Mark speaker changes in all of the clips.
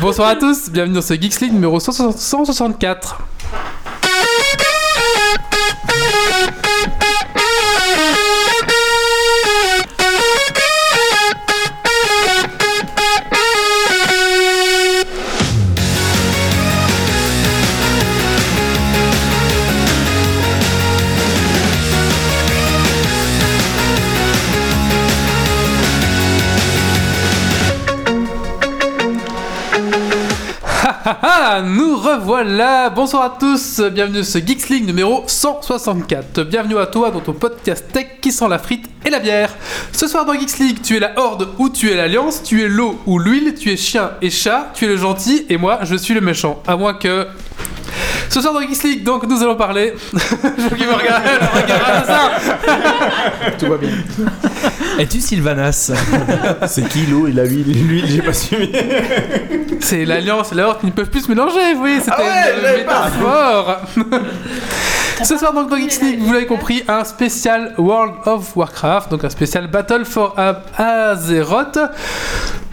Speaker 1: Bonsoir à tous, bienvenue dans ce Geeks League numéro 160 164. Ah, nous revoilà Bonsoir à tous, bienvenue dans ce Geeks League numéro 164. Bienvenue à toi dans ton podcast tech qui sent la frite et la bière. Ce soir dans Geeks League, tu es la Horde ou tu es l'Alliance, tu es l'eau ou l'huile, tu es chien et chat, tu es le gentil et moi je suis le méchant. À moins que... Ce soir dans Geeks League, donc nous allons parler... je qui me regarde, je regarde à ça
Speaker 2: Tout va bien.
Speaker 3: Es-tu Sylvanas
Speaker 2: C'est qui l'eau et la huile L'huile, j'ai pas suivi.
Speaker 1: C'est l'alliance et la horde qui ne peuvent plus se mélanger, vous voyez, c'était
Speaker 2: Ah ouais,
Speaker 1: une
Speaker 2: j'avais
Speaker 1: métaphore. Ce soir donc dans Geeks League, vous l'avez compris, un spécial World of Warcraft, donc un spécial Battle for Ab- Azeroth.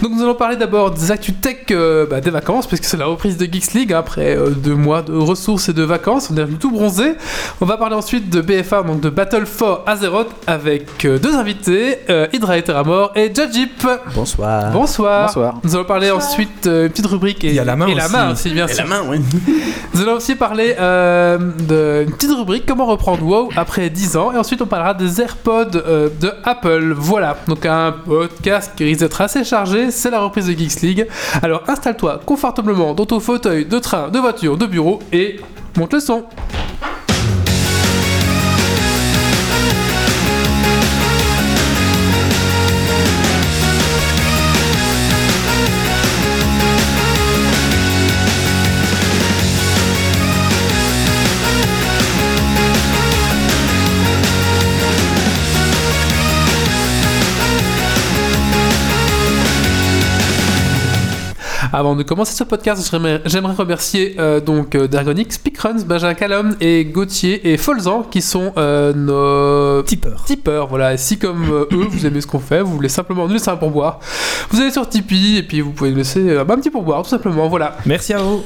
Speaker 1: Donc nous allons parler d'abord des actus tech euh, bah, des vacances, puisque c'est la reprise de Geeks League hein, après euh, deux mois de ressources et de vacances, on est revenu tout bronzé. On va parler ensuite de BFA, donc de Battle for Azeroth, avec euh, deux invités, euh, Hydra et Terramore et Jajip.
Speaker 4: Ah.
Speaker 3: Bonsoir.
Speaker 1: Bonsoir.
Speaker 2: Bonsoir.
Speaker 1: Nous allons parler
Speaker 5: Bonsoir.
Speaker 1: ensuite euh, une petite rubrique et,
Speaker 3: Il y a la main
Speaker 1: et la
Speaker 3: aussi.
Speaker 1: main aussi, bien sûr.
Speaker 2: main, oui.
Speaker 1: Nous allons aussi parler euh, d'une petite rubrique comment reprendre WoW après 10 ans et ensuite on parlera des AirPods euh, de Apple. Voilà, donc un podcast qui risque d'être assez chargé, c'est la reprise de Geeks League. Alors installe-toi confortablement dans ton fauteuil de train, de voiture, de bureau et monte le son. Avant de commencer ce podcast, j'aimerais- j'aimerais remercier euh, donc euh, Dargonix, Pickruns, Benjamin Calum et Gauthier et Folzan qui sont euh, nos
Speaker 3: Tipeur.
Speaker 1: tipeurs. Voilà, Et si comme euh, eux, vous aimez ce qu'on fait, vous voulez simplement nous laisser un pourboire, vous allez sur Tipeee et puis vous pouvez nous laisser euh, bah, un petit pourboire, tout simplement. Voilà.
Speaker 3: Merci à vous.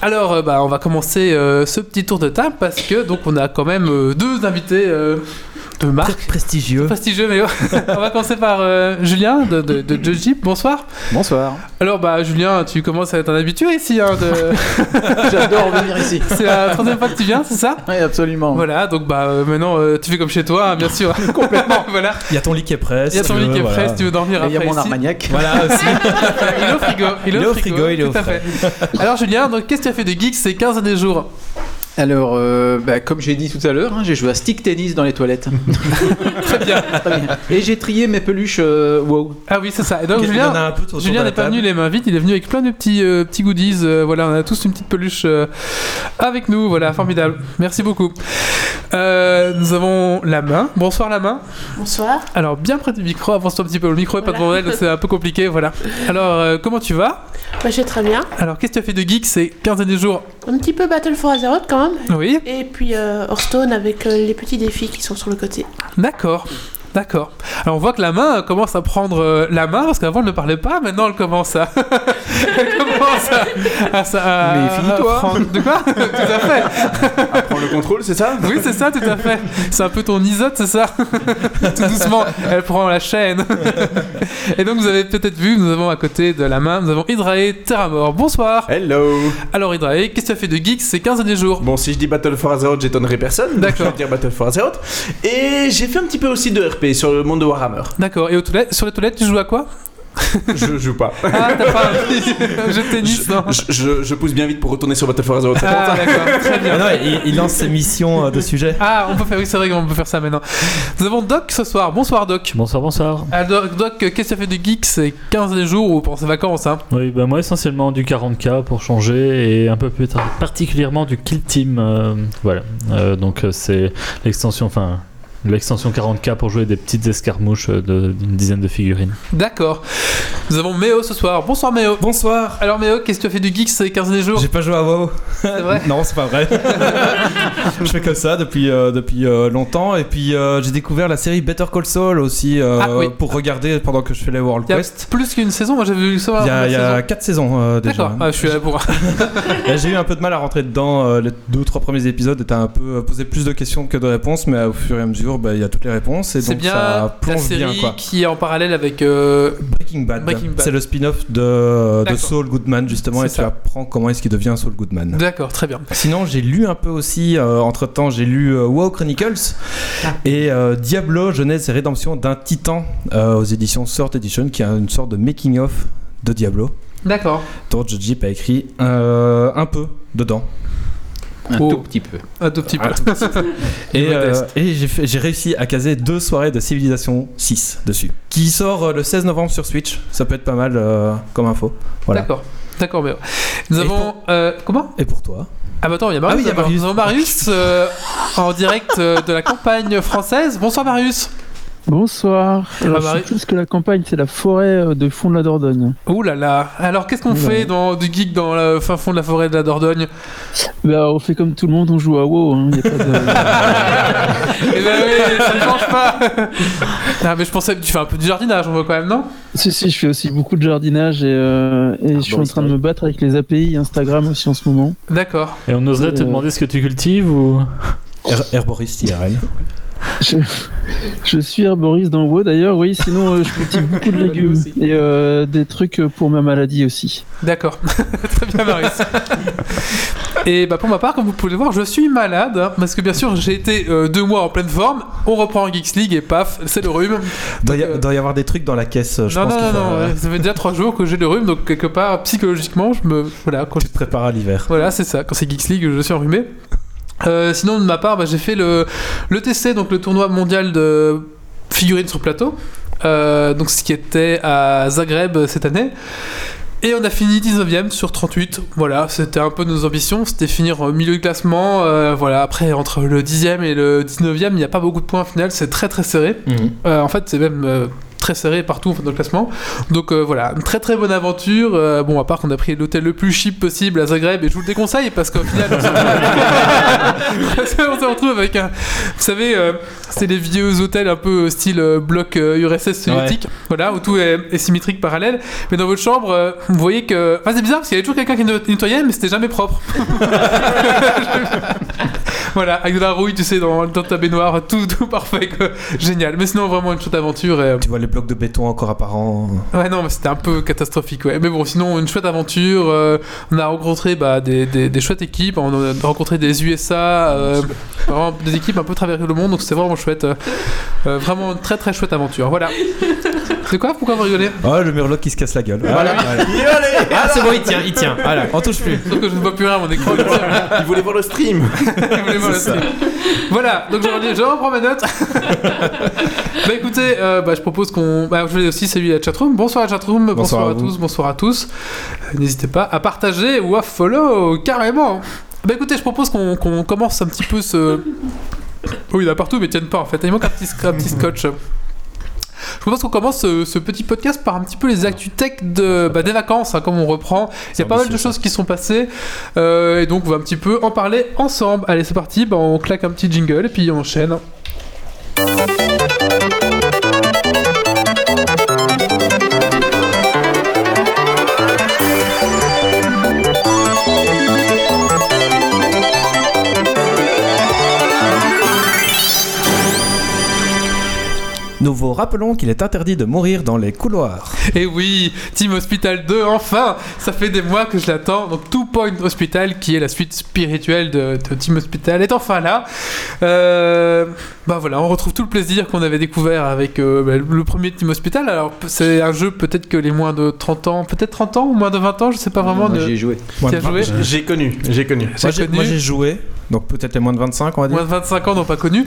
Speaker 1: Alors, euh, bah, on va commencer euh, ce petit tour de table parce que donc on a quand même euh, deux invités euh, de
Speaker 3: Très
Speaker 1: marque.
Speaker 3: prestigieux.
Speaker 1: Prestigieux, mais on va commencer par euh, Julien de, de, de Joji. Bonsoir.
Speaker 2: Bonsoir.
Speaker 1: Alors bah Julien, tu commences à être un habitué ici. Hein, de...
Speaker 2: J'adore venir ici.
Speaker 1: c'est la troisième fois que tu viens, c'est ça
Speaker 2: Oui, absolument.
Speaker 1: Voilà, donc bah euh, maintenant euh, tu fais comme chez toi, hein, bien sûr. Complètement. voilà.
Speaker 3: Il y a ton lit qui est prêt.
Speaker 1: Il y a
Speaker 3: si
Speaker 1: ton
Speaker 3: tu
Speaker 1: lit
Speaker 3: veux,
Speaker 1: qui est
Speaker 3: voilà.
Speaker 1: prêt, si tu veux dormir
Speaker 2: Et
Speaker 1: après
Speaker 2: Il y a mon
Speaker 1: ici.
Speaker 2: armagnac.
Speaker 3: Voilà aussi.
Speaker 1: Il est au frigo.
Speaker 3: Il est au frigo, il est
Speaker 1: tout
Speaker 3: au
Speaker 1: à
Speaker 3: frais.
Speaker 1: fait. Alors Julien, donc qu'est-ce que tu as fait de geek ces 15 derniers jours
Speaker 2: Alors, euh, bah, comme j'ai dit tout à l'heure, hein, j'ai joué à stick tennis dans les toilettes.
Speaker 1: Très bien.
Speaker 2: Très bien. Et j'ai trié mes peluches euh, wow.
Speaker 1: Ah oui, c'est ça. Et donc
Speaker 3: Il y en a
Speaker 1: Julien,
Speaker 3: un peu autour de
Speaker 1: Julien
Speaker 3: la
Speaker 1: n'est pas
Speaker 3: table.
Speaker 1: venu les mains vides, il est venu avec plein de petits, euh, petits goodies. euh, voilà, on a tous une petite peluche euh, avec nous. Voilà, formidable. Merci beaucoup. Euh, nous avons la main. Bonsoir la main.
Speaker 5: Bonsoir.
Speaker 1: Alors bien près du micro, avance-toi un petit peu. Le micro est pas
Speaker 5: Voilà.
Speaker 1: devant elle, donc c'est un peu compliqué, voilà. Alors euh, comment tu vas
Speaker 5: Bah, je vais très bien.
Speaker 1: Alors qu'est-ce que tu as fait de geek ces 15 derniers jours
Speaker 5: Un petit peu Battle for Azeroth quand même.
Speaker 1: Oui,
Speaker 5: Et puis euh, Hearthstone avec euh, les petits défis qui sont sur le côté.
Speaker 1: d'accord, d'accord. Alors on voit que la main euh, commence à prendre euh, la main parce qu'avant elle ne parlait pas, maintenant elle commence à, elle commence à, à, ça- à-
Speaker 2: Mais finis-toi.
Speaker 1: à prendre- De quoi Tout à fait.
Speaker 4: Prends le contrôle, c'est ça
Speaker 1: Oui, c'est ça, tout à fait. C'est un peu ton isote, c'est ça Tout doucement, elle prend la chaîne. Et donc, vous avez peut-être vu, nous avons à côté de la main, nous avons Hydrae Terramore. Bonsoir.
Speaker 4: Hello
Speaker 1: Alors, Hydrae, qu'est-ce que tu as fait de geek ces 15 derniers jours
Speaker 4: Bon, si je dis Battle for Azeroth, j'étonnerai personne.
Speaker 1: D'accord.
Speaker 4: Je vais dire Battle for Azeroth. Et j'ai fait un petit peu aussi de RP sur le monde de Warhammer.
Speaker 1: D'accord. Et aux toilettes, sur les toilettes, tu joues à quoi
Speaker 4: Je joue pas.
Speaker 1: Ah, t'as pas un jeu de tennis, non
Speaker 4: Je, je- je pousse bien vite pour retourner sur Battle for Azeroth.
Speaker 1: Ah, d'accord. Très bien.
Speaker 3: Ah non, il, il lance ses missions euh, de sujet.
Speaker 1: Ah, on peut faire, oui, c'est vrai qu'on peut faire ça maintenant. Nous avons Doc ce soir. Bonsoir, Doc.
Speaker 6: Bonsoir, bonsoir.
Speaker 1: Alors, Doc, Doc, qu'est-ce que tu as fait de geek ces 15 derniers jours ou pendant ces vacances hein
Speaker 6: Oui, bah moi essentiellement du 40k pour changer et un peu plus tard, particulièrement du Kill Team. euh, voilà, Euh, donc euh, c'est l'extension, enfin L'extension 40k pour jouer des petites escarmouches euh, de- d'une dizaine de figurines.
Speaker 1: D'accord. Nous avons Méo ce soir. Bonsoir Méo.
Speaker 3: Bonsoir.
Speaker 1: Alors Méo, qu'est-ce que tu as fait du geek ces 15 derniers jours
Speaker 3: J'ai pas joué à WoW.
Speaker 1: vrai
Speaker 3: non, c'est pas vrai. je fais comme ça depuis, euh, depuis euh, longtemps. Et puis euh, j'ai découvert la série Better Call Saul aussi euh,
Speaker 1: Ah, oui.
Speaker 3: pour regarder pendant que je fais les World
Speaker 1: Il y a
Speaker 3: Quest.
Speaker 1: plus qu'une saison, moi j'avais vu ça.
Speaker 3: Il y a,
Speaker 1: la
Speaker 3: il y a
Speaker 1: saison.
Speaker 3: quatre saisons euh, déjà.
Speaker 1: D'accord, ah, je suis là pour.
Speaker 3: Et J'ai eu un peu de mal à rentrer dedans. euh, les deux ou trois premiers épisodes étaient un peu euh, posé plus de questions que de réponses, mais au fur et à mesure, bah, il y a toutes les réponses et
Speaker 1: C'est
Speaker 3: donc
Speaker 1: bien
Speaker 3: ça
Speaker 1: la
Speaker 3: plonge
Speaker 1: série
Speaker 3: bien quoi.
Speaker 1: qui est en parallèle avec. euh,
Speaker 3: Breaking Bad,
Speaker 1: Breaking Bad.
Speaker 3: c'est le spin-off de, de
Speaker 1: D'accord.
Speaker 3: Saul Goodman justement,
Speaker 1: C'est
Speaker 3: et tu
Speaker 1: ça.
Speaker 3: apprends comment est-ce qu'il devient Saul Goodman.
Speaker 1: D'accord, très bien.
Speaker 3: Sinon, j'ai lu un peu aussi, euh, entre-temps, j'ai lu euh, WoW Chronicles et euh, Diablo, Genèse et Rédemption d'un Titan euh, aux éditions Sword Edition, qui est une sorte de making-of de Diablo,
Speaker 1: D'accord.
Speaker 3: dont Jeep a écrit euh, un peu dedans.
Speaker 2: Un
Speaker 1: Oh.
Speaker 2: tout petit peu.
Speaker 1: Un tout petit peu.
Speaker 3: Un tout petit peu. et
Speaker 1: Niveau
Speaker 3: euh,
Speaker 1: test.
Speaker 3: et j'ai fait- j'ai réussi à caser deux soirées de Civilization 6 dessus, qui sort euh, le 16 novembre sur Switch. Ça peut être pas mal euh, comme info. Voilà.
Speaker 1: D'accord. D'accord, Méo. Nous
Speaker 3: Et
Speaker 1: avons. euh, comment
Speaker 3: Et pour toi
Speaker 1: Ah, bah attends, il y a
Speaker 3: Ah
Speaker 1: Marius.
Speaker 3: oui, il y a
Speaker 1: d'abord.
Speaker 3: Marius.
Speaker 1: Nous avons Marius euh, en direct euh, de la campagne française. Bonsoir, Marius.
Speaker 7: Bonsoir. Alors,
Speaker 1: Ah,
Speaker 2: bah
Speaker 1: Marie-
Speaker 7: je sais plus ce que la campagne, c'est la forêt euh, de fond de la Dordogne.
Speaker 1: Ouh là là. Alors, qu'est-ce qu'on
Speaker 7: Ouh là
Speaker 1: fait
Speaker 7: là.
Speaker 1: dans, du geek dans le fin fond de la forêt de la Dordogne
Speaker 7: Bah, on fait comme tout le monde, on joue à WoW. hein, y a pas de-
Speaker 1: Eh ben oui, ça ne change pas. non, mais je pensais que tu fais un peu du jardinage, on voit quand même, non
Speaker 7: si, si, je fais aussi beaucoup de jardinage et, euh,
Speaker 2: Ah,
Speaker 7: et je suis en train de me battre avec les API Instagram aussi en ce moment.
Speaker 1: D'accord.
Speaker 6: Et on oserait te
Speaker 7: Euh.
Speaker 6: demander ce que tu cultives ou.
Speaker 3: Her- Herboriste IRL.
Speaker 7: Je, je suis herboriste dans WoW d'ailleurs, oui, sinon euh, je cultive beaucoup de légumes et euh, des trucs pour ma maladie aussi.
Speaker 1: D'accord. Très bien, Marius. Et bah pour ma part, comme vous pouvez le voir, je suis malade hein, parce que bien sûr j'ai été euh, deux mois en pleine forme. On reprend en Geeks League et paf, c'est le rhume.
Speaker 3: Doit y,
Speaker 1: euh,
Speaker 3: doit y avoir des trucs dans la caisse, je
Speaker 1: non
Speaker 3: pense.
Speaker 1: non non,
Speaker 3: qu'il faut,
Speaker 1: non,
Speaker 3: euh,
Speaker 1: ouais, ça fait déjà trois jours que j'ai le rhume, donc quelque part psychologiquement je me voilà quand
Speaker 3: Tu te prépares à l'hiver.
Speaker 1: Voilà, c'est ça. Quand c'est Geeks League, je suis enrhumé. Euh, sinon, de ma part, bah, j'ai fait le, le TC, donc le tournoi mondial de figurines sur plateau. Euh, donc, ce qui était à Zagreb euh, cette année. Et on a fini 19ème sur 38. Voilà, c'était un peu nos ambitions. C'était finir au milieu de classement. Euh, voilà, après, entre le 10ème et le 19ème, il n'y a pas beaucoup de points au final. C'est très très serré. Euh, en fait, c'est même euh, très serré partout en fait, dans le classement. Donc euh, voilà, une très très bonne aventure. Euh, bon, à part qu'on a pris l'hôtel le plus cheap possible à Zagreb, et je vous le déconseille parce qu'au final, on se retrouve- parce qu'on se retrouve avec un. Vous savez, euh, c'est les vieux hôtels un peu style euh, bloc euh, URSS soviétique, voilà, où tout est, est symétrique parallèle. Mais dans votre chambre, euh, vous voyez que. Enfin, c'est bizarre parce qu'il y avait toujours quelqu'un qui no- nettoyait, mais c'était jamais propre. Voilà, avec de la rouille, tu sais, dans, dans ta baignoire, tout, tout parfait, quoi. Génial. Mais sinon, vraiment une chouette aventure. Et... euh,
Speaker 3: Tu vois les blocs de béton encore apparents.
Speaker 1: Ouais, non, mais c'était un peu catastrophique, ouais. Mais bon, sinon, une chouette aventure. euh, on a rencontré bah, des, des, des chouettes équipes. On a rencontré des USA, euh, vraiment des équipes un peu travers le monde. Donc, c'était vraiment chouette. Euh, euh, vraiment une très, très chouette aventure. Voilà. C'est quoi Pourquoi vous rigolez
Speaker 3: Oh, le murloc qui se casse la gueule.
Speaker 4: Voilà. Et allez
Speaker 3: Ah, c'est bon, il tient, il tient. Voilà, on touche plus.
Speaker 1: Sauf que je ne vois plus rien à mon écran.
Speaker 4: Il voulait voir le stream.
Speaker 1: Voulez-vous la suite Voilà, donc je relis- je reprends ma note. bah écoutez, euh, bah, je propose qu'on. Bah, je vais aussi saluer la chatroom. Bonsoir la chatroom, bonsoir,
Speaker 3: Bonsoir
Speaker 1: à,
Speaker 3: à vous.
Speaker 1: tous, bonsoir à tous. Euh, N'hésitez pas à partager ou à follow carrément. Bah écoutez, je propose qu'on qu'on commence un petit peu ce. Oui, il y en a partout, mais tiennent pas en fait. Il manque un petit, un petit scotch. Je propose qu'on commence ce, ce petit podcast par un petit peu les actus tech de, bah, des vacances, hein, comme on reprend. Il y a pas mal de choses qui sont passées. Euh, et donc, on va un petit peu en parler ensemble. Allez, c'est parti. Bah, on claque un petit jingle et puis on enchaîne. hein.
Speaker 3: Nous vous rappelons qu'il est interdit de mourir dans les couloirs.
Speaker 1: Et Eh oui, Team Hospital 2, enfin Ça fait des mois que je l'attends. Donc, Two Point Hospital, qui est la suite spirituelle de, de Team Hospital, est enfin là. Euh, bah voilà, on retrouve tout le plaisir qu'on avait découvert avec euh, bah, le premier Team Hospital. Alors, p- c'est un jeu peut-être que les moins de 30 ans, peut-être 30 ans ou moins de 20 ans, je sais pas vraiment.
Speaker 2: Moi,
Speaker 1: de...
Speaker 2: J'y ai joué.
Speaker 3: Moins
Speaker 1: Qui a
Speaker 3: de vingt-
Speaker 1: joué
Speaker 3: Moi,
Speaker 4: J'ai connu, j'ai connu.
Speaker 1: J'ai
Speaker 3: j'ai-
Speaker 1: connu.
Speaker 3: Moi, j'ai joué, donc peut-être les moins de 25, on va dire.
Speaker 1: Moins de 25 ans n'ont pas connu.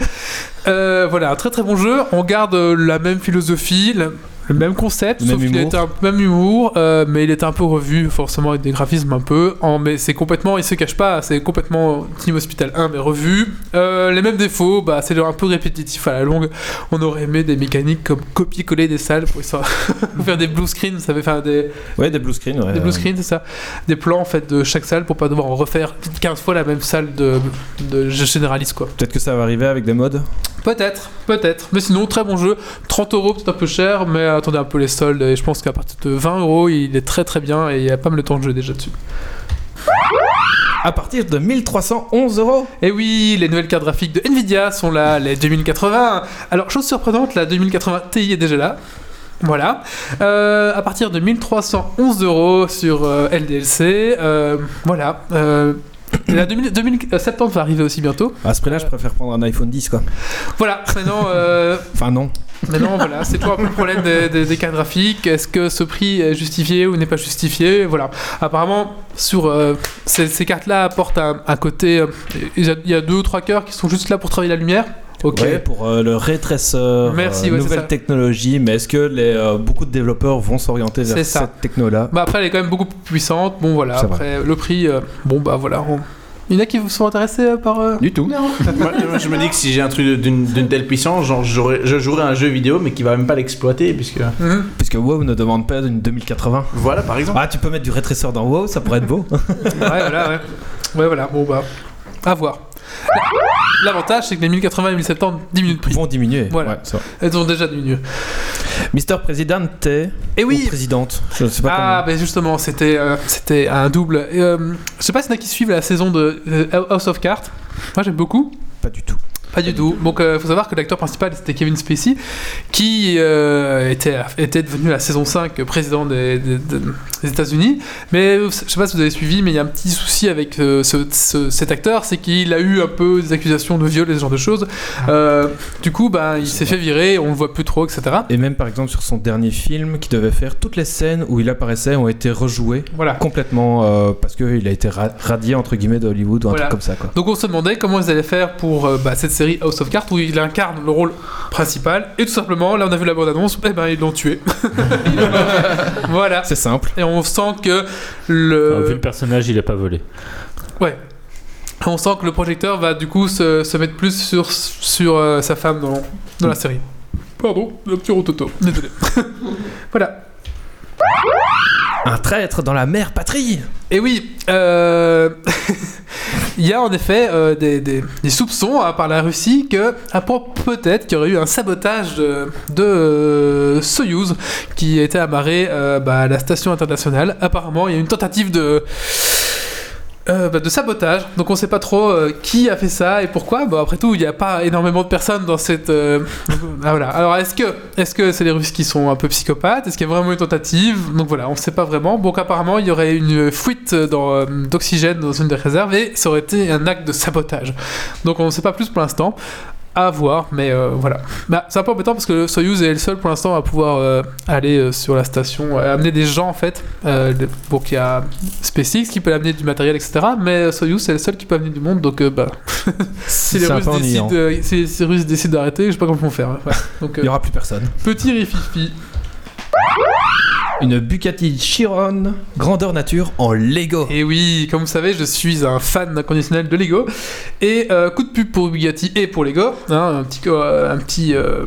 Speaker 1: Euh, voilà, un très très bon jeu. On garde euh, la même philosophie, la, Le même concept,
Speaker 3: Le même
Speaker 1: sauf qu'il
Speaker 3: humour.
Speaker 1: était un même humour, euh, mais il est un peu revu, forcément, avec des graphismes un peu. En, mais c'est complètement, il se cache pas, c'est complètement Team Hospital 1, mais revu. Euh, les mêmes défauts, bah, c'est un peu répétitif à la longue. On aurait aimé des mécaniques comme copier-coller des salles pour histoire- faire des blue screens, ça fait faire des,
Speaker 3: Ouais, des blue screens. ouais.
Speaker 1: des blue screens, c'est ça Des plans en fait de chaque salle pour pas devoir en refaire 15 fois la même salle de, de jeu généraliste quoi.
Speaker 3: Peut-être que ça va arriver avec des mods.
Speaker 1: Peut-être, peut-être. Mais sinon, très bon jeu. 30 euros, peut-être un peu cher, mais attendez un peu les soldes. Et je pense qu'à partir de 20 euros, il est très très bien et il y a pas mal de temps de jeu déjà dessus.
Speaker 3: À partir de 1311 euros.
Speaker 1: Et oui, les nouvelles cartes graphiques de Nvidia sont là, les 2080. Alors, chose surprenante, la 2080 Ti est déjà là. Voilà. Euh, à partir de 1311 euros sur euh, LDLC. euh, voilà. Euh, la 2000, 2070 euh, va arriver aussi bientôt.
Speaker 3: À ce prix-là, je préfère prendre un iPhone 10 quoi.
Speaker 1: Voilà, maintenant, euh,
Speaker 3: Enfin non.
Speaker 1: maintenant voilà, c'est toi un peu le problème des, des- des cartes graphiques. Est-ce que ce prix est justifié ou n'est pas justifié Voilà. Apparemment, sur euh, ces, ces cartes-là apportent un, un côté. euh, Il y a- il y a deux ou trois cœurs qui sont juste là pour travailler la lumière. Ok.
Speaker 3: Ouais, pour euh, le rétresseur,
Speaker 1: Merci,
Speaker 3: euh,
Speaker 1: ouais, c'est ça.
Speaker 3: nouvelle technologie, mais est-ce que les, euh, beaucoup de développeurs vont s'orienter vers
Speaker 1: C'est ça.
Speaker 3: cette techno-là
Speaker 1: Bah après, elle est quand même beaucoup plus puissante. Bon voilà.
Speaker 3: C'est
Speaker 1: Après, le prix. euh, bon bah voilà. on- Il y en a qui vous sont intéressés euh, par. euh,
Speaker 2: Du tout.
Speaker 4: Moi, moi, je me dis que si j'ai un truc de- d'une d'une telle puissance, genre j'aurais- je jouerais à un jeu vidéo mais qui va même pas l'exploiter puisque
Speaker 1: Mhm.
Speaker 3: Puisque WoW ne demande pas une 2080.
Speaker 4: voilà par exemple.
Speaker 3: Ah, tu peux mettre du rétresseur dans WoW, ça pourrait être beau.
Speaker 1: Ouais, voilà, ouais. Ouais, voilà, bon, bah, à voir. L'avantage, c'est que les 1080 et 1070 diminuent de
Speaker 3: Ils
Speaker 1: prix.
Speaker 3: vont diminuer.
Speaker 1: Voilà.
Speaker 3: Ouais, c'est vrai.
Speaker 1: Elles ont déjà diminué.
Speaker 3: Mister Presidente
Speaker 1: Et
Speaker 3: ou
Speaker 1: oui
Speaker 3: présidente, je sais pas
Speaker 1: Ah, mais justement, c'était euh, c'était un double. Et, euh, je sais pas s'il y en a qui suivent la saison de euh, House of Cards. Moi, j'aime beaucoup.
Speaker 3: comment. Pas du tout.
Speaker 1: Pas du tout. Donc, euh, faut savoir que l'acteur principal, c'était Kevin Spacey, qui euh, était, était devenu la saison 5 président des, des- des- des États-Unis. Mais euh, je sais pas si vous avez suivi, mais il y a un petit souci avec euh, ce- ce- cet acteur, c'est qu'il a eu un peu des accusations de viol et ce genre de choses. Euh, du coup, ben, il s'est fait virer, on le voit plus trop, etc.
Speaker 3: Et même par exemple sur son dernier film, qui devait faire toutes les scènes où il apparaissait ont été rejouées
Speaker 1: Voilà.
Speaker 3: complètement euh, parce qu'il a été ra- radié entre guillemets de Hollywood ou un
Speaker 1: Voilà.
Speaker 3: truc comme ça quoi.
Speaker 1: Donc on se demandait comment ils allaient faire pour euh, bah, cette série House of Cards où il incarne le rôle principal et tout simplement là on a vu la bande annonce et ben ils l'ont tué voilà
Speaker 3: C'est simple.
Speaker 1: et on sent que
Speaker 6: Enfin, Ah, vu
Speaker 1: le
Speaker 6: le personnage, il a pas volé.
Speaker 1: on sent que le projecteur va du coup se, se mettre plus sur sur euh, sa femme dans, dans la série pardon le petit rototo désolé voilà
Speaker 3: Un traître dans la mère patrie.
Speaker 1: et oui euh, il y a en effet euh, des, des- des soupçons hein, par la Russie que ah, pour- peut-être qu'il y aurait eu un sabotage de, de, euh, Soyouz qui était amarré euh, bah, à la station internationale. Apparemment, il y a eu une tentative de. euh, bah, de sabotage, donc on sait pas trop euh, qui a fait ça et pourquoi. Bon, après tout, il n'y a pas énormément de personnes dans cette. euh, ah, voilà. Alors, est-ce que est-ce que c'est les Russes qui sont un peu psychopathes Est-ce qu'il y a vraiment une tentative Donc voilà, on sait pas vraiment. Donc apparemment, il y aurait une fuite dans, euh, d'oxygène dans une des réserves et ça aurait été un acte de sabotage. Donc on ne sait pas plus pour l'instant. À voir, mais euh, voilà. Bah, c'est un peu embêtant parce que le Soyuz est le seul pour l'instant à pouvoir euh, aller euh, sur la station, euh, amener des gens en fait. Euh, le- bon, qu'il y a SpaceX qui peut amener du matériel, etc. Mais euh, Soyuz c'est le seul qui peut amener du monde, donc euh, bah, si, les
Speaker 3: C'est un
Speaker 1: Russes
Speaker 3: peu ennuyant.
Speaker 1: décident, euh, si, si les Russes décident d'arrêter, je sais pas comment ils vont faire. hein. Ouais. Donc, euh,
Speaker 3: Il y aura plus personne.
Speaker 1: petit rififi.
Speaker 3: Une Bucati Chiron grandeur nature en Lego.
Speaker 1: Et oui, comme vous savez, je suis un fan inconditionnel de Lego. Et euh, coup de pub pour Bugatti et pour Lego, hein, un petit, euh, un petit euh,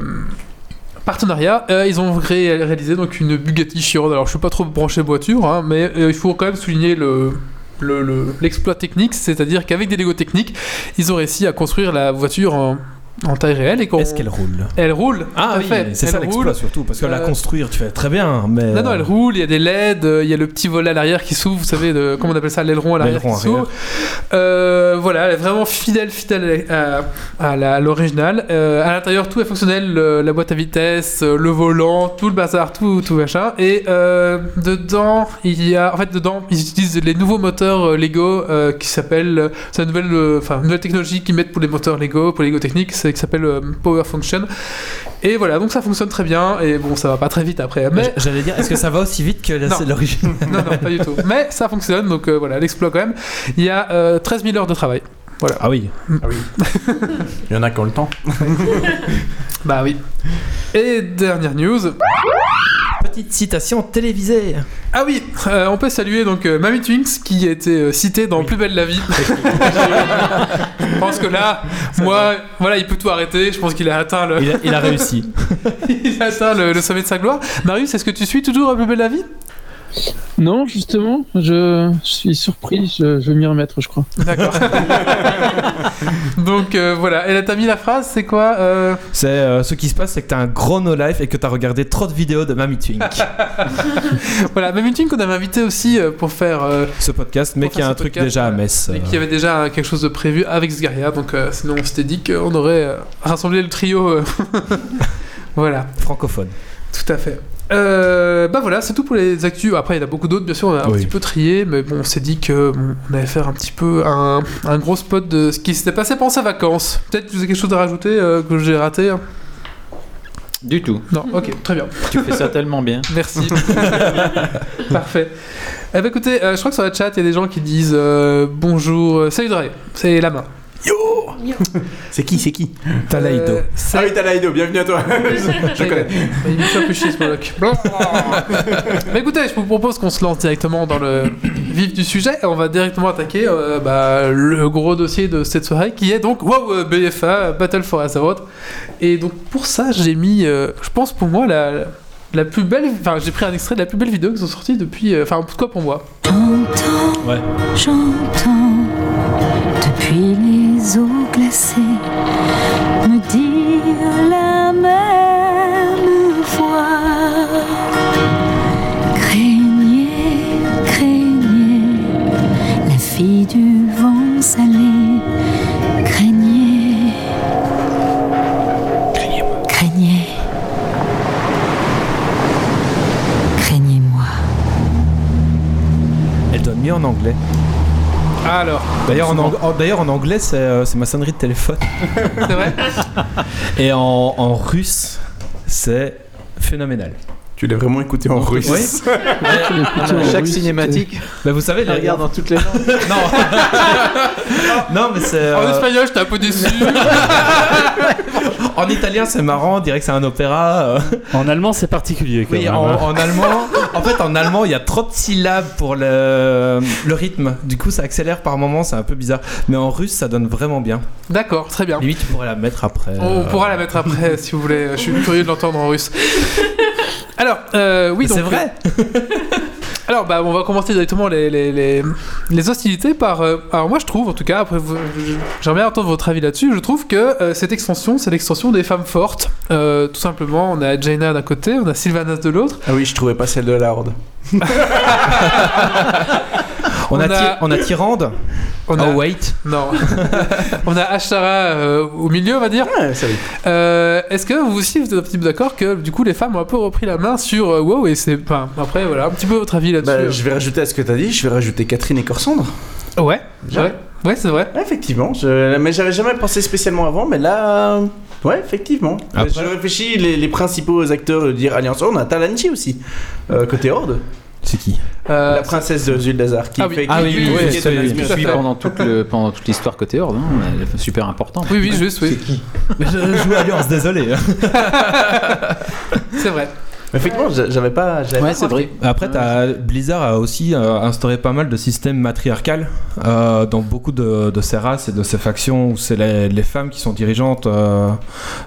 Speaker 1: partenariat. Euh, ils ont ré- réalisé donc une Bugatti Chiron. Alors je suis pas trop branché voiture, hein, mais euh, il faut quand même souligner le le- le- l'exploit technique, c'est-à-dire qu'avec des Lego techniques, ils ont réussi à construire la voiture en, en taille réelle et qu'on-
Speaker 3: Est-ce qu'elle roule Ah
Speaker 1: elle roule. tout à fait.
Speaker 3: c'est
Speaker 1: Elle
Speaker 3: ça
Speaker 1: roule.
Speaker 3: l'exploit surtout parce que la
Speaker 1: Euh,
Speaker 3: construire tu fais très bien mais euh,
Speaker 1: Non, non, elle roule, il y a des LED, euh, il y a le petit volet à l'arrière qui s'ouvre, vous savez, de, comment on appelle ça, l'aileron à l'arrière qui
Speaker 3: L'aileron
Speaker 1: s'ouvre. Euh, voilà, elle est vraiment fidèle, fidèle à, à la- à l'original. Euh, à l'intérieur, tout est fonctionnel, le- la boîte à vitesse, euh, le volant, tout le bazar, tout, tout machin. Et euh, dedans, il y a, en fait, dedans, ils utilisent les nouveaux moteurs euh, Lego euh, qui s'appellent, euh, c'est une nouvelle, euh, enfin, une nouvelle technologie qu'ils mettent pour les moteurs Lego, pour les Lego techniques, c'est qui s'appelle euh, Power Function. Et voilà, donc ça fonctionne très bien. Et bon, ça va pas très vite après, mais
Speaker 3: J- J'allais dire, est-ce que ça va aussi vite que la-
Speaker 1: Non.
Speaker 3: l'origine
Speaker 1: non, non, pas du tout. Mais ça fonctionne, donc euh, voilà, l'exploit quand même. Il y a euh, 13 000 heures de travail.
Speaker 3: Ah oui.
Speaker 4: Il y en a qui ont le temps.
Speaker 1: Bah oui. Et dernière news.
Speaker 3: Petite citation télévisée.
Speaker 1: Ah oui, euh, on peut saluer donc euh, Mamie Twinks qui a été euh, citée dans Plus belle la vie. je pense que là, moi, voilà, il peut tout arrêter. Je pense qu'il a atteint le,
Speaker 3: Il a, il a réussi.
Speaker 1: il a atteint le, le sommet de sa gloire. Marius, est-ce que tu suis toujours à Plus belle la vie
Speaker 7: Non, justement, je, je suis surpris, je, je vais m'y remettre, je crois.
Speaker 1: D'accord. donc euh, voilà, et là t'as mis la phrase, c'est quoi euh,
Speaker 3: C'est euh, ce qui se passe, c'est que t'as un gros no life et que t'as regardé trop de vidéos de Mamie Twink.
Speaker 1: Ah. Voilà, Mamie Twinks qu'on avait invité aussi euh, pour faire. euh,
Speaker 3: ce podcast, mais
Speaker 1: Pour
Speaker 3: qui a
Speaker 1: faire
Speaker 3: un
Speaker 1: ce
Speaker 3: truc
Speaker 1: podcast,
Speaker 3: déjà à Metz.
Speaker 1: Et qu'il y avait déjà euh, quelque chose de prévu avec Sgaria, donc euh, sinon on s'était dit qu'on aurait euh, rassemblé le trio. euh, voilà,
Speaker 3: euh, francophone.
Speaker 1: tout à fait. Euh, bah voilà, c'est tout pour les actus. Après, il y en a beaucoup d'autres, bien sûr, on a un
Speaker 3: Oui.
Speaker 1: petit peu trié, mais bon, on s'est dit que bon, on allait faire un petit peu un, un gros spot de ce qui s'était passé pendant ces vacances. Peut-être que vous avez quelque chose à rajouter euh, que j'ai raté hein
Speaker 2: Du tout.
Speaker 1: Non, ok, très bien.
Speaker 2: Tu fais ça tellement bien.
Speaker 1: Merci. Parfait. Eh ben écoutez, euh, je crois que sur le chat, il y a des gens qui disent euh, bonjour, euh, salut Dre, c'est la main.
Speaker 4: C'est qui, c'est qui
Speaker 3: Talaïdo.
Speaker 1: Euh,
Speaker 4: Ah
Speaker 1: salut-
Speaker 4: oui, Talaido, bienvenue à toi. je connais.
Speaker 1: Il me fait plus chier, ce Moloch. Mais écoutez, je vous propose qu'on se lance directement dans le vif du sujet et on va directement attaquer euh, bah, le gros dossier de cette soirée qui est donc WoW euh, BFA Battle for Azeroth. Et donc pour ça, j'ai mis, euh, je pense pour moi, la, la plus belle. Enfin, j'ai pris un extrait de la plus belle vidéo qui sont sorties depuis. euh, Enfin, en tout cas pour moi.
Speaker 8: J'entends,
Speaker 3: Ouais.
Speaker 8: j'entends, depuis les eaux glacées, me dire la même voix. Craignez, craignez, la fille du vent salé, craignez, craignez, craignez-moi.
Speaker 3: Elle donne mieux en anglais.
Speaker 1: Alors,
Speaker 3: D'ailleurs, en, ang- en- d'ailleurs, en anglais, c'est euh, c'est ma sonnerie de téléphone.
Speaker 1: c'est vrai
Speaker 3: Et en, en russe, c'est phénoménal.
Speaker 4: Tu l'as vraiment écouté en russe.
Speaker 3: Oui.
Speaker 1: Ah,
Speaker 2: Chaque cinématique,
Speaker 3: Bah, vous savez,
Speaker 2: elle
Speaker 3: les-
Speaker 2: regarde dans toutes les langues.
Speaker 3: Non. non, mais c'est.
Speaker 1: En
Speaker 3: euh,
Speaker 1: espagnol, j'étais un peu déçu.
Speaker 3: en italien, c'est marrant. On dirait que c'est un opéra. euh.
Speaker 6: En allemand, c'est particulier quand
Speaker 3: Oui,
Speaker 6: même.
Speaker 3: en, en allemand. En fait, en allemand, il y a trop de syllabes pour le, le rythme. Du coup, ça accélère par moments. C'est un peu bizarre. Mais en russe, ça donne vraiment bien.
Speaker 1: D'accord, très bien.
Speaker 3: Limite, tu pourrais la mettre après.
Speaker 1: On
Speaker 3: euh,
Speaker 1: pourra la mettre après si vous voulez. Je suis curieux de l'entendre en russe. Alors, euh, oui,
Speaker 3: Mais
Speaker 1: donc,
Speaker 3: c'est vrai.
Speaker 1: Alors, bah, on va commencer directement les, les, les, les hostilités par. euh, alors, moi, je trouve, en tout cas, après, vous- je- j'aimerais bien entendre votre avis là-dessus. Je trouve que euh, cette extension, c'est l'extension des femmes fortes. Euh, tout simplement, on a Jaina d'un côté, on a Sylvanas de l'autre.
Speaker 4: Ah oui, je trouvais pas celle de la Horde.
Speaker 3: On,
Speaker 1: on a-
Speaker 3: a, Ty- on a Tyrande.
Speaker 1: On a.
Speaker 3: Oh, wait.
Speaker 1: Non. on a Ashara euh, au milieu, on va dire.
Speaker 4: Ah, ça oui.
Speaker 1: Euh, Est-ce que vous aussi, vous êtes un petit peu d'accord que, du coup, les femmes ont un peu repris la main sur euh, WoW et c'est. Enfin, après, voilà, un petit peu votre avis
Speaker 4: Bah,
Speaker 1: là-dessus.
Speaker 4: je vais rajouter à ce que t'as dit, je vais rajouter Catherine et Corsandre.
Speaker 1: Ouais, ouais, ouais, c'est vrai.
Speaker 4: Ah, Effectivement, je- mais j'avais jamais pensé spécialement avant, mais là, euh, ouais, effectivement.
Speaker 3: Après-
Speaker 4: Je réfléchis les, les principaux acteurs de dire Alliance. Oh, on a Talanchi aussi euh, côté Horde,
Speaker 3: C'est qui
Speaker 1: Euh,
Speaker 4: la princesse de Zuldazar qui
Speaker 1: Ah oui.
Speaker 4: fait
Speaker 1: Ah
Speaker 3: oui,
Speaker 4: qui-
Speaker 3: oui,
Speaker 4: qui-
Speaker 3: oui,
Speaker 4: qui-
Speaker 3: ça,
Speaker 4: qui-
Speaker 3: oui,
Speaker 4: qui-
Speaker 1: tout à
Speaker 4: qui-
Speaker 1: fait.
Speaker 2: Pendant toute le- pendant toute l'histoire côté Horde, hein, elle est super important.
Speaker 1: oui, oui, juste, oui.
Speaker 3: Je joue Alliance, désolé.
Speaker 1: C'est vrai.
Speaker 4: Effectivement, j'a- j'avais pas. j'avais
Speaker 2: Ouais,
Speaker 4: pas
Speaker 2: c'est vrai.
Speaker 3: Après, t'as-
Speaker 4: Ah.
Speaker 3: Blizzard a aussi euh, instauré pas mal de systèmes matriarcales euh, dans beaucoup de, de ses races et de ses factions où c'est les, les femmes qui sont dirigeantes, euh,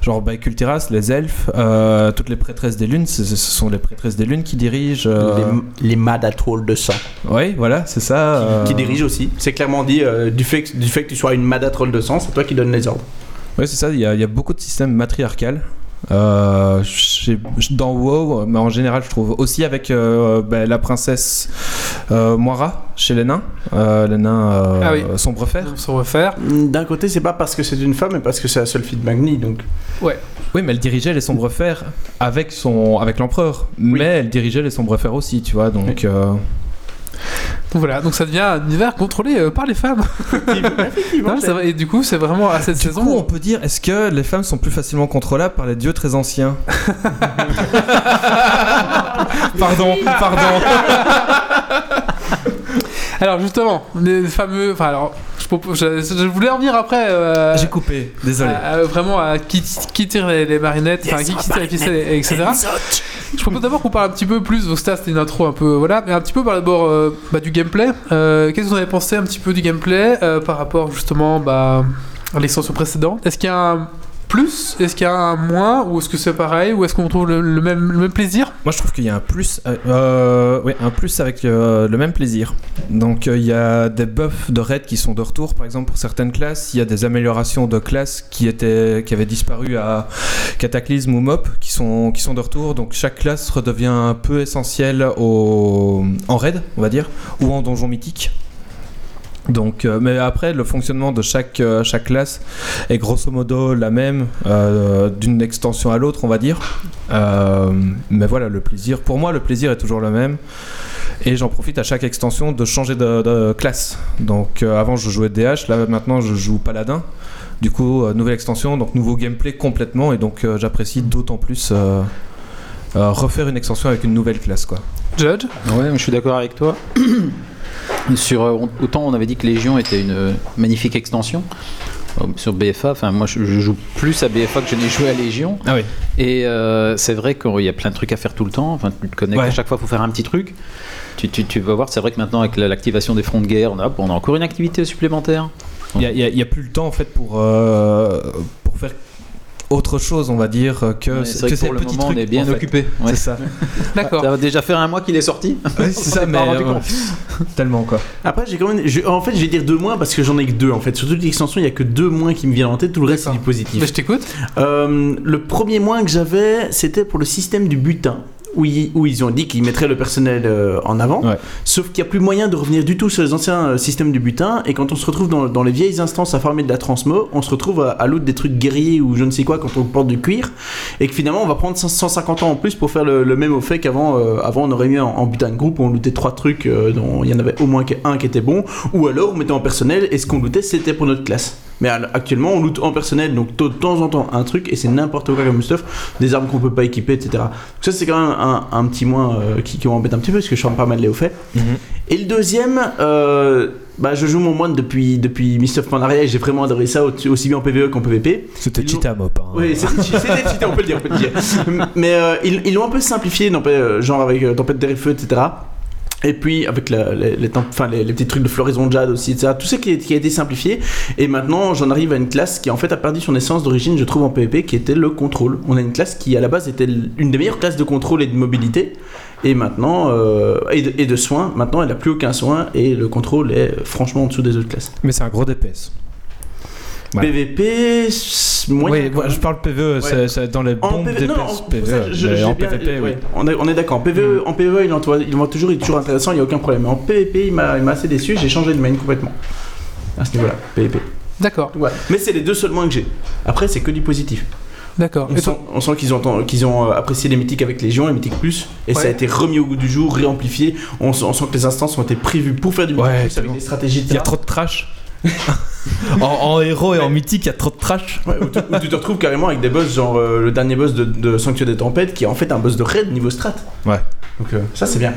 Speaker 3: genre bah, Cultiras, les elfes, euh, toutes les prêtresses des lunes, c'est- ce sont les prêtresses des lunes qui dirigent. euh,
Speaker 4: Les, les Madatol de sang
Speaker 3: Oui, voilà, c'est ça. euh,
Speaker 4: qui dirige aussi. C'est clairement dit euh, du, fait que, du fait que tu sois une Madatrol de sang, c'est toi qui donne les ordres.
Speaker 3: Oui, c'est ça, il y, a- il y a beaucoup de systèmes matriarcales. Euh, chez- dans WoW, mais en général, je trouve aussi avec euh, ben, la princesse euh, Moira chez les nains, euh, les nains euh,
Speaker 1: Ah oui.
Speaker 3: sombre fer.
Speaker 1: On se refaire.
Speaker 4: Mm, D'un côté, c'est pas parce que c'est une femme, mais parce que c'est la seule fille de Magni, donc.
Speaker 3: Oui, mais elle dirigeait les sombres fers avec son avec l'empereur, mais elle dirigeait les sombres fers aussi, tu vois. Donc euh,
Speaker 1: Donc voilà, donc ça devient un univers contrôlé euh, par les femmes.
Speaker 4: Effectivement,
Speaker 1: Non, c'est vrai. Et du coup, c'est vraiment à cette
Speaker 3: du
Speaker 1: saison.
Speaker 3: coup, on peut dire est-ce que les femmes sont plus facilement contrôlables par les dieux très anciens Pardon, pardon.
Speaker 1: Alors justement, les fameux. Enfin, alors, je je, propo- je- je voulais en venir après. euh,
Speaker 3: J'ai coupé, désolé.
Speaker 1: à- à- vraiment à qui, qui tire les, les marionnettes, enfin qui, qui tire les ficelles, et- etc. Je propose d'abord qu'on parle un petit peu plus, donc ça c'était une intro un peu, voilà, mais un petit peu par d'abord euh, bah, du gameplay. Euh, Qu'est-ce que vous en avez pensé un petit peu du gameplay euh, par rapport justement bah, à l'extension précédente Est-ce qu'il y a un plus Est-ce qu'il y a un moins Ou est-ce que c'est pareil Ou est-ce qu'on trouve le, le même, le même plaisir
Speaker 3: Moi, je trouve qu'il y a un plus, euh, euh, oui, un plus avec euh, le même plaisir. Donc, euh, il y a des buffs de raid qui sont de retour, par exemple pour certaines classes. Il y a des améliorations de classes qui étaient, qui avaient disparu à Cataclysme ou Mop, qui sont, qui sont de retour. Donc, chaque classe redevient un peu essentielle au, en raid, on va dire, ou en donjon mythique. Donc, euh, mais après, le fonctionnement de chaque, euh, chaque classe est grosso modo la même euh, d'une extension à l'autre, on va dire. Euh, mais voilà, le plaisir, pour moi, le plaisir est toujours le même. Et j'en profite à chaque extension de changer de, de classe. Donc euh, avant, je jouais DH, là maintenant, je joue Paladin. Du coup, euh, nouvelle extension, donc nouveau gameplay complètement. Et donc, euh, j'apprécie d'autant plus euh, euh, refaire une extension avec une nouvelle classe, quoi.
Speaker 1: Judge
Speaker 2: Ouais, je suis d'accord avec toi. sur, euh, on- autant on avait dit que Légion était une euh, magnifique extension. Euh, Sur BFA, enfin moi je, je joue plus à BFA que je n'ai joué à Légion.
Speaker 3: Ah oui.
Speaker 2: Et euh, c'est vrai qu'il y a plein de trucs à faire tout le temps. Enfin, tu te connectes
Speaker 3: Ouais.
Speaker 2: à chaque fois pour faire un petit truc. Tu, tu- tu vas voir, c'est vrai que maintenant avec la- l'activation des fronts de guerre, on a, hop, on a encore une activité supplémentaire.
Speaker 3: Il n'y a, il y a- il y a plus le temps en fait pour, euh, pour faire autre chose, on va dire, euh, que,
Speaker 2: Ouais,
Speaker 3: que
Speaker 2: c'est vrai que
Speaker 3: ces
Speaker 2: pour le
Speaker 3: petits
Speaker 2: moment, on
Speaker 3: trucs.
Speaker 2: est bien
Speaker 3: en fait.
Speaker 2: occupé. Ouais.
Speaker 3: C'est ça.
Speaker 1: D'accord.
Speaker 2: Ça va déjà faire un mois qu'il est sorti.
Speaker 3: Ouais, c'est ça,
Speaker 2: s'en est
Speaker 3: mais
Speaker 2: pas rendu
Speaker 3: euh,
Speaker 2: compte.
Speaker 3: tellement quoi.
Speaker 4: Après, j'ai quand même. je- en fait, je vais dire deux moins parce que j'en ai que deux en fait. Sur toute l'extension, il y a que deux moins qui me viennent en tête. Tout le reste, c'est
Speaker 1: D'accord.
Speaker 4: du positif.
Speaker 1: Mais Bah, je t'écoute.
Speaker 4: Euh, le premier moins que j'avais, c'était pour le système du butin. Où ils, où ils ont dit qu'ils mettraient le personnel euh, en avant,
Speaker 3: Ouais.
Speaker 4: sauf qu'il n'y a plus moyen de revenir du tout sur les anciens euh, systèmes du butin, et quand on se retrouve dans, dans les vieilles instances à farmer de la transmo, on se retrouve à, à l'autre des trucs guerriers ou je ne sais quoi quand on porte du cuir, et que finalement on va prendre 100 150 ans en plus pour faire le, le même au fait qu'avant euh, avant on aurait mis en, en butin de groupe, on lootait trois trucs euh, dont il y en avait au moins un qui était bon, ou alors on mettait en personnel, et ce qu'on lootait c'était pour notre classe. Mais alors, actuellement, on loot en personnel, donc de temps en temps un truc, et c'est n'importe quoi comme stuff, des armes qu'on peut pas équiper, etc. Donc ça, c'est quand même un, un petit moins euh, qui, qui m'embête un petit peu, parce que je chante pas mal les hauts faits. Et le deuxième, euh, bah, je joue mon moine depuis, depuis Mist of Pandaria, et j'ai vraiment adoré ça, au- aussi bien en PvE qu'en PvP.
Speaker 3: C'était
Speaker 4: Ils l'ont-
Speaker 3: cheat à mop. hein.
Speaker 4: Oui, c'était c'était cheaté, on peut le dire, on peut le dire. Mais euh, ils ils l'ont un peu simplifié, non, pas, euh, genre avec euh, Tempête des Feux, etc. Et puis avec la- les, les, temp- enfin, les- les petits trucs de floraison de jade aussi, etc. Tout ça qui, est- qui a été simplifié. Et maintenant, j'en arrive à une classe qui en fait a perdu son essence d'origine, je trouve, en PvP, qui était le contrôle. On a une classe qui à la base était l- une des meilleures classes de contrôle et de mobilité. Et maintenant, euh, et, de, et de soins. Maintenant, elle n'a plus aucun soin et le contrôle est euh, franchement en dessous des autres classes.
Speaker 3: Mais c'est un gros DPS. Ouais.
Speaker 4: PvP, s- moyen.
Speaker 3: oui, voilà, je parle PVE, c'est- c'est dans les
Speaker 4: En
Speaker 3: bons
Speaker 4: PV,
Speaker 3: DPS.
Speaker 4: non, en,
Speaker 3: PVE,
Speaker 4: ça, je-
Speaker 3: E, mais
Speaker 4: j'ai
Speaker 3: en
Speaker 4: bien- euh,
Speaker 3: PVP, oui. Mm.
Speaker 4: ouais, On est, on est d'accord. En PVE, en E, PVE, il en, il en toujours, il est toujours intéressant, il n'y a aucun problème. Mais en PVP, il m'a il m'a assez déçu, j'ai changé de main complètement. À ce niveau-là, PVP.
Speaker 1: D'accord,
Speaker 4: Ouais. Mais c'est les deux seuls moins que j'ai. Après, c'est que du positif.
Speaker 1: d'accord.
Speaker 4: On
Speaker 1: Et
Speaker 4: sent,
Speaker 1: toi
Speaker 4: on sent qu'ils ont, qu'ils ont euh, apprécié les mythiques avec Légion, les mythiques plus, et
Speaker 1: Ouais.
Speaker 4: ça a été remis au goût du jour, réamplifié. On, sent- on sent que les instances ont été prévues pour faire du mythique
Speaker 3: Ouais,
Speaker 4: plus avec
Speaker 3: tellement.
Speaker 4: des stratégies.
Speaker 3: Il y a
Speaker 4: etc.
Speaker 3: trop de trash. en, en héros et en mythique, il y a trop de trash.
Speaker 4: Ouais, où, tu, où tu te retrouves carrément avec des boss, genre euh, le dernier boss de, de Sanctuaire des Tempêtes, qui est en fait un boss de raid niveau strat.
Speaker 3: Ouais.
Speaker 4: Donc euh, ça, c'est bien.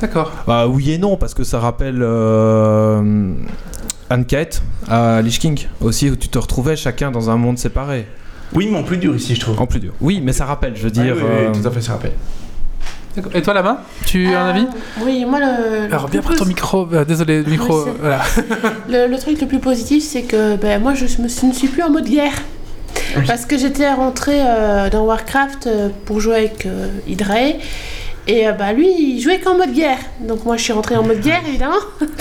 Speaker 1: D'accord.
Speaker 3: Bah, oui et non, parce que ça rappelle euh, Ankhet à Lich King aussi, où tu te retrouvais chacun dans un monde séparé.
Speaker 4: Oui, mais en plus dur ici, je trouve.
Speaker 3: En plus dur. Oui, mais ça rappelle, je veux dire.
Speaker 4: Ah oui, oui,
Speaker 3: euh,
Speaker 4: oui, tout à fait, ça rappelle.
Speaker 1: D'accord. Et toi, la main Tu as un
Speaker 5: Euh,
Speaker 1: avis
Speaker 5: Oui, moi le.
Speaker 1: Alors,
Speaker 5: le
Speaker 1: bien
Speaker 5: plus
Speaker 1: près ton micro. euh, désolé, le micro.
Speaker 5: c'est-
Speaker 1: euh, voilà.
Speaker 5: Le, le truc le plus positif, c'est que ben, moi, je me suis- ne suis plus en mode guerre. Parce que j'étais rentrée euh, dans Warcraft euh, pour jouer avec euh, Hydrae. Et euh, bah, lui, il jouait qu'en mode guerre. Donc moi, je suis rentrée en mode guerre, évidemment.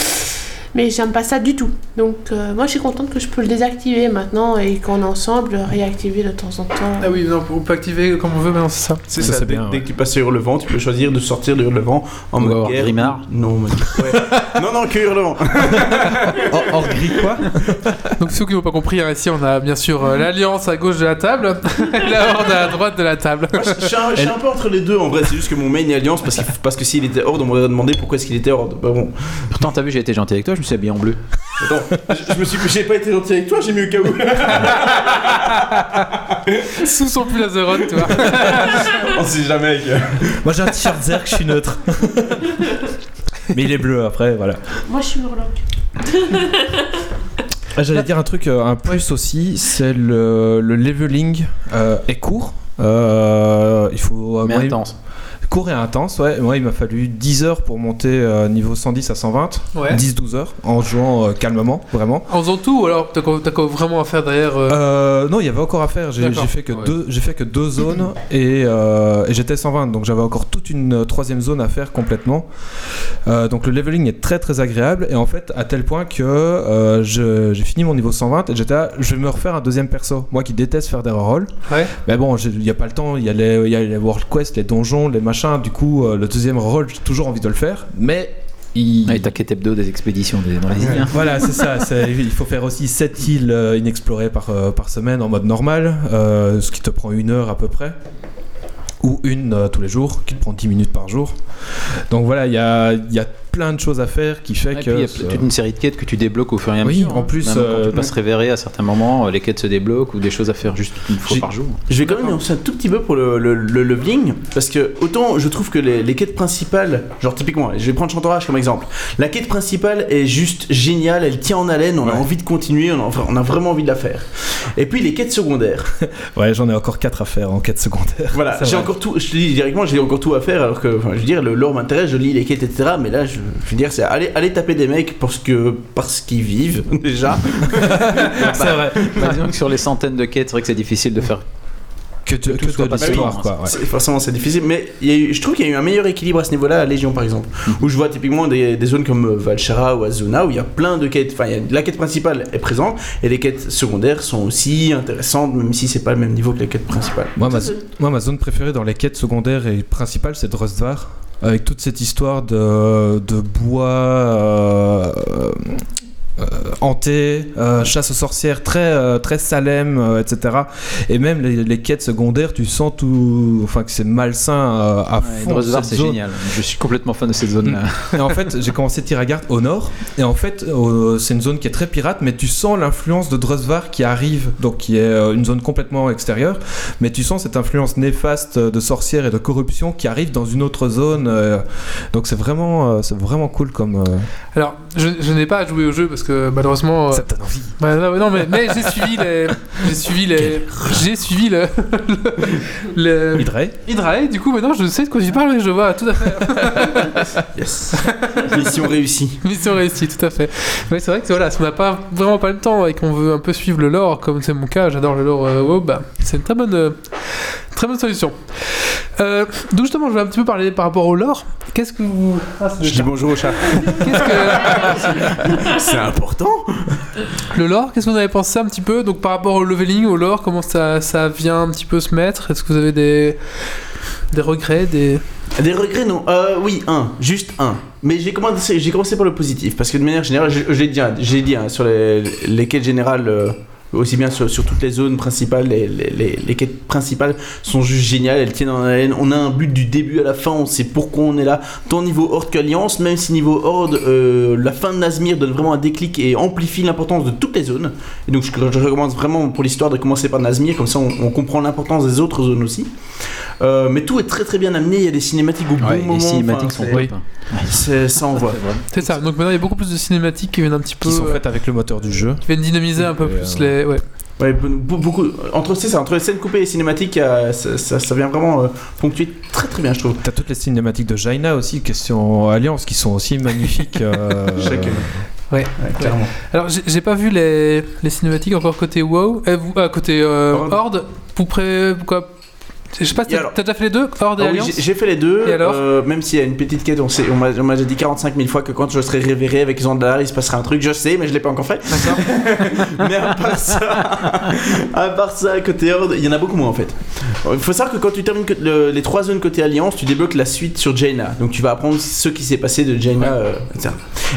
Speaker 5: Mais j'aime pas ça du tout. Donc euh, moi, je suis contente que je peux le désactiver maintenant et qu'on est ensemble, euh, réactiver de temps en temps.
Speaker 1: Ah oui, non, on peut activer comme on veut, mais non, c'est ça.
Speaker 4: C'est
Speaker 3: Ça,
Speaker 4: ça,
Speaker 3: c'est
Speaker 4: dès,
Speaker 3: bien,
Speaker 4: dès
Speaker 3: ouais.
Speaker 4: que tu passes sur le vent, tu peux choisir de sortir de Hurlevent en
Speaker 2: On va
Speaker 4: mode
Speaker 2: avoir
Speaker 4: guerre.
Speaker 2: Grimard.
Speaker 4: Non, mais- ouais. non, non, que Hurlevent.
Speaker 3: hors- hors gris, quoi.
Speaker 1: Donc ceux qui n'ont pas compris, hein, ici on a bien sûr euh, l'alliance à gauche de la table et la horde à droite de la table.
Speaker 4: je, je suis un, je suis un peu entre les deux en vrai, c'est juste que mon main est Alliance parce, qu'il- parce que s'il était horde, on m'aurait demandé pourquoi est-ce qu'il était horde. Bah bon,
Speaker 2: Pourtant, t'as vu, j'ai été gentil avec toi, je me suis habillé en bleu.
Speaker 4: attends, je, je me suis j'ai pas été gentil avec toi, j'ai mis au cas où.
Speaker 1: Sous son pull Azeroth, tu vois.
Speaker 4: on sait jamais que.
Speaker 3: Moi j'ai un t-shirt Zerg, je suis neutre. Mais il est bleu après, voilà.
Speaker 5: Moi, je suis Murloc.
Speaker 3: Ah, J'allais dire un truc, euh, un plus aussi, c'est le, le leveling euh, est court. Euh, il faut euh,
Speaker 2: mais
Speaker 3: moi, il-
Speaker 2: intense.
Speaker 3: court et intense, ouais. Moi, il m'a fallu 10 heures pour monter euh, niveau 110 à 120.
Speaker 1: Ouais.
Speaker 3: 10-12 heures en jouant euh, calmement, vraiment.
Speaker 1: En faisant tout, ou alors t'as quoi t'as quoi vraiment à faire derrière euh,
Speaker 3: Euh, non, il y avait encore à faire. J'ai
Speaker 1: D'accord.
Speaker 3: j'ai fait, que
Speaker 1: Ouais.
Speaker 3: deux- j'ai fait que deux zones et, euh, et j'étais 120, donc j'avais encore toute une euh, troisième zone à faire complètement. Euh, donc le leveling est très très agréable et en fait à tel point que euh, je- j'ai fini mon niveau 120 et j'étais, à- je vais me refaire un deuxième perso. Moi qui déteste faire des rerolls,
Speaker 1: Ouais.
Speaker 3: mais bon, j'ai- il n'y a pas le temps. Il y, a les- il y a les world quests, les donjons, les machins. Du coup, euh, le deuxième reroll, j'ai toujours envie de le faire, mais il,
Speaker 2: Ouais, t'as quête hebdo des expéditions des, dans les îles. hein.
Speaker 3: voilà, c'est ça. c'est- Il faut faire aussi 7 îles euh, inexplorées par, euh, par semaine en mode normal, euh, ce qui te prend une heure à peu près. Ou une euh, tous les jours, qui te prend 10 minutes par jour. Donc voilà, il y a, il y a plein de choses à faire qui fait
Speaker 2: Et
Speaker 3: que.
Speaker 2: puis, il y a
Speaker 3: ce-
Speaker 2: toute une série de quêtes que tu débloques au fur et à
Speaker 3: Euh, Oui,
Speaker 2: mesure.
Speaker 3: en plus,
Speaker 2: hein. Même quand
Speaker 3: euh,
Speaker 2: tu passes révéré à certains moments, euh, les quêtes se débloquent ou des choses à faire juste une fois
Speaker 4: J'ai-
Speaker 2: par jour.
Speaker 4: Je vais quand même nuancer un tout petit peu pour le, le, le leveling, parce que autant je trouve que les, les quêtes principales, genre typiquement, je vais prendre Chantorage comme exemple, la quête principale est juste géniale, elle tient en haleine, on a
Speaker 3: Ouais.
Speaker 4: envie de continuer, on a, on a vraiment envie de la faire. Et puis les quêtes secondaires,
Speaker 3: Ouais, j'en ai encore 4 à faire en quête secondaire.
Speaker 4: voilà,
Speaker 3: C'est
Speaker 4: j'ai
Speaker 3: vrai.
Speaker 4: encore tout, je te dis directement, j'ai encore tout à faire, alors que, enfin, je veux dire, le lore m'intéresse, je lis les quêtes, etc., mais là, je, je veux dire, c'est aller, aller taper des mecs parce que, parce qu'ils vivent, déjà.
Speaker 3: c'est vrai.
Speaker 2: Bah, disons que sur les centaines de quêtes, c'est vrai que c'est difficile de faire.
Speaker 3: Que, tu, que
Speaker 2: tout soit
Speaker 3: de
Speaker 2: pas
Speaker 3: l'histoire,
Speaker 2: payant,
Speaker 3: quoi. ouais.
Speaker 4: C'est- Forcément, c'est difficile, mais il y a eu- je trouve qu'il y a eu un meilleur équilibre à ce niveau-là à Légion, par exemple, où je vois typiquement des, des zones comme euh, Valshara ou Azuna, où il y a plein de quêtes. Enfin, il y a- la quête principale est présente, et les quêtes secondaires sont aussi intéressantes, même si c'est pas le même niveau que les quêtes principales.
Speaker 3: Moi ma, moi, ma zone préférée dans les quêtes secondaires et principales, c'est Drostvar. Avec toute cette histoire de, de bois euh, euh, hanté, euh, chasse aux sorcières, très, euh, très Salem, euh, etc. Et même les, les quêtes secondaires, tu sens tout. Enfin, que c'est malsain euh, à
Speaker 2: Ouais,
Speaker 3: fond.
Speaker 2: Drozvar,
Speaker 3: cette
Speaker 2: c'est
Speaker 3: zone.
Speaker 2: génial. Je suis complètement fan de cette zone-là.
Speaker 3: Et en fait, j'ai commencé Tiragard au nord. Et en fait, euh, c'est une zone qui est très pirate, mais tu sens l'influence de Drosvar qui arrive, donc qui est euh, une zone complètement extérieure. Mais tu sens cette influence néfaste euh, de sorcières et de corruption qui arrive dans une autre zone. euh, donc c'est vraiment, euh, c'est vraiment cool comme. euh,
Speaker 1: Alors, je, je n'ai pas joué au jeu parce que malheureusement. euh,
Speaker 3: Ça te donne envie.
Speaker 1: bah, non, non, mais, mais j'ai suivi les. J'ai suivi les. J'ai suivi le. le, le-
Speaker 3: Hydrae.
Speaker 1: Hydrae, du coup, maintenant je sais de quoi tu parles et je vois tout à fait.
Speaker 4: Yes Mission réussie.
Speaker 1: Mission réussie, tout à fait. Mais c'est vrai que voilà, si on n'a pas vraiment pas le temps et qu'on veut un peu suivre le lore, comme c'est mon cas, j'adore le lore euh, WoW, bah, c'est une très bonne, euh, très bonne solution. Euh, donc justement, je vais un petit peu parler par rapport au lore. Qu'est-ce que vous... Ah, c'est le
Speaker 4: Je dis
Speaker 1: chat.
Speaker 4: bonjour au chat.
Speaker 1: Qu'est-ce que...
Speaker 4: C'est important
Speaker 1: Le lore, qu'est-ce que vous en avez pensé un petit peu Donc par rapport au leveling, au lore, comment ça, ça vient un petit peu se mettre Est-ce que vous avez des, des regrets des...
Speaker 4: Des regrets, non Euh, oui, un. Juste un. Mais j'ai commencé, j'ai commencé par le positif, parce que de manière générale, je, je l'ai dit, hein, j'ai dit hein, sur les, les quêtes générales, euh, aussi bien sur, sur toutes les zones principales, les, les- les- les quêtes principales sont juste géniales, elles tiennent en haleine. On a un but du début à la fin, on sait pourquoi on est là, tant niveau Horde qu'Alliance, même si niveau Horde, euh, la fin de Nazmir donne vraiment un déclic et amplifie l'importance de toutes les zones. Et donc je, je recommande vraiment pour l'histoire de commencer par Nazmir, comme ça on, on comprend l'importance des autres zones aussi. Euh, mais tout est très très bien amené, il y a des cinématiques au bon
Speaker 2: Ouais,
Speaker 4: moment.
Speaker 2: les cinématiques
Speaker 4: enfin,
Speaker 2: sont
Speaker 4: c'est-
Speaker 2: top.
Speaker 4: c'est- ça envoie.
Speaker 1: C'est ça, donc maintenant il y a beaucoup plus de cinématiques qui viennent un petit peu...
Speaker 3: Qui sont
Speaker 1: euh,
Speaker 3: faites avec le moteur du jeu.
Speaker 1: qui viennent dynamiser un peu
Speaker 3: Et,
Speaker 1: plus
Speaker 3: euh,
Speaker 1: les... Ouais.
Speaker 4: Ouais, be- be- beaucoup. Entre, c'est ça, entre les scènes coupées et les cinématiques, euh, ça, ça- ça vient vraiment euh, ponctuer très très bien, je trouve.
Speaker 3: T'as toutes les cinématiques de Jaina aussi, question Alliance, qui sont aussi magnifiques. euh,
Speaker 4: Chacune.
Speaker 1: Ouais.
Speaker 4: Ouais, clairement.
Speaker 1: Alors j'ai j'ai pas vu les, les cinématiques encore côté WoW, euh, vous- euh, côté euh,
Speaker 4: Horde.
Speaker 1: Horde, pour près... Quoi Je sais pas si
Speaker 4: Et
Speaker 1: t'as
Speaker 4: alors
Speaker 1: t'as déjà fait les deux, Horde et
Speaker 4: Ah oui,
Speaker 1: Alliance
Speaker 4: j'ai- j'ai fait les deux,
Speaker 1: Et alors
Speaker 4: euh, même s'il y a une petite quête, on, sait- on m'a on m'a déjà dit 45 000 fois que quand je serai révéré avec Zandalar, il se passera un truc, je sais, mais je l'ai pas encore fait.
Speaker 1: D'accord.
Speaker 4: mais à part ça, à part ça, côté Horde, il y en a beaucoup moins en fait. Il faut savoir que quand tu termines que- le- les trois zones côté Alliance, tu débloques la suite sur Jaina. Donc tu vas apprendre ce qui s'est passé de Jaina, euh, etc.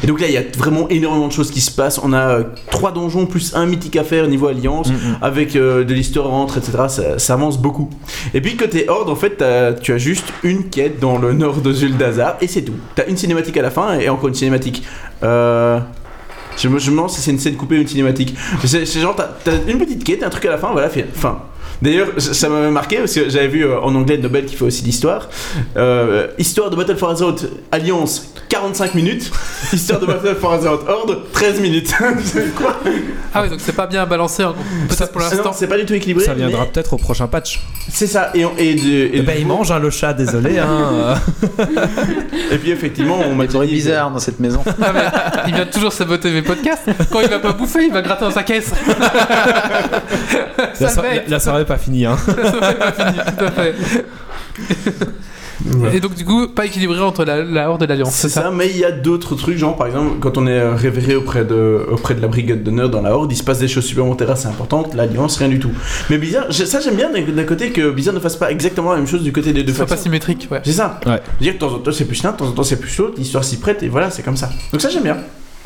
Speaker 4: Et donc là, il y a vraiment énormément de choses qui se passent. On a euh, trois donjons plus un mythique à faire niveau Alliance,
Speaker 1: Mm-hmm.
Speaker 4: avec euh, de l'histoire entre, etc. Ça, ça avance beaucoup. Et puis côté Horde, en fait, t'as- tu as juste une quête dans le nord de Zuldazar et c'est tout. T'as une cinématique à la fin et encore une cinématique. Euh, Je me, je me demande si c'est une scène coupée ou une cinématique. C'est c'est genre, t'as t'as une petite quête, un truc à la fin, voilà, fait- fin. D'ailleurs, ça ça m'avait marqué parce que j'avais vu euh, en anglais Nobel qui fait aussi l'histoire. Euh, histoire de Battle for Azeroth Alliance 45 minutes. Histoire de Battle for Azeroth Horde 13 minutes. C'est quoi
Speaker 1: Ah oui, donc c'est pas bien balancé hein, peut-être pour
Speaker 4: Non,
Speaker 1: l'instant.
Speaker 4: c'est pas du tout équilibré.
Speaker 3: Ça viendra
Speaker 4: mais
Speaker 3: peut-être au prochain patch.
Speaker 4: C'est ça. Et, on- et, de- et
Speaker 3: Et
Speaker 4: du
Speaker 3: bah, il
Speaker 4: coup-
Speaker 3: mange hein, le chat, désolé. Hein.
Speaker 4: et puis effectivement, on m'a
Speaker 2: Il pourrait
Speaker 4: dit euh,
Speaker 2: être bizarre dans cette maison.
Speaker 1: Ah, mais il vient toujours saboter mes podcasts. Quand il va pas bouffer, il va gratter dans sa caisse.
Speaker 3: la,
Speaker 1: Ça
Speaker 3: so-
Speaker 1: le
Speaker 3: la-
Speaker 1: bête.
Speaker 3: la soirée est pas finie. Hein.
Speaker 1: La soirée est pas finie, tout à fait. Et donc du coup, pas équilibré entre la, la horde et l'alliance,
Speaker 4: C'est ça, mais il y a d'autres trucs, genre par exemple, quand on est euh, révéré auprès de, auprès de la brigade d'honneur dans la Horde, il se passe des choses supplémentaires assez importantes, l'Alliance, rien du tout. Mais Bizarre, j'ai- ça j'aime bien d'un d'un côté que Bizarre ne fasse pas exactement la même chose du côté des deux
Speaker 1: C'est pas
Speaker 4: factions.
Speaker 1: symétrique, ouais.
Speaker 4: C'est ça.
Speaker 3: Ouais.
Speaker 4: Je veux Dire de temps en temps c'est plus l'un, de temps en temps c'est plus l'autre, l'histoire s'y prête et voilà, c'est comme ça. Donc ça j'aime bien.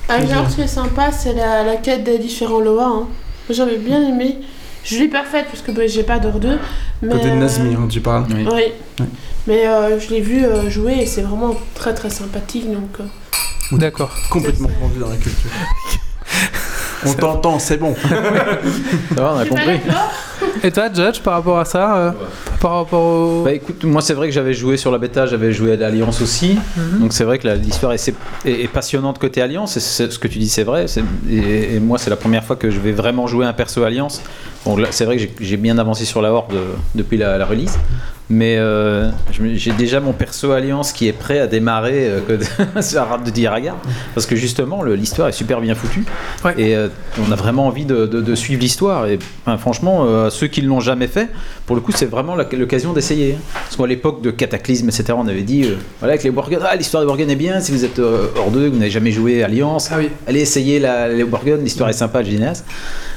Speaker 5: Un genre qui est sympa, c'est la, la quête des différents Loa. hein. J'avais bien aimé. Je l'ai pas faite parce que bah, j'ai pas d'heure 2. Mais...
Speaker 4: Côté de
Speaker 5: euh,
Speaker 4: Nazmi, hein, tu parles.
Speaker 2: Oui.
Speaker 5: Oui. Mais euh, je l'ai vu euh, jouer et c'est vraiment très très sympathique. Donc, euh,
Speaker 1: D'accord.
Speaker 4: Complètement rendu dans la culture. on t'entend, c'est bon.
Speaker 2: Ça va, on a
Speaker 5: J'ai pas
Speaker 2: compris.
Speaker 5: d'accord.
Speaker 1: Et toi, Judge, par rapport à ça, euh, par rapport au...
Speaker 2: Bah écoute, moi c'est vrai que j'avais joué sur la bêta, j'avais joué à l'Alliance aussi. Donc c'est vrai que la- l'histoire est, est- est passionnante côté Alliance. Et c'est- ce que tu dis, c'est vrai. C'est- Et, et moi, c'est la première fois que je vais vraiment jouer un perso Alliance. Bon, là, c'est vrai que j'ai- j'ai bien avancé sur la Horde euh, depuis la, la release. Mais euh, je me- j'ai déjà mon perso Alliance qui est prêt à démarrer euh, que- sur la rade de Diragar. Parce que justement, le- l'histoire est super bien foutue.
Speaker 1: Ouais.
Speaker 2: Et euh, on a vraiment envie de, de- de suivre l'histoire. Et enfin, franchement, euh, ceux qui ne l'ont jamais fait, pour le coup, c'est vraiment la- l'occasion d'essayer. Parce qu'à l'époque de Cataclysme, etc., on avait dit, euh, voilà, avec les Worgen, ah, l'histoire des Worgen est bien, si vous êtes euh, hors d'eux, que vous n'avez jamais joué Alliance,
Speaker 1: Ah oui.
Speaker 2: allez essayer la, les Worgen, l'histoire est sympa, génial.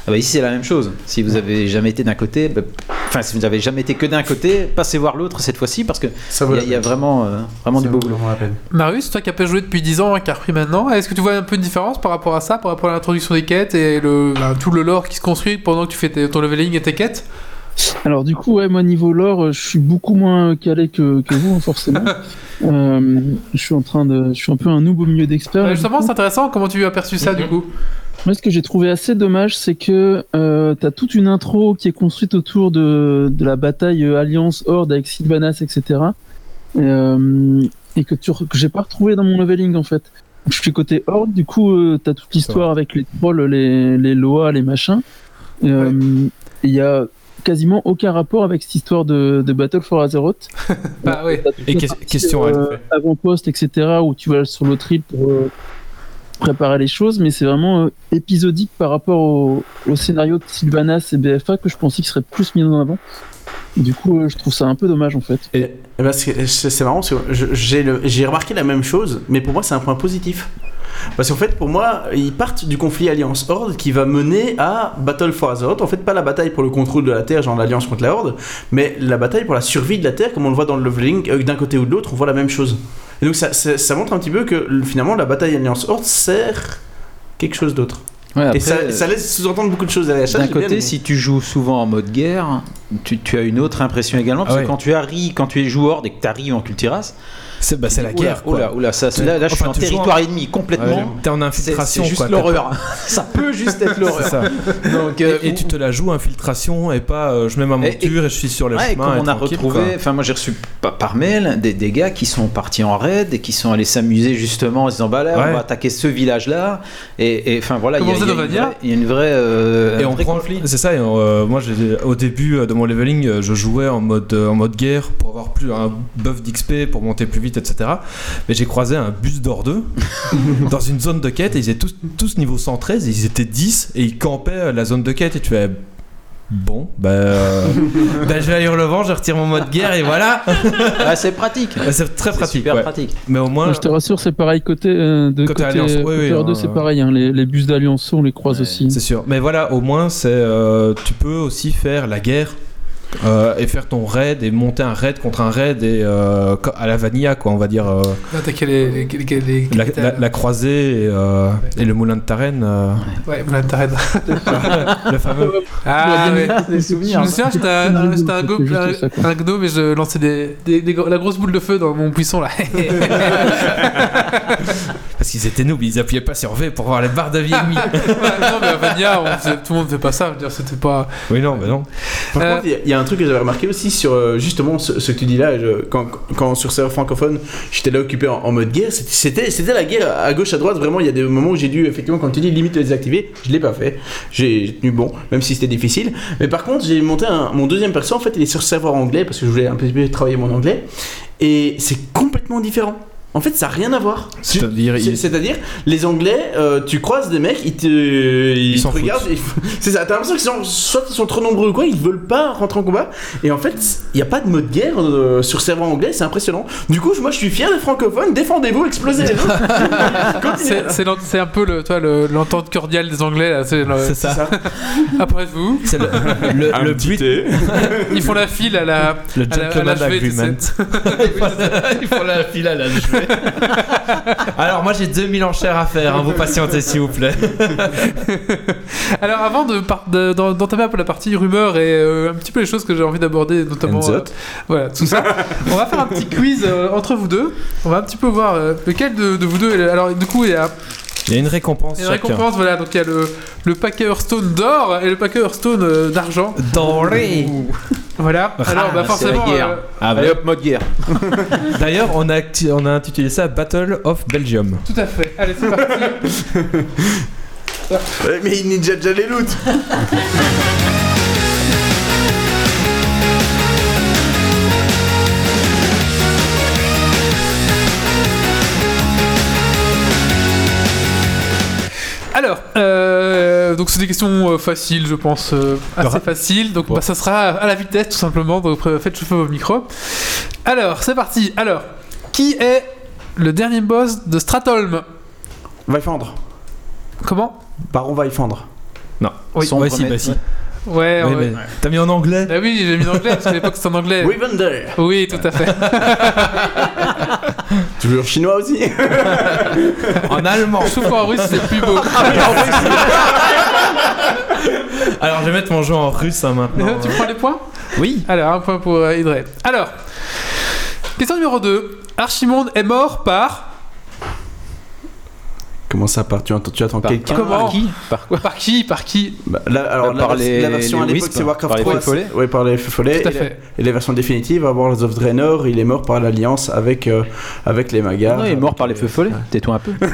Speaker 2: Ah bah, ici, c'est la même chose. Si vous avez jamais été d'un côté, bah, enfin, si vous n'avez jamais été que d'un côté, passez voir l'autre cette fois-ci, parce qu'il
Speaker 4: Ça
Speaker 2: y, a- il y a vraiment, euh, vraiment du beau boulot.
Speaker 4: la peine.
Speaker 1: Marius, toi qui as pas joué depuis 10 ans, hein, qui as repris maintenant, est-ce que tu vois un peu une différence par rapport à ça, par rapport à l'introduction des quêtes et le, ben, tout le lore qui se construit pendant que tu fais tes- ton leveling et tes quêtes
Speaker 7: Alors du coup, ouais, moi niveau lore, euh, je suis beaucoup moins calé que, que vous, hein, forcément. Euh, je suis en train de, je suis un peu un noob au milieu d'experts.
Speaker 1: Euh,
Speaker 7: là, du
Speaker 1: Justement,
Speaker 7: coup.
Speaker 1: c'est intéressant, comment tu as perçu ça
Speaker 7: Mhm.
Speaker 1: du coup
Speaker 7: Moi, ce que j'ai trouvé assez dommage, c'est que euh, t'as toute une intro qui est construite autour de, de la bataille euh, Alliance Horde avec Sylvanas, etc. Euh, et que, tu, re- que j'ai pas retrouvé dans mon leveling en fait. Je suis côté Horde, du coup, euh, t'as toute l'histoire avec les trolls, les, les Loa, les machins. Euh, Il y a quasiment aucun rapport avec cette histoire de, de Battle for Azeroth.
Speaker 1: Bah oui.
Speaker 7: T'as toute
Speaker 3: Et
Speaker 7: la
Speaker 3: que-
Speaker 7: partie,
Speaker 3: question à
Speaker 7: euh,
Speaker 3: lui.
Speaker 7: avant-poste, etc., où tu vas sur l'autre île pour euh, préparer les choses, mais c'est vraiment euh, épisodique par rapport au, au scénario de Sylvanas et BFA que je pensais qu'il serait plus mis en avant. Du coup, euh, je trouve ça un peu dommage en fait.
Speaker 4: Et, et ben, c'est c'est- c'est marrant parce que je- j'ai le- j'ai remarqué la même chose, mais pour moi c'est un point positif. Parce qu'en fait, pour moi, ils partent du conflit Alliance Horde qui va mener à Battle for Azeroth. En fait, pas la bataille pour le contrôle de la Terre, genre l'Alliance contre la Horde, mais la bataille pour la survie de la Terre, comme on le voit dans le leveling, euh, d'un côté ou de l'autre, on voit la même chose. Et donc, ça, ça- ça montre un petit peu que le- finalement, la bataille Alliance Horde sert quelque chose d'autre.
Speaker 2: Ouais, après,
Speaker 4: Et ça,
Speaker 2: euh,
Speaker 4: ça laisse sous-entendre beaucoup de choses à la
Speaker 2: D'un côté, si tu joues souvent en mode guerre, tu, tu as une autre impression également. Parce
Speaker 3: Ah ouais.
Speaker 2: que quand tu arrives, quand tu es joueur et que tu arrives en Cultiras,
Speaker 3: C'est bah, c'est la guerre, quoi.
Speaker 2: Oula, oula, ça, là, là, je suis
Speaker 3: Enfin,
Speaker 2: en
Speaker 3: tu joues
Speaker 2: territoire ennemi complètement.
Speaker 3: Ouais, T'es en
Speaker 2: C'est c'est
Speaker 3: infiltration,
Speaker 2: juste
Speaker 3: quoi. T'as
Speaker 2: l'horreur. ça peut juste être
Speaker 3: pas- C'est
Speaker 2: l'horreur.
Speaker 3: ça.
Speaker 2: Donc, euh,
Speaker 3: Et, et tu te la joues infiltration et pas euh, je mets ma
Speaker 2: Et- et-
Speaker 3: monture et, je suis sur le
Speaker 2: ouais,
Speaker 3: chemin.
Speaker 2: comme
Speaker 3: et
Speaker 2: on a
Speaker 3: tranquille,
Speaker 2: retrouvé, enfin moi j'ai reçu pa- par mail des, des gars qui sont partis en raid et qui sont allés s'amuser justement en se disant bah là
Speaker 3: Ouais.
Speaker 2: on va attaquer ce village là et et, enfin voilà il y, a-
Speaker 1: Comment ça
Speaker 2: il y a
Speaker 1: devrait
Speaker 2: une
Speaker 1: dire
Speaker 2: vraie- il y a une vraie euh,
Speaker 3: quoi. Et
Speaker 2: un
Speaker 3: on
Speaker 2: vrai
Speaker 3: prend
Speaker 2: conflit.
Speaker 3: C'est ça. Et on, euh, moi, j'ai- au début euh, de mon leveling, euh, je jouais en mode euh, en mode guerre pour avoir plus un buff d'XP pour monter plus vite, etc. Mais j'ai croisé un bus d'or 2 dans une zone de quête et ils étaient tous, tous niveau 113 et ils étaient 10 et ils campaient euh, la zone de quête et tu fais bon bah, euh, bah, je vais à Hurlevent, je retire mon mode guerre et voilà.
Speaker 2: Ah, c'est pratique
Speaker 3: Bah, C'est très
Speaker 2: C'est
Speaker 3: pratique.
Speaker 2: super
Speaker 3: ouais.
Speaker 2: pratique
Speaker 3: Mais au moins
Speaker 7: Moi, je te rassure, c'est pareil côté euh, de
Speaker 3: Côté
Speaker 7: côté,
Speaker 3: Alliance, oui,
Speaker 7: côté
Speaker 3: oui,
Speaker 7: Horde,
Speaker 3: hein,
Speaker 7: c'est
Speaker 3: euh.
Speaker 7: pareil. hein, les, les bus d'Alliance, on les croise
Speaker 2: Ouais,
Speaker 7: aussi.
Speaker 3: C'est sûr. Mais voilà, au moins, c'est, euh, tu peux aussi faire la guerre euh, et faire ton raid et monter un raid contre un raid et euh, co- à la vanilla, quoi, on va dire. euh,
Speaker 1: Attaquer les, les, les- les-
Speaker 3: la,
Speaker 1: les-
Speaker 3: la- la croisée et, euh, et le moulin de Tarenne. euh,
Speaker 1: Ouais, voilà, t'arrêtes.
Speaker 3: le fameux.
Speaker 1: Ah ouais.
Speaker 7: des
Speaker 1: Je me souviens, j'étais un, un- j'étais un go-
Speaker 7: C'était juste
Speaker 1: un-
Speaker 7: ça, quoi.
Speaker 1: un gnome et je lançais des, des- des gros- la grosse boule de feu dans mon buisson là.
Speaker 3: Parce qu'ils étaient nobles, ils appuyaient pas sur V pour voir les barres de vie ennemies.
Speaker 1: non, mais à Vania, on faisait- tout le monde faisait pas ça. Je veux dire, c'était pas.
Speaker 3: oui, non, bah non.
Speaker 4: Par
Speaker 1: Euh,
Speaker 4: contre, il y a- il y, a un truc que j'avais remarqué aussi sur euh, justement ce, ce que tu dis là. je- quand, quand sur serveur francophone, j'étais là occupé en, en mode guerre, c'était- c'était c'était la guerre à gauche à droite. Vraiment, il y a des moments où j'ai dû effectivement, comme tu dis, limite les désactiver. Je l'ai pas fait. J'ai j'ai tenu bon, même si c'était difficile. Mais par contre, j'ai monté un- mon deuxième perso. En fait, il est sur serveur anglais parce que je voulais un petit peu travailler mon anglais. Et c'est complètement différent. En fait, ça n'a rien à voir. Tu-
Speaker 3: C'est-à-dire,
Speaker 4: c'est-
Speaker 3: ils-
Speaker 4: C'est-à-dire, les Anglais, euh, tu croises des mecs, ils te, ils
Speaker 3: s'en
Speaker 4: te regardent. ils- C'est ça. T'as l'impression qu'ils sont soit ils sont trop nombreux ou quoi, ils veulent pas rentrer en combat. Et en fait, il y a pas de mode guerre euh, sur serveur anglais, c'est impressionnant. Du coup, moi, je suis fier des francophones. Défendez-vous, explosez. les autres. Continuez.
Speaker 1: C'est c'est l'en- c'est un peu le- toi, le- l'entente cordiale des Anglais. Là, c'est le-
Speaker 3: c'est ça.
Speaker 1: Après vous,
Speaker 3: C'est le, le, le but,
Speaker 1: ils font la file à la.
Speaker 3: le
Speaker 1: à la- à
Speaker 3: gentleman
Speaker 1: la jouer, tu sais.
Speaker 3: agreement. Il faut la file à la jouer. Alors, moi j'ai 2000 enchères à faire, hein, vous patientez s'il vous plaît.
Speaker 1: Alors avant de par- de- d'en- d'entamer un peu la partie rumeur et euh, un petit peu les choses que j'ai envie d'aborder, notamment
Speaker 4: Hands
Speaker 1: euh,
Speaker 4: up.
Speaker 1: voilà tout ça, on va faire un petit quiz euh, entre vous deux. On va un petit peu voir euh, lequel de, de vous deux. est le- Alors du coup il y a
Speaker 3: Il y a une récompense.
Speaker 1: une
Speaker 3: chacun.
Speaker 1: récompense. Voilà donc il y a le le paquet Hearthstone d'or et le paquet Hearthstone euh, d'argent.
Speaker 3: Doré.
Speaker 1: Voilà. Alors bah
Speaker 2: c'est
Speaker 1: forcément.
Speaker 2: la guerre.
Speaker 1: euh,
Speaker 3: Ah, bah,
Speaker 2: Allez hop, mode guerre.
Speaker 3: D'ailleurs, on a, acti- on a intitulé ça Battle of Belgium.
Speaker 1: tout à fait. Allez, c'est parti.
Speaker 4: Ouais, Mais il ninja déjà les loot.
Speaker 1: Alors, euh, donc c'est des questions euh, faciles, je pense, euh, assez
Speaker 3: Ra-
Speaker 1: faciles. Donc,
Speaker 3: Ouais.
Speaker 1: bah, ça sera à la vitesse, tout simplement. Donc, euh, faites chauffer vos micros. Alors, c'est parti. Alors, qui est le dernier boss de Stratholm
Speaker 4: Vaifandre.
Speaker 1: Comment
Speaker 4: Baron Vaifandre.
Speaker 1: Oui.
Speaker 2: Sombre
Speaker 3: Ouais, si,
Speaker 2: maître.
Speaker 3: bah si.
Speaker 1: Ouais,
Speaker 3: Ouais,
Speaker 1: ouais.
Speaker 3: mais T'as mis en anglais
Speaker 1: Ah oui, j'ai mis en anglais parce qu'à l'époque c'était en anglais.
Speaker 4: Rivendell.
Speaker 1: Oui, tout à fait.
Speaker 4: Toujours chinois aussi.
Speaker 3: En allemand. Ah,
Speaker 1: Je trouve qu'en russe c'est plus beau.
Speaker 3: Alors, je vais mettre mon jeu en russe hein, maintenant.
Speaker 1: tu prends les points
Speaker 3: Oui.
Speaker 1: Alors, un point pour euh, Idré. Alors, question numéro 2. Archimonde est mort par.
Speaker 4: Comment ça part Tu entends, tu attends quelqu'un
Speaker 1: Comment
Speaker 2: Ah, qui Par quoi
Speaker 1: Par qui Par qui
Speaker 4: Bah, là, alors,
Speaker 2: Bah, par
Speaker 4: la, vers-
Speaker 2: les-
Speaker 4: la version à
Speaker 2: les
Speaker 4: l'époque,
Speaker 2: Wisp,
Speaker 4: c'est Warcraft
Speaker 2: par les
Speaker 4: 3.
Speaker 2: Feux Follets.
Speaker 4: c'est- ouais, par les Feux Follets.
Speaker 1: Tout à
Speaker 4: Et la-
Speaker 1: fait.
Speaker 4: Et la version définitive, World of Draenor, il est mort par l'alliance avec, euh, avec les Magars.
Speaker 2: Non, il est mort par les
Speaker 1: euh,
Speaker 2: feux follets. Tais-toi un peu.
Speaker 1: Par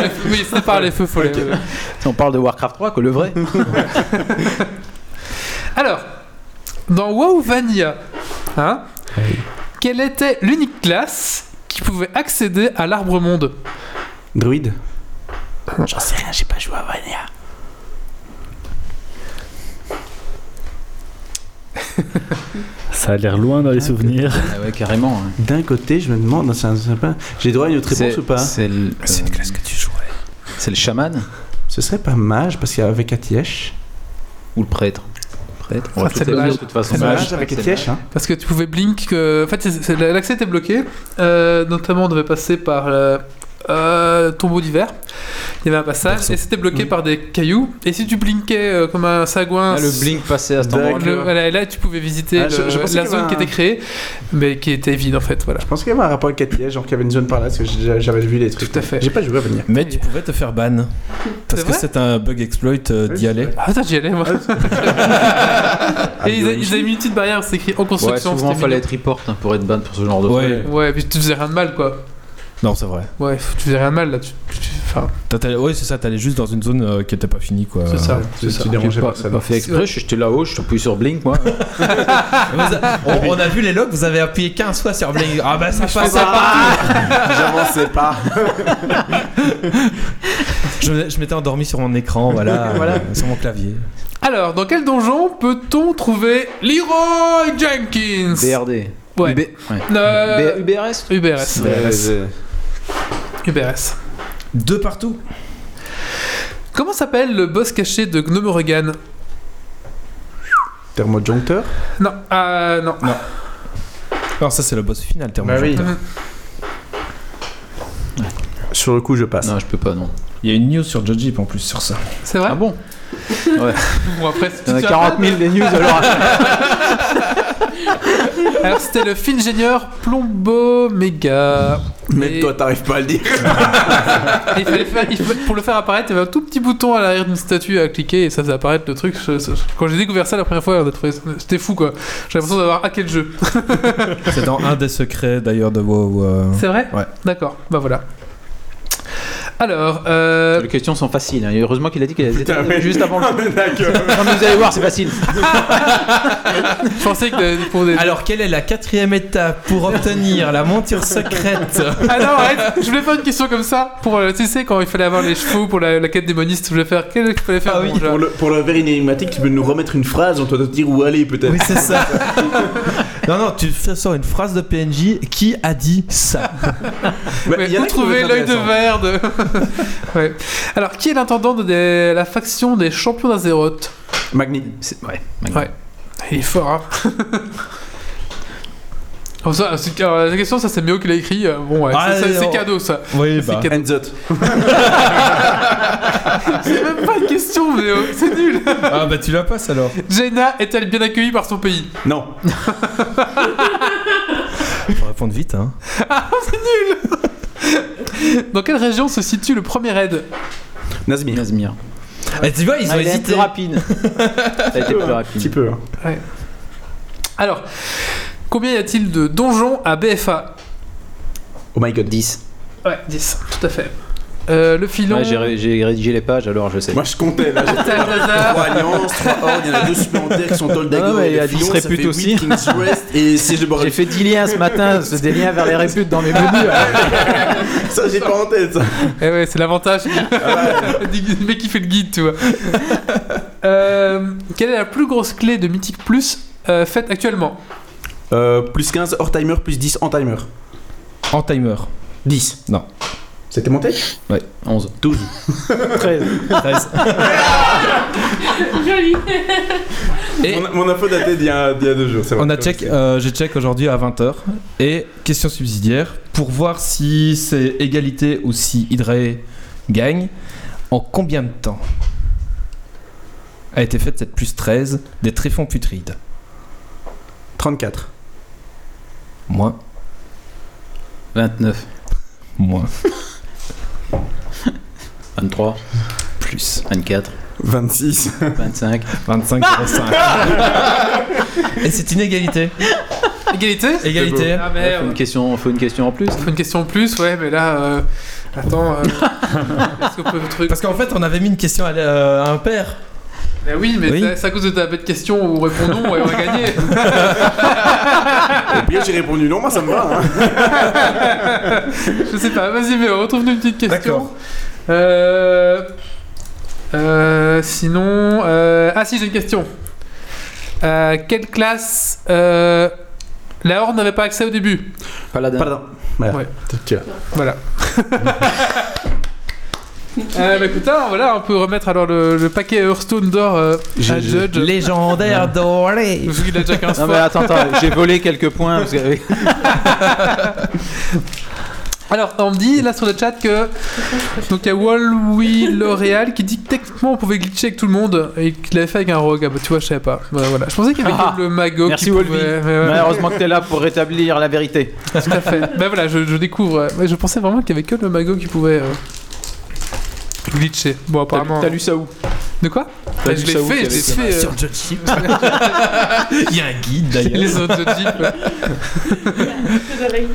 Speaker 1: les feux- Oui, c'est par les feux follets. ouais.
Speaker 2: On parle de Warcraft 3, que le vrai.
Speaker 1: Alors, dans WoW Vanilla, hein, quelle était l'unique classe qui pouvait accéder à l'arbre monde
Speaker 4: Druide J'en sais rien, j'ai pas joué à Vania.
Speaker 6: Ça a l'air loin dans les souvenirs.
Speaker 2: Ah ouais, carrément. hein.
Speaker 4: D'un côté, je me demande, c'est un- c'est un peu- j'ai droit à une autre réponse ou pas
Speaker 2: C'est le- euh,
Speaker 3: que tu jouais.
Speaker 2: c'est le chaman
Speaker 4: Ce serait pas mage, parce qu'avec Atièche.
Speaker 2: ou le prêtre Prêtre. On va
Speaker 1: c'est
Speaker 2: tout
Speaker 1: dommage.
Speaker 2: éliminer, de toute façon.
Speaker 1: C'est
Speaker 4: Mage avec
Speaker 2: C'est
Speaker 4: Atièche, hein.
Speaker 1: Parce que tu pouvais blink. que- En fait, c'est- c'est- l'accès était bloqué. Euh, notamment, on devait passer par le euh, tombeau d'hiver. Il y avait un passage et c'était bloqué par des cailloux. Et si tu blinkais euh, comme un sagouin.
Speaker 2: Ah, le blink passé à cet
Speaker 4: D'accord.
Speaker 2: endroit.
Speaker 1: le- voilà, et là, tu pouvais visiter
Speaker 4: Ah, je-
Speaker 1: le-
Speaker 4: je pensais
Speaker 1: la
Speaker 4: qu'il y avait
Speaker 1: zone qui
Speaker 4: un-
Speaker 1: était créée, mais qui était vide en fait. Voilà.
Speaker 4: Je pense qu'il y avait un rapport avec Atièche, genre qu'il y avait une zone par là, parce que j'ai- j'avais vu les trucs.
Speaker 1: Tout à fait.
Speaker 4: J'ai pas joué à Vania.
Speaker 3: Mais tu pouvais te faire ban. Parce
Speaker 1: C'est
Speaker 3: que
Speaker 1: vrai
Speaker 3: c'est un bug exploit euh, d'y aller.
Speaker 1: Ah, attends, j'y allais moi.
Speaker 4: Ah,
Speaker 1: Et ils, a- ils
Speaker 4: oui.
Speaker 1: avaient mis une petite barrière, c'est écrit en
Speaker 2: Ouais,
Speaker 1: construction.
Speaker 2: souvent
Speaker 1: c'était
Speaker 2: fallait être report hein, pour être ban pour ce genre de
Speaker 3: Ouais.
Speaker 1: mignon. Ouais, puis tu faisais rien de mal quoi.
Speaker 3: Non, c'est vrai.
Speaker 1: Ouais, tu faisais rien de mal là. Tu, tu- tu- enfin,
Speaker 2: Ah,
Speaker 3: T'as- t'allais- ouais, c'est ça, t'allais juste dans une zone euh, qui était pas finie quoi.
Speaker 1: c'est ça.
Speaker 4: Tu- Tu dérangeais personne.
Speaker 2: Pas fait exprès, j'étais là-haut, je t'appuie sur blink moi.
Speaker 3: Vous a- on, on a vu les logs, vous avez appuyé 15 fois sur Blink. Ah bah ça passe.
Speaker 4: J'avançais pas.
Speaker 3: Je, je m'étais endormi sur mon écran, voilà, euh, sur mon clavier.
Speaker 1: Alors, dans quel donjon peut-on trouver Leroy Jenkins
Speaker 2: BRD.
Speaker 1: Ouais.
Speaker 2: UB. ouais.
Speaker 1: Euh,
Speaker 2: B- UBRS
Speaker 1: UBRS.
Speaker 2: Bah, Ouais,
Speaker 1: UBRS.
Speaker 3: Deux partout.
Speaker 1: Comment s'appelle le boss caché de Gnomorogan
Speaker 4: Thermojoncteur
Speaker 2: Bah
Speaker 1: Non, ah non.
Speaker 3: Non, ça c'est le boss
Speaker 1: Bah
Speaker 3: final, Thermo.
Speaker 4: Sur le coup, je passe.
Speaker 2: Non, je peux pas, non.
Speaker 3: Il y a une news sur Joji en plus sur ça.
Speaker 1: C'est vrai
Speaker 2: Ah bon
Speaker 1: Bon, après, si tu
Speaker 2: Il y en a
Speaker 1: te
Speaker 2: 40 000 des news alors.
Speaker 1: rappelles- Alors, c'était le Fingénieur Plombo Méga.
Speaker 4: Même toi, t'arrives pas à le dire.
Speaker 1: Et il fallait faire- il fallait- pour le faire apparaître, il y avait un tout petit bouton à l'arrière d'une statue à cliquer et ça faisait apparaître le truc. Je- je- quand j'ai découvert ça la première fois, on a trouvé- c'était fou quoi. J'ai l'impression d'avoir hacké le jeu.
Speaker 3: C'est dans un des secrets d'ailleurs de WoW. euh.
Speaker 1: C'est vrai
Speaker 3: Ouais.
Speaker 1: D'accord, bah voilà. Alors, euh,
Speaker 2: Les questions sont faciles. hein. Et Heureusement qu'il a dit qu'il les
Speaker 4: Putain,
Speaker 2: était
Speaker 4: mais-
Speaker 2: juste avant le.
Speaker 4: Ah, mais d'accord.
Speaker 2: Non, mais vous allez voir, c'est facile.
Speaker 1: je pensais que pour
Speaker 4: Ah,
Speaker 1: des.
Speaker 3: Alors, quelle est la quatrième étape pour obtenir la monture secrète
Speaker 1: Ah non, arrête Je voulais faire une question comme ça pour, euh, tu sais, quand il fallait avoir les chevaux pour la, la quête démoniste, je voulais faire. Qu'est-ce qu'il fallait faire
Speaker 3: Ah oui,
Speaker 1: bon, je-
Speaker 4: Pour le, pour le verre énigmatique, tu peux nous remettre une phrase, on doit te dire où aller peut-être.
Speaker 3: Oui, c'est ça. non, non, tu fais sors une phrase de PNJ qui a dit ça.
Speaker 4: Bah,
Speaker 1: Ouais,
Speaker 4: il y en
Speaker 1: vous
Speaker 4: a qui hein. trouvent
Speaker 1: trouvez
Speaker 4: ça
Speaker 1: l'œil de
Speaker 4: intéressant.
Speaker 1: verre de. Ouais. Alors, qui est l'intendant de des- la faction des champions d'Azeroth
Speaker 4: Magni.
Speaker 2: C'est- Ouais.
Speaker 1: Il est fort, hein Comme ça, euh, c'est- alors, la question, ça c'est Méo qui l'a écrit. euh, Bon, ouais,
Speaker 3: Ah,
Speaker 1: c'est- c'est
Speaker 3: allez,
Speaker 1: c'est
Speaker 3: on-
Speaker 1: cadeau ça.
Speaker 3: Oui, bah.
Speaker 1: C'est cadeau.
Speaker 4: Enzot.
Speaker 1: C'est même pas une question, Méo, c'est nul.
Speaker 3: Ah, bah tu la passes alors.
Speaker 1: Jaina est-elle bien accueillie par son pays
Speaker 4: Non.
Speaker 3: Faut répondre vite, hein.
Speaker 1: Dans quelle région se situe le premier raid
Speaker 4: Nazmir.
Speaker 2: Nazmir.
Speaker 3: Et Eh, tu vois, ils ont
Speaker 2: Ah, il a été
Speaker 3: hésité.
Speaker 2: plus rapide. Ça a été plus
Speaker 4: Un petit
Speaker 2: rapide.
Speaker 4: peu. hein.
Speaker 1: Alors, combien y a-t-il de donjons à BFA
Speaker 4: Oh my god, 10.
Speaker 1: Ouais, 10, tout à fait. Euh, le filon.
Speaker 2: Ouais, j'ai ré- J'ai rédigé les pages, alors je sais.
Speaker 4: Moi je comptais là. j'ai-
Speaker 1: Tâche d'hasard.
Speaker 4: Trois alliances, trois hordes, il y en a deux supplémentaires qui sont Toldago
Speaker 2: Ah ouais,
Speaker 4: et
Speaker 2: il a
Speaker 4: les
Speaker 2: dit
Speaker 4: Filons,
Speaker 2: se
Speaker 4: ça fait
Speaker 2: répute
Speaker 4: huit
Speaker 2: aussi.
Speaker 4: King's Rest et Siege de
Speaker 2: J'ai
Speaker 4: Borel.
Speaker 2: fait 10 liens ce matin, c'est des liens vers les réputes dans mes menus.
Speaker 4: Ça j'ai pas en tête. ça.
Speaker 1: Eh ouais, c'est l'avantage. du mec qui fait le guide, tu vois. Euh, quelle est la plus grosse clé de Mythic Plus euh, faite actuellement
Speaker 4: Euh, plus 15 hors timer, plus 10 en timer.
Speaker 3: En timer.
Speaker 4: 10.
Speaker 3: Non.
Speaker 4: C'était monté
Speaker 2: 11.
Speaker 4: 12.
Speaker 2: 13.
Speaker 3: 13.
Speaker 5: Joli.
Speaker 3: Et-
Speaker 4: Mon, mon info datait d'il y, a d'il y a deux jours. ça va.
Speaker 3: On a check, euh, j'ai check aujourd'hui à 20h. Et question subsidiaire, pour voir si c'est égalité ou si Hydrae gagne, en combien de temps a été faite cette plus 13 des tréfonds putrides
Speaker 4: 34.
Speaker 3: Moins,
Speaker 2: 29.
Speaker 3: moins,
Speaker 2: 23.
Speaker 3: plus.
Speaker 2: 24.
Speaker 4: 26.
Speaker 2: 25.
Speaker 3: 25,
Speaker 1: Ah
Speaker 3: 05. Et c'est une égalité.
Speaker 1: Égalité
Speaker 3: Égalité.
Speaker 1: Ah
Speaker 2: Faut
Speaker 1: merde.
Speaker 2: une question, faut une question en plus.
Speaker 1: Faut une question en plus, ouais, mais là. euh, Attends. euh, Est-ce qu'on peut le truc
Speaker 3: Parce qu'en fait, on avait mis une question à, la- à un père.
Speaker 1: Bah oui, mais
Speaker 3: Oui.
Speaker 1: c'est- c'est à cause de ta bête question où on répond non et on va gagner.
Speaker 4: Au pire j'ai répondu non, moi ça me va. hein.
Speaker 1: Je sais pas, vas-y, mais retrouve-nous une petite question. Euh... euh, sinon... euh, Ah si, j'ai une question. Euh, quelle classe euh, la Horde n'avait pas accès au début
Speaker 2: Paladin.
Speaker 4: Pardon. Voilà.
Speaker 1: Ouais.
Speaker 4: Tu vois.
Speaker 1: Voilà. euh, bah écoute, alors, voilà, on peut remettre alors le, le paquet Hearthstone d'or euh, à Judge.
Speaker 3: Légendaire doré.
Speaker 1: Vu qu'il a déjà 15
Speaker 2: Non mais
Speaker 1: fois.
Speaker 2: attends, attends, j'ai volé quelques points parce que-
Speaker 1: Alors, on me dit là sur le chat que. Donc, il y a Wallowy L'Oréal qui dit que techniquement on pouvait glitcher avec tout le monde et qu'il l'avait fait avec un rogue. Ah bah, tu vois, je savais pas. Voilà, voilà. Je pensais qu'il y avait
Speaker 2: Ah,
Speaker 1: que le mago
Speaker 2: merci
Speaker 1: qui
Speaker 2: Wolvie.
Speaker 1: pouvait. mais ouais,
Speaker 2: Malheureusement que t'es là pour rétablir la vérité.
Speaker 1: tout à fait. Bah voilà, je, je découvre. euh, Mais je pensais vraiment qu'il y avait que le mago qui pouvait. euh, glitcher. Bon,
Speaker 2: T'as lu-
Speaker 1: apparemment.
Speaker 2: t'as lu ça où
Speaker 1: De quoi
Speaker 2: t'as
Speaker 1: Je
Speaker 2: lu
Speaker 1: l'ai
Speaker 2: ça où
Speaker 1: fait, je
Speaker 2: qu'il y
Speaker 1: l'ai fait. euh,
Speaker 3: Sur Judgeship. Il y a un guide d'ailleurs.
Speaker 1: les autres Judges, ouais.
Speaker 5: Désolée.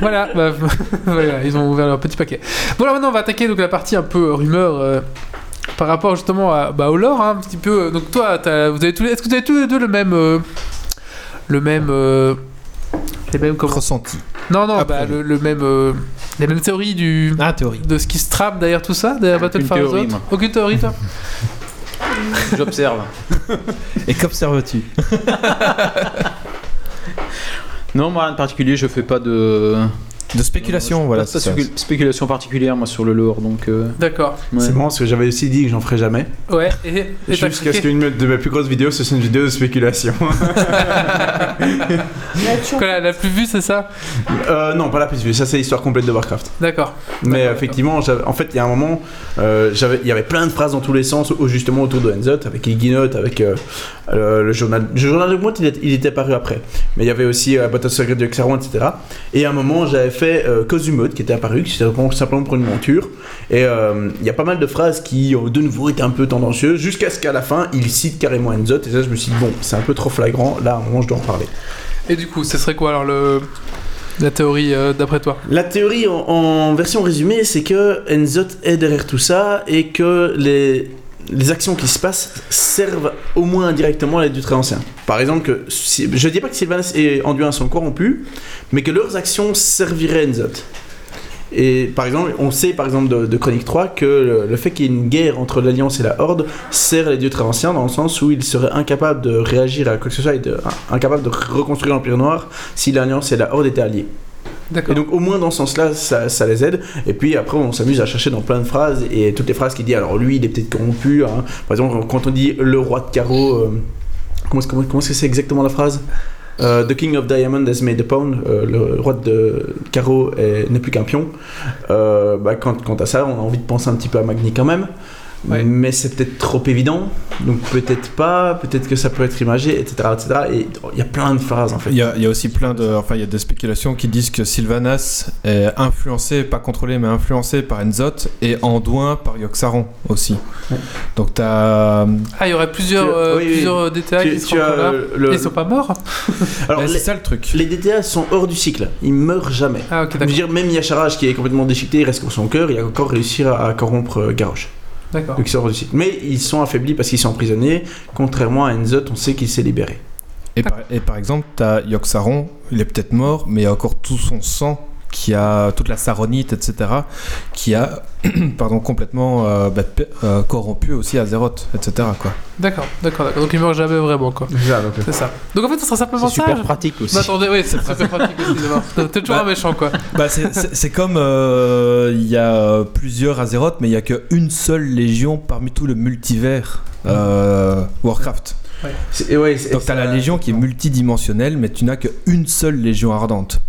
Speaker 1: voilà, bah, voilà, ils ont ouvert leur petit paquet. Bon, alors maintenant, on va attaquer donc, la partie un peu euh, rumeur euh, par rapport justement à, bah, au lore, hein, un petit peu. Donc, toi, t'as- vous avez tous les- est-ce que vous avez tous les deux le même. euh, le même. euh, les mêmes. Comment...
Speaker 3: Ressenti.
Speaker 1: Non, non, bah,
Speaker 3: Approche.
Speaker 1: le, le même. euh, les mêmes théories du.
Speaker 3: Ah, théorie.
Speaker 1: De ce qui se trame derrière tout ça, derrière
Speaker 2: Aucune
Speaker 1: Battle for
Speaker 2: théorie,
Speaker 1: Azeroth
Speaker 2: moi.
Speaker 1: Aucune théorie, toi
Speaker 2: J'observe.
Speaker 3: Et qu'observes-tu
Speaker 2: Non, moi rien de particulier, je fais pas de.
Speaker 3: De spéculation, voilà.
Speaker 2: Pas de
Speaker 3: c'est ça.
Speaker 2: spécul- spéculation particulière moi sur le lore donc. euh,
Speaker 1: D'accord.
Speaker 2: ouais.
Speaker 4: C'est marrant parce que j'avais aussi dit que j'en ferais jamais.
Speaker 1: Ouais, et. et t'as
Speaker 4: Jusqu'à ce
Speaker 1: cliqué
Speaker 4: qu'une de mes plus grosses vidéos, ce soit une vidéo de spéculation.
Speaker 5: Nature.
Speaker 1: Quoi, la, la plus vue, c'est ça
Speaker 4: Euh, non, pas la plus vue, ça c'est l'histoire complète de Warcraft.
Speaker 1: D'accord.
Speaker 4: Mais
Speaker 1: D'accord,
Speaker 4: effectivement, j'avais- en fait, il y a un moment, euh, j'avais- il y avait plein de phrases dans tous les sens, au- justement autour de Enzot, avec les guinottes, avec euh, le, le journal. Le journal de Gmont, il, est- il était paru après. Mais il y avait aussi euh, Battle Secret de Xaron, etc. Et à un moment, j'avais fait euh, Cozumod, qui était apparu, qui était vraiment simplement pour une monture. Et euh, il y a pas mal de phrases qui, euh, de nouveau, étaient un peu tendancieuses, jusqu'à ce qu'à la fin, il cite carrément Enzot. Et ça, je me suis dit, bon, c'est un peu trop flagrant, là, à un moment, je dois en parler.
Speaker 1: Et du coup, ce serait quoi alors le... la théorie euh, d'après toi
Speaker 4: La théorie en, en version résumée, c'est que Enzot est derrière tout ça et que les, les actions qui se passent servent au moins indirectement à l'aide du très ancien. Par exemple, que si- je dis pas que Sylvanas et Anduin sont corrompus, mais que leurs actions serviraient Enzot. Et par exemple, on sait par exemple de, de Chronique 3 que le, le fait qu'il y ait une guerre entre l'Alliance et la Horde sert les dieux très anciens dans le sens où ils seraient incapables de réagir à quoi que ce soit et de- incapables de reconstruire l'Empire Noir si l'Alliance et la Horde étaient alliés. Et
Speaker 1: D'accord.
Speaker 4: donc au moins dans ce sens-là, ça, ça les aide. Et puis après, on s'amuse à chercher dans plein de phrases et toutes les phrases qui dit. Alors lui, il est peut-être corrompu. hein. Par exemple, quand on dit le roi de carreau, euh, comment est-ce comment, comment est-ce que c'est exactement la phrase Euh, The King of Diamond has made a pawn. Euh, le roi de carreau est- n'est plus qu'un pion. Euh, bah, quant, quant à ça, on a envie de penser un petit peu à Magni quand même.
Speaker 1: Ouais.
Speaker 4: Mais c'est peut-être trop évident, donc peut-être pas, peut-être que ça peut être imagé, etc. etc. Et il y a plein de phrases en fait.
Speaker 3: Il y, a, il y a aussi plein de, enfin, il y a des spéculations qui disent que Sylvanas est influencé, pas contrôlé, mais influencé par Enzot et Anduin par Yoxaron aussi.
Speaker 4: Ouais.
Speaker 3: Donc t'as,
Speaker 1: Ah, il y aurait plusieurs,
Speaker 4: Tu-
Speaker 1: euh,
Speaker 4: oui, oui.
Speaker 1: plusieurs DTA qui
Speaker 4: Tu-
Speaker 1: se
Speaker 4: tu as,
Speaker 1: rencontrent là.
Speaker 4: euh, le-
Speaker 1: Ils sont Bah, pas morts
Speaker 4: Alors,
Speaker 3: Mais
Speaker 4: les-
Speaker 3: c'est ça le truc.
Speaker 4: Les DTA sont hors du cycle, ils meurent jamais.
Speaker 1: Ah, ok,
Speaker 4: Je veux
Speaker 1: d'accord.
Speaker 4: dire, même Yacharaj qui est complètement déchiqueté, il reste sur son cœur, il a encore réussi à, à corrompre euh, Garrosh.
Speaker 3: Ah.
Speaker 1: D'accord.
Speaker 4: Donc c'est hors du cycle. Mais ils sont affaiblis parce qu'ils sont emprisonnés, contrairement à Enzot, on sait qu'il s'est libéré.
Speaker 3: Et par, et par exemple, t'as Yoxaron, il est peut-être mort, mais il y a encore tout son sang, qui a toute la saronite, etc., qui a, pardon, complètement euh, bah, pe- euh, corrompu aussi Azeroth, etc. Quoi.
Speaker 1: D'accord, d'accord, d'accord. Donc ils meurent jamais vraiment, quoi. C'est ça. Donc en fait, ce sera simplement
Speaker 2: C'est
Speaker 1: ça.
Speaker 2: super pratique aussi.
Speaker 1: Bah, attendez, oui, c'est très pratique aussi de voir. T'es toujours un méchant, quoi.
Speaker 3: Bah, c'est- c'est c'est comme euh, il y a euh, plusieurs Azeroth, mais il y a qu'une seule légion parmi tout le multivers euh, Warcraft.
Speaker 4: C'est- et ouais, c'est- Euh,
Speaker 3: Donc t'as la légion qui est multidimensionnelle, mais tu n'as qu'une seule légion ardente.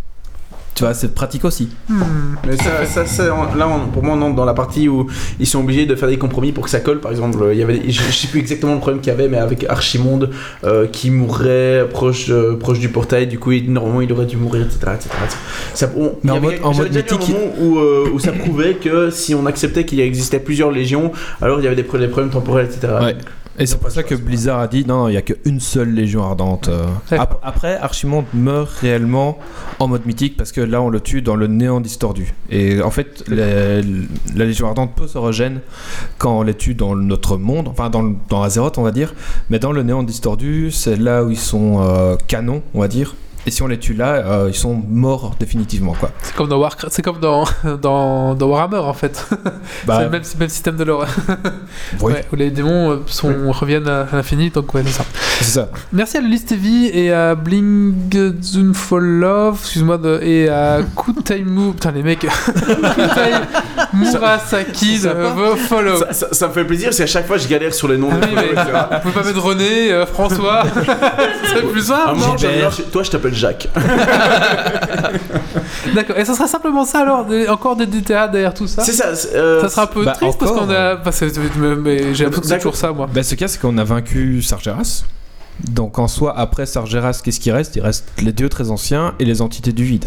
Speaker 3: Tu vois, c'est pratique aussi.
Speaker 4: Mais ça, ça, ça, on- là, on- pour moi, on entre dans la partie où ils sont obligés de faire des compromis pour que ça colle. Par exemple, euh, il y avait, je, je sais plus exactement le problème qu'il y avait, mais avec Archimonde euh, qui mourrait proche, euh, proche du portail, du coup, il- normalement, il aurait dû mourir, etc. etc., etc. Ça, on- il y
Speaker 3: en
Speaker 4: avait-
Speaker 3: mode- en
Speaker 4: j'avais
Speaker 3: mode
Speaker 4: déjà lu un
Speaker 3: mythique,
Speaker 4: moment où, euh, où ça prouvait que si on acceptait qu'il existait plusieurs légions, alors il y avait des, pro- des problèmes temporels, etc.
Speaker 3: Ouais. Et c'est pour ça que Blizzard a dit non, non, il n'y a qu'une seule Légion Ardente. euh. Ap- après, Archimonde meurt réellement en mode mythique parce que là, on le tue dans le néant distordu. Et en fait, les- la Légion Ardente peut se regen quand on les tue dans notre monde, enfin dans, le- dans Azeroth, on va dire. Mais dans le néant distordu, c'est là où ils sont euh, canons, on va dire. Et si on les tue là, euh, ils sont morts définitivement, quoi.
Speaker 1: C'est comme dans Warcraft, c'est comme dans, dans, dans Warhammer, en fait. c'est
Speaker 3: Bah,
Speaker 1: le même, même système de lore.
Speaker 3: oui,
Speaker 1: Ouais, où les démons euh, sont, reviennent à à l'infini, donc ouais, c'est ça.
Speaker 3: c'est ça.
Speaker 1: Merci à Lulis TV et à Blingzun for Love, excuse-moi, de- et à Kutaimu. Putain, les mecs. Kutai Murasaki de vos follow.
Speaker 4: Ça, ça- ça me fait plaisir parce qu'à chaque fois je galère sur les noms
Speaker 1: Ah
Speaker 4: des
Speaker 1: oui, mais-
Speaker 4: etc.
Speaker 1: Vous pouvez pas mettre René, euh, François C'est plus
Speaker 4: À un
Speaker 1: simple,
Speaker 4: moment,
Speaker 1: non
Speaker 4: j'avais- Toi, je t'appelle Jacques.
Speaker 1: D'accord, et ça sera simplement ça alors des- Encore des DTA derrière tout ça
Speaker 4: C'est ça. c'est, euh,
Speaker 1: Ça sera un peu
Speaker 3: Bah,
Speaker 1: triste parce
Speaker 3: encore,
Speaker 1: qu'on a. parce que- mais- mais j'ai l'impression que c'est
Speaker 4: D'accord.
Speaker 1: toujours ça, moi.
Speaker 3: Ben, ce cas, c'est qu'on a vaincu Sargeras. Donc en soi, après Sargeras, qu'est-ce qui reste Il reste les dieux très anciens et les entités du vide.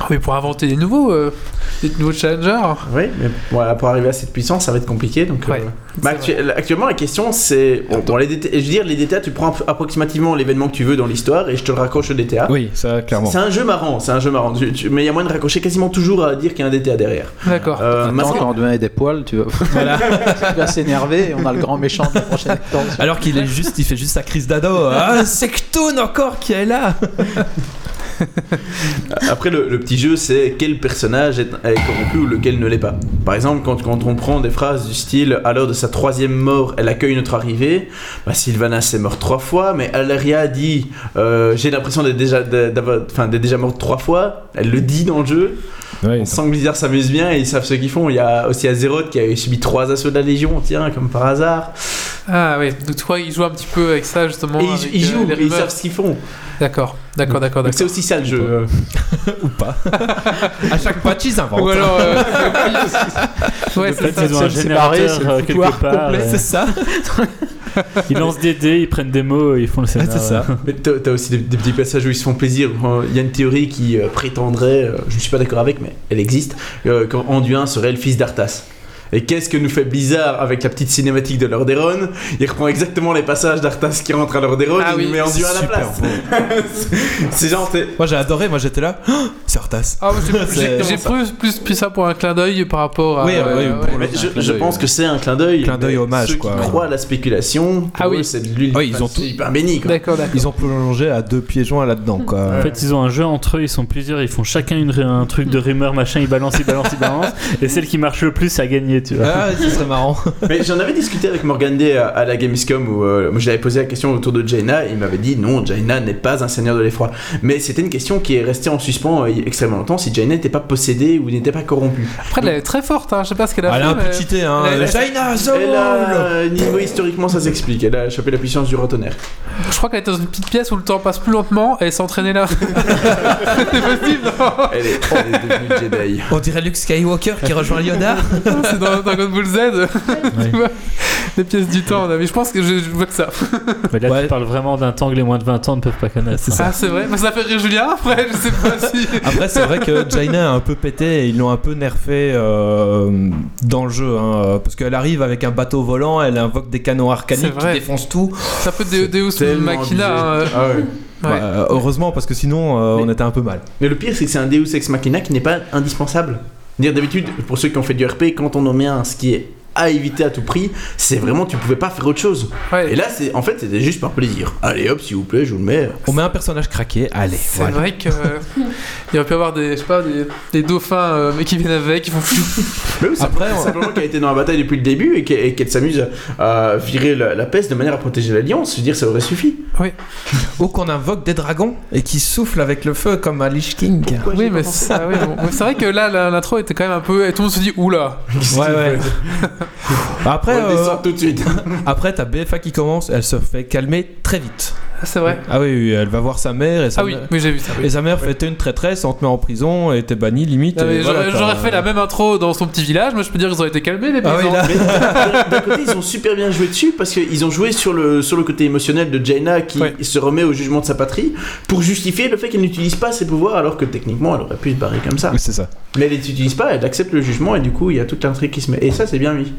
Speaker 1: Ah, mais pour inventer des nouveaux, euh, des nouveaux challengers.
Speaker 4: Oui, mais voilà, pour arriver à cette puissance, ça va être compliqué. Donc,
Speaker 1: Ouais,
Speaker 4: euh,
Speaker 1: c'est
Speaker 4: bah, actu- actuellement, la question c'est. Bon, bon, les DTA je veux dire, les DTA, tu prends approximativement l'événement que tu veux dans l'histoire et je te le raccroche au DTA.
Speaker 1: Ah.
Speaker 3: Oui, ça, clairement.
Speaker 4: C'est un jeu marrant, c'est un jeu marrant. Tu- tu- mais il y a moyen de raccrocher quasiment toujours à dire qu'il y a un DTA derrière.
Speaker 1: D'accord.
Speaker 4: Euh,
Speaker 2: Maintenant,
Speaker 4: maintenant-
Speaker 2: quand Anduin et des poils, tu vas, tu vas s'énerver et on a le grand méchant de la prochaine étape.
Speaker 3: Alors qu'il est juste, il fait juste sa crise d'ado. Ah, Sectoon encore qui est là
Speaker 4: Après, le, le petit jeu, c'est quel personnage est, est corrompu ou lequel ne l'est pas. Par exemple, quand, quand on prend des phrases du style À l'heure de sa troisième mort, elle accueille notre arrivée. Bah, Sylvanas est mort trois fois, mais Alaria dit euh, J'ai l'impression d'être déjà, d'a- d'avoir- enfin, d'être déjà morte trois fois. Elle le dit dans le jeu. On sent que Blizzard s'amuse bien et ils savent ce qu'ils font. Il y a aussi Azeroth qui a subi trois assauts de la Légion, tiens, comme par hasard.
Speaker 1: Ah oui, donc tu crois qu'ils jouent un petit peu avec ça justement
Speaker 4: et ils,
Speaker 1: avec,
Speaker 4: ils
Speaker 1: euh,
Speaker 4: jouent,
Speaker 1: les
Speaker 4: et ils
Speaker 1: rumeurs.
Speaker 4: savent ce qu'ils font.
Speaker 1: D'accord, D'accord, d'accord,
Speaker 4: Donc c'est
Speaker 1: d'accord.
Speaker 4: aussi ça le jeu. euh.
Speaker 3: ou pas. à chaque patch, ils inventent.
Speaker 1: Ou alors. euh, ouais,
Speaker 6: fait,
Speaker 1: c'est ça.
Speaker 6: ils ont un
Speaker 1: c'est séparé,
Speaker 6: générateur
Speaker 1: c'est le
Speaker 6: euh,
Speaker 1: foutoir
Speaker 6: quelque part.
Speaker 1: complet.
Speaker 6: euh,
Speaker 3: C'est ça,
Speaker 6: Ils lancent des dés, ils prennent des mots, et ils font le
Speaker 4: Ah
Speaker 6: scénario.
Speaker 3: c'est ça.
Speaker 4: Mais t'as t'as aussi des, des petits passages où ils se font plaisir. Euh, Il y a une théorie qui euh, prétendrait, euh, je ne suis pas d'accord avec, mais elle existe, euh, qu'en- Anduin serait le fils d'Arthas. Et qu'est-ce que nous fait Blizzard avec la petite cinématique de Lordaeron Il reprend exactement les passages d'Arthas qui rentre à Lordaeron
Speaker 1: Ah
Speaker 4: et il
Speaker 1: oui,
Speaker 4: met Anduin à la
Speaker 3: super
Speaker 4: place. C'est genre, t'es-
Speaker 3: Moi j'ai adoré, moi j'étais là. Oh, c'est Arthas.
Speaker 1: Ah, moi, j'ai- j'ai-
Speaker 3: C'est-
Speaker 1: j'ai plus, plus pris ça pour un clin d'œil par rapport à.
Speaker 3: Oui,
Speaker 1: euh,
Speaker 3: oui,
Speaker 1: ouais.
Speaker 3: pour le-
Speaker 4: Mais je,
Speaker 3: Un clin
Speaker 4: je
Speaker 3: d'œil,
Speaker 4: pense
Speaker 3: ouais.
Speaker 4: que c'est un clin d'œil.
Speaker 3: Clin d'œil
Speaker 4: mais
Speaker 3: hommage,
Speaker 4: ceux
Speaker 3: quoi.
Speaker 4: Qui croient à la spéculation. pour
Speaker 1: Ah oui.
Speaker 4: eux, c'est de l'huile.
Speaker 3: Ouais, ils ont
Speaker 4: c'est
Speaker 3: tout-
Speaker 4: hyper béni. Quoi.
Speaker 1: D'accord, d'accord.
Speaker 3: Ils ont plongé à deux pieds joints là-dedans quoi.
Speaker 6: En fait, ils ont un jeu entre eux, ils sont plusieurs, ils font chacun une, un truc de rumeur, machin, ils balancent, ils balancent, ils balancent, et celle qui marche le plus a gagné, tu vois.
Speaker 3: Ah, ce serait marrant.
Speaker 4: Mais j'en avais discuté avec Morgan Day à, à la Gamescom où euh, moi, je lui avais posé la question autour de Jaina et il m'avait dit non, Jaina n'est pas un seigneur de l'effroi. Mais c'était une question qui est restée en suspens euh, extrêmement longtemps si Jaina n'était pas possédée ou n'était pas corrompue.
Speaker 1: Après, elle est très forte, hein. je sais pas ce qu'elle a
Speaker 3: Elle
Speaker 1: fait.
Speaker 3: a un peu
Speaker 1: mais-
Speaker 3: cheaté hein.
Speaker 1: Elle a-
Speaker 3: Jaina,
Speaker 1: Oh,
Speaker 4: Et
Speaker 3: Zoul
Speaker 4: là, niveau historiquement, ça s'explique. Elle a chopé la puissance du retonnerre.
Speaker 1: Je crois qu'elle était dans une petite pièce où le temps passe plus lentement et elle s'entraînait là. c'est possible, non
Speaker 4: Elle est, elle est devenue Jedi.
Speaker 3: On dirait Luke Skywalker qui rejoint Yoda.
Speaker 1: C'est dans Dragon Ball Z. tu vois. Les pièces du temps, on avait. Je pense que je, je vois que ça.
Speaker 6: Mais là,
Speaker 3: Ouais.
Speaker 6: tu parles vraiment d'un temps que les moins de 20 ans ne peuvent pas connaître. hein.
Speaker 1: Ah, c'est vrai. Mais ça fait rire Julien après, je sais pas si.
Speaker 3: Après, c'est vrai que Jaina a un peu pété et ils l'ont un peu nerfé euh, dans le jeu. hein, parce qu'elle arrive avec un bateau volant, elle invoque des canons
Speaker 1: C'est
Speaker 3: arcaniques qui
Speaker 1: vrai.
Speaker 3: défoncent tout.
Speaker 1: Ça peut de Deus
Speaker 4: Tellement abusé.
Speaker 1: Machina. hein.
Speaker 4: Ah ouais.
Speaker 1: Ouais.
Speaker 3: Bah, euh, heureusement, parce que sinon, euh,
Speaker 4: Mais-
Speaker 3: on était un peu mal.
Speaker 4: Mais le pire, c'est que c'est un Deus Ex Machina qui n'est pas indispensable. Dire d'habitude, pour ceux qui ont fait du RP, quand on en met un, ce qui est à éviter à tout prix, c'est vraiment tu pouvais pas faire autre chose.
Speaker 1: Ouais.
Speaker 4: Et là, c'est en fait, c'était juste par plaisir. Allez hop, s'il vous plaît, je vous le mets.
Speaker 3: On met un personnage craqué, allez.
Speaker 1: C'est
Speaker 3: voilà.
Speaker 1: vrai que euh, il aurait pu avoir des, je sais pas, des, des dauphins euh, mais qui viennent avec, qui font
Speaker 4: Mais oui, c'est
Speaker 3: Après, on-
Speaker 4: simplement qu'elle a été dans la bataille depuis le début et qu'elle et qu'elle s'amuse à virer la, la peste de manière à protéger l'Alliance. Je veux dire, ça aurait suffi.
Speaker 3: ou qu'on invoque des dragons et qui soufflent avec le feu comme à Lich King.
Speaker 4: Pourquoi j'ai
Speaker 1: Oui,
Speaker 4: pas
Speaker 1: mais
Speaker 4: pensé
Speaker 1: c'est ah oui, bon. Mais c'est vrai que là la- l'intro était quand même un peu et tout le monde se dit oula.
Speaker 3: Ouais, ouais.
Speaker 4: On
Speaker 3: Après,
Speaker 4: le
Speaker 3: euh,
Speaker 4: descend tout de suite.
Speaker 3: après t'as BFA qui commence, elle se fait calmer très vite.
Speaker 1: Ah, C'est vrai.
Speaker 3: Ah oui, oui, elle va voir sa mère et sa
Speaker 1: Ah oui,
Speaker 3: mère.
Speaker 1: oui j'ai vu ça. oui.
Speaker 3: Et sa mère fait t'es une traîtresse, on te met en prison et t'es banni limite.
Speaker 1: Ah,
Speaker 3: et
Speaker 1: mais
Speaker 3: voilà,
Speaker 1: J'aurais
Speaker 3: t'as-
Speaker 1: j'aurais fait la même intro dans son petit village, mais je peux dire qu'ils auraient été calmés les
Speaker 3: Ah oui,
Speaker 1: paysans.
Speaker 3: là.
Speaker 4: Mais d'un d'un côté, ils ont super bien joué dessus parce qu'ils ont joué sur le, sur le côté émotionnel de Jaina qui
Speaker 1: Ouais.
Speaker 4: se remet au jugement de sa patrie pour justifier le fait qu'elle n'utilise pas ses pouvoirs alors que techniquement elle aurait pu se barrer comme ça.
Speaker 3: Oui, c'est ça.
Speaker 4: Mais elle les utilise pas, elle accepte le jugement et du coup il y a toute l'intrigue qui se met. Et ça, c'est bien mis.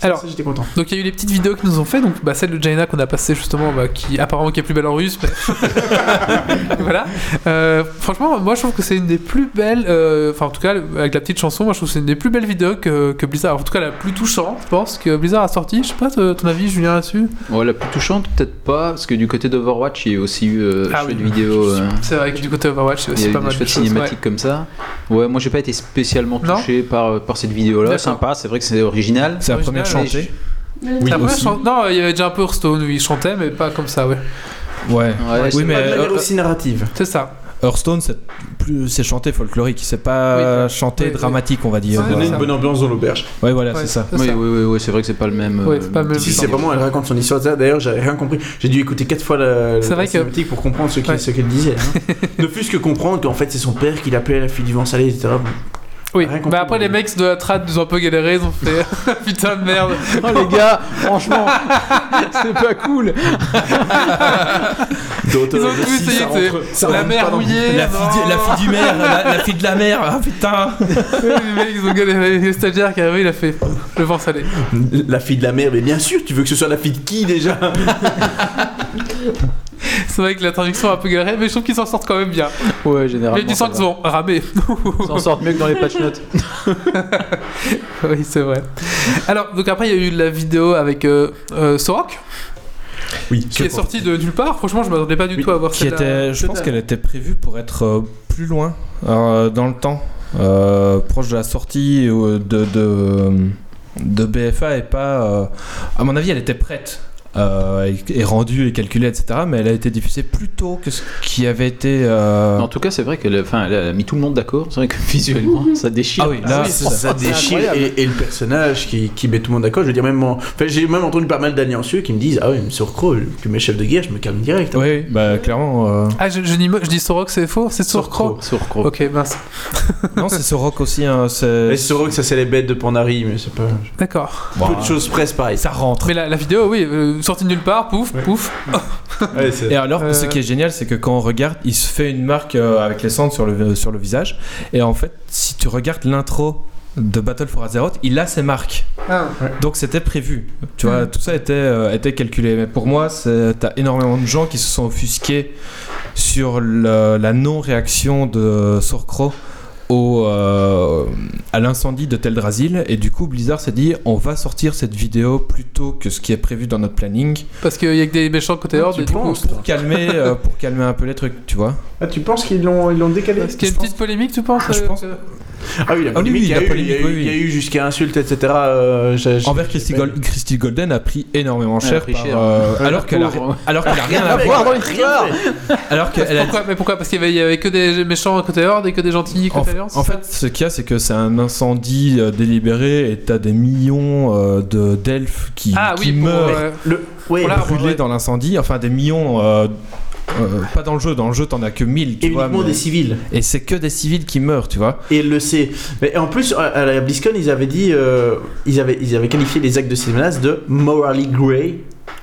Speaker 4: Ça,
Speaker 1: Alors-
Speaker 4: ça, j'étais content.
Speaker 1: Donc il y a eu les petites vidéos qu'ils nous ont fait, donc bah, celle de Jaina qu'on a passée justement, bah, qui apparemment qui est plus belle en russe, mais voilà. Euh, franchement, moi je trouve que c'est une des plus belles, euh, enfin en tout cas avec la petite chanson, moi je trouve que c'est une des plus belles vidéos que, que Blizzard, en tout cas la plus touchante, je pense, que Blizzard a sorti. Je sais pas te- ton avis Julien là-dessus.
Speaker 2: Ouais, la plus touchante, peut-être pas, parce que du côté d'Overwatch, il y a aussi eu euh,
Speaker 1: Ah
Speaker 2: je
Speaker 1: oui.
Speaker 2: fais une vidéo. euh,
Speaker 1: C'est vrai que du côté Overwatch c'est
Speaker 2: il y
Speaker 1: aussi
Speaker 2: a eu
Speaker 1: pas
Speaker 2: des
Speaker 1: mal de
Speaker 2: chouettes
Speaker 1: choses.
Speaker 2: cinématiques comme ça. Ouais, moi j'ai pas été spécialement
Speaker 1: Non
Speaker 2: touché par, euh, par cette vidéo-là.
Speaker 1: D'accord.
Speaker 2: Sympa, c'est vrai que c'est original.
Speaker 3: C'est la
Speaker 1: Original,
Speaker 3: première chantée.
Speaker 1: ouais.
Speaker 5: Oui,
Speaker 1: La première
Speaker 3: aussi.
Speaker 1: chan- Non, il y avait déjà un peu Hearthstone où il chantait, mais pas comme ça, ouais.
Speaker 3: Ouais.
Speaker 2: Ouais,
Speaker 3: oui,
Speaker 4: Pas
Speaker 3: mais
Speaker 4: de manière
Speaker 3: euh,
Speaker 4: aussi narrative.
Speaker 1: C'est ça.
Speaker 3: Hearthstone, c'est plus c'est chanté folklorique, c'est pas
Speaker 1: Oui.
Speaker 3: chanté
Speaker 1: Oui, oui.
Speaker 3: dramatique, on va dire.
Speaker 1: Ça
Speaker 3: Ouais,
Speaker 1: donne une
Speaker 4: Une bonne ambiance dans l'auberge.
Speaker 3: Ouais, voilà,
Speaker 1: Ouais,
Speaker 3: c'est ça.
Speaker 2: Oui, oui, oui, oui, c'est vrai que c'est pas le même.
Speaker 1: Ouais,
Speaker 2: euh,
Speaker 1: c'est pas le même
Speaker 4: Si
Speaker 1: genre.
Speaker 4: c'est vraiment, elle raconte son histoire. Ça, D'ailleurs, j'avais rien compris. J'ai dû écouter quatre fois la, la
Speaker 1: C'est vrai que-
Speaker 4: cinématique pour comprendre ce qui-
Speaker 1: Ouais.
Speaker 4: ce qu'elle disait. hein. ne fût-ce que comprendre qu'en fait, c'est son père qui l'appelait la fille du vent salé, etc.
Speaker 1: Oui.
Speaker 4: Rien compris,
Speaker 1: Bah après
Speaker 4: mais-
Speaker 1: les mecs de la trad nous ont un peu galéré, ils ont fait putain de merde.
Speaker 2: Oh les gars, franchement, c'est pas cool.
Speaker 4: D'autres,
Speaker 1: Ils ont
Speaker 4: euh,
Speaker 1: tout
Speaker 4: si,
Speaker 1: essayé,
Speaker 4: ça
Speaker 1: c'est-
Speaker 4: rentre- ça
Speaker 1: la
Speaker 4: rentre pas
Speaker 1: mer
Speaker 4: dans-
Speaker 1: mouillée.
Speaker 3: La fille,
Speaker 1: non.
Speaker 3: du- la fille du maire, la, la fille de la mère, ah putain
Speaker 1: les mecs, ils ont galéré. Le stagiaire qui est arrivé, il a fait le vent salé.
Speaker 4: La fille de la mère, mais bien sûr, tu veux que ce soit la fille de qui déjà
Speaker 1: C'est vrai que la traduction a un peu galéré, mais je trouve qu'ils s'en sortent quand même bien.
Speaker 2: Ouais, généralement.
Speaker 1: Les 10
Speaker 2: ça
Speaker 1: cents
Speaker 2: va.
Speaker 1: qu'ils ont ramé.
Speaker 2: Ils s'en sortent mieux que dans les patch notes.
Speaker 1: oui, c'est vrai. Alors, donc après, il y a eu la vidéo avec euh, euh, Sorok,
Speaker 4: Oui,
Speaker 1: qui est sortie de nulle part. Franchement, je m'attendais pas du
Speaker 4: Oui,
Speaker 1: tout à voir
Speaker 3: Qui
Speaker 1: celle-là.
Speaker 3: était, je pense qu'elle était prévue pour être euh, plus loin euh, dans le temps, euh, proche de la sortie euh, de, de, de BFA et pas. euh, à mon avis, elle était prête euh, est- est rendue et calculée, etc. Mais elle a été diffusée plus tôt que ce qui avait été. euh,
Speaker 2: En tout cas, c'est vrai qu'elle a- enfin, elle a mis tout le monde d'accord. C'est vrai que visuellement, ça déchire.
Speaker 3: Ah oui, là, c'est ça.
Speaker 4: ça déchire et, et le personnage qui, qui met tout le monde d'accord. Je veux dire, même en- enfin, j'ai même entendu pas mal d'alliancieux qui me disent Ah oui, mais Surcrow, puis mes chefs de guerre, je me calme direct.
Speaker 3: Oui, oui, bah clairement. euh,
Speaker 1: Ah, je, je dis, mo- je dis Sorok, c'est faux, c'est Sorcro.
Speaker 4: Sorcro.
Speaker 2: Surcro.
Speaker 1: Ok, mince.
Speaker 3: non, c'est ce rock aussi. hein, c'est-
Speaker 4: Mais Sorok, ça c'est les bêtes de Panari, mais c'est pas.
Speaker 1: D'accord.
Speaker 3: Bon,
Speaker 4: Peu de choses presque pareil.
Speaker 3: Ça rentre.
Speaker 1: Mais la, la vidéo, oui, euh, sortie de nulle part, pouf, pouf.
Speaker 4: Ouais, c'est-
Speaker 3: Et alors,
Speaker 1: Euh.
Speaker 3: ce qui est génial, c'est que quand on regarde, il se fait une marque euh, avec les cendres sur le, sur le visage. Et en fait, si tu regardes l'intro de Battle for Azeroth, il a ses marques. Donc c'était prévu. Tu vois, tout ça était, euh, était calculé. Mais pour moi, c'est- t'as énormément de gens qui se sont offusqués sur le- la non-réaction de Sorcro au, euh, à l'incendie de Teldrassil. Et du coup, Blizzard s'est dit on va sortir cette vidéo plus tôt que ce qui est prévu dans notre planning
Speaker 1: Parce qu'il y a que des méchants
Speaker 3: Ah,
Speaker 1: côté horde. et du coup,
Speaker 3: pour calmer, euh, pour calmer un peu les trucs, tu vois.
Speaker 9: Ah, tu penses qu'ils l'ont, ils l'ont décalé
Speaker 1: Est-ce qu'il y a une
Speaker 3: Je
Speaker 1: petite polémique, tu penses
Speaker 3: Je
Speaker 1: euh,
Speaker 3: pense-
Speaker 1: que-
Speaker 4: Ah oui, la
Speaker 3: Ah oui, oui,
Speaker 4: polémique, il y a
Speaker 3: la
Speaker 4: eu- il y a
Speaker 3: polémique, oui,
Speaker 4: eu- il y a
Speaker 3: oui.
Speaker 4: eu jusqu'à insultes, etc. euh, j'ai- j'ai-
Speaker 3: Envers Christy,
Speaker 4: j'ai pas
Speaker 3: Gol- Christy Golden a pris énormément
Speaker 2: Elle a
Speaker 3: cher,
Speaker 2: pris
Speaker 3: par,
Speaker 2: cher.
Speaker 3: euh,
Speaker 1: hein.
Speaker 3: alors qu'elle a,
Speaker 2: pauvre.
Speaker 3: alors qu'elle a rien à
Speaker 4: eu.
Speaker 3: voir,
Speaker 4: Rien fait.
Speaker 3: alors qu'elle a-
Speaker 1: Pourquoi Mais pourquoi Parce qu'il y avait- il y avait que des méchants côté horde et que des gentils
Speaker 3: En,
Speaker 1: côté alliance
Speaker 3: en fait, ce qu'il y a, c'est que c'est un incendie euh, délibéré et t'as des millions euh, de d'elfes qui,
Speaker 1: ah
Speaker 3: qui
Speaker 1: oui, pour,
Speaker 3: meurent
Speaker 1: euh,
Speaker 4: Le- ouais,
Speaker 1: Voilà.
Speaker 3: brûlés
Speaker 1: ouais.
Speaker 3: dans l'incendie. Enfin, des millions, euh, euh, pas dans le jeu. Dans le jeu, t'en as que 1000
Speaker 4: et
Speaker 3: tu vois.
Speaker 4: uniquement
Speaker 3: mais-
Speaker 4: des civils.
Speaker 3: Et c'est que des civils qui meurent, tu vois.
Speaker 4: Et elle le sait. Mais en plus, à- à la BlizzCon, ils avaient dit, euh, ils, avaient, ils avaient qualifié les actes de ces menaces de morally grey,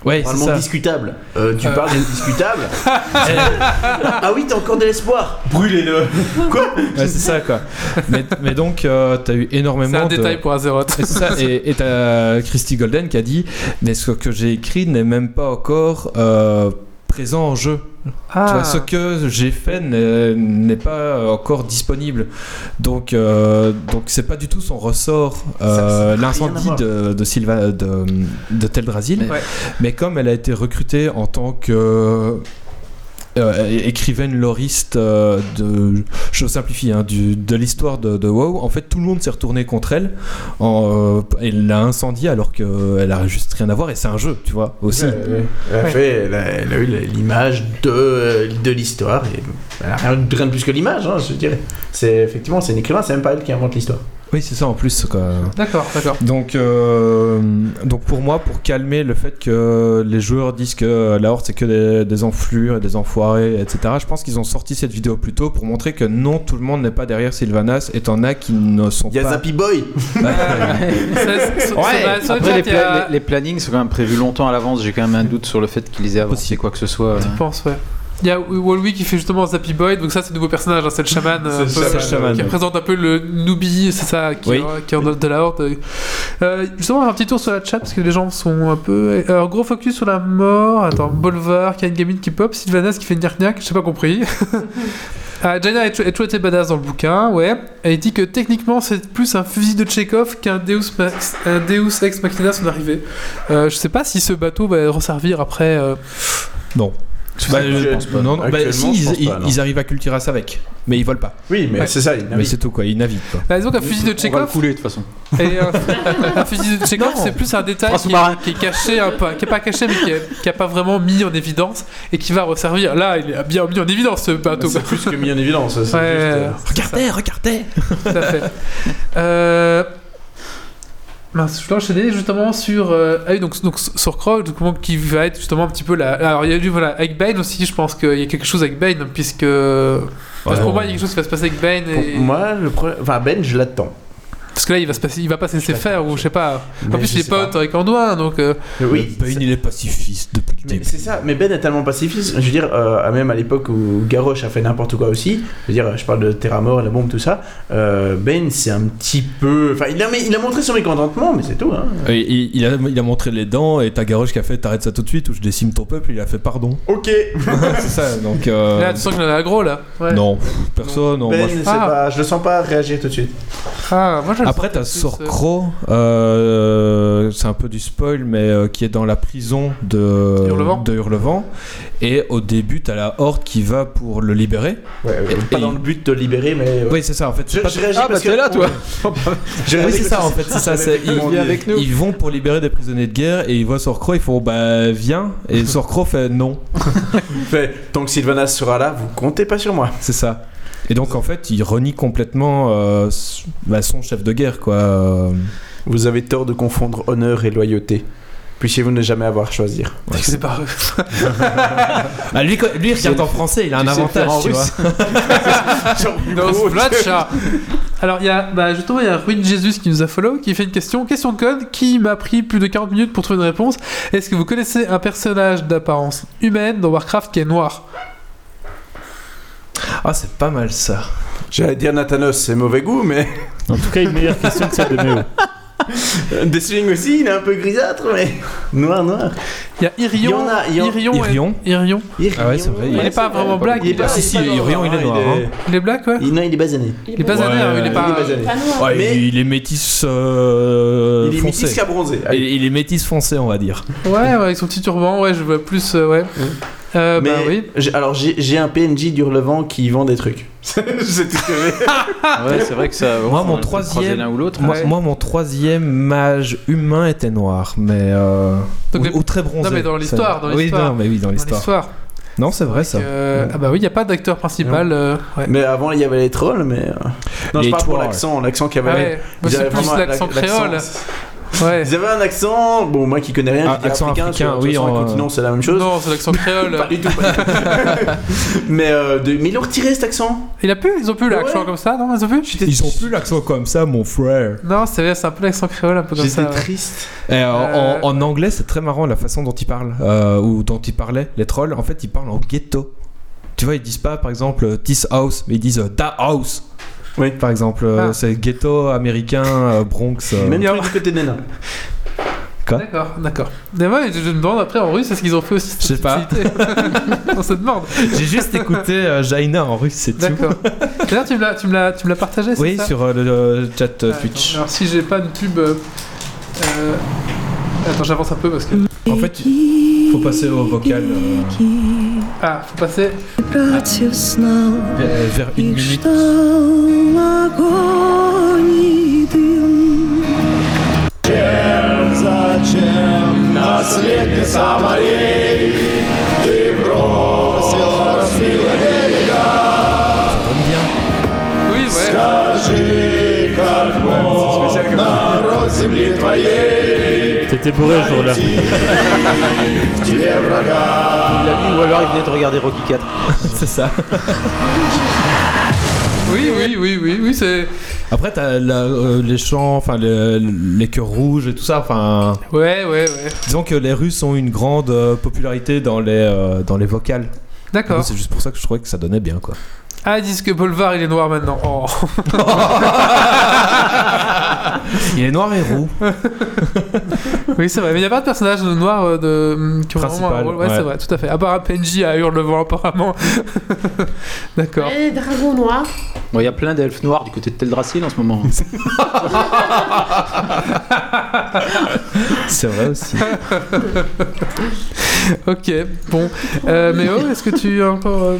Speaker 3: Ouais, c'est
Speaker 4: moralement
Speaker 3: ça.
Speaker 4: discutable. Euh, tu
Speaker 1: Euh.
Speaker 4: parles d'une discutable Ah oui, t'as encore de l'espoir Brûlez-le
Speaker 3: Ouais, c'est ça quoi. Mais, mais donc, euh, t'as eu énormément
Speaker 1: c'est un
Speaker 3: de.
Speaker 1: détail pour Azeroth.
Speaker 3: Et c'est ça, et et t'as Christy Golden qui a dit Mais ce que j'ai écrit n'est même pas encore euh, présent en jeu. Tu
Speaker 1: Ah,
Speaker 4: Ah.
Speaker 3: vois, ce que j'ai fait n'est n'est pas encore disponible. Donc, euh, donc c'est pas du tout son ressort euh, l'incendie
Speaker 4: rien à
Speaker 3: de, de, Sylva- de, de Teldrassil.
Speaker 2: Mais-
Speaker 3: Mais, comme elle a été recrutée en tant que. euh, é- écrivaine loriste euh, de je simplifie hein, du, de l'histoire de, de WoW en fait tout le monde s'est retourné contre elle en, euh, elle l'a incendiée alors qu'elle a juste rien à voir et c'est un jeu tu vois aussi
Speaker 4: Elle a, fait, elle a, elle a eu l'image de, euh, de l'histoire. et Elle a rien de rien de plus que l'image, hein, je dirais. C'est, effectivement, c'est une écrivain, c'est même pas elle qui invente l'histoire.
Speaker 3: oui c'est ça en plus quoi
Speaker 1: D'accord, d'accord.
Speaker 3: Donc, euh, donc pour moi, pour calmer le fait que les joueurs disent que la Horde c'est que des, des enflures et des enfoirés, etc. Je pense qu'ils ont sorti cette vidéo plus tôt pour montrer que non, tout le monde n'est pas derrière Sylvanas et t'en as qui ne sont
Speaker 4: Il y a
Speaker 3: pas.
Speaker 4: Zappy Boy
Speaker 1: Ça- sur-
Speaker 2: Ouais.
Speaker 1: sur- sur le chat,
Speaker 2: Après, les,
Speaker 1: il y a-
Speaker 2: pla- les- les plannings sont quand même prévus longtemps à l'avance. J'ai quand même un doute sur le fait qu'ils aient avancé quoi que ce soit.
Speaker 1: Je pense, ouais. Il y a Walwy qui fait justement Zappy Boy, donc ça c'est le nouveau personnage, hein, c'est le chaman, euh, un peu,
Speaker 3: c'est le chaman,
Speaker 1: qui
Speaker 3: ouais.
Speaker 1: représente un peu le newbie, c'est ça, qui,
Speaker 3: Oui.
Speaker 1: est, qui est en de la horde. Euh, justement, on va faire un petit tour sur la chat parce que les gens sont un peu. euh, gros focus sur la mort. Attends, Bolvar, Kain Gaming qui pop, Sylvanas qui fait Nirknak, j'ai pas compris. Ah, Jaina est, est traitée badass dans le bouquin, ouais. Elle dit que techniquement c'est plus un fusil de Chekhov qu'un Deus, ma- un Deus ex machina son arrivée. Euh, je sais pas si ce bateau va resservir après. euh,
Speaker 3: Bah,
Speaker 4: Je
Speaker 3: je-
Speaker 4: pense pas.
Speaker 3: non, non, bah,
Speaker 4: Actuellement,
Speaker 3: si,
Speaker 4: je pense
Speaker 3: ils,
Speaker 4: pas,
Speaker 3: ils-
Speaker 4: non. Ah
Speaker 3: ils arrivent à Cultiras avec, mais ils volent pas.
Speaker 4: Oui, mais
Speaker 1: Ouais.
Speaker 4: c'est ça, il
Speaker 3: Mais c'est tout quoi, ils naviguent quoi.
Speaker 1: Bah, disons qu'un fusil de
Speaker 2: On va le
Speaker 1: Chekhov
Speaker 2: couler de toute façon.
Speaker 1: Et euh, un fusil de Chekhov, c'est plus un détail
Speaker 2: Un
Speaker 1: qui, qui est caché un peu, qui est pas caché mais qui est, qui a pas vraiment mis en évidence et qui va resservir. Là, il est bien mis en évidence ce bateau.
Speaker 4: c'est plus que mis en évidence. c'est
Speaker 1: Ouais, ouais,
Speaker 4: juste,
Speaker 3: Regardez, regardez
Speaker 1: ouais, tout à fait. Euh... Mince, je dois enchaîner justement sur euh, ah oui, donc donc sur Croc, donc, comment- qui va être justement un petit peu la. Alors il y a du voilà avec Bane aussi, je pense qu'il y a quelque chose avec Bane puisque parce que pour moi il y a quelque chose qui va se passer avec Bane
Speaker 4: euh,
Speaker 1: et...
Speaker 4: pour moi, le problème... enfin, Ben, je l'attends.
Speaker 1: parce que là il va se passer, il va pas se laisser faire ou je sais pas. En
Speaker 4: Mais
Speaker 1: plus
Speaker 4: je
Speaker 1: il est
Speaker 4: sais
Speaker 1: pote avec Andoin donc. euh,
Speaker 4: Oui,
Speaker 3: Payne, il est pacifiste depuis le
Speaker 4: Mais
Speaker 3: début.
Speaker 4: c'est ça, mais Ben est tellement pacifiste, je veux dire, euh, même à l'époque où Garrosh a fait n'importe quoi aussi, je veux dire, je parle de Terra Mort, la bombe, tout ça, euh, Ben c'est un petit peu... Enfin, il a, mais il a montré son mécontentement, mais c'est tout, hein.
Speaker 3: Et il, il a, il a montré les dents et t'as Garrosh qui a fait t'arrêtes ça tout de suite ou je décime ton peuple, il a fait pardon.
Speaker 4: Ok
Speaker 3: c'est ça, donc. euh,
Speaker 1: Là tu sens qu'il en a gros là. Ouais.
Speaker 3: Non, personne, non. moi,
Speaker 4: Ben,
Speaker 3: je-
Speaker 4: c'est
Speaker 1: Ah.
Speaker 4: pas, je le sens pas réagir tout de suite.
Speaker 1: Ah, moi je le
Speaker 3: Après, t'as
Speaker 1: plus,
Speaker 3: Sorcro, euh, c'est un peu du spoil, mais euh, qui est dans la prison de
Speaker 1: Hurlevent.
Speaker 3: de Hurlevent. Et au début, t'as la Horde qui va pour le libérer.
Speaker 9: Ouais, ouais.
Speaker 3: Et-
Speaker 4: euh, Pas
Speaker 3: et-
Speaker 4: dans le but de libérer, mais. euh,
Speaker 3: Oui, c'est ça, en fait.
Speaker 4: Je,
Speaker 3: c'est pas-
Speaker 4: je réagis
Speaker 2: Ah, bah
Speaker 4: parce que
Speaker 2: t'es là, toi
Speaker 4: Je
Speaker 3: Oui,
Speaker 4: réagis
Speaker 3: c'est
Speaker 4: parce
Speaker 3: ça, en fait. C'est ça, c'est- ils,
Speaker 2: Viens avec nous
Speaker 3: ils vont pour libérer des prisonniers de guerre et ils voient Sorcro, ils font bah viens. Et Sorcro fait non,
Speaker 4: que- fait, Tant que Sylvanas sera là, vous comptez pas sur moi.
Speaker 3: c'est ça. Et donc, en fait, il renie complètement euh, s- bah, son chef de guerre, quoi. Euh,
Speaker 4: Vous avez tort de confondre honneur et loyauté. Puissiez-vous ne jamais avoir à choisir.
Speaker 1: Je sais pas.
Speaker 3: Bah, lui, co- lui, il regarde en français, il a un
Speaker 2: tu sais le
Speaker 3: avantage,
Speaker 2: faire en
Speaker 3: tu vois.
Speaker 2: russe.
Speaker 1: Dans Splatcha. Alors, il y a, bah, justement, il y a Ruin Jesus qui nous a follow, qui fait une question, question de code, qui m'a pris plus de 40 minutes pour trouver une réponse. Est-ce que vous connaissez un personnage d'apparence humaine dans Warcraft qui est noir
Speaker 3: Ah, c'est pas mal ça.
Speaker 4: J'allais dire Nathanos, c'est mauvais goût, mais.
Speaker 6: En tout cas, une meilleure question que celle de Méo.
Speaker 4: Deathwing aussi, il est un peu grisâtre, mais. Noir, noir.
Speaker 1: Il y a Irion.
Speaker 4: Il y en a, il y en-
Speaker 1: Irion. est-
Speaker 3: Irion.
Speaker 1: Irion.
Speaker 3: Ah ouais, c'est vrai,
Speaker 1: Il
Speaker 3: Ouais,
Speaker 1: est pas vraiment black.
Speaker 4: Il est pas.
Speaker 3: si, si,
Speaker 4: il est pas
Speaker 3: Orion, il est noir,
Speaker 4: Il
Speaker 3: hein.
Speaker 1: Il est black, ouais.
Speaker 4: il- Non, il est basané.
Speaker 1: Il est pas
Speaker 3: Ouais,
Speaker 1: ané, hein, il est
Speaker 4: il
Speaker 1: pas.
Speaker 4: est basané.
Speaker 5: Pas noir.
Speaker 3: Ouais,
Speaker 4: Mais-
Speaker 3: il, il est métis euh,
Speaker 4: Il est
Speaker 3: foncé.
Speaker 4: mythique à bronzer.
Speaker 1: Ah,
Speaker 3: Il, il est métis foncé, on va dire.
Speaker 1: Ouais, ouais, avec son petit turban, ouais, je vois plus, euh, ouais. Euh,
Speaker 4: Mais
Speaker 1: Bah oui.
Speaker 4: j'ai- alors j'ai j'ai un PNJ d'Hurlevent qui vend des trucs. C'est tout ce que j'ai.
Speaker 1: Ah
Speaker 2: Ouais, c'est vrai que ça.
Speaker 3: Moi,
Speaker 2: on
Speaker 3: mon
Speaker 2: peut
Speaker 3: troisième-
Speaker 2: croiser l'un ou l'autre.
Speaker 3: Moi,
Speaker 1: Ouais.
Speaker 3: moi, mon troisième mage humain était noir, mais euh,
Speaker 1: Donc
Speaker 3: ou,
Speaker 1: les-
Speaker 3: ou très bronzé.
Speaker 1: Non, mais dans l'histoire, dans
Speaker 3: Oui,
Speaker 1: l'histoire.
Speaker 3: non, mais oui, dans
Speaker 1: Dans
Speaker 3: l'histoire.
Speaker 1: l'histoire.
Speaker 3: Non, c'est vrai ça.
Speaker 1: Euh,
Speaker 3: Ouais.
Speaker 1: Ah bah oui, il n'y a pas d'acteur principal. euh, ouais.
Speaker 4: Mais avant il y avait les trolls, mais euh, non
Speaker 3: Les
Speaker 4: je parle pour
Speaker 3: trolls,
Speaker 4: l'accent, l'accent qu'il y
Speaker 1: Ah
Speaker 4: avait.
Speaker 1: ouais, moi,
Speaker 4: Ils
Speaker 1: c'est
Speaker 4: avaient
Speaker 1: plus
Speaker 4: vraiment
Speaker 1: l'accent
Speaker 4: l'ac-
Speaker 1: créole. Ouais.
Speaker 4: Ils avaient un accent, bon moi qui connais rien,
Speaker 3: Ah,
Speaker 4: qui dis
Speaker 3: accent africain,
Speaker 4: sur- de toute
Speaker 3: oui,
Speaker 4: façon,
Speaker 3: en-
Speaker 4: le continent c'est la même chose. Bah,
Speaker 1: Non, c'est l'accent créole.
Speaker 4: Pas du tout. pas du tout. mais euh, de- mais ils l'ont retiré cet accent.
Speaker 1: Il a plus, ils ont plus l'accent
Speaker 4: Ouais.
Speaker 1: comme ça, non Ils ont plus
Speaker 3: Ils ont plus l'accent comme ça, mon frère.
Speaker 1: Non, c'est vrai, c'est un peu l'accent créole, un peu comme ça.
Speaker 4: J'étais
Speaker 1: ouais.
Speaker 4: triste.
Speaker 3: Et en-
Speaker 1: Euh.
Speaker 3: en, en anglais, c'est très marrant la façon dont ils parlent euh, ou dont ils parlaient. Les trolls, en fait, ils parlent en ghetto. Tu vois, ils disent pas, par exemple, euh, this house, mais ils disent euh, da house.
Speaker 4: Oui.
Speaker 3: Par exemple, euh,
Speaker 1: Ah.
Speaker 3: c'est ghetto américain, euh, Bronx. euh.
Speaker 4: Même
Speaker 1: Il y a-
Speaker 4: truc du côté des nains.
Speaker 3: Quoi
Speaker 1: D'accord, d'accord. Mais moi, je je me demande après en russe, est-ce qu'ils ont fait aussi cette
Speaker 3: Je sais pas.
Speaker 1: subtilité On se demande.
Speaker 3: J'ai juste écouté euh, Jaina en russe, c'est tout.
Speaker 1: D'accord. D'ailleurs, tu me l'as, tu me l'as, tu me l'as partagé, c'est
Speaker 3: Oui,
Speaker 1: ça
Speaker 3: sur euh, le, le chat euh,
Speaker 1: Attends,
Speaker 3: Twitch.
Speaker 1: Alors si j'ai pas de pub, euh, euh, attends, j'avance un peu parce que
Speaker 3: En fait, faut passer au vocal euh,
Speaker 1: ah, faut passer.
Speaker 8: Братьев знал
Speaker 3: euh, vers une minute.
Speaker 8: Их ждал огонь и дым.
Speaker 3: Ça donne bien.
Speaker 1: Oui, ouais.
Speaker 6: T'étais bourré ce jour-là.
Speaker 2: Ou alors il venait de regarder Rocky 4.
Speaker 3: C'est ça.
Speaker 1: Oui, oui, oui, oui, oui, c'est.
Speaker 3: Après, t'as la- euh, les chants, enfin les, les chœurs rouges et tout ça. Enfin,
Speaker 1: Ouais, ouais, ouais.
Speaker 3: disons que les Russes ont une grande euh, popularité dans les euh, dans les vocales. Du coup,
Speaker 1: D'accord.
Speaker 3: C'est juste pour ça que je trouvais que ça donnait bien, quoi.
Speaker 1: Ah, ils disent que Bolvar il est noir maintenant. Oh.
Speaker 3: Il est noir et roux.
Speaker 1: Oui, c'est vrai. Mais il n'y a pas de personnage noir euh, de hum, qui ont vraiment un
Speaker 3: Principal,
Speaker 1: rôle. Ouais,
Speaker 3: ouais.
Speaker 1: c'est vrai, tout à fait. À part un PNJ à Hurlevent apparemment. D'accord.
Speaker 5: Et les dragons noirs.
Speaker 2: Bon, il y a plein d'elfes noirs du côté de Teldrassil en ce moment.
Speaker 3: C'est vrai aussi.
Speaker 1: Ok. Bon. Euh, Méo, est-ce que tu as encore euh,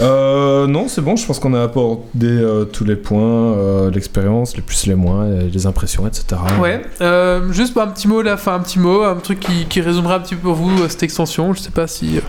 Speaker 3: Euh, non, c'est bon. Je pense qu'on a abordé euh, tous les points, euh, l'expérience, les plus, les moins, euh, les impressions, etc.
Speaker 1: Ouais, euh, juste un petit mot là, enfin un petit mot, un truc qui, qui résumerait un petit peu pour vous euh, cette extension. Je sais pas si. euh,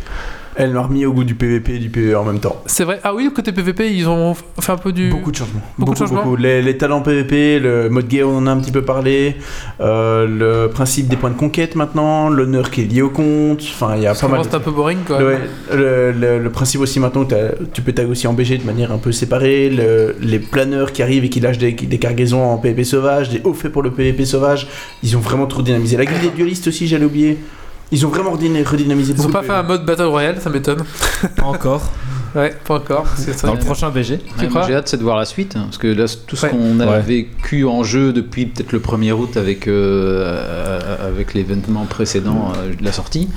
Speaker 4: Elle m'a remis au goût du PVP et du PVE en même temps.
Speaker 1: C'est vrai. Ah oui, côté PVP, ils ont f- fait un peu du.
Speaker 4: Beaucoup de changements.
Speaker 1: Mm. Beaucoup de changements.
Speaker 4: Les, les talents PVP, le mode guerre, on en a un petit peu parlé. euh, le principe des points de conquête maintenant, l'honneur qui est lié au compte. Enfin, il y a
Speaker 1: Parce
Speaker 4: pas
Speaker 1: que
Speaker 4: mal.
Speaker 1: moi,
Speaker 4: de
Speaker 1: C'est un peu boring quoi.
Speaker 4: Ouais, le, le- le principe aussi maintenant, où t'as- tu peux aussi en BG de manière un peu séparée, le- les planeurs qui arrivent et qui lâchent des, des cargaisons en PVP sauvage, des hauts faits pour le PVP sauvage, ils ont vraiment trop dynamisé. La guilde des duelistes aussi, j'allais oublier. Ils ont vraiment redyn- redynamisé.
Speaker 1: Ils ont
Speaker 4: beaucoup
Speaker 1: pas
Speaker 4: le
Speaker 1: fait un
Speaker 4: PVP.
Speaker 1: mode Battle Royale, ça m'étonne.
Speaker 3: Pas encore.
Speaker 1: Ouais, pas encore. parce que ça-
Speaker 3: Dans le prochain BG.
Speaker 1: Tu
Speaker 2: Ouais,
Speaker 1: crois
Speaker 2: moi, J'ai hâte c'est de voir la suite, hein, parce que là, c'est tout ce
Speaker 1: Ouais.
Speaker 2: qu'on a
Speaker 3: Ouais.
Speaker 2: vécu en jeu depuis peut-être le 1er août avec, euh, euh, avec l'événement précédent euh, de la sortie,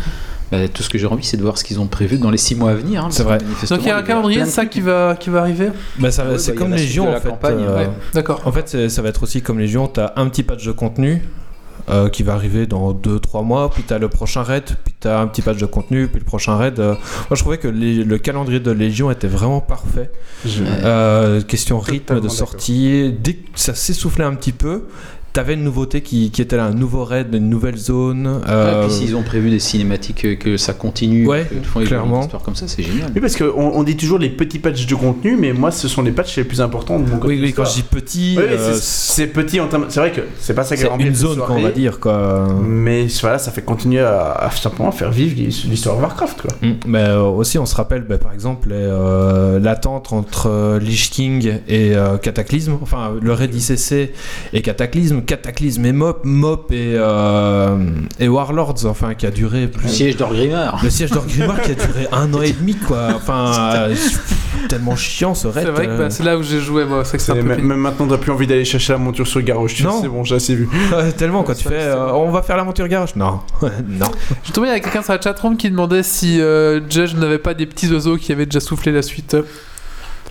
Speaker 2: bah, tout ce que j'ai envie, c'est de voir ce qu'ils ont prévu dans les 6 mois à venir. hein, parce
Speaker 3: C'est vrai.
Speaker 2: que manifestement,
Speaker 1: Donc il y a un
Speaker 2: plein
Speaker 1: calendrier,
Speaker 2: de
Speaker 1: c'est ça
Speaker 2: trucs.
Speaker 1: qui va, qui va arriver
Speaker 3: Bah, ça va-
Speaker 2: Ouais,
Speaker 3: c'est
Speaker 2: bah, il y a
Speaker 3: comme
Speaker 2: la suite de
Speaker 3: Légion
Speaker 2: la
Speaker 3: en fait.
Speaker 2: campagne,
Speaker 3: euh,
Speaker 1: Ouais, d'accord.
Speaker 3: En fait, c'est- ça va être aussi comme Légion, t'as un petit patch de contenu euh, qui va arriver dans 2-3 mois, puis t'as le prochain raid, puis t'as un petit patch de contenu, puis le prochain raid. euh. Moi, je trouvais que les- le calendrier de Légion était vraiment parfait. Euh, question rythme
Speaker 9: Totalement
Speaker 3: de
Speaker 9: d'accord.
Speaker 3: sortie, dès que ça s'essoufflait un petit peu, t'avais une nouveauté qui, qui était là, un nouveau raid, une nouvelle zone.
Speaker 2: Ouais,
Speaker 3: euh,
Speaker 2: Ah, puis s'ils ont prévu des cinématiques euh, que ça continue,
Speaker 3: Ouais,
Speaker 2: que de fond, ils
Speaker 3: clairement.
Speaker 2: font des histoires comme ça, c'est génial.
Speaker 4: Oui, parce qu'on on dit toujours les petits patchs de contenu, mais moi, ce sont les patchs les plus importants de mon côté.
Speaker 3: oui, oui, quand je dis petit,
Speaker 4: Oui, oui,
Speaker 3: euh,
Speaker 4: c'est- c'est petit en termes. C'est vrai que c'est pas ça qui
Speaker 3: c'est
Speaker 4: rempli
Speaker 3: une
Speaker 4: toute
Speaker 3: zone, quoi, on
Speaker 4: soirée,
Speaker 3: va dire. Quoi.
Speaker 4: Mais voilà, ça fait continuer à, à simplement faire vivre l'his- l'histoire de Warcraft, quoi.
Speaker 3: Mm. Mais euh, aussi, on se rappelle bah, par exemple les, euh, l'attente entre euh, Lich King et euh, Cataclysme, enfin le raid ICC et Cataclysme, Cataclysme et Mop, Mop et, euh, et Warlords, enfin qui a duré
Speaker 2: Le
Speaker 3: plus.
Speaker 2: siège d'Orgrimmar.
Speaker 3: Le siège d'Orgrimmar qui a duré un an et demi, quoi. Enfin, euh, c'est tellement chiant ce raid.
Speaker 1: C'est vrai que
Speaker 3: euh.
Speaker 1: bah, c'est là où j'ai joué, moi. C'est vrai que c'est un
Speaker 4: C'est-
Speaker 1: peu
Speaker 4: Même
Speaker 1: pénible.
Speaker 4: même maintenant, t'as plus envie d'aller chercher la monture sur le garage. tu
Speaker 3: Non.
Speaker 4: sais, C'est bon, j'ai assez vu.
Speaker 3: Ouais, tellement quand tu
Speaker 1: Ça,
Speaker 3: fais,
Speaker 1: c'est
Speaker 3: euh,
Speaker 1: vrai.
Speaker 3: on va faire l'aventure garage. Non, non.
Speaker 1: Je suis tombé avec quelqu'un sur la chatroom qui demandait si euh, Judge n'avait pas des petits oiseaux qui avaient déjà soufflé la suite.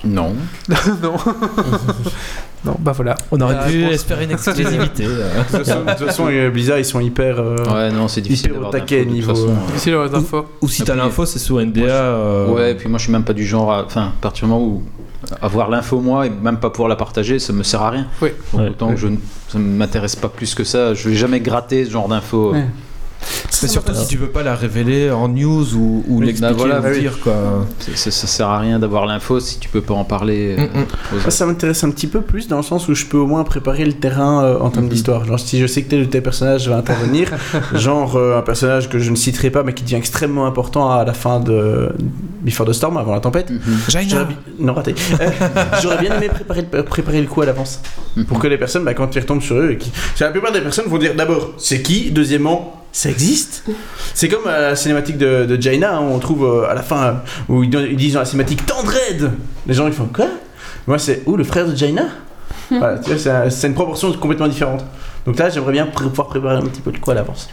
Speaker 2: Non.
Speaker 1: non. non, bah voilà.
Speaker 3: On
Speaker 1: La
Speaker 3: aurait dû
Speaker 1: réponse.
Speaker 3: espérer une exclusivité. euh.
Speaker 4: De toute façon- de toute façon, euh, Blizzard, ils sont hyper. euh,
Speaker 2: Ouais, non, c'est difficile.
Speaker 4: Hyper au
Speaker 2: d'avoir
Speaker 4: taquet
Speaker 2: d'infos, de toute
Speaker 4: niveau,
Speaker 2: façon,
Speaker 4: euh,
Speaker 1: Ici, les infos.
Speaker 3: Ou si t'as
Speaker 2: Après,
Speaker 3: l'info, c'est sur NDA.
Speaker 2: moi, je-
Speaker 3: euh,
Speaker 2: Ouais, et puis moi je suis même pas du genre à. Enfin, à partir du moment où avoir l'info moi et même pas pouvoir la partager, ça me sert à rien.
Speaker 1: Oui.
Speaker 2: Donc
Speaker 6: Ouais.
Speaker 2: autant que je ne ça ne m'intéresse pas plus que ça, je vais jamais gratter ce genre d'infos.
Speaker 1: Ouais.
Speaker 3: Mais surtout si tu peux pas la révéler en news ou, ou
Speaker 2: Oui,
Speaker 3: l'expliquer
Speaker 2: bah voilà,
Speaker 3: ou
Speaker 2: bah oui.
Speaker 3: dire quoi.
Speaker 2: C'est- Ça, ça sert à rien d'avoir l'info si tu peux pas en parler. euh,
Speaker 3: Mm,
Speaker 2: aux
Speaker 3: mm.
Speaker 4: Ça,
Speaker 2: autres.
Speaker 4: ça m'intéresse un petit peu plus dans le sens où je peux au moins préparer le terrain euh, en termes
Speaker 2: Mhm.
Speaker 4: d'histoire. Genre, si je sais que tel ou tel personnage va intervenir, genre euh, un personnage que je ne citerai pas mais qui devient extrêmement important à la fin de Before the Storm, avant la tempête.
Speaker 2: Mhm.
Speaker 4: J'aurais bi- Non, raté. Euh, J'aurais bien aimé préparer le, euh, préparer le coup à l'avance.
Speaker 2: Mhm.
Speaker 4: Pour que les personnes, bah, quand ils retombent sur eux, et qui... Parce que la plupart des personnes vont dire d'abord c'est qui Deuxièmement, ça existe C'est comme euh, la cinématique de, de Jaina, hein, on trouve euh, à la fin euh, où ils, don- ils disent dans la cinématique tant de raids Les gens ils font quoi Moi c'est où le frère de Jaina Voilà, tu vois, c'est un- c'est une proportion complètement différente. Donc là, j'aimerais bien pr- pouvoir préparer un petit peu le coup à l'avance.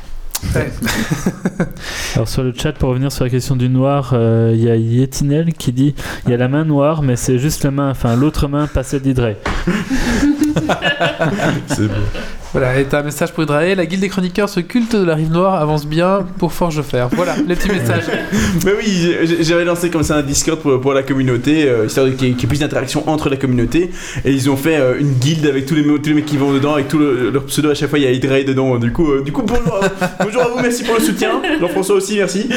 Speaker 6: Alors sur le chat, pour revenir sur la question du noir, euh, il y a Yetinel qui dit il y a la main noire, mais c'est juste la main, enfin l'autre main passée d'Hydré.
Speaker 1: Voilà, et t'as un message pour Hydrae. La guilde des chroniqueurs, ce culte de la rive noire avance bien pour Forgefer. Voilà, le petit message.
Speaker 4: Mais oui, j'ai- j'ai- j'avais lancé comme ça un Discord pour, pour la communauté, euh, histoire de- qu'il y, ait- qu'il y ait plus d'interaction entre la communauté. Et ils ont fait euh, une guilde avec tous les, mo- tous les mecs qui vont dedans, avec tout le- leur pseudo à chaque fois, il y a Hydrae dedans. Du coup, euh, du coup bonjour, à, bonjour à vous, merci pour le soutien. Jean-François aussi, merci.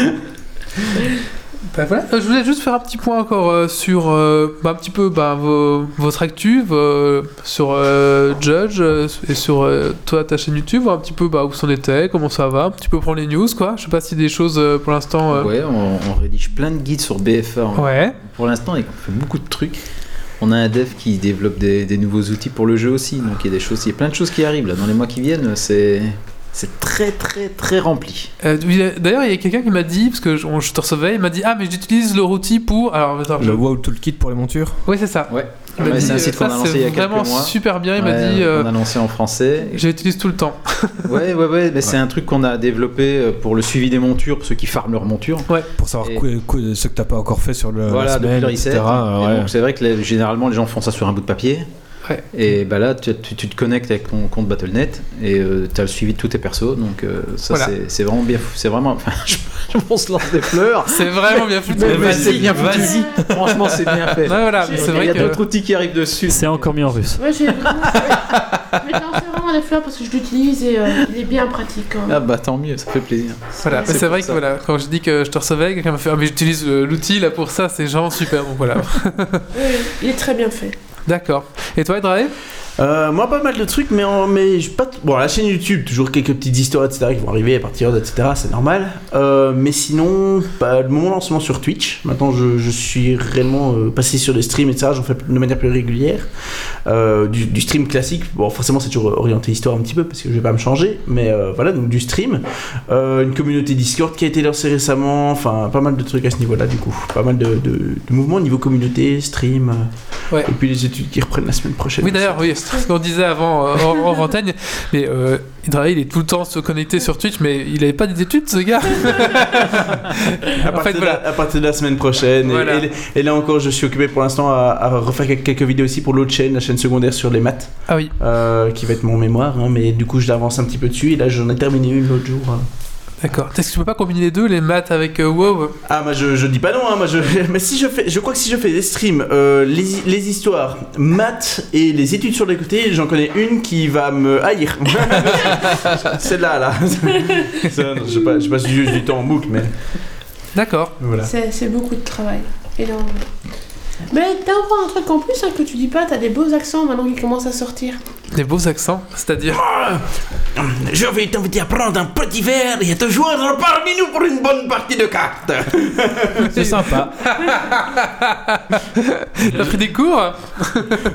Speaker 1: Bah voilà, euh, je voulais juste faire un petit point encore euh, sur euh, bah, un petit peu bah, vos- votre actu, vos- sur euh, Judge euh, et sur euh, toi ta chaîne YouTube, voir un petit peu bah, où s'en était, comment ça va, un petit peu prendre les news quoi. Je sais pas si des choses euh, pour l'instant. euh,
Speaker 2: Ouais, on, on rédige plein de guides sur BFA. en-
Speaker 1: ouais.
Speaker 2: Pour l'instant, on fait beaucoup de trucs. On a un dev qui développe des, des nouveaux outils pour le jeu aussi, donc il y a des choses, il y a plein de choses qui arrivent là dans les mois qui viennent. C'est c'est très très très rempli.
Speaker 1: Euh, oui, euh, D'ailleurs, il y a quelqu'un qui m'a dit, parce que je, on- je te recevais, il m'a dit Ah, mais j'utilise leur outil pour. Alors, attends, je-
Speaker 3: Le WoW Toolkit pour les montures.
Speaker 1: Oui, c'est ça.
Speaker 2: Ouais.
Speaker 1: Il m'a
Speaker 2: Ouais,
Speaker 1: dit,
Speaker 2: c'est un
Speaker 1: euh,
Speaker 2: site qu'on a
Speaker 1: ça,
Speaker 2: lancé
Speaker 1: c'est
Speaker 2: il y a quelques
Speaker 1: vraiment
Speaker 2: mois.
Speaker 1: super bien. Il m'a
Speaker 2: Ouais,
Speaker 1: dit
Speaker 2: On a lancé en français.
Speaker 1: J'utilise tout le temps.
Speaker 2: Ouais, ouais, ouais, mais c'est un truc qu'on a développé euh, pour le suivi des montures, pour ceux qui farment leurs montures.
Speaker 3: Pour savoir
Speaker 2: Et-
Speaker 3: quoi- quoi- ce que t'as pas encore fait sur le,
Speaker 2: voilà,
Speaker 3: Euh, la
Speaker 2: depuis
Speaker 3: semaine,
Speaker 2: le
Speaker 3: etc. Ah,
Speaker 2: reset. Et
Speaker 3: ouais.
Speaker 2: donc, c'est vrai que les- généralement, les gens font ça sur un bout de papier.
Speaker 1: Ouais.
Speaker 2: Et bah là, tu, tu- tu te connectes avec ton compte BattleNet et tu as le suivi de tous tes persos. Donc, euh, ça,
Speaker 1: Voilà.
Speaker 2: c'est- c'est vraiment bien fou. C'est vraiment. enfin, je- je- on se lance des fleurs.
Speaker 1: C'est vraiment bien foutu.
Speaker 2: Mais
Speaker 1: Ouais,
Speaker 2: vas-y, bien foutu.
Speaker 5: Euh,
Speaker 2: Franchement, c'est bien fait.
Speaker 1: voilà, mais c'est
Speaker 2: Il y
Speaker 1: vrai
Speaker 2: a
Speaker 1: que.
Speaker 2: d'autres outils qui arrivent dessus.
Speaker 6: C'est encore mis en russe.
Speaker 5: Ouais, j'ai vraiment. Mais t'en fais vraiment des fleurs parce que je l'utilise et euh, il est bien pratique. hein.
Speaker 2: Ah bah tant mieux, ça fait plaisir.
Speaker 1: Ah, Voilà, mais
Speaker 2: C'est
Speaker 1: c'est vrai
Speaker 2: pour
Speaker 1: que
Speaker 2: ça.
Speaker 1: voilà, quand je dis que je te recevais, quelqu'un m'a fait Ah, mais j'utilise euh, l'outil là pour ça, c'est genre super. Donc voilà.
Speaker 5: Oui, il est très bien fait.
Speaker 1: D'accord. Et toi, Hydrae
Speaker 4: Euh, moi, pas mal de trucs, mais, en- mais j'ai pas. t- Bon, la chaîne YouTube, toujours quelques petites histoires, etc., qui vont arriver à partir de, etc., c'est normal. Euh, mais sinon, bah, le moment lancement sur Twitch. Maintenant, je, je suis réellement euh, passé sur des streams, etc., j'en fais de manière plus régulière. Euh, du, du stream classique, bon, forcément, c'est toujours orienté histoire un petit peu, parce que je vais pas me changer, mais euh, voilà, donc du stream. Euh, une communauté Discord qui a été lancée récemment, enfin, pas mal de trucs à ce niveau-là, du coup. Pas mal de, de, de mouvements niveau communauté, stream. euh,
Speaker 1: Ouais.
Speaker 4: Et puis les études qui reprennent la semaine prochaine.
Speaker 1: Oui, d'ailleurs, oui, c'est ce qu'on disait avant euh, hors, hors antenne. Mais euh, Hydra, il est tout le temps se connecté sur Twitch, mais il avait pas des études, ce gars.
Speaker 4: À
Speaker 1: en
Speaker 4: partir,
Speaker 1: fait,
Speaker 4: de
Speaker 1: voilà.
Speaker 4: la, à partir de la semaine prochaine. Et-
Speaker 1: Voilà.
Speaker 4: Et, et là encore, je suis occupé pour l'instant à, à refaire quelques, quelques vidéos aussi pour l'autre chaîne, la chaîne secondaire sur les maths,
Speaker 1: Ah oui,
Speaker 4: euh, qui va être mon mémoire. hein, mais du coup, je l'avance un petit peu dessus. Et là, j'en ai terminé une l'autre jour. hein.
Speaker 1: d'accord. Est-ce que tu peux pas combiner les deux, les maths avec euh, WoW
Speaker 4: Ah, moi, je, je dis pas non. hein, moi, je, mais si je fais, je crois que si je fais des streams, euh, les, les histoires, maths et les études sur les côtés, j'en connais une qui va me haïr. Celle-là, là. Ça, non, je, passe, je passe juste du temps en boucle, mais
Speaker 1: D'accord.
Speaker 4: voilà.
Speaker 5: C'est c'est beaucoup de travail. Énorme. Mais t'as encore un truc en plus hein, que tu dis pas, t'as des beaux accents maintenant qui commencent à sortir.
Speaker 1: Des beaux accents, c'est-à-dire.
Speaker 4: Je vais t'inviter à prendre un petit verre et à te joindre parmi nous pour une bonne partie de cartes.
Speaker 2: C'est sympa.
Speaker 1: T'as pris des cours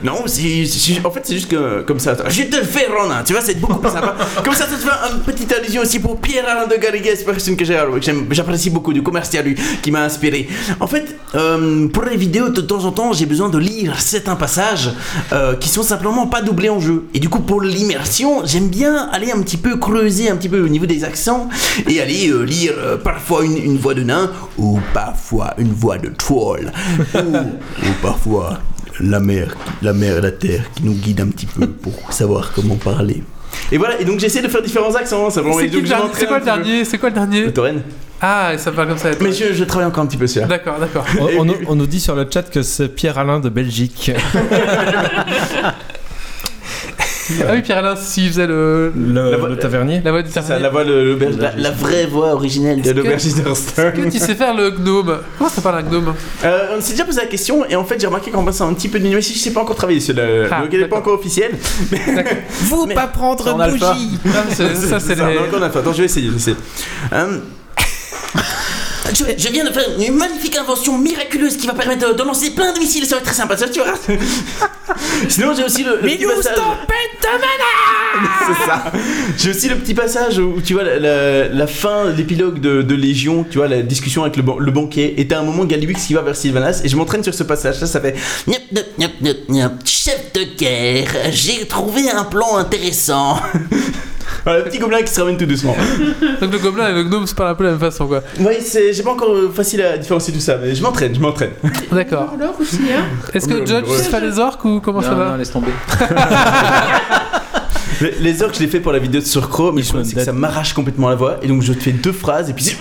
Speaker 4: Non, si, si- en fait, c'est juste que comme ça. Je vais te le faire en un, tu vois, c'est beaucoup plus sympa. comme ça, ça te fait une petite allusion aussi pour Pierre-Alain de Garrigues, personne que j'ai- que j'aime- j'apprécie beaucoup, du coup, merci à lui qui m'a inspiré. En fait, euh, pour les vidéos, de temps en temps, j'ai besoin de lire certains passages euh, qui sont simplement pas doublés en jeu. Et du coup, pour l'immersion, j'aime bien aller un petit peu creuser un petit peu au niveau des accents et aller euh, lire euh, parfois une, une voix de nain ou parfois une voix de troll ou, ou parfois la mer, la mer et la terre qui nous guide un petit peu pour savoir comment parler. Et voilà, et donc j'essaie de faire différents accents, hein, ça
Speaker 1: C'est qui le dernier- c'est quoi le dernier C'est quoi le dernier Ah, ça parle comme ça.
Speaker 4: Mais je, je travaille encore un petit peu sur ça.
Speaker 1: D'accord, d'accord.
Speaker 3: On, on nous- on nous dit sur le chat que c'est Pierre-Alain de Belgique.
Speaker 1: Ah oui, Pierre-Alain, s'il faisait le,
Speaker 3: Le,
Speaker 4: La-
Speaker 3: le tavernier
Speaker 1: la voix du
Speaker 4: Ça,
Speaker 1: dernier.
Speaker 4: la voix de l'auberge-
Speaker 2: bah,
Speaker 4: la, la vraie voix originelle de
Speaker 1: Est-ce que-
Speaker 4: l'aubergiste
Speaker 1: Est-ce que tu sais faire le gnome Comment ça parle un gnome
Speaker 4: Euh, on s'est déjà posé la question et en fait j'ai remarqué qu'en passant un petit peu de mais si je sais pas encore travailler sur le
Speaker 1: Ah,
Speaker 4: donc il est pas
Speaker 1: d'accord.
Speaker 4: encore officiel.
Speaker 3: Vous
Speaker 4: Mais-
Speaker 3: pas prendre
Speaker 2: En alpha.
Speaker 1: Ah, c'est- Ça, c'est les...
Speaker 4: Non, qu'on a fait. Attends, je vais essayer, je vais essayer. Hum. Je, je viens de faire une magnifique invention miraculeuse qui va permettre de, de lancer plein de missiles, ça va être très sympa, ça tu verras. Sinon j'ai aussi le, le petit passage. C'est ça. J'ai aussi le petit passage où tu vois la, la- la fin, l'épilogue de, de Légion, tu vois la discussion avec le, ban- le banquier. Et t'as un moment Galibux qui va vers Sylvanas et je m'entraîne sur ce passage. Ça, ça fait. Nyap, nyap, nyap, nyap, nyap. Chef de guerre, j'ai trouvé un plan intéressant. voilà, le petit gobelin qui se ramène tout doucement.
Speaker 1: Donc le gobelin et le gnome se parlent un peu de la même façon, quoi.
Speaker 4: Oui, c'est, j'ai pas encore euh, facile à différencier tout ça, mais je m'entraîne, je m'entraîne.
Speaker 1: D'accord.
Speaker 5: Alors aussi, hein.
Speaker 1: Est-ce que Judge se fait les orques ou comment ça
Speaker 2: non, non,
Speaker 1: va
Speaker 2: laisse tomber.
Speaker 4: Les, les orques, je les fais pour la vidéo sur Crow, mais je problème, c'est que ça m'arrache complètement la voix, et donc je te fais deux phrases, et puis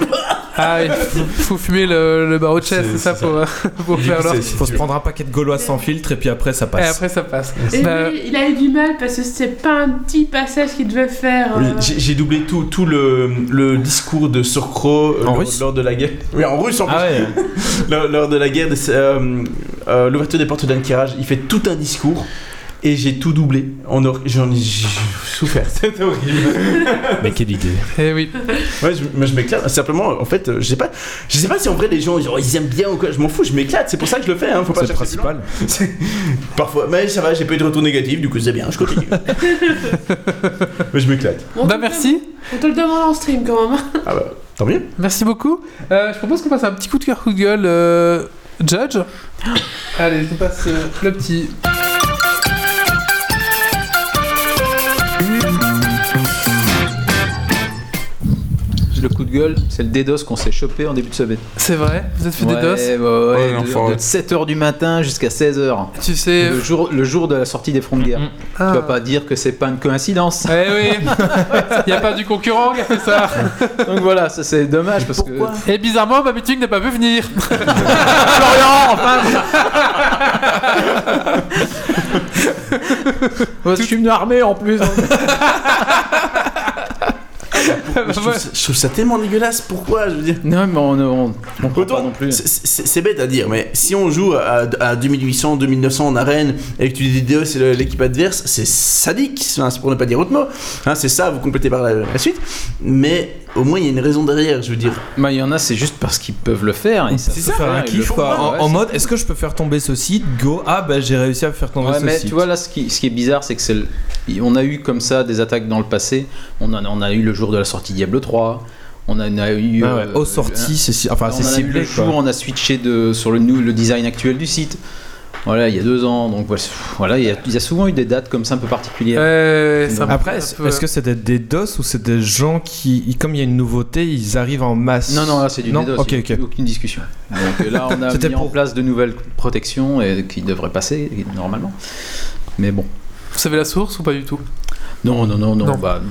Speaker 1: Ah, il faut, faut fumer le, le barreau de chaise,
Speaker 4: C'est-
Speaker 1: c'est ça,
Speaker 4: c'est
Speaker 1: pour, pour faire l'orque.
Speaker 3: Faut se prendre un paquet de Gaulois sans filtre et puis après ça
Speaker 1: Et
Speaker 3: passe.
Speaker 1: après, ça passe.
Speaker 5: Et
Speaker 1: Bah,
Speaker 5: lui, il a eu du mal parce que c'est pas un petit passage qu'il devait faire.
Speaker 4: Oui,
Speaker 5: euh,
Speaker 4: j'ai, j'ai doublé tout, tout le, le discours de Surcro euh,
Speaker 3: En
Speaker 4: lors,
Speaker 3: russe
Speaker 4: lors de la guerre. Oui, en russe en plus.
Speaker 3: Ah ouais.
Speaker 4: Lors, lors de la guerre, de, euh, euh, l'ouverture des portes d'Ankiraj, il fait tout un discours. Et j'ai tout doublé en or. J'en ai j'ai souffert, c'était horrible.
Speaker 3: Mais quelle idée.
Speaker 1: eh oui.
Speaker 4: Ouais, je, mais je m'éclate. Simplement, en fait, euh, je sais pas, je sais pas si en vrai les gens ils, oh, ils aiment bien ou quoi. Je m'en fous, je m'éclate. C'est pour ça que je le fais. Hein, faut pas
Speaker 3: C'est le
Speaker 4: chercher plus loin.
Speaker 3: principal.
Speaker 4: C'est- Parfois, mais ça va, j'ai pas eu de retour négatif, du coup c'est bien, je continue. mais je m'éclate.
Speaker 5: on te
Speaker 1: Bah,
Speaker 5: le
Speaker 1: merci.
Speaker 5: demande- On te le demande en stream quand même. hein.
Speaker 4: Ah bah, tant mieux.
Speaker 1: Merci beaucoup. Euh, je propose qu'on passe un petit coup de cœur, coup de gueule. euh, Judge Allez, on passe euh, le petit.
Speaker 2: Le coup de gueule, c'est le DDoS qu'on s'est chopé en début de semaine.
Speaker 1: C'est vrai, vous êtes fait
Speaker 2: Ouais,
Speaker 1: des dos
Speaker 2: ouais, ouais,
Speaker 4: Ouais,
Speaker 2: de-
Speaker 4: l'enfant,
Speaker 2: de,
Speaker 4: ouais.
Speaker 2: 7h du matin jusqu'à 16h.
Speaker 1: Tu sais.
Speaker 2: Le jour, le jour de la sortie des fronts de guerre.
Speaker 1: Ah.
Speaker 2: Tu vas pas dire que c'est pas une coïncidence.
Speaker 1: Eh oui, il a pas du concurrent qui a fait ça.
Speaker 2: Donc voilà, ça c'est dommage parce
Speaker 4: Pourquoi
Speaker 2: que.
Speaker 1: Et bizarrement, ma meeting n'a pas pu venir.
Speaker 2: Florian, enfin Moi, Je suis venu armé en plus.
Speaker 1: hein.
Speaker 4: Je trouve, ça, je trouve ça tellement dégueulasse, pourquoi Je veux dire.
Speaker 2: non, mais on, on, on comprend
Speaker 4: Autant-
Speaker 2: pas non plus.
Speaker 4: C'est- C'est c'est bête à dire, mais si on joue à, à 2800, 2900 en arène et que tu dis DDoS c'est le- l'équipe adverse, c'est sadique, enfin, c'est pour ne pas dire autre mot. Hein, c'est ça, vous complétez par la, la suite. Mais au moins, il y a une raison derrière, je veux dire.
Speaker 2: Bah, il y en a, c'est juste parce qu'ils peuvent le faire. Ils savent
Speaker 4: C'est
Speaker 2: le
Speaker 4: ça, hein,
Speaker 3: Faire un
Speaker 2: ils
Speaker 3: kiff
Speaker 2: le
Speaker 3: quoi.
Speaker 2: font,
Speaker 3: En,
Speaker 2: ouais,
Speaker 3: en
Speaker 2: c'est-
Speaker 3: mode est-ce que je peux faire tomber ce site Go ah bah j'ai réussi à faire tomber
Speaker 2: Ouais,
Speaker 3: ce
Speaker 2: mais
Speaker 3: site.
Speaker 2: tu vois là, ce qui, ce qui est bizarre, c'est que c'est le- on a eu comme ça des attaques dans le passé. On en- on a eu le jour de la sortie Diablo 3. On en a eu.
Speaker 3: Ah ouais,
Speaker 2: euh,
Speaker 3: aux sorties c'est si- enfin
Speaker 2: on
Speaker 3: c'est
Speaker 2: en a eu
Speaker 3: ciblé
Speaker 2: le
Speaker 3: quoi.
Speaker 2: jour, on a switché de, sur le, nou- le design actuel du site. Voilà, il y a deux ans. Donc voilà, pff, voilà, il y, a- il y a souvent eu des dates comme ça un peu particulières.
Speaker 1: Euh, ça me
Speaker 3: Après,
Speaker 1: fait
Speaker 3: est-ce
Speaker 1: un peu-
Speaker 3: est-ce que c'est des, des DOS ou c'est des gens qui, ils- comme il y a une nouveauté, ils arrivent en masse
Speaker 2: Non, non, là c'est du
Speaker 3: Non,
Speaker 2: DDoS,
Speaker 3: ok,
Speaker 2: il y a
Speaker 3: ok.
Speaker 2: aucune discussion. Donc euh, là, on a
Speaker 3: C'était
Speaker 2: mis en
Speaker 3: pour-
Speaker 2: place de nouvelles protections et, qui devraient passer et- normalement. Mais bon.
Speaker 1: Vous savez la source ou pas du tout
Speaker 2: Non, non, non, non.
Speaker 1: Non.
Speaker 2: Bah,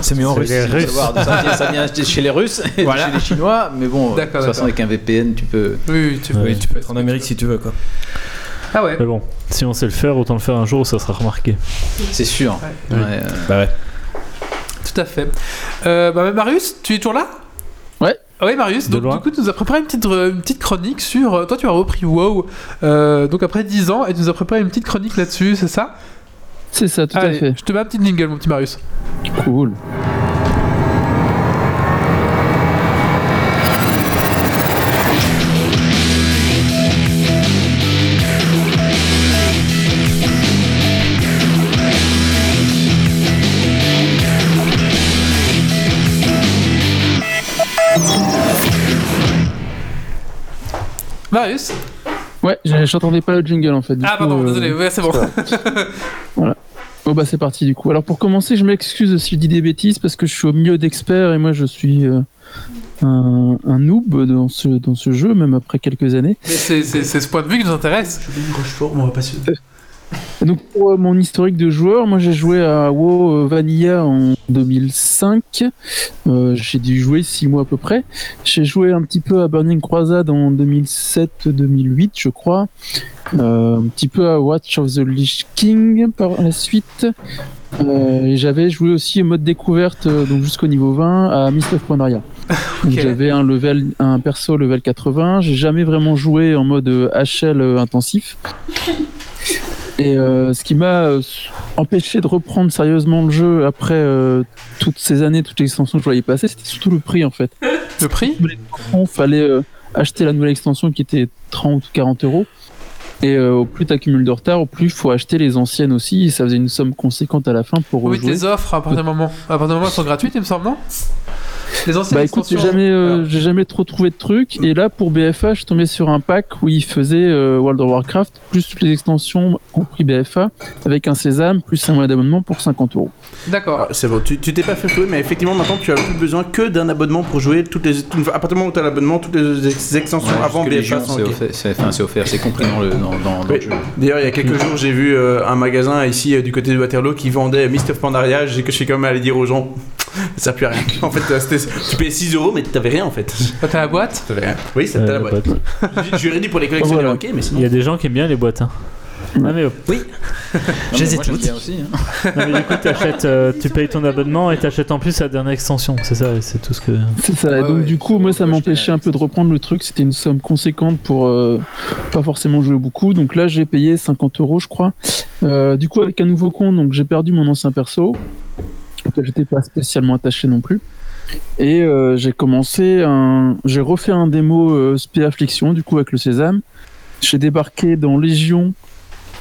Speaker 3: C'est mieux en
Speaker 6: C'est
Speaker 3: russe.
Speaker 6: les Russes.
Speaker 2: savoir, ça, vient, ça vient chez les Russes et
Speaker 3: Voilà.
Speaker 2: chez les Chinois, mais bon, de toute
Speaker 1: D'accord,
Speaker 2: façon,
Speaker 1: d'accord.
Speaker 2: avec un VPN, tu peux.
Speaker 1: Oui, oui, tu,
Speaker 3: Oui,
Speaker 1: oui,
Speaker 3: tu peux être en Amérique si tu veux, quoi.
Speaker 1: Ah ouais.
Speaker 6: Mais bon, si on sait le faire, autant le faire un jour où ça sera remarqué.
Speaker 2: C'est sûr.
Speaker 1: Ouais.
Speaker 2: Ouais,
Speaker 6: Oui.
Speaker 2: euh,
Speaker 3: Bah ouais.
Speaker 1: Tout à fait. Euh, bah, Marius, tu es toujours là
Speaker 7: Ouais.
Speaker 1: Ah oui, Marius,
Speaker 6: De
Speaker 1: donc
Speaker 6: loin.
Speaker 1: du coup, tu nous as préparé une petite, euh, une petite chronique sur. euh, Toi, tu as repris WoW euh, donc après 10 ans et tu nous as préparé une petite chronique là-dessus, c'est ça
Speaker 7: C'est ça, tout à
Speaker 1: Allez,
Speaker 7: fait.
Speaker 1: je te mets un petit jingle, mon petit Marius.
Speaker 7: Cool.
Speaker 1: Marius
Speaker 7: Ouais, je- j'entendais pas le jingle en fait. du
Speaker 1: Ah,
Speaker 7: coup,
Speaker 1: pardon,
Speaker 7: euh,
Speaker 1: désolé, ouais, c'est bon.
Speaker 7: Bon bah c'est parti du coup. Alors pour commencer, je m'excuse si je dis des bêtises parce que je suis au milieu d'experts et moi je suis euh, un, un noob dans ce, dans ce jeu, même après quelques années.
Speaker 1: Mais c'est c'est- c'est ce point de vue qui nous intéresse.
Speaker 9: Je vais une Rochefort, mais on va passer.
Speaker 7: Et donc pour euh, mon historique de joueur, moi j'ai joué à WoW euh, Vanilla en 2005. Euh, j'ai dû jouer 6 mois à peu près. J'ai joué un petit peu à Burning Crusade en 2007-2008 je crois. Euh, un petit peu à Watch of the Lich King par la suite. Euh, et j'avais joué aussi au mode découverte euh, donc jusqu'au niveau 20 à Mist of Pandaria. Donc
Speaker 1: Ok.
Speaker 7: J'avais un level, un perso level 80. J'ai jamais vraiment joué en mode euh, HL euh, intensif. Et euh, ce qui m'a euh, empêché de reprendre sérieusement le jeu après euh, toutes ces années, toutes les extensions que je voyais passer, c'était surtout le prix en fait.
Speaker 1: Le prix
Speaker 7: Il fallait euh, acheter la nouvelle extension qui était 30 ou 40 euros. Et euh, au plus tu accumules de retard, au plus il faut acheter les anciennes aussi. Et ça faisait une somme conséquente à la fin pour
Speaker 1: Oui,
Speaker 7: rejouer.
Speaker 1: les offres, à partir du moment. À partir du moment, elles sont gratuites, il me semble, non Les anciennes
Speaker 7: Bah écoute, j'ai
Speaker 1: extensions-
Speaker 7: jamais, euh,
Speaker 1: Alors.
Speaker 7: j'ai jamais trop trouvé de trucs. Et là, pour BFA, je suis tombé sur un pack où ils faisaient euh, World of Warcraft, plus toutes les extensions, compris BFA, avec un sésame, plus un mois d'abonnement pour 50 euros.
Speaker 1: D'accord.
Speaker 4: Ah, c'est bon, tu tu t'es pas fait flouer, mais effectivement, maintenant tu as plus besoin que d'un abonnement pour jouer toutes les. tout- à partir du moment où t'as l'abonnement, toutes les ex- extensions
Speaker 2: ouais,
Speaker 4: avant
Speaker 2: jusque les
Speaker 4: BFA
Speaker 2: gens,
Speaker 4: sont
Speaker 2: c'est
Speaker 4: ok.
Speaker 2: offert- c'est enfin, c'est offert, c'est compris dans le, dans, dans- dans le
Speaker 4: Oui.
Speaker 2: jeu.
Speaker 4: D'ailleurs, il y a quelques jours, j'ai vu euh, un magasin ici euh, du côté de Waterloo qui vendait Mist of Pandaria. J'ai que je suis quand même allé dire aux gens, ça pue à rien. En fait, euh, c'était- tu payais 6 euros, mais t'avais rien en fait.
Speaker 1: Bah, T'as la boîte
Speaker 4: T'avais rien. Oui, ça
Speaker 6: Euh,
Speaker 4: t'as la
Speaker 6: la
Speaker 4: boîte.
Speaker 6: boîte.
Speaker 4: Je je lui ai dit pour les collectionneurs,
Speaker 7: Voilà.
Speaker 4: ok, mais
Speaker 6: Il
Speaker 4: sinon.
Speaker 6: y a des gens qui aiment bien les boîtes. hein.
Speaker 3: Mm.
Speaker 6: Ah, mais, euh,
Speaker 2: Non, mais moi, j'aime bien aussi. hein.
Speaker 6: non, mais du coup, t'achètes, euh, tu payes ton abonnement et t'achètes en plus la dernière extension. C'est ça, c'est tout ce que.
Speaker 7: C'est ça.
Speaker 1: Ouais,
Speaker 7: donc
Speaker 1: ouais,
Speaker 7: du coup, moi, ça
Speaker 2: faut acheter
Speaker 7: m'empêchait
Speaker 2: la
Speaker 7: un peu de reprendre le truc. C'était une somme conséquente pour euh, pas forcément jouer beaucoup. Donc là, j'ai payé 50 euros, je crois. Euh, du coup, avec un nouveau compte, donc j'ai perdu mon ancien perso. auquel J'étais pas spécialement attaché non plus. Et euh, j'ai commencé un, j'ai refait un démo euh, Spé Affliction du coup avec le Sésame. J'ai débarqué dans Légion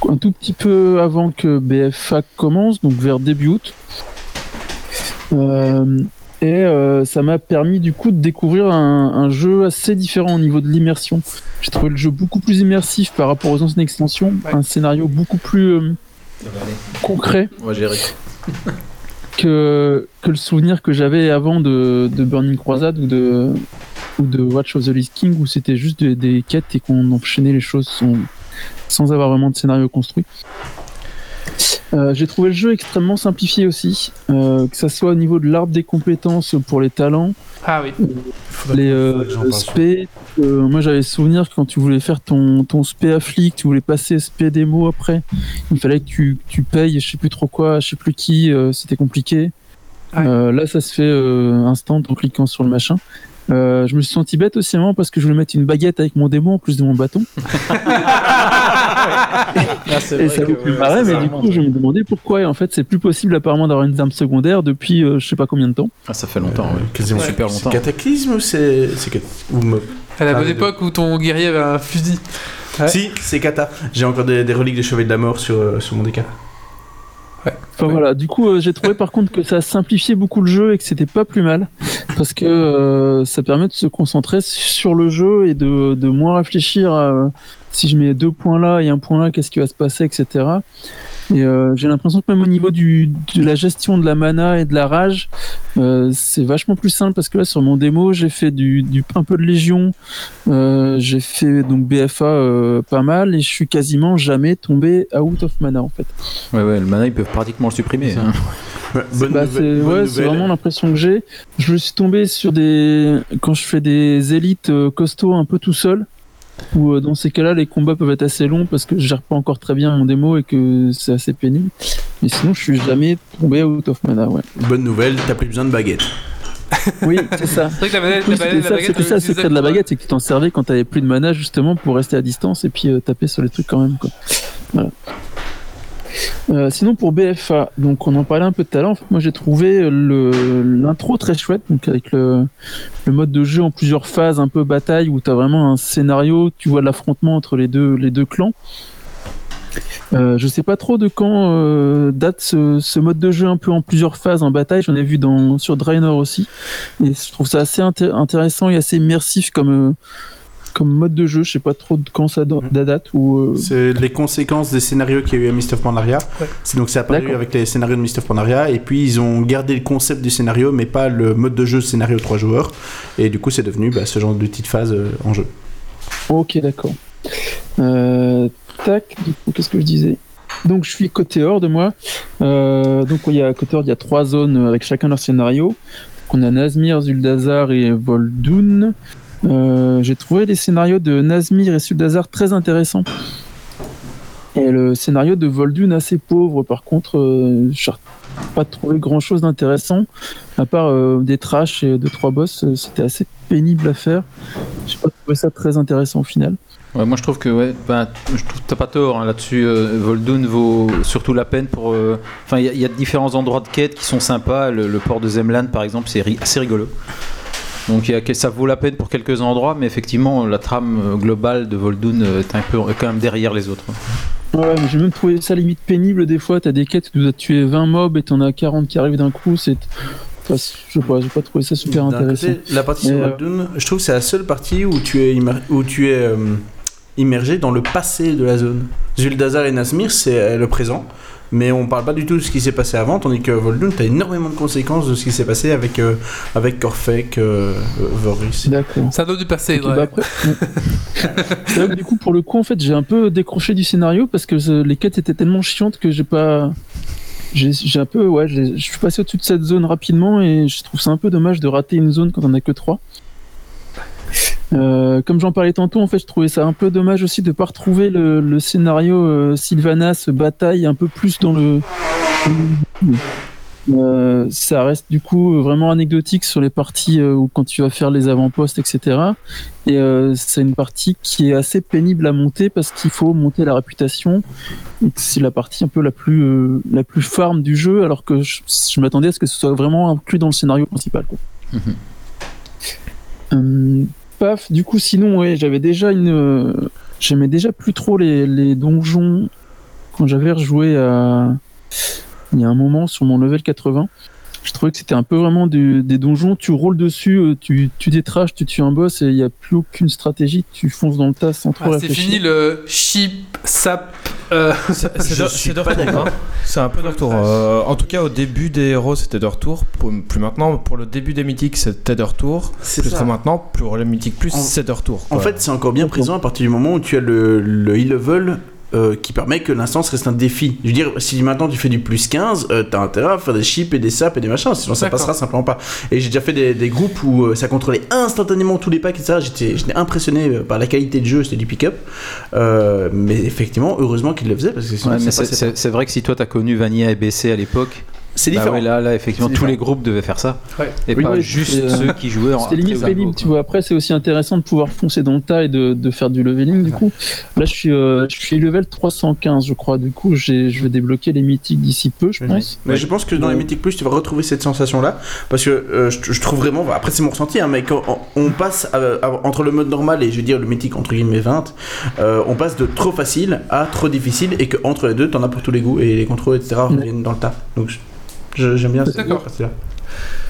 Speaker 7: un tout petit peu avant que BFA commence, donc vers début août. Euh, et euh, ça m'a permis du coup de découvrir un, un jeu assez différent au niveau de l'immersion. J'ai trouvé le jeu beaucoup plus immersif par rapport aux anciennes extensions,
Speaker 1: Ouais.
Speaker 7: un scénario beaucoup plus euh, concret
Speaker 2: Ouais, j'ai ri.
Speaker 7: que, que le souvenir que j'avais avant de, de Burning Crusade ou de, ou de Watch of the Lich King où c'était juste des, des quêtes et qu'on enchaînait les choses sans, sans avoir vraiment de scénario construit. Euh, J'ai trouvé le jeu extrêmement simplifié aussi, euh, que ça soit au niveau de l'arbre des compétences pour les talents,
Speaker 1: Ah oui.
Speaker 7: les
Speaker 9: faudrait que j'en
Speaker 7: euh,
Speaker 9: parle.
Speaker 7: spé. euh, moi j'avais souvenir que quand tu voulais faire ton, ton spé à flic, tu voulais passer spé démo après, il fallait que tu, tu payes je sais plus trop quoi, je sais plus qui, euh, c'était compliqué.
Speaker 1: Ah ouais.
Speaker 7: Euh, là ça se fait euh, instant en cliquant sur le machin. Euh, je me suis senti bête aussi à un moment parce que je voulais mettre une baguette avec mon démo en plus de mon bâton. Et ça me fait marrer, mais du
Speaker 2: hein.
Speaker 7: coup je me demandais pourquoi. Et en fait c'est plus possible apparemment d'avoir une arme secondaire depuis euh, je sais pas combien de temps.
Speaker 2: Ah, ça fait longtemps, oui.
Speaker 4: Quasiment
Speaker 2: Ouais. super longtemps.
Speaker 4: C'est Cataclysme ou c'est. c'est cat- ou me-
Speaker 1: À la
Speaker 4: Ah,
Speaker 1: bonne
Speaker 4: les deux.
Speaker 1: époque où ton guerrier avait un fusil. Ouais.
Speaker 4: Si, c'est Kata. J'ai encore des, des reliques des cheveux de la mort sur, euh, sur mon déca.
Speaker 7: Enfin voilà, du coup euh, j'ai trouvé par contre que ça simplifiait beaucoup le jeu et que c'était pas plus mal parce que euh, ça permet de se concentrer sur le jeu et de, de moins réfléchir à, si je mets deux points là et un point là, qu'est-ce qui va se passer, etc. Et euh, j'ai l'impression que même au niveau du, de la gestion de la mana et de la rage, euh, c'est vachement plus simple parce que là sur mon démo, j'ai fait du, du un peu de légion, euh, j'ai fait donc BFA euh, pas mal et je suis quasiment jamais tombé out of mana en fait.
Speaker 2: Ouais, ouais, le mana, ils peuvent pratiquement le supprimer. hein.
Speaker 4: Ouais, bonne
Speaker 7: Bah,
Speaker 4: nouvelle,
Speaker 7: c'est
Speaker 4: bonne
Speaker 7: ouais, c'est
Speaker 4: nouvelle.
Speaker 7: vraiment l'impression que j'ai. Je me suis tombé sur des. Quand je fais des élites euh, costauds un peu tout seul, où euh, dans ces cas-là, les combats peuvent être assez longs parce que je gère pas encore très bien mon démo et que c'est assez pénible. Mais sinon, je suis jamais tombé out of mana, ouais.
Speaker 4: Bonne nouvelle, t'as plus besoin de baguette.
Speaker 7: Oui, c'est ça.
Speaker 1: C'est vrai que la manette,
Speaker 7: Oui,
Speaker 1: la manette,
Speaker 7: C'était
Speaker 1: la baguette,
Speaker 7: ça, c'était
Speaker 1: on
Speaker 7: ça le
Speaker 1: l'utilisait
Speaker 7: secret de la
Speaker 1: pour-
Speaker 7: baguette, c'est que tu t'en servais quand t'avais plus de mana justement pour rester à distance et puis euh, taper sur les trucs quand même. Quoi. Voilà. Euh, sinon pour BFA, donc on en parlait un peu tout à l'heure. En fait, moi j'ai trouvé euh, le- l'intro très chouette, donc avec le, le mode de jeu en plusieurs phases, un peu bataille où t'as vraiment un scénario, tu vois l'affrontement entre les deux les deux clans. Euh, je sais pas trop de quand euh, date ce, ce mode de jeu un peu en plusieurs phases en bataille. J'en ai vu dans sur Draenor aussi. Et je trouve ça assez inté- intéressant et assez immersif comme, euh, comme mode de jeu. Je sais pas trop de quand ça do- da- date. Ou, euh,
Speaker 4: C'est les conséquences des scénarios qu'il y a eu à Mist of Pandaria. C'est Donc c'est apparu
Speaker 7: D'accord.
Speaker 4: avec les scénarios de Mist of Pandaria et puis ils ont gardé le concept du scénario mais pas le mode de jeu scénario 3 joueurs et du coup c'est devenu bah, ce genre de petite phase euh, en jeu.
Speaker 7: Ok, d'accord. Euh, tac, du coup, qu'est-ce que je disais Donc, je suis côté hors de moi. Euh, donc, il y a, côté hors, il y a trois zones avec chacun leur scénario. Donc, on a Nazmir, Zuldazar et Voldoun. Euh, J'ai trouvé les scénarios de Nazmir et Zuldazar très intéressants. Et le scénario de Voldoun assez pauvre, par contre, euh, j'ai pas trouvé grand chose d'intéressant. À part euh, des trashs et deux, trois boss, euh, c'était assez pénible à faire. J'ai pas trouvé ça très intéressant au final.
Speaker 2: Ouais, moi je trouve que ouais, ben, je trouve que t'as pas tort hein, là-dessus. euh, Voldoon vaut surtout la peine pour. euh, Enfin, il y a- il y, a différents endroits de quête qui sont sympas. Le, le port de Zemland, par exemple, c'est ri- assez rigolo. Donc il y a que- ça vaut la peine pour quelques endroits, mais effectivement la trame euh, globale de Voldoon euh, est un peu est quand même derrière les autres. hein.
Speaker 7: Ouais, mais j'ai même trouvé ça limite pénible des fois. T'as des quêtes où tu dois tuer 20 mobs et t'en as 40 qui arrivent d'un coup. C'est. Enfin, je sais pas, j'ai pas trouvé ça super
Speaker 4: D'un
Speaker 7: intéressant.
Speaker 4: côté, la partie sur
Speaker 7: Mais, euh,
Speaker 4: Webtoon, je trouve que c'est la seule partie où tu es, immer- où tu es euh, immergé dans le passé de la zone. Zuldazar et Nasmir, c'est euh, le présent, mais on parle pas du tout de ce qui s'est passé avant, tandis que Voldoon, t'as énormément de conséquences de ce qui s'est passé avec, euh, avec Corfec, euh, euh, Vorus.
Speaker 7: D'accord.
Speaker 1: C'est un autre du passé,
Speaker 7: Ok, bah
Speaker 1: ouais.
Speaker 7: après- Mm. C'est vrai que du coup, pour le coup, en fait, j'ai un peu décroché du scénario parce que euh, les quêtes étaient tellement chiantes que j'ai pas. J'ai j'ai un peu. Ouais, j'ai- je suis passé au-dessus de cette zone rapidement et je trouve ça un peu dommage de rater une zone quand on a que trois. Euh, comme j'en parlais tantôt, en fait, je trouvais ça un peu dommage aussi de pas retrouver le, le scénario euh, Sylvanas bataille un peu plus dans le. Euh, ça reste du coup vraiment anecdotique sur les parties euh, où quand tu vas faire les avant-postes, etc. Et euh, c'est une partie qui est assez pénible à monter parce qu'il faut monter la réputation. Et que C'est la partie un peu la plus euh, la plus farm du jeu, alors que je, je m'attendais à ce que ce soit vraiment inclus dans le scénario principal. Quoi.
Speaker 2: Mhm.
Speaker 7: Euh, paf. Du coup, sinon, ouais, j'avais déjà une, euh, j'aimais déjà plus trop les, les donjons quand j'avais rejoué à il y a un moment sur mon level 80. Je trouvais que c'était un peu vraiment du- des donjons. Tu roules dessus, euh, tu, tu détraches, tu tues un boss et il n'y a plus aucune stratégie. Tu fonces dans le tas sans trop
Speaker 1: Ah, c'est
Speaker 7: réfléchir.
Speaker 1: fini le chip, sap. euh,
Speaker 3: C'est de, c'est de retour, hein. C'est un peu de retour. Euh, en tout cas, au début des héros, c'était de retour. Pour- plus maintenant, pour le début des mythiques, c'était de retour.
Speaker 4: C'est
Speaker 3: Plus
Speaker 4: ça.
Speaker 3: maintenant, pour les mythiques plus,
Speaker 4: En-
Speaker 3: c'est de retour.
Speaker 4: En
Speaker 3: quoi.
Speaker 4: fait, c'est encore bien présent à partir du moment où tu as le, le high level euh, qui permet que l'instance reste un défi. Je veux dire, si maintenant tu fais du plus 15, euh, t'as intérêt à faire des chips et des saps et des machins, sinon ça
Speaker 1: D'accord.
Speaker 4: passera simplement pas. Et j'ai déjà fait des, des groupes où euh, ça contrôlait instantanément tous les packs et ça, j'étais j'étais impressionné euh, par la qualité de jeu, c'était du pick-up. Euh, mais effectivement, heureusement qu'ils le faisaient parce que sinon
Speaker 2: Ouais,
Speaker 4: ça
Speaker 2: mais c'est-
Speaker 4: passait pas.
Speaker 2: c'est c'est vrai que si toi t'as connu Vanilla et BC à l'époque,
Speaker 4: C'est
Speaker 2: bah
Speaker 4: différent.
Speaker 2: ouais, là, là effectivement
Speaker 4: C'est
Speaker 2: tous les
Speaker 4: différent.
Speaker 2: groupes devaient faire ça
Speaker 1: Ouais.
Speaker 2: et
Speaker 7: Oui,
Speaker 2: pas
Speaker 7: oui,
Speaker 2: juste
Speaker 7: c'est, euh,
Speaker 2: ceux qui jouaient en.
Speaker 7: C'était limite
Speaker 2: après au
Speaker 7: pénible,
Speaker 2: tableau,
Speaker 7: tu vois. Après, c'est aussi intéressant de pouvoir foncer dans le tas et de, de faire du leveling, du coup. Là, je suis, euh, je suis level 315, je crois. Du coup, j'ai- je vais débloquer les mythiques d'ici peu, je
Speaker 4: Oui.
Speaker 7: pense.
Speaker 4: Mais je pense que dans les
Speaker 7: Ouais.
Speaker 4: Mythic Plus, tu vas retrouver cette sensation-là. Parce que euh, je, je trouve vraiment, bah, après c'est mon ressenti, hein, mais quand on, on passe euh, à- entre le mode normal et je veux dire le Mythic entre guillemets 20, euh, on passe de trop facile à trop difficile et que entre les deux, t'en as pour tous les goûts et les contrôles, etc. reviennent dans le tas. Donc je- je- j'aime bien cette
Speaker 1: D'accord.
Speaker 4: partie-là.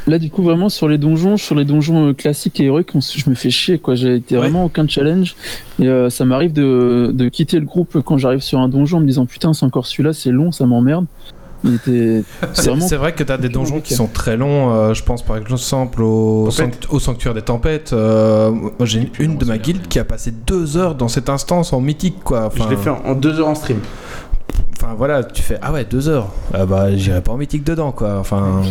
Speaker 7: Là, du coup, vraiment sur les donjons, sur les donjons euh, classiques et héroïques, on s- je me fais chier, quoi. J'ai été vraiment aucun challenge. Et euh, ça m'arrive de, de quitter le groupe quand j'arrive sur un donjon en me disant putain, c'est encore celui-là, c'est long, ça m'emmerde. Il était
Speaker 3: C'est
Speaker 7: vraiment-
Speaker 3: c'est vrai que t'as des donjons qui
Speaker 7: compliqué.
Speaker 3: sont très longs. euh, je pense par exemple au,
Speaker 9: Tempête.
Speaker 3: sanct- au Sanctuaire des Tempêtes. euh, moi, J'ai une de ma guilde qui a passé deux heures dans cette instance en mythique. Quoi. Enfin,
Speaker 4: Je l'ai fait en en deux heures en stream.
Speaker 3: enfin, voilà, tu fais Ah ouais, deux heures. Ah bah j'irai pas en mythique dedans quoi. Enfin,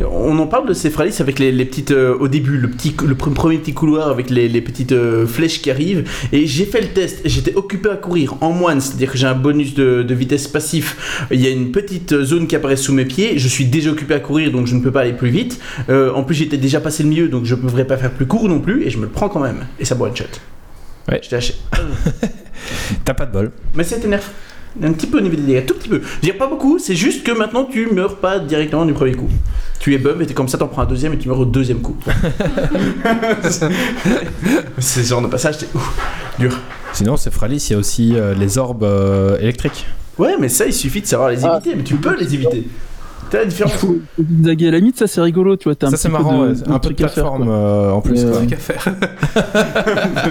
Speaker 4: On en parle de Céphalis avec les, les petites. euh, au début, le, petit, cou- le pre- premier petit couloir avec les, les petites euh, flèches qui arrivent. Et j'ai fait le test. J'étais occupé à courir en moine, c'est-à-dire que j'ai un bonus de, de vitesse passif. Il y a une petite euh, zone qui apparaît sous mes pieds. Je suis déjà occupé à courir, donc je ne peux pas aller plus vite. Euh, en plus, j'étais déjà passé le milieu, donc je ne pourrais pas faire plus court non plus. Et je me le prends quand même. Et ça boit one shot.
Speaker 3: Ouais.
Speaker 4: Je l'ai haché.
Speaker 3: t'as pas de bol.
Speaker 4: Mais ça t'énerve. Un petit peu au niveau des dégâts, tout petit peu. Je veux dire pas beaucoup, c'est juste que maintenant tu meurs pas directement du premier coup. Tu es bum et t'es comme ça, t'en prends un deuxième et tu meurs au deuxième coup. c'est ce genre de passage, c'est ouf.
Speaker 3: Sinon, c'est Fralis, il y a aussi euh, les orbes euh, électriques.
Speaker 4: Ouais, mais ça il suffit de savoir les éviter,
Speaker 7: Ah,
Speaker 4: mais tu peux les éviter. T'as la
Speaker 7: Il
Speaker 4: différence.
Speaker 7: faut faut zigzaguer. À la limite, ça c'est rigolo, tu vois. t'as un
Speaker 3: Ça,
Speaker 7: petit
Speaker 3: c'est
Speaker 7: peu
Speaker 3: marrant,
Speaker 7: de-
Speaker 3: ouais, un peu de
Speaker 7: truc à faire, quoi.
Speaker 3: plateforme euh, en plus.
Speaker 7: Mais,
Speaker 3: quoi.
Speaker 7: euh,
Speaker 1: qu'à faire.
Speaker 4: Ah,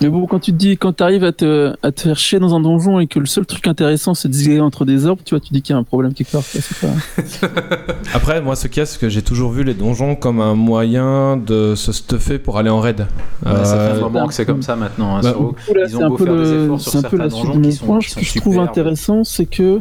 Speaker 7: Mais bon, quand tu te dis, quand t'arrives à te, à te faire chier dans un donjon et que le seul truc intéressant c'est de zigzaguer entre des orbes, tu vois, tu dis qu'il y a un problème quelque part. quoi, c'est pas-
Speaker 3: Après, moi, ce qu'il y a, c'est que j'ai toujours vu les donjons comme un moyen de se stuffer pour aller en raid.
Speaker 2: Ouais, ça fait
Speaker 3: Euh,
Speaker 2: un moment que c'est comme ça maintenant. hein,
Speaker 3: bah,
Speaker 2: sur-
Speaker 7: Là,
Speaker 2: Ils ont
Speaker 7: c'est un
Speaker 2: beau
Speaker 7: peu
Speaker 2: faire des
Speaker 7: le,
Speaker 2: efforts sur
Speaker 7: c'est un peu la
Speaker 2: certains
Speaker 7: suite
Speaker 2: donjons
Speaker 7: de mon
Speaker 2: qui sont-
Speaker 7: point.
Speaker 2: qui
Speaker 7: Ce
Speaker 2: sont
Speaker 7: que je trouve
Speaker 2: superbes.
Speaker 7: intéressant, c'est que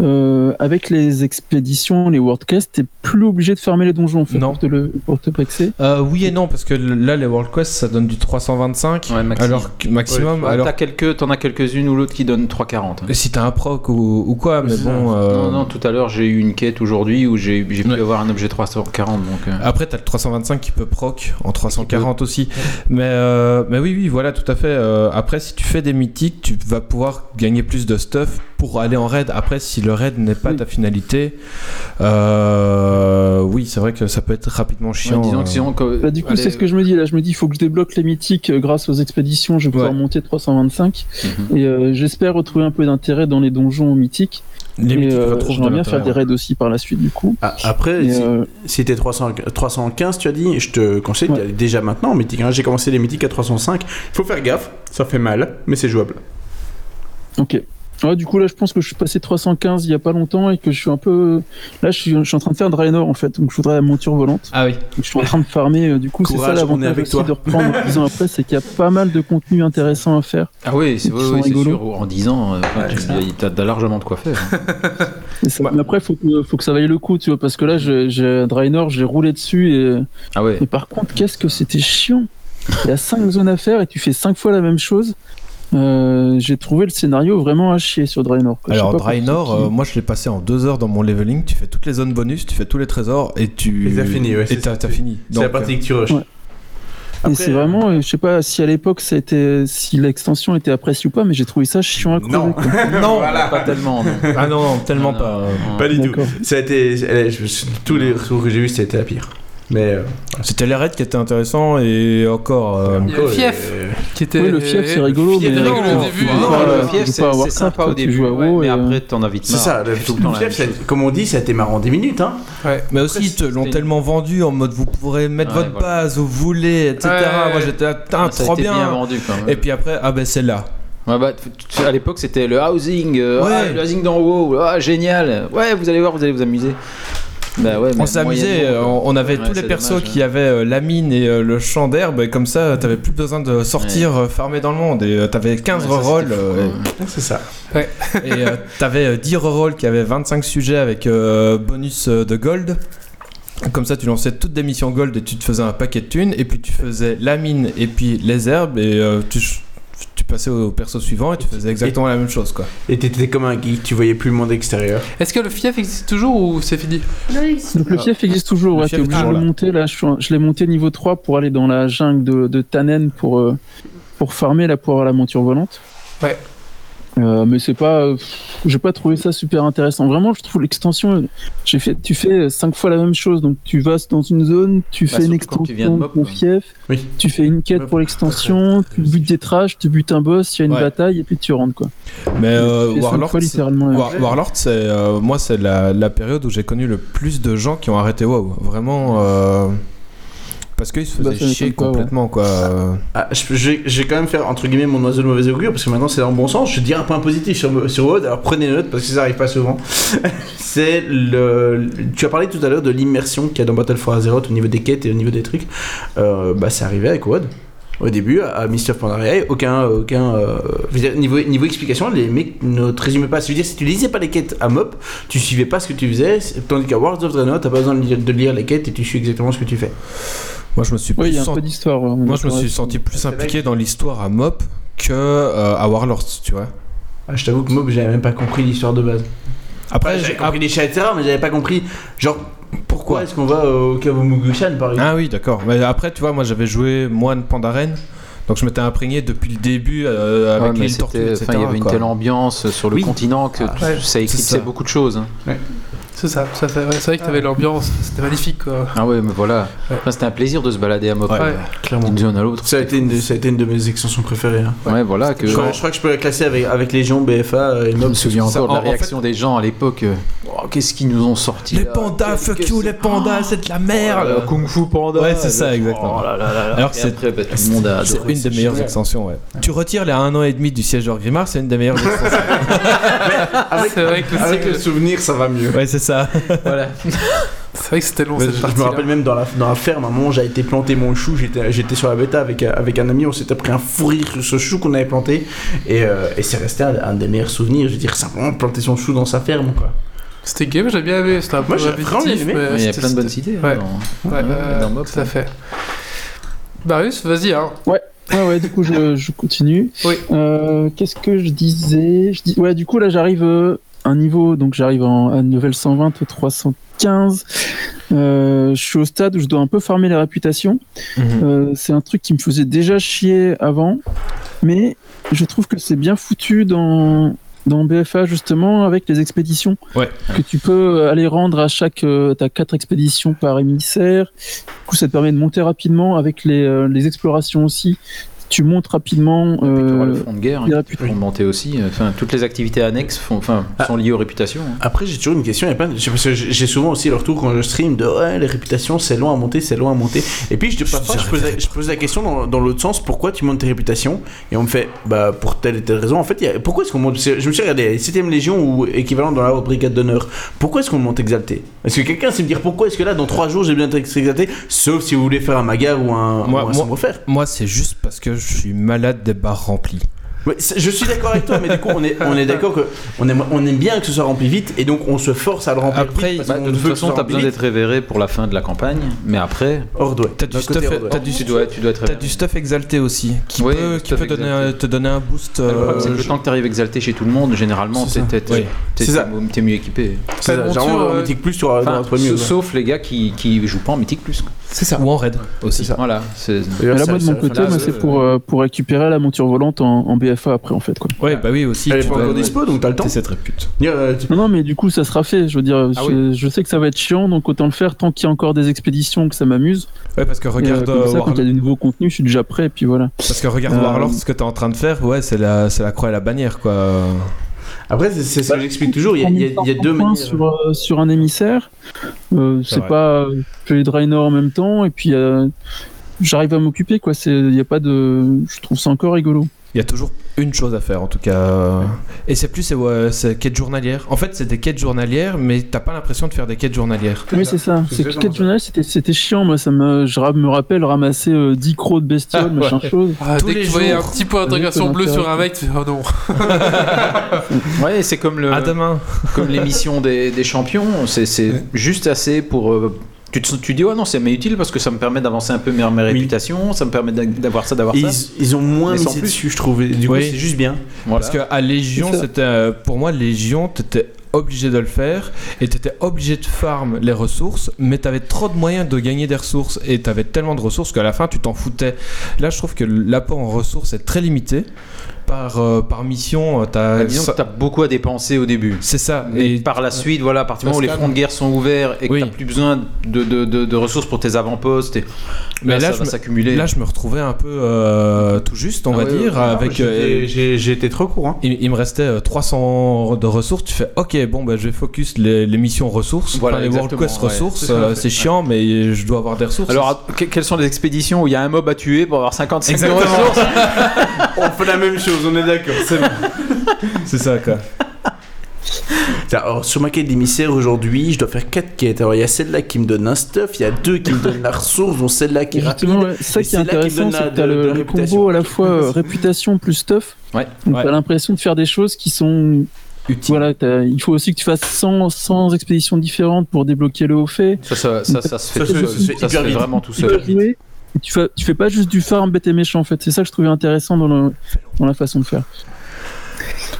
Speaker 7: euh, avec les expéditions, les WordCast, t'es plus obligé de fermer les donjons en fait,
Speaker 3: Non.
Speaker 7: pour te le pour te brexer.
Speaker 3: euh, oui et non, parce que le- là, les World Quest, ça donne du 325.
Speaker 2: Ouais, maxi.
Speaker 3: Alors que maximum,
Speaker 2: Ouais,
Speaker 3: alors
Speaker 2: Bah, t'as quelques, t'en as quelques-unes ou l'autre qui donne 3,40. hein.
Speaker 3: si t'as un proc ou, ou quoi, mais
Speaker 4: C'est ça.
Speaker 3: bon. euh,
Speaker 2: Non, non, tout à l'heure j'ai eu une quête aujourd'hui où j'ai j'ai pu
Speaker 3: Ouais. Ah,
Speaker 2: avoir un objet 340 donc. euh,
Speaker 3: Après, t'as le 325 qui peut proc en 340 aussi. Mais, euh, mais oui, oui, voilà, tout à fait. Euh, après, si tu fais des mythiques, tu vas pouvoir gagner plus de stuff pour aller en raid. Après, si le raid n'est pas
Speaker 7: Oui.
Speaker 3: ta finalité, euh, oui, c'est vrai que ça peut être rapidement chiant.
Speaker 2: ouais, disons que
Speaker 3: euh.
Speaker 2: sinon que-
Speaker 7: Bah, du coup,
Speaker 2: allez,
Speaker 7: c'est ce que je me dis là. Je me dis, il faut que je débloque les mythiques euh, grâce aux expéditions. Je vais pouvoir
Speaker 3: Ouais.
Speaker 7: monter 325
Speaker 2: Mhm.
Speaker 7: et euh, j'espère retrouver un peu d'intérêt dans les donjons mythiques.
Speaker 3: les
Speaker 7: et,
Speaker 3: mythiques
Speaker 7: euh,
Speaker 3: retrouvent de
Speaker 7: j'aimerais bien faire des
Speaker 3: l'intérêt.
Speaker 7: raids aussi par la suite du coup.
Speaker 4: Ah, Après,
Speaker 7: Et,
Speaker 4: si-
Speaker 7: euh,
Speaker 4: si t'es 300 315, tu as dit, je te conseille d'y
Speaker 7: Ouais.
Speaker 4: aller déjà maintenant en mythique. hein. J'ai commencé les mythiques à 305. Faut faire gaffe, ça fait mal, mais c'est jouable.
Speaker 7: Ok. Ouais, du coup, là, je pense que je suis passé 315 il y a pas longtemps et que je suis un peu. Là, je suis, je suis en train de faire Draenor en fait, donc je voudrais la monture volante.
Speaker 3: Ah oui.
Speaker 7: Donc, je suis en train de farmer, euh, du coup, c'est ça
Speaker 4: Courage, on est
Speaker 7: l'avantage
Speaker 4: avec
Speaker 7: aussi
Speaker 4: toi.
Speaker 7: de reprendre 10 ans après, c'est qu'il y a pas mal de contenu intéressant à faire.
Speaker 2: Ah oui, c'est
Speaker 7: Ils
Speaker 2: oui,
Speaker 7: sont
Speaker 2: oui, c'est
Speaker 7: rigolos.
Speaker 2: sûr. En 10 ans, euh,
Speaker 4: Ouais,
Speaker 2: tu-
Speaker 4: c'est ça.
Speaker 2: y- t'as t'as largement de quoi faire. hein.
Speaker 7: Et ça-
Speaker 3: Ouais.
Speaker 7: Mais après, faut que, faut que ça vaille le coup, tu vois, parce que là, j'ai- j'ai Draenor, j'ai roulé dessus et.
Speaker 2: Ah ouais.
Speaker 7: Mais par contre, qu'est-ce que c'était chiant Il y a 5 zones à faire et tu fais 5 fois la même chose. Euh, j'ai trouvé le scénario vraiment à chier sur Draenor. quoi. Je sais
Speaker 3: Alors,
Speaker 7: pas pour
Speaker 3: Draenor,
Speaker 7: ceux qui-
Speaker 3: euh, moi je l'ai passé en deux heures dans mon leveling. Tu fais toutes les zones bonus, tu fais tous les trésors et tu.
Speaker 4: Et t'as fini, ouais,
Speaker 3: Et
Speaker 4: c'est
Speaker 3: t'as
Speaker 4: ça.
Speaker 3: t'as fini.
Speaker 4: C'est la
Speaker 3: Donc, euh,
Speaker 4: partie que tu rushes.
Speaker 7: euh, Ouais. Et c'est vraiment, euh, je sais pas si à l'époque ça a été- si l'extension était appréciée ou pas, mais j'ai trouvé ça chiant à crever.
Speaker 4: Non,
Speaker 7: quoi.
Speaker 2: Non,
Speaker 4: Voilà.
Speaker 2: pas tellement. non.
Speaker 3: euh, Ah non, non, tellement
Speaker 2: Non,
Speaker 3: pas. euh,
Speaker 2: non, non.
Speaker 4: Pas du tout.
Speaker 7: D'accord.
Speaker 4: Ça a été. elle- je me suis- tous les retours que j'ai eus, c'était la pire. Mais. euh,
Speaker 3: C'était les raids qui étaient intéressants et encore. euh,
Speaker 1: Il y a le
Speaker 4: encore,
Speaker 1: fief.
Speaker 4: euh,
Speaker 1: Qui était...
Speaker 7: Oui, le fief, c'est rigolo,
Speaker 1: fief
Speaker 7: mais-
Speaker 1: était rigolo au
Speaker 7: Non,
Speaker 1: début. hein.
Speaker 7: non,
Speaker 2: Non,
Speaker 7: Ouais,
Speaker 2: le
Speaker 7: tu
Speaker 2: fief,
Speaker 7: joues
Speaker 2: c'est
Speaker 7: pas à Warcraft,
Speaker 2: c'est sympa
Speaker 7: toi,
Speaker 2: au
Speaker 7: tu
Speaker 2: début,
Speaker 7: joues à
Speaker 2: ouais,
Speaker 7: WoW
Speaker 2: mais
Speaker 7: et,
Speaker 2: après t'en as vite
Speaker 4: C'est
Speaker 2: marre.
Speaker 4: ça, le,
Speaker 2: tout le temps la
Speaker 4: fief,
Speaker 2: même
Speaker 4: ça- comme on dit, ça a été marrant 10 minutes. Hein.
Speaker 3: Mais
Speaker 2: Après,
Speaker 3: aussi, ils te
Speaker 2: c'était
Speaker 3: l'ont
Speaker 2: une-
Speaker 3: tellement vendu en mode vous pourrez mettre
Speaker 2: Ouais,
Speaker 3: votre
Speaker 2: voilà.
Speaker 3: base où vous voulez, etc.
Speaker 1: Ouais.
Speaker 3: Moi j'étais là, putain,
Speaker 2: Ah, ça a
Speaker 3: trop
Speaker 2: été
Speaker 3: bien.
Speaker 2: bien vendu quand même.
Speaker 3: Et puis après, ah ben c'est là.
Speaker 2: Ouais, bah, tu- tu- à l'époque, c'était le housing, euh,
Speaker 3: Ouais.
Speaker 2: ah, le housing dans WoW, ah, génial. Ouais, vous allez voir, vous allez vous amuser. Bah ouais, mais
Speaker 3: on s'est amusé,
Speaker 2: moyennement,
Speaker 3: euh, on on avait
Speaker 2: Ouais,
Speaker 3: tous les
Speaker 2: c'est
Speaker 3: persos
Speaker 2: dommage,
Speaker 3: qui avaient euh, la mine et euh, le champ d'herbe, et comme ça t'avais plus besoin de sortir euh, farmer dans le monde. Et euh, t'avais 15
Speaker 2: hein. Ouais, ça, c'était
Speaker 3: rerolls,
Speaker 2: fou,
Speaker 3: euh,
Speaker 2: ouais.
Speaker 4: C'est ça.
Speaker 3: et euh, t'avais euh, 10 rerolls qui avaient 25 sujets avec euh, bonus euh, de gold. Comme ça, tu lançais toutes des missions gold et tu te faisais un paquet de thunes, et puis tu faisais la mine et puis les herbes, et euh, tu, tu passais au perso suivant et tu faisais exactement la même chose quoi.
Speaker 4: Et t'étais comme un geek, tu voyais plus le monde extérieur.
Speaker 1: Est-ce que le fief existe toujours ou c'est fini
Speaker 5: Non, il existe.
Speaker 7: Donc le fief existe toujours,
Speaker 3: Le
Speaker 7: ouais,
Speaker 3: fief
Speaker 7: t'es
Speaker 3: est
Speaker 7: obligé de
Speaker 3: toujours
Speaker 7: le
Speaker 3: là.
Speaker 7: monter. Là, je, suis en- je l'ai monté niveau 3 pour aller dans la jungle de, de Tannen pour, euh, pour farmer, là, pour avoir la monture volante.
Speaker 1: Ouais.
Speaker 7: Euh, mais c'est pas, euh, pff, j'ai pas trouvé ça super intéressant. Vraiment, je trouve l'extension. euh, J'ai fait, tu fais euh, cinq fois la même chose. Donc tu vas dans une zone, tu
Speaker 2: Bah,
Speaker 7: fais une
Speaker 2: surtout quand
Speaker 7: extension
Speaker 2: tu viens de Mop,
Speaker 7: de ton
Speaker 2: quoi.
Speaker 7: fief,
Speaker 4: Oui.
Speaker 7: tu fais une quête
Speaker 4: Ouais,
Speaker 7: pour l'extension, tu butes des trash, tu butes un boss, il y a une
Speaker 3: Ouais.
Speaker 7: bataille et puis tu rentres quoi.
Speaker 3: Mais euh,
Speaker 7: Tu fais cinq
Speaker 3: Warlord,
Speaker 7: fois, littéralement. la-
Speaker 3: War- Warlord, c'est euh, moi, c'est la, la période où j'ai connu le plus de gens qui ont arrêté WoW. Vraiment, euh, parce qu'ils se
Speaker 7: Bah,
Speaker 3: faisaient
Speaker 7: ça m'étonne
Speaker 3: chier
Speaker 7: pas, ouais.
Speaker 3: complètement, quoi. Euh,
Speaker 4: Ah, je, je vais- je vais quand même faire entre guillemets mon oiseau de mauvais augure parce que maintenant c'est dans le bon sens. Je dirais un point positif sur, sur Aude, alors prenez note parce que ça arrive pas souvent. c'est le. Tu as parlé tout à l'heure de l'immersion qu'il y a dans Battle for Azeroth au niveau des quêtes et au niveau des trucs. Euh, bah, c'est arrivé avec Aude. Au début, à- à Mister Pandaria, aucun. aucun euh, je veux dire, niveau, niveau explication, les mecs ne te résumaient pas. C'est-à-dire, si tu lisais pas les quêtes à MOP, tu suivais pas ce que tu faisais, c'est- tandis qu'à World of Draenor, t'as pas besoin de lire, de lire les quêtes et tu suis exactement ce que tu fais.
Speaker 3: moi, je me suis
Speaker 7: Oui, il
Speaker 3: plus
Speaker 7: y a un
Speaker 3: senti-
Speaker 7: peu d'histoire. euh, on
Speaker 3: moi,
Speaker 7: est
Speaker 3: je me
Speaker 7: d'accord
Speaker 3: suis
Speaker 7: là-dessus.
Speaker 3: senti plus impliqué dans l'histoire à Mop que euh, à Warlord, tu vois.
Speaker 4: Ah, je t'avoue que MOP, j'avais même pas compris l'histoire de base.
Speaker 3: Après,
Speaker 4: Ouais, j'avais
Speaker 3: j'ai-
Speaker 4: compris les chats, etc., mais j'avais pas compris, genre, pourquoi est-ce qu'on va au Kabumogu-shan, par exemple
Speaker 3: Ah oui, d'accord. Mais après, tu vois, moi j'avais joué Moine Pandaren, donc je m'étais imprégné depuis le début euh,
Speaker 2: Ouais,
Speaker 3: avec
Speaker 2: mais
Speaker 3: l'île
Speaker 2: c'était-
Speaker 3: Tortue, etc.
Speaker 2: enfin, il y avait une
Speaker 3: quoi. Ah,
Speaker 2: telle ambiance sur le
Speaker 4: Oui.
Speaker 2: continent que tout-
Speaker 1: ouais,
Speaker 2: ça éclipsait
Speaker 3: ça.
Speaker 2: beaucoup de choses. hein.
Speaker 1: C'est ça, ça fait- ouais, c'est vrai que t'avais l'ambiance, c'était magnifique quoi.
Speaker 2: Ah ouais, mais voilà.
Speaker 1: Ouais.
Speaker 2: Enfin, c'était un plaisir de se balader à Mop.
Speaker 1: Ouais,
Speaker 4: Clairement.
Speaker 2: D'une zone à l'autre.
Speaker 4: Ça a, été une de, ça a été une de mes extensions préférées. hein.
Speaker 2: Ouais, voilà. Que...
Speaker 4: Je, crois, je crois que je peux la classer avec, avec Légion, BFA et
Speaker 2: Je
Speaker 4: Mob.
Speaker 2: me souviens
Speaker 3: ça-
Speaker 2: encore de
Speaker 3: en-
Speaker 2: la
Speaker 3: en fait-
Speaker 2: réaction des gens à l'époque. euh, Oh, Qu'est-ce qu'ils nous ont sorti
Speaker 3: Les
Speaker 2: là
Speaker 3: pandas,
Speaker 2: euh, Qu'est-ce
Speaker 3: fuck
Speaker 2: que
Speaker 3: you,
Speaker 2: c'est
Speaker 3: les pandas, c'est de la merde.
Speaker 2: Oh, Kung Fu Panda.
Speaker 3: Ouais, c'est ça,
Speaker 2: le-
Speaker 3: exactement.
Speaker 2: Oh là là là là.
Speaker 3: Alors que
Speaker 2: Et
Speaker 3: c'est-
Speaker 2: après, bah, tout le monde a
Speaker 3: C'est
Speaker 2: adoré.
Speaker 3: une des meilleures extensions, ouais. Tu retires les 1 an et demi du siègeur Grimard, c'est une des meilleures extensions.
Speaker 1: Avec, c'est vrai que le
Speaker 4: Ah, Avec
Speaker 1: cycle-
Speaker 4: le souvenir, ça va mieux.
Speaker 3: ouais, c'est ça.
Speaker 1: c'est vrai que c'était long
Speaker 4: Mais
Speaker 1: cette
Speaker 4: je
Speaker 1: partie.
Speaker 4: me rappelle même dans la, dans la ferme, à un moment j'ai été planter mon chou, j'étais j'étais sur la bêta avec, avec un ami, on s'était pris un fou rire sur ce chou qu'on avait planté et, euh, et c'est resté un, un des meilleurs souvenirs. Je veux dire, simplement planter son chou dans sa ferme quoi.
Speaker 1: C'était game, j'ai bien aimé, c'était un peu
Speaker 4: Moi, j'ai vraiment
Speaker 1: répétitif,
Speaker 4: aimé.
Speaker 1: mais
Speaker 2: Il y a
Speaker 1: c'était-
Speaker 2: plein de bonnes
Speaker 1: c'était-
Speaker 2: idées.
Speaker 1: Ouais.
Speaker 2: hein, dans-
Speaker 1: Ouais,
Speaker 2: dans-
Speaker 1: euh,
Speaker 2: dans hein. Mop,
Speaker 1: tout à fait. Marius, vas-y, hein.
Speaker 7: Ouais, Ah ouais, du coup, je, je continue.
Speaker 1: Oui.
Speaker 7: Euh, Qu'est-ce que je disais je dis... Ouais, du coup, là, j'arrive euh, un niveau, donc j'arrive en, à level 120, 315. Euh, je suis au stade où je dois un peu farmer la réputation.
Speaker 2: Mhm.
Speaker 7: Euh, c'est un truc qui me faisait déjà chier avant, mais je trouve que c'est bien foutu dans dans BFA justement avec les expéditions
Speaker 3: Ouais.
Speaker 7: que tu peux aller rendre à chaque euh, t'as quatre expéditions par émissaire du coup ça te permet de monter rapidement avec les, euh, les explorations aussi tu montes rapidement
Speaker 2: Tu auras le
Speaker 7: euh,
Speaker 2: front de guerre,
Speaker 7: il y a
Speaker 2: hein, qui peut monter aussi. Enfin, toutes les activités annexes font- enfin, sont liées aux réputations. hein.
Speaker 4: Après, j'ai toujours une question. Il y a plein de- Parce que j'ai j'ai souvent aussi le retour quand je stream de ouais, les réputations, c'est long à monter, c'est long à monter. Et puis, je, parfois, je, pose, la, je pose la question dans, dans l'autre sens pourquoi tu montes tes réputations Et on me fait bah, pour telle et telle raison. En fait, il y a- pourquoi est-ce qu'on monte Je me suis regardé, 7ème Légion ou équivalent dans la haute brigade d'honneur, pourquoi est-ce qu'on monte exalté Est-ce que quelqu'un sait me dire pourquoi est-ce que là, dans 3 jours, j'ai bien d'être exalté Sauf si vous voulez faire un magar ou un,
Speaker 3: Moi-
Speaker 4: ou un
Speaker 3: moi-
Speaker 4: sombre-fer.
Speaker 3: Moi, c'est juste parce que je suis malade des barres remplies.
Speaker 4: Ouais, c'est- je suis d'accord avec toi, mais du coup, on est, on est d'accord que on aime, on aime bien que ce soit rempli vite et donc on se force à le remplir.
Speaker 3: Après,
Speaker 4: vite, parce
Speaker 2: Bah,
Speaker 4: qu'on
Speaker 2: de toute
Speaker 4: veut que ce
Speaker 2: façon,
Speaker 4: soit
Speaker 2: t'as
Speaker 4: rempli
Speaker 2: besoin
Speaker 4: vite.
Speaker 2: d'être révéré pour la fin de la campagne, mais après,
Speaker 4: Ordway.
Speaker 3: T'as du
Speaker 4: D'un côté,
Speaker 3: stuff-
Speaker 4: Ordway.
Speaker 3: t'as du-
Speaker 2: tu dois, tu dois être
Speaker 3: T'as
Speaker 2: révéré.
Speaker 3: du stuff exalté aussi, qui
Speaker 2: Euh, Oui,
Speaker 3: peut, qui
Speaker 2: stuff
Speaker 3: peut donner un-
Speaker 2: exalté. Ah,
Speaker 3: te donner un boost.
Speaker 2: Le problème,
Speaker 3: euh,
Speaker 2: c'est que le temps que t'arrives exalté chez tout le monde, généralement,
Speaker 4: C'est
Speaker 2: t'es
Speaker 4: ça.
Speaker 2: t'es- t'es-
Speaker 3: Oui.
Speaker 2: t'es-
Speaker 4: C'est ça.
Speaker 2: t'es- t'es mieux équipé.
Speaker 4: C'est
Speaker 1: Pas de
Speaker 4: ça,
Speaker 1: monture,
Speaker 4: genre en
Speaker 1: euh,
Speaker 4: mythique plus, tu auras tu
Speaker 2: Enfin,
Speaker 4: auras trouvé
Speaker 2: sa-
Speaker 4: mieux. ouais.
Speaker 2: sauf les gars qui, qui jouent pas en mythique plus. quoi.
Speaker 3: C'est ça. Ou en raid aussi.
Speaker 2: Voilà. c'est-
Speaker 4: D'ailleurs,
Speaker 7: là
Speaker 4: ça-
Speaker 7: moi de
Speaker 4: ça-
Speaker 7: mon côté
Speaker 4: là,
Speaker 7: moi,
Speaker 4: ça-
Speaker 7: c'est pour euh, pour récupérer la monture volante en, en BFA après en fait quoi
Speaker 3: Ouais, bah oui, aussi.
Speaker 4: Elle est
Speaker 3: tu
Speaker 4: pas
Speaker 3: dois-
Speaker 4: encore dispo, donc t'as le temps.
Speaker 3: T'es cette répute.
Speaker 4: Dire, euh, tu-
Speaker 7: non non mais du coup ça sera fait je veux dire
Speaker 2: Ah
Speaker 7: je, je sais que ça va être chiant donc autant le faire tant qu'il y a encore des expéditions que ça m'amuse
Speaker 3: Ouais, parce que
Speaker 7: Et, euh,
Speaker 3: regarde,
Speaker 7: comme
Speaker 3: euh,
Speaker 7: ça, quand
Speaker 3: Warlord-
Speaker 7: il y a du nouveau contenu, je suis déjà prêt, et puis voilà.
Speaker 3: parce que regarde
Speaker 7: Euh,
Speaker 3: Warlord, ce que t'es en train de faire, ouais, c'est la, c'est la croix et la bannière, quoi.
Speaker 4: Après, c'est c'est ce que j'explique toujours, il y a- il y, a- il y a
Speaker 7: 1500
Speaker 4: deux
Speaker 7: points
Speaker 4: manières.
Speaker 7: Sur, euh, sur un émissaire, euh,
Speaker 3: C'est
Speaker 7: c'est
Speaker 3: vrai.
Speaker 7: pas. euh, Je fais les Draenor en même temps, et puis euh, j'arrive à m'occuper, quoi. Il y a pas de. Je trouve ça encore rigolo.
Speaker 3: Il y a toujours une chose à faire en tout cas. Et c'est plus c'est ouais, c'est quêtes journalières. En fait, c'est des quêtes journalières, mais t'as pas l'impression de faire des quêtes journalières.
Speaker 7: Oui, c'est ça. C'est que
Speaker 4: exactement
Speaker 7: quête
Speaker 4: ça.
Speaker 7: journal, c'était c'était chiant, moi. Ça me, je ra- me rappelle ramasser euh, 10 crocs de bestioles, machin chose.
Speaker 1: Ah,
Speaker 3: Tous
Speaker 1: dès que
Speaker 3: les
Speaker 1: tu voyais un
Speaker 3: jours.
Speaker 1: petit point d'intégration
Speaker 7: Oui,
Speaker 1: bleu
Speaker 7: c'est
Speaker 1: sur un mec, tu fais, oh non.
Speaker 2: Ouais, c'est comme le,
Speaker 3: À demain.
Speaker 2: comme l'émission des, des champions. C'est c'est juste assez pour. euh, tu, te, tu dis, ouais, non, c'est mais utile parce que ça me permet d'avancer un peu mes, mes réputations, ça me permet d'a- d'avoir ça, d'avoir
Speaker 4: Et
Speaker 2: ça.
Speaker 4: Ils, ils ont moins
Speaker 2: Mais
Speaker 4: mis
Speaker 2: sans plus.
Speaker 4: dessus, je trouve. et Du coup,
Speaker 3: Oui.
Speaker 4: c'est juste bien.
Speaker 2: Voilà.
Speaker 3: Parce que à Légion, c'était euh, pour moi Légion, t'étais obligé de le faire et t'étais obligé de farm les ressources, mais t'avais trop de moyens de gagner des ressources et t'avais tellement de ressources qu'à la fin tu t'en foutais. Là, je trouve que l'apport en ressources est très limité. par, euh, par mission, euh,
Speaker 2: Bah,
Speaker 3: t'as.
Speaker 2: disons que
Speaker 3: ça-
Speaker 2: t'as beaucoup à dépenser au début.
Speaker 3: C'est ça.
Speaker 2: Et
Speaker 3: Et
Speaker 2: par la suite, voilà, à partir du moment où les
Speaker 3: Parce que-
Speaker 2: fronts de guerre sont ouverts et que
Speaker 3: Oui.
Speaker 2: t'as plus besoin de, de- de- de ressources pour tes avant-postes, et...
Speaker 3: Mais
Speaker 2: là,
Speaker 3: là,
Speaker 2: Ah, ça
Speaker 3: je
Speaker 2: va
Speaker 3: me-
Speaker 2: s'accumuler.
Speaker 3: là, je me retrouvais un peu euh, tout juste, on
Speaker 4: Ah
Speaker 3: va
Speaker 4: ouais,
Speaker 3: dire.
Speaker 4: ouais, ouais,
Speaker 3: avec,
Speaker 4: j'étais-
Speaker 3: euh,
Speaker 4: j'ai- J'ai été trop court. hein.
Speaker 3: il, il me restait euh, 300 de ressources. Tu fais, ok, bon, bah, je vais focus les, les missions ressources.
Speaker 2: Voilà,
Speaker 3: Enfin, les World
Speaker 2: exactement,
Speaker 3: Quest
Speaker 2: ouais.
Speaker 3: ressources,
Speaker 2: C'est ce qu'on a
Speaker 3: euh,
Speaker 2: fait.
Speaker 3: c'est chiant, mais je dois avoir des ressources.
Speaker 2: Alors, à- que- quelles sont les expéditions où il y a un mob à tuer pour avoir 55 de
Speaker 3: Exactement.
Speaker 2: ressources
Speaker 4: On fait la même chose, on est d'accord. C'est bon.
Speaker 3: c'est ça, quoi.
Speaker 4: Tiens, alors, sur ma quête d'émissaire aujourd'hui, je dois faire 4 quêtes. Alors il y a celle-là qui me donne un stuff, il y a deux qui me donnent la ressource, dont celle-là qui est rapide.
Speaker 7: Justement, ouais, c'est ça
Speaker 4: Et
Speaker 7: qui
Speaker 4: c'est
Speaker 7: est
Speaker 4: là qu'il
Speaker 7: intéressant,
Speaker 4: donne
Speaker 7: c'est
Speaker 4: la-
Speaker 7: que t'as
Speaker 4: de- de
Speaker 7: le,
Speaker 4: la
Speaker 7: le
Speaker 4: réputation.
Speaker 7: combo à la fois euh, réputation plus stuff.
Speaker 2: Ouais,
Speaker 7: Donc
Speaker 3: ouais.
Speaker 7: t'as l'impression de faire des choses qui sont.
Speaker 3: Utile.
Speaker 7: Voilà, t'as- il faut aussi que tu fasses 100, 100 expéditions différentes pour débloquer le haut fait.
Speaker 2: ça, ça, ça- ça se
Speaker 4: Ça
Speaker 2: fait, tout
Speaker 4: se-
Speaker 2: seul.
Speaker 4: ça se fait
Speaker 2: Ça se
Speaker 4: hyper
Speaker 2: fait
Speaker 4: vite.
Speaker 2: vraiment tout
Speaker 7: Tu peux
Speaker 2: seul.
Speaker 7: jouer, et Tu fais, tu fais pas juste du farm bête et méchant en fait, c'est ça que je trouvais intéressant dans, le- dans la façon de faire.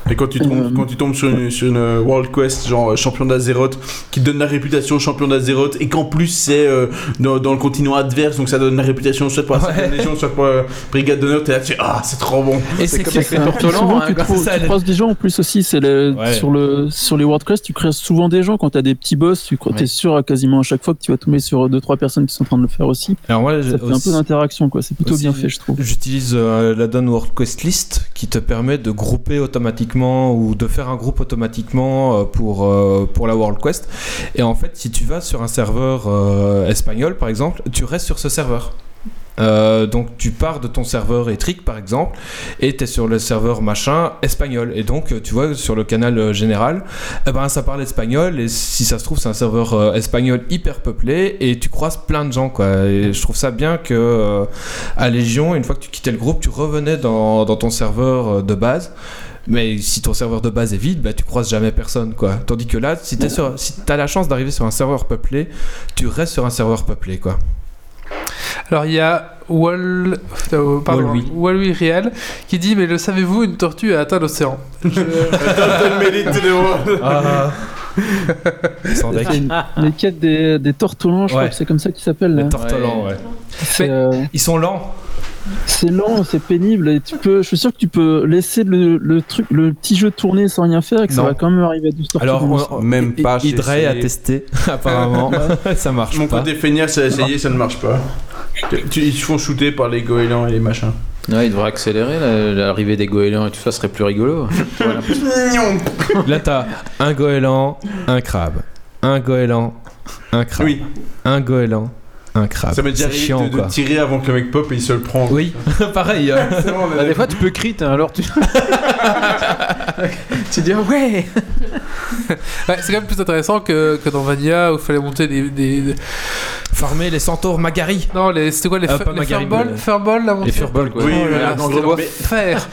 Speaker 4: Et quand tu tombes,
Speaker 7: Euh,
Speaker 4: quand tu tombes sur, une, sur une World Quest, genre euh, champion d'Azeroth, qui te donne la réputation champion d'Azeroth, et qu'en plus c'est euh, dans, dans le continent adverse, donc ça donne la réputation soit pour la Sacrée Légion, soit pour la Brigade d'honneur, t'es là, tu fais, ah, c'est trop bon.
Speaker 3: Et
Speaker 2: c'est
Speaker 3: c'est
Speaker 2: comme
Speaker 3: que-
Speaker 2: avec les
Speaker 7: Et puis
Speaker 2: Tortolans,
Speaker 7: souvent,
Speaker 2: hein,
Speaker 7: tu,
Speaker 2: quand
Speaker 7: trouves-
Speaker 3: ça,
Speaker 7: tu
Speaker 3: le-
Speaker 7: croises des gens en plus aussi. C'est le-
Speaker 3: Ouais.
Speaker 7: sur, le, sur les World Quest, tu crées souvent des gens quand t'as des petits boss. Tu
Speaker 2: Ouais.
Speaker 7: es sûr à quasiment à chaque fois que tu vas tomber sur deux trois personnes qui sont en train de le faire aussi.
Speaker 3: Alors, moi, j'ai
Speaker 7: Ça fait un
Speaker 3: aussi-
Speaker 7: peu d'interaction, quoi. C'est plutôt
Speaker 3: aussi-
Speaker 7: bien fait, je trouve.
Speaker 3: J'utilise euh, l'addon World Quest List qui te permet de grouper automatiquement ou de faire un groupe automatiquement euh, pour, euh, pour la World Quest. Et en fait, si tu vas sur un serveur euh, espagnol par exemple, tu restes sur ce serveur. Euh, donc tu pars de ton serveur étrique par exemple et tu es sur le serveur machin espagnol et donc euh, tu vois sur le canal euh, général eh ben ça parle espagnol et si ça se trouve c'est un serveur euh, espagnol hyper peuplé et tu croises plein de gens quoi et je trouve ça bien que euh, à Légion, une fois que tu quittais le groupe, tu revenais dans, dans ton serveur euh, de base. Mais si ton serveur de base est vide, bah, tu croises jamais personne. quoi. Tandis que là, si tu as la chance d'arriver sur un serveur peuplé, tu restes sur un serveur peuplé. quoi.
Speaker 1: Alors il y a Wall... euh, pardon,
Speaker 3: Walloui.
Speaker 1: Walloui Real qui dit mais le savez-vous une tortue a atteint l'océan.
Speaker 3: Sans deck.
Speaker 7: C'est une- les quêtes des, des tortolans, je crois
Speaker 3: Ouais.
Speaker 7: que c'est comme ça qu'ils s'appellent. là.
Speaker 3: Les tortolans, ouais.
Speaker 7: C'est euh,
Speaker 3: Ils sont lents.
Speaker 7: c'est lent, c'est pénible. Et tu peux, je suis sûr que tu peux laisser le, le truc, le petit jeu tourner sans rien faire et que ça
Speaker 3: Non.
Speaker 7: va quand même arriver à 12 tortillons.
Speaker 3: Alors, on-
Speaker 4: Même
Speaker 3: I-
Speaker 4: pas chez
Speaker 3: Hydrae
Speaker 4: ces-
Speaker 3: a testé, apparemment. ça marche
Speaker 4: Mon
Speaker 3: pas.
Speaker 4: côté feignant, ça a essayé, ça ne marche pas. Tu- Ils se font shooter par les goélands et les machins.
Speaker 2: Ouais, il devrait accélérer la- l'arrivée des goélands et tout ça serait plus rigolo. Voilà.
Speaker 3: Là, t'as un goéland, un crabe. Un goéland, un crabe.
Speaker 4: Oui,
Speaker 3: Un goéland, un crabe.
Speaker 4: ça m'est déjà
Speaker 3: Ah, C'est
Speaker 4: arrivé
Speaker 3: chiant,
Speaker 4: de, de
Speaker 3: quoi.
Speaker 4: tirer avant que le mec pop et il se le prend.
Speaker 3: Oui, pareil. euh,
Speaker 4: C'est bon, on a
Speaker 2: Bah, des fois, tu peux crit, hein, alors tu. tu dis ah ouais.
Speaker 1: Ouais, c'est quand même plus intéressant que, que dans Vania où il fallait monter des... des-
Speaker 3: Farmer les centaures Magari.
Speaker 1: Non, les... c'était quoi les,
Speaker 3: Ah,
Speaker 1: fu-
Speaker 3: pas
Speaker 1: les
Speaker 3: Magaribe,
Speaker 1: furballs
Speaker 3: euh.
Speaker 1: Furballs, la
Speaker 3: Les
Speaker 1: montée
Speaker 3: furballs, quoi.
Speaker 4: Oui,
Speaker 1: Oh là
Speaker 4: voilà,
Speaker 1: là,
Speaker 4: dans
Speaker 1: ce
Speaker 4: le
Speaker 1: qu'on doit
Speaker 4: mais-
Speaker 1: faire.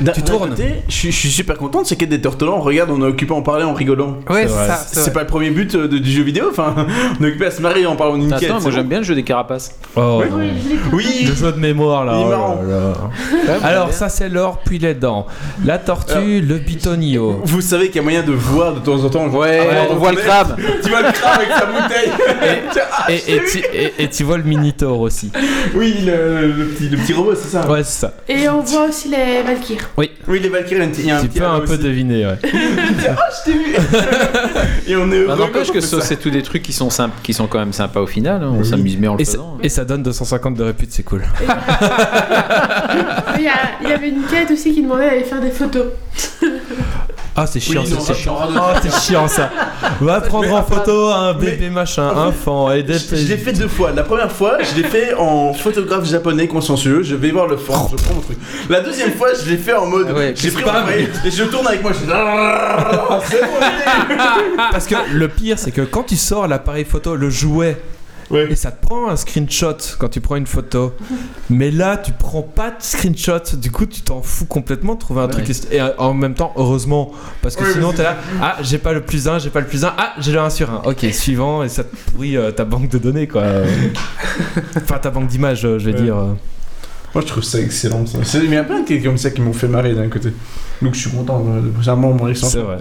Speaker 4: D'un-
Speaker 3: Tu
Speaker 4: d'un
Speaker 3: tournes.
Speaker 4: côté, je, suis- je suis super content de ces quêtes des tortolans. Regarde, on est occupé à en parler en rigolant.
Speaker 1: Ouais,
Speaker 3: C'est
Speaker 1: c'est
Speaker 3: vrai.
Speaker 1: ça. Ah, c'est
Speaker 4: C'est
Speaker 1: vrai.
Speaker 4: pas le premier but euh, de- du jeu vidéo, enfin, on est occupé à se marier en parlant d'une quête.
Speaker 2: Attends,
Speaker 4: c'est bon.
Speaker 2: moi j'aime bien le jeu des carapaces.
Speaker 3: Oh, non.
Speaker 4: Oui,
Speaker 3: Le jeu de mémoire là.
Speaker 4: Il est
Speaker 3: oh là
Speaker 4: marrant.
Speaker 3: là. Alors ça c'est l'or puis les dents. La tortue, le bitonio.
Speaker 4: vous savez qu'il y a moyen de voir de temps en temps.
Speaker 2: Ouais,
Speaker 4: Ah
Speaker 2: on voit le crabe.
Speaker 4: Tu vois le crabe avec sa bouteille. Tiens, ah,
Speaker 3: Et, et, tu, et, et tu vois le minitor aussi.
Speaker 4: oui, le, le petit, le petit robot, c'est ça.
Speaker 3: Ouais c'est ça.
Speaker 5: Et on voit aussi les Valkyries.
Speaker 4: Oui, les Valkyries, il y a un petit- il y a un
Speaker 3: Tu
Speaker 4: petit
Speaker 3: peux un
Speaker 4: halo
Speaker 3: peu
Speaker 4: aussi.
Speaker 3: deviner. Ouais.
Speaker 4: Ah, Je t'ai vu. Et on est heureux.
Speaker 2: Bah, N'empêche
Speaker 4: quand on
Speaker 2: que
Speaker 4: fait
Speaker 2: ça,
Speaker 4: ça.
Speaker 2: c'est tous des trucs qui sont symp- qui sont quand même sympas au final. hein, On s'amuse bien en le
Speaker 3: Et ça,
Speaker 2: faisant.
Speaker 3: et ça donne 250 de répute, c'est cool.
Speaker 5: Il y, a- il y avait une quête aussi qui demandait d'aller faire des photos.
Speaker 3: Ah c'est chiant,
Speaker 4: Oui,
Speaker 3: ça,
Speaker 4: non,
Speaker 3: c'est
Speaker 4: on
Speaker 3: chiant.
Speaker 4: va- on va-
Speaker 3: Ah c'est chiant ça. Va prendre en photo un
Speaker 4: mais-
Speaker 3: bébé machin,
Speaker 4: en fait,
Speaker 3: un fan et des.
Speaker 4: Je je l'ai fait deux fois. La première fois, je l'ai fait en photographe japonais consensueux. Je vais voir le fond, je prends mon truc. La deuxième fois, je l'ai fait en mode.
Speaker 2: Ah ouais,
Speaker 4: j'ai pris
Speaker 3: spam.
Speaker 4: mon appareil et je tourne avec moi. Je fais. Ah, C'est bon, allez.
Speaker 3: Parce que le pire c'est que quand tu sors l'appareil photo, le jouet.
Speaker 4: Ouais.
Speaker 3: Et ça te prend un screenshot quand tu prends une photo. Mais là, tu prends pas de screenshot. Du coup, tu t'en fous complètement de trouver un truc. Et euh, en même temps, heureusement. Parce que
Speaker 4: Oui,
Speaker 3: sinon,
Speaker 4: mais
Speaker 3: t'es là. Ah, j'ai pas le plus 1, j'ai pas le plus 1. Ah, j'ai le 1 sur 1. Ok, suivant. Et ça te pourrit euh, ta banque de données, quoi. enfin, ta banque d'images, euh, je vais
Speaker 4: Ouais.
Speaker 3: dire. euh.
Speaker 4: Moi je trouve ça excellent ça. C'est- Mais il y a plein de trucs comme ça qui m'ont fait marrer d'un côté. Donc je suis content euh, de c'est un bon, mon
Speaker 3: C'est
Speaker 4: extension.
Speaker 3: vrai.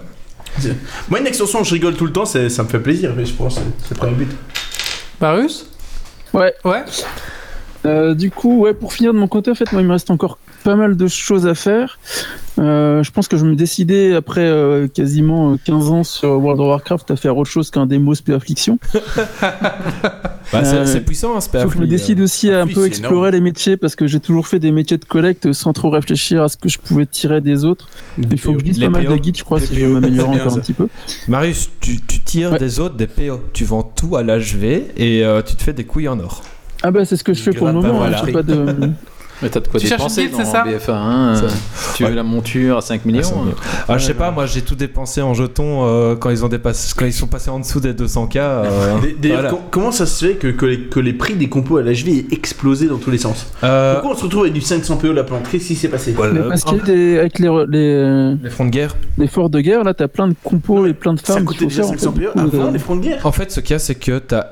Speaker 4: Moi une extension je rigole tout le temps, c'est- ça me fait plaisir, mais je pense que c'est le premier but.
Speaker 1: Marius
Speaker 7: Ouais.
Speaker 1: Ouais.
Speaker 7: Euh, du coup, ouais, pour finir de mon côté, en fait, moi, il me reste encore pas mal de choses à faire. Euh, je pense que je me décidais après euh, quasiment euh, 15 ans sur World of Warcraft à faire autre chose qu'un démo spé affliction.
Speaker 3: Bah, c'est-
Speaker 7: Euh,
Speaker 3: c'est puissant, hein, ce
Speaker 7: Sauf que je me
Speaker 3: PA,
Speaker 7: décide
Speaker 3: euh.
Speaker 7: aussi à un
Speaker 10: oui,
Speaker 7: peu
Speaker 10: c'est
Speaker 7: explorer les métiers parce que j'ai toujours fait des métiers de collecte sans trop réfléchir à ce que je pouvais tirer des autres. Il faut que je lise
Speaker 3: Les
Speaker 7: pas mal
Speaker 3: PO.
Speaker 7: de guides, je crois,
Speaker 3: Les
Speaker 7: si je
Speaker 3: PO,
Speaker 7: veux m'améliorer
Speaker 3: c'est bien
Speaker 7: encore un
Speaker 3: ça.
Speaker 7: petit peu.
Speaker 3: Marius, tu, tu tires
Speaker 7: Ouais.
Speaker 3: des autres des PO. Tu vends tout à l'HV et euh, tu te fais des couilles en or.
Speaker 7: Ah bah c'est ce que je fais pour le
Speaker 3: Bah,
Speaker 7: moment, hein,
Speaker 3: voilà.
Speaker 7: j'ai pas de...
Speaker 2: Mais t'as de quoi
Speaker 1: Tu cherches
Speaker 2: dépenser
Speaker 1: une guide,
Speaker 2: dans
Speaker 1: c'est ça
Speaker 2: BF1. hein,
Speaker 3: Ça.
Speaker 2: euh, Tu veux
Speaker 3: Ouais.
Speaker 2: la monture à 5 millions hein.
Speaker 3: Ah, je sais pas, moi j'ai tout dépensé en jetons euh, quand, ils ont dépassé, quand ils sont passés en dessous des 200K. euh,
Speaker 4: Des- des-
Speaker 3: voilà.
Speaker 4: com- Comment ça se fait que, que les, que les prix des compos à l'HV aient explosé dans tous les sens
Speaker 3: Euh,
Speaker 4: Pourquoi on se retrouve avec du 500 PO E la planque Qu'est-ce qui s'est passé
Speaker 7: Mais parce qu'il y a des- avec les, re- les,
Speaker 3: les fronts de guerre.
Speaker 7: les forts de guerre, là t'as plein de compos et plein de
Speaker 4: Ça
Speaker 7: farms qu'il
Speaker 4: coûtait déjà
Speaker 7: faut faire. E, en fait,
Speaker 4: 500 PO
Speaker 7: beaucoup de-
Speaker 4: avant Ah, E les fronts de guerre
Speaker 3: En fait, ce qu'il y a, c'est que tu as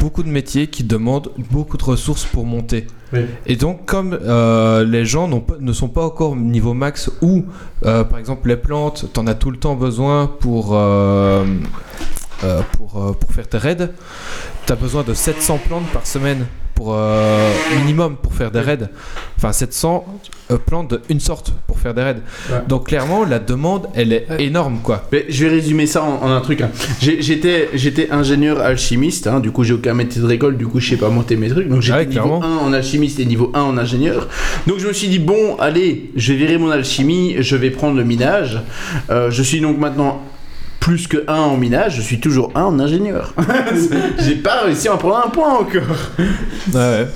Speaker 3: beaucoup de métiers qui demandent beaucoup de ressources pour monter.
Speaker 4: Oui.
Speaker 3: Et donc, comme euh, les gens n'ont pas- ne sont pas encore au niveau max ou, euh, par exemple, les plantes, tu en as tout le temps besoin pour, euh, euh, pour, euh, pour faire tes raids, tu as besoin de 700 plantes par semaine pour euh, minimum pour faire des raids. Enfin, 700 euh, plantes d'une sorte pour faire des raids.
Speaker 4: Ouais.
Speaker 3: Donc, clairement, la demande, elle est
Speaker 1: Ouais.
Speaker 3: énorme, quoi.
Speaker 4: Mais je vais résumer ça en, en un truc. hein. J'ai- J'étais, j'étais ingénieur alchimiste, hein, du coup j'ai aucun métier de récolte, du coup je sais pas monter mes trucs. Donc j'étais
Speaker 3: Ouais,
Speaker 4: niveau
Speaker 3: clairement.
Speaker 4: 1 en alchimiste et niveau 1 en ingénieur. Donc je me suis dit, bon, allez, je vais virer mon alchimie, je vais prendre le minage. Euh, je suis donc maintenant plus que 1 en minage, je suis toujours 1 en ingénieur. j'ai pas réussi à en prendre un point encore.
Speaker 3: Ouais,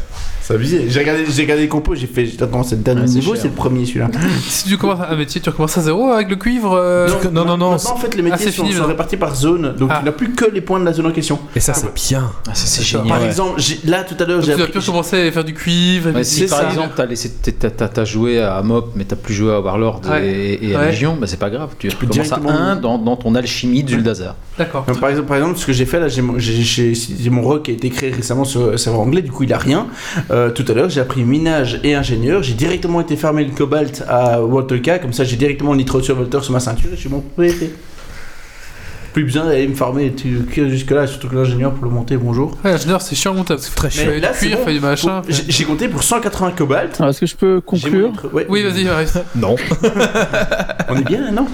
Speaker 4: Ça abusé. J'ai regardé, j'ai regardé les compos, j'ai fait, attends, c'est le dernier
Speaker 2: Ouais, c'est
Speaker 4: niveau,
Speaker 2: cher.
Speaker 4: c'est le premier celui-là.
Speaker 1: Si tu commences un métier, tu recommences à zéro avec le cuivre. euh,
Speaker 3: Non. non,
Speaker 4: maintenant,
Speaker 3: c'est-
Speaker 4: en fait les
Speaker 1: Ah,
Speaker 4: métiers
Speaker 1: c'est
Speaker 4: sont,
Speaker 1: fini,
Speaker 4: sont
Speaker 1: maintenant.
Speaker 4: répartis par zone, donc
Speaker 1: Ah.
Speaker 4: tu n'as plus que les points de la zone en question.
Speaker 3: Et ça, c'est bien.
Speaker 2: Ah, ça, c'est
Speaker 4: Par
Speaker 2: génial.
Speaker 4: exemple, j'ai- là tout à l'heure,
Speaker 1: donc
Speaker 4: j'ai
Speaker 1: tu as
Speaker 4: appris.
Speaker 1: pu commencer à faire du cuivre. et
Speaker 2: Ouais,
Speaker 1: puis
Speaker 2: si
Speaker 1: c'est
Speaker 2: par
Speaker 1: ça.
Speaker 2: exemple t'as laissé t'es- t'as- t'as t'as joué à Mop mais t'as plus joué à Warlord
Speaker 1: Ouais.
Speaker 2: et, et à
Speaker 1: Ouais.
Speaker 2: Légion, bah c'est pas grave, tu
Speaker 4: peux
Speaker 2: commences à
Speaker 4: directement-
Speaker 2: 1 dans, dans ton alchimie du Lazare.
Speaker 1: D'accord.
Speaker 4: Donc, par, exemple, par exemple, ce que j'ai fait là, j'ai mon, j'ai- j'ai- j'ai mon rock qui a été créé récemment sur le serveur anglais, du coup il a rien. Euh, tout à l'heure, j'ai appris minage et ingénieur, j'ai directement été farmer le cobalt à Walter K, comme ça j'ai directement le nitro sur Walter sur ma ceinture et je suis mon PVP. Plus besoin d'aller me farmer tu- que jusque-là, surtout que l'ingénieur pour le monter, bonjour.
Speaker 1: Ouais, l'ingénieur, c'est chiant à monter parce que
Speaker 3: très
Speaker 1: fais du
Speaker 4: là, c'est
Speaker 1: cuivre,
Speaker 4: bon.
Speaker 1: fais du machin.
Speaker 4: Pour- J'ai j'ai compté pour 180 cobalt.
Speaker 7: Alors, Est-ce que je peux
Speaker 4: J'ai mon
Speaker 7: conclure
Speaker 4: nitro- ouais.
Speaker 1: Oui, vas-y, Marius.
Speaker 3: Non.
Speaker 4: On est bien là, non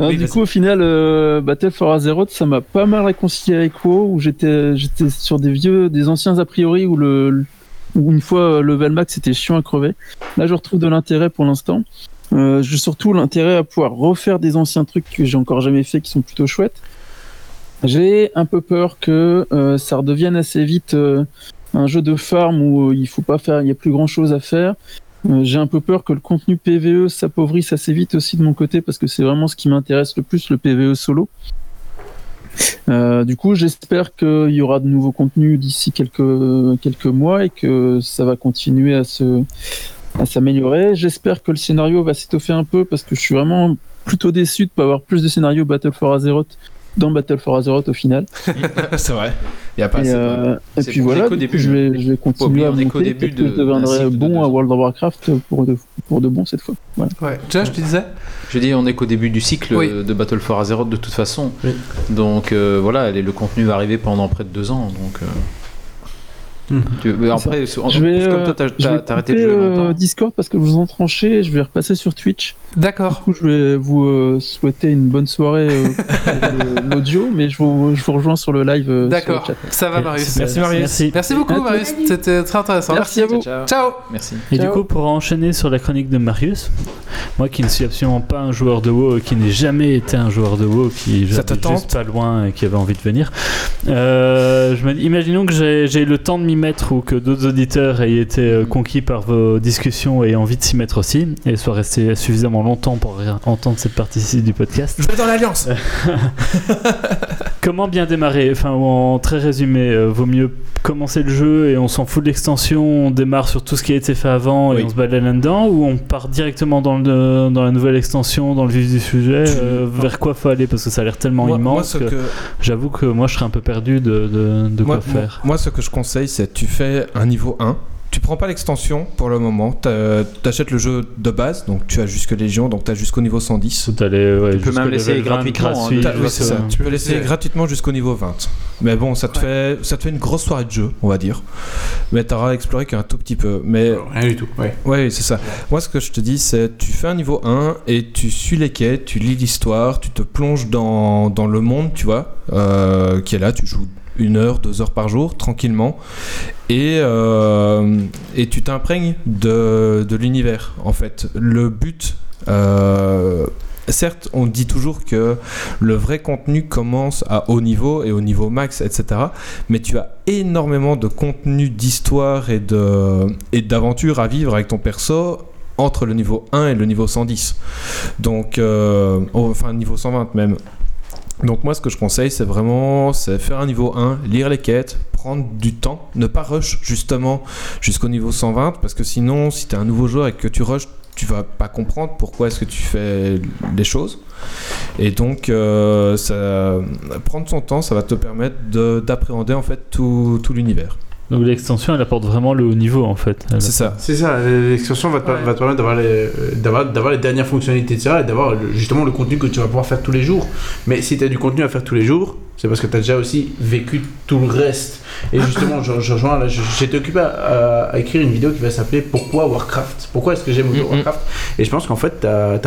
Speaker 7: Hein,
Speaker 3: Oui,
Speaker 7: du
Speaker 3: vas-y.
Speaker 7: coup, au final, euh, Battle for Azeroth, ça m'a pas mal réconcilié avec WoW, où j'étais, j'étais sur des vieux, des anciens a priori, où le, où une fois euh, level max, c'était chiant à crever. Là, je retrouve de l'intérêt pour l'instant. Euh, j'ai surtout l'intérêt à pouvoir refaire des anciens trucs que j'ai encore jamais fait, qui sont plutôt chouettes. J'ai un peu peur que euh, ça redevienne assez vite euh, un jeu de farm où euh, il faut pas faire, il y a plus grand chose à faire. Euh, J'ai un peu peur que le contenu PVE s'appauvrisse assez vite aussi de mon côté parce que c'est vraiment ce qui m'intéresse le plus, le PVE solo. Euh, du coup, j'espère qu'il y aura de nouveaux contenus d'ici quelques, quelques mois et que ça va continuer à se à s'améliorer. J'espère que le scénario va s'étoffer un peu parce que je suis vraiment plutôt déçu de pas avoir plus de scénarios Battle for Azeroth dans Battle for Azeroth au final.
Speaker 3: c'est vrai. Il a pas
Speaker 7: et
Speaker 3: assez de-
Speaker 7: euh, et
Speaker 2: c'est
Speaker 7: puis
Speaker 2: bon,
Speaker 7: voilà,
Speaker 2: c'est qu'au
Speaker 7: du
Speaker 2: début,
Speaker 7: coup, je vais, je vais continuer
Speaker 2: oublier,
Speaker 7: à
Speaker 2: on est qu'au
Speaker 7: monter.
Speaker 2: début
Speaker 7: Peut-être que
Speaker 2: de-
Speaker 7: je deviendrai
Speaker 2: d'un cycle de
Speaker 7: bon
Speaker 2: deux
Speaker 7: à
Speaker 2: ans.
Speaker 7: World of Warcraft pour de, pour de bon cette fois. Voilà.
Speaker 1: Ouais. Déjà, je te disais.
Speaker 2: Je dis, on est qu'au début du cycle
Speaker 1: Oui.
Speaker 2: euh, de Battle for Azeroth de toute façon. Donc euh, voilà, les- le contenu va arriver pendant près de deux ans. Donc, euh,
Speaker 4: Hmm.
Speaker 2: tu- mais après, en-
Speaker 7: Je vais,
Speaker 2: plus, comme
Speaker 7: euh,
Speaker 2: toi, t'as-
Speaker 7: Je
Speaker 2: t'as
Speaker 7: vais
Speaker 2: t'as arrêté de
Speaker 7: couper,
Speaker 2: jouer
Speaker 7: euh,
Speaker 2: longtemps.
Speaker 7: Discord parce que je vous entranchez et je vais repasser sur Twitch. Du
Speaker 1: D'accord.
Speaker 7: coup, je vais vous euh, souhaiter une bonne soirée euh, pour le- l'audio, mais je vous, je vous rejoins sur le live. euh, sur le
Speaker 1: D'accord.
Speaker 7: chat.
Speaker 1: Ça va, Marius.
Speaker 3: Merci, Marius.
Speaker 6: Merci.
Speaker 1: Merci beaucoup, Marius. C'était très intéressant.
Speaker 7: Merci à vous.
Speaker 2: Ciao.
Speaker 1: Ciao.
Speaker 2: Merci.
Speaker 6: Et
Speaker 7: Ciao.
Speaker 6: du coup, pour enchaîner sur la chronique de Marius, moi qui ne suis absolument pas un joueur de WoW, qui n'ai jamais été un joueur de WoW, qui
Speaker 3: Ça te
Speaker 6: j'habite
Speaker 3: tente
Speaker 6: juste pas loin et qui avait envie de venir, euh, je me dis, imaginons que j'ai j'ai eu le temps de m'y mettre ou que d'autres auditeurs aient été euh, conquis par vos discussions et envie de s'y mettre aussi, et soient restés suffisamment longtemps pour ré- entendre cette partie-ci du podcast.
Speaker 3: Je vais dans l'Alliance
Speaker 6: Comment bien démarrer Enfin, ou en très résumé, euh, vaut mieux commencer le jeu et on s'en fout de l'extension, on démarre sur tout ce qui a été fait avant et
Speaker 3: Oui.
Speaker 6: on se balade là-dedans, ou on part directement dans, le, dans la nouvelle extension, dans le vif du sujet
Speaker 3: Tu-
Speaker 6: euh, Vers quoi faut aller Parce que ça a l'air tellement
Speaker 3: Moi- moi,
Speaker 6: immense
Speaker 3: ce
Speaker 6: que,
Speaker 3: que-
Speaker 6: j'avoue que moi je serais un peu perdu de, de, de
Speaker 3: moi-
Speaker 6: quoi faire.
Speaker 3: moi, ce que je conseille, c'est tu fais un niveau 1. Tu prends pas l'extension pour le moment. T'as- T'achètes le jeu de base, donc tu as jusque Légion, donc tu as jusqu'au niveau 110.
Speaker 6: Tout aller, ouais,
Speaker 2: Tu peux
Speaker 6: jusqu'au
Speaker 2: même laisser
Speaker 6: level 20
Speaker 2: gratuitement, hein,
Speaker 6: gratuit,
Speaker 2: t'as-
Speaker 3: oui, c'est ça.
Speaker 6: euh,
Speaker 3: Tu peux laisser gratuitement jusqu'au niveau 20. Mais bon, ça te, fait, ça te fait une grosse soirée de jeu, on va dire. mais t'auras exploré qu'un tout petit peu. Mais
Speaker 1: Euh, Rien du tout, ouais.
Speaker 3: ouais, c'est ça. Moi, ce que je te dis, c'est tu fais un niveau 1 et tu suis les quais, tu lis l'histoire, tu te plonges dans, dans le monde, tu vois, euh, qui est là, tu joues une heure, deux heures par jour, tranquillement, et, euh, et tu t'imprègnes de, de l'univers, en fait. Le but... euh, Certes, on dit toujours que le vrai contenu commence à haut niveau et au niveau max, etc mais tu as énormément de contenu d'histoire et de et d'aventure à vivre avec ton perso entre le niveau 1 et le niveau 110. Donc euh, oh, enfin niveau 120 même. Donc moi ce que je conseille c'est vraiment c'est faire un niveau 1, lire les quêtes, prendre du temps, ne pas rush justement jusqu'au niveau 120 parce que sinon si tu es un nouveau joueur et que tu rushes tu vas pas comprendre pourquoi est-ce que tu fais les choses. Et donc, euh, ça, prendre son temps, ça va te permettre de- d'appréhender en fait tout, tout l'univers.
Speaker 6: Donc l'extension, elle apporte vraiment le haut niveau en fait. Elle-
Speaker 3: C'est ça.
Speaker 4: C'est ça, l'extension va, te-
Speaker 11: Ouais.
Speaker 4: va te permettre d'avoir les, euh, d'avoir, d'avoir les dernières fonctionnalités, etc. et d'avoir le- justement le contenu que tu vas pouvoir faire tous les jours. Mais si tu as du contenu à faire tous les jours, c'est parce que tu as déjà aussi vécu tout le reste. Et justement, je, je rejoins, là, je- j'étais occupé à, à écrire une vidéo qui va s'appeler Pourquoi Warcraft Pourquoi est-ce que j'aime
Speaker 3: Mhm.
Speaker 4: Warcraft Et je pense qu'en fait, tu as,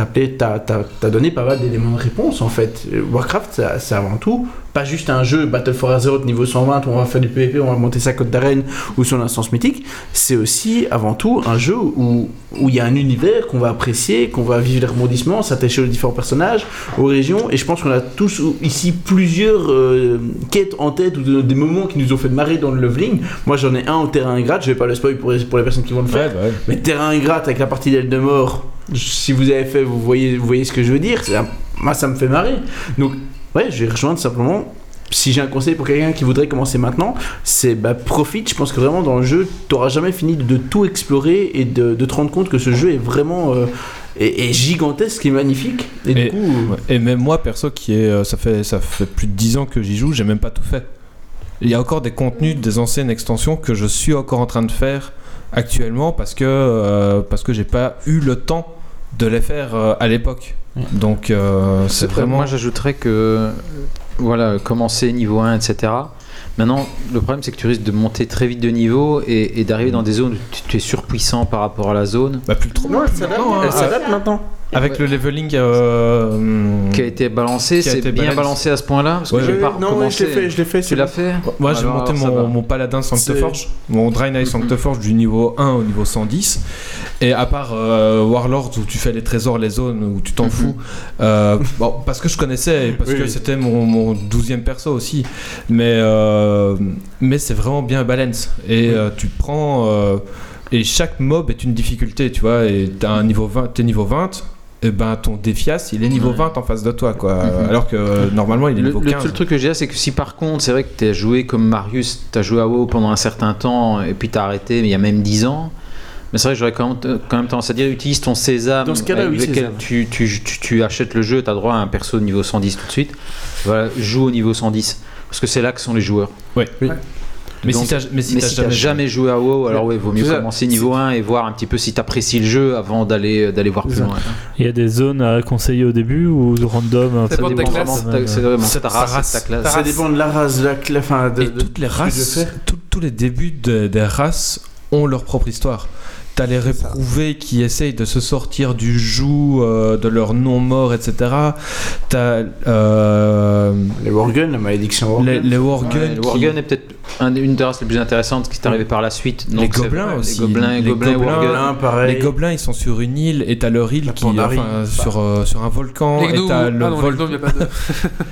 Speaker 4: donné pas mal d'éléments de réponse en fait. Warcraft, ça- c'est avant tout pas juste un jeu Battle for Azeroth niveau 120 où on va faire du PvP, on va monter sa cote d'arène ou son instance mythique c'est aussi avant tout un jeu où où il y a un univers qu'on va apprécier, qu'on va vivre les rebondissements, s'attacher aux différents personnages, aux régions, et je pense qu'on a tous ou- ici plusieurs euh, quêtes en tête ou de- des moments qui nous ont fait marrer dans le leveling. Moi j'en ai un au terrain ingrate, je vais pas le spoil pour les, pour les personnes qui vont le faire,
Speaker 3: Ouais, bah ouais.
Speaker 4: mais terrain ingrate avec la partie d'Aile de mort, si vous avez fait, vous voyez, vous voyez ce que je veux dire. C'est un- Moi, ça me fait marrer. Donc, ouais, je vais rejoindre simplement. Si j'ai un conseil pour quelqu'un qui voudrait commencer maintenant, c'est bah, profite. Je pense que vraiment dans le jeu, t'auras jamais fini de, de tout explorer et de, de te rendre compte que ce jeu est vraiment euh, est, est gigantesque et magnifique. Et,
Speaker 3: Et-
Speaker 4: du coup, euh,
Speaker 3: Ouais. Et même moi, perso, qui est, euh, ça, fait, ça fait plus de 10 ans que j'y joue, j'ai même pas tout fait. Il y a encore des contenus des anciennes extensions que je suis encore en train de faire actuellement parce que, euh, parce que j'ai pas eu le temps de les faire euh, à l'époque. Donc, euh, c'est vraiment.
Speaker 2: Moi, j'ajouterais que euh, voilà, commencer niveau 1, etc. Maintenant, le problème, c'est que tu risques de monter très vite de niveau et, et d'arriver dans des zones où tu, tu es surpuissant par rapport à la zone
Speaker 3: Bah, plus trop.
Speaker 12: Non, ça date,
Speaker 3: Non, hein,
Speaker 12: ça date maintenant.
Speaker 3: Avec le leveling. euh,
Speaker 2: qui a été balancée.
Speaker 3: Qui a
Speaker 2: C'est
Speaker 3: été
Speaker 2: bien
Speaker 3: balance.
Speaker 2: balancé à ce point-là parce que
Speaker 3: Ouais,
Speaker 2: je vais
Speaker 12: Ouais,
Speaker 2: pas
Speaker 12: non, ouais, je
Speaker 2: recommencer.
Speaker 12: l'ai fait, je l'ai fait.
Speaker 2: tu
Speaker 12: c'est
Speaker 2: l'as fait
Speaker 3: Moi, j'ai
Speaker 2: Alors,
Speaker 3: monté
Speaker 2: ça va.
Speaker 3: mon, mon paladin Sancteforge, mon Draenei
Speaker 2: Mhm.
Speaker 3: Sancteforge du niveau 1 au niveau 110. Et à part euh, Warlords où tu fais les trésors, les zones où tu t'en
Speaker 2: Mhm.
Speaker 3: fous, euh, bon, parce que je connaissais et parce
Speaker 12: Oui,
Speaker 3: que
Speaker 12: oui.
Speaker 3: c'était mon, mon 12e perso aussi. Mais, euh, mais c'est vraiment bien balance. Et euh, tu prends. euh, et chaque mob est une difficulté, tu vois. Et t'as un niveau 20, t'es niveau 20. Et ben ton défias, il est niveau 20 en face de toi, quoi.
Speaker 2: Mhm.
Speaker 3: Alors que euh, normalement, il est
Speaker 2: Le,
Speaker 3: niveau
Speaker 2: le
Speaker 3: 15.
Speaker 2: seul truc que j'ai, c'est que si par contre, c'est vrai que tu as joué comme Marius, tu as joué à WoW pendant un certain temps et puis tu as arrêté mais il y a même 10 ans, mais c'est vrai que j'aurais quand, même- quand même tendance à dire utilise ton sésame
Speaker 12: Dans ce cas-là,
Speaker 2: avec
Speaker 12: oui,
Speaker 2: lequel
Speaker 12: sésame.
Speaker 2: tu, tu- tu- tu achètes le jeu, tu as droit à un perso de niveau 110 tout de suite. Voilà, joue au niveau 110 parce que c'est là que sont les joueurs.
Speaker 3: mais,
Speaker 2: donc-
Speaker 3: si t'as- mais si
Speaker 2: mais
Speaker 3: t'as
Speaker 2: si tu n'as
Speaker 3: jamais joué.
Speaker 2: jamais joué à WoW, alors ouais, vaut mieux
Speaker 4: C'est ça.
Speaker 2: commencer niveau 1 et voir un petit peu si tu apprécies le jeu avant d'aller euh, d'aller voir plus
Speaker 4: C'est ça.
Speaker 2: loin.
Speaker 6: Il y a des zones à conseiller au début ou de random hein,
Speaker 1: Ça dépend de ta
Speaker 6: dépend
Speaker 1: classe.
Speaker 6: vraiment de ta-
Speaker 2: C'est vraiment
Speaker 3: Ça-
Speaker 2: ta
Speaker 3: ça
Speaker 2: race,
Speaker 3: race.
Speaker 2: ta classe.
Speaker 4: ça dépend de la race, de la cla- enfin, de-
Speaker 3: Et
Speaker 4: de-
Speaker 3: toutes les races,
Speaker 4: faire.
Speaker 3: tout- tous les débuts de- des races ont leur propre histoire. T'as les réprouvés qui essayent de se sortir du joug euh, de leur non-mort, etc. T'as euh,
Speaker 4: les Worgen, la malédiction Worgen.
Speaker 3: les, les Worgen.
Speaker 2: Ouais, le
Speaker 3: qui-
Speaker 2: Worgen est peut-être un- une des races les plus intéressantes qui est arrivée par la suite. Donc
Speaker 3: Les
Speaker 2: c'est
Speaker 3: gobelins
Speaker 2: vrai,
Speaker 3: aussi.
Speaker 2: Les gobelins,
Speaker 3: Les
Speaker 2: gobelins,
Speaker 3: gobelins,
Speaker 2: Worgen.
Speaker 4: L'un, pareil.
Speaker 3: les gobelins, ils sont sur une île et t'as leur île
Speaker 4: La
Speaker 3: qui
Speaker 4: Pandarie.
Speaker 3: enfin, sur, euh, sur un volcan.
Speaker 1: Les
Speaker 3: et
Speaker 1: gnomes,
Speaker 3: t'as
Speaker 1: ah
Speaker 3: le,
Speaker 1: non,
Speaker 3: vol-
Speaker 1: les gnomes, y a pas de.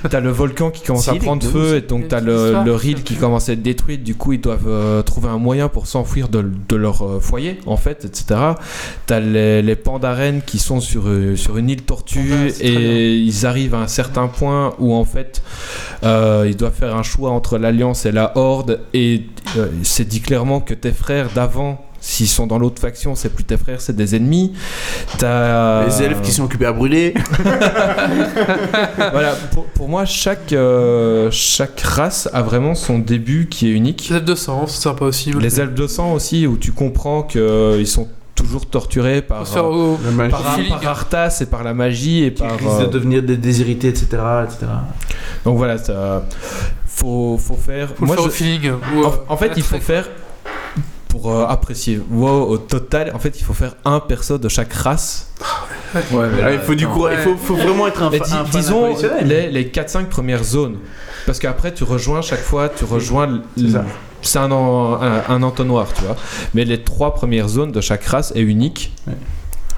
Speaker 3: t'as le volcan qui commence
Speaker 12: Si,
Speaker 3: à
Speaker 12: les
Speaker 3: prendre
Speaker 12: gnomes,
Speaker 3: feu
Speaker 1: c'est-
Speaker 3: et donc t'as
Speaker 1: c'est
Speaker 3: le,
Speaker 1: l'histoire.
Speaker 3: leur île qui commence à être détruite. Du coup, ils doivent euh, trouver un moyen pour s'enfuir de, de leur euh, foyer, en fait, etc. T'as les, les pandarènes qui sont sur, euh, sur une île tortue
Speaker 1: Panda, c'est très bien.
Speaker 3: et ils arrivent à un certain point où, en fait, euh, ils doivent faire un choix entre l'Alliance et la Horde. Et euh, c'est dit clairement que tes frères d'avant, s'ils sont dans l'autre faction, c'est plus tes frères, c'est des ennemis. T'as...
Speaker 4: Les elfes qui sont occupés à brûler.
Speaker 3: voilà, pour, pour moi, chaque, euh, chaque race a vraiment son début qui est unique.
Speaker 1: Les elfes de sang, c'est sympa aussi.
Speaker 3: Les elfes de sang aussi, où tu comprends qu'ils sont toujours torturés
Speaker 1: On
Speaker 3: par,
Speaker 1: se fait
Speaker 3: euh,
Speaker 1: au-
Speaker 4: Le mal-
Speaker 3: par,
Speaker 1: au feeling.
Speaker 3: par Arthas et par la magie. Et
Speaker 4: qui
Speaker 3: par,
Speaker 4: risquent
Speaker 3: euh,
Speaker 4: de devenir des déshérités, etc. etc.
Speaker 3: Donc voilà, ça, faut, faut faire.
Speaker 1: faut le
Speaker 3: moi,
Speaker 1: faire au
Speaker 3: je- Oh,
Speaker 1: feeling. ou, euh,
Speaker 3: en, en fait,
Speaker 1: à la
Speaker 3: il faut
Speaker 1: traque.
Speaker 3: faire pour euh, apprécier WoW au total, en fait, il faut faire un perso de chaque race. Ouais, mais là,
Speaker 4: Ah, il faut du
Speaker 3: attends.
Speaker 4: courage, il faut, faut vraiment être un,
Speaker 3: Mais
Speaker 4: fa-
Speaker 3: dis-
Speaker 4: un fan
Speaker 3: Bah, disons
Speaker 4: inconditionnel.
Speaker 3: les, les 4-5 premières zones. Parce qu'après, tu rejoins chaque fois, tu rejoins. l- l-
Speaker 4: ça.
Speaker 3: C'est un, en- un, un entonnoir, tu vois. Mais les trois premières zones de chaque race est unique.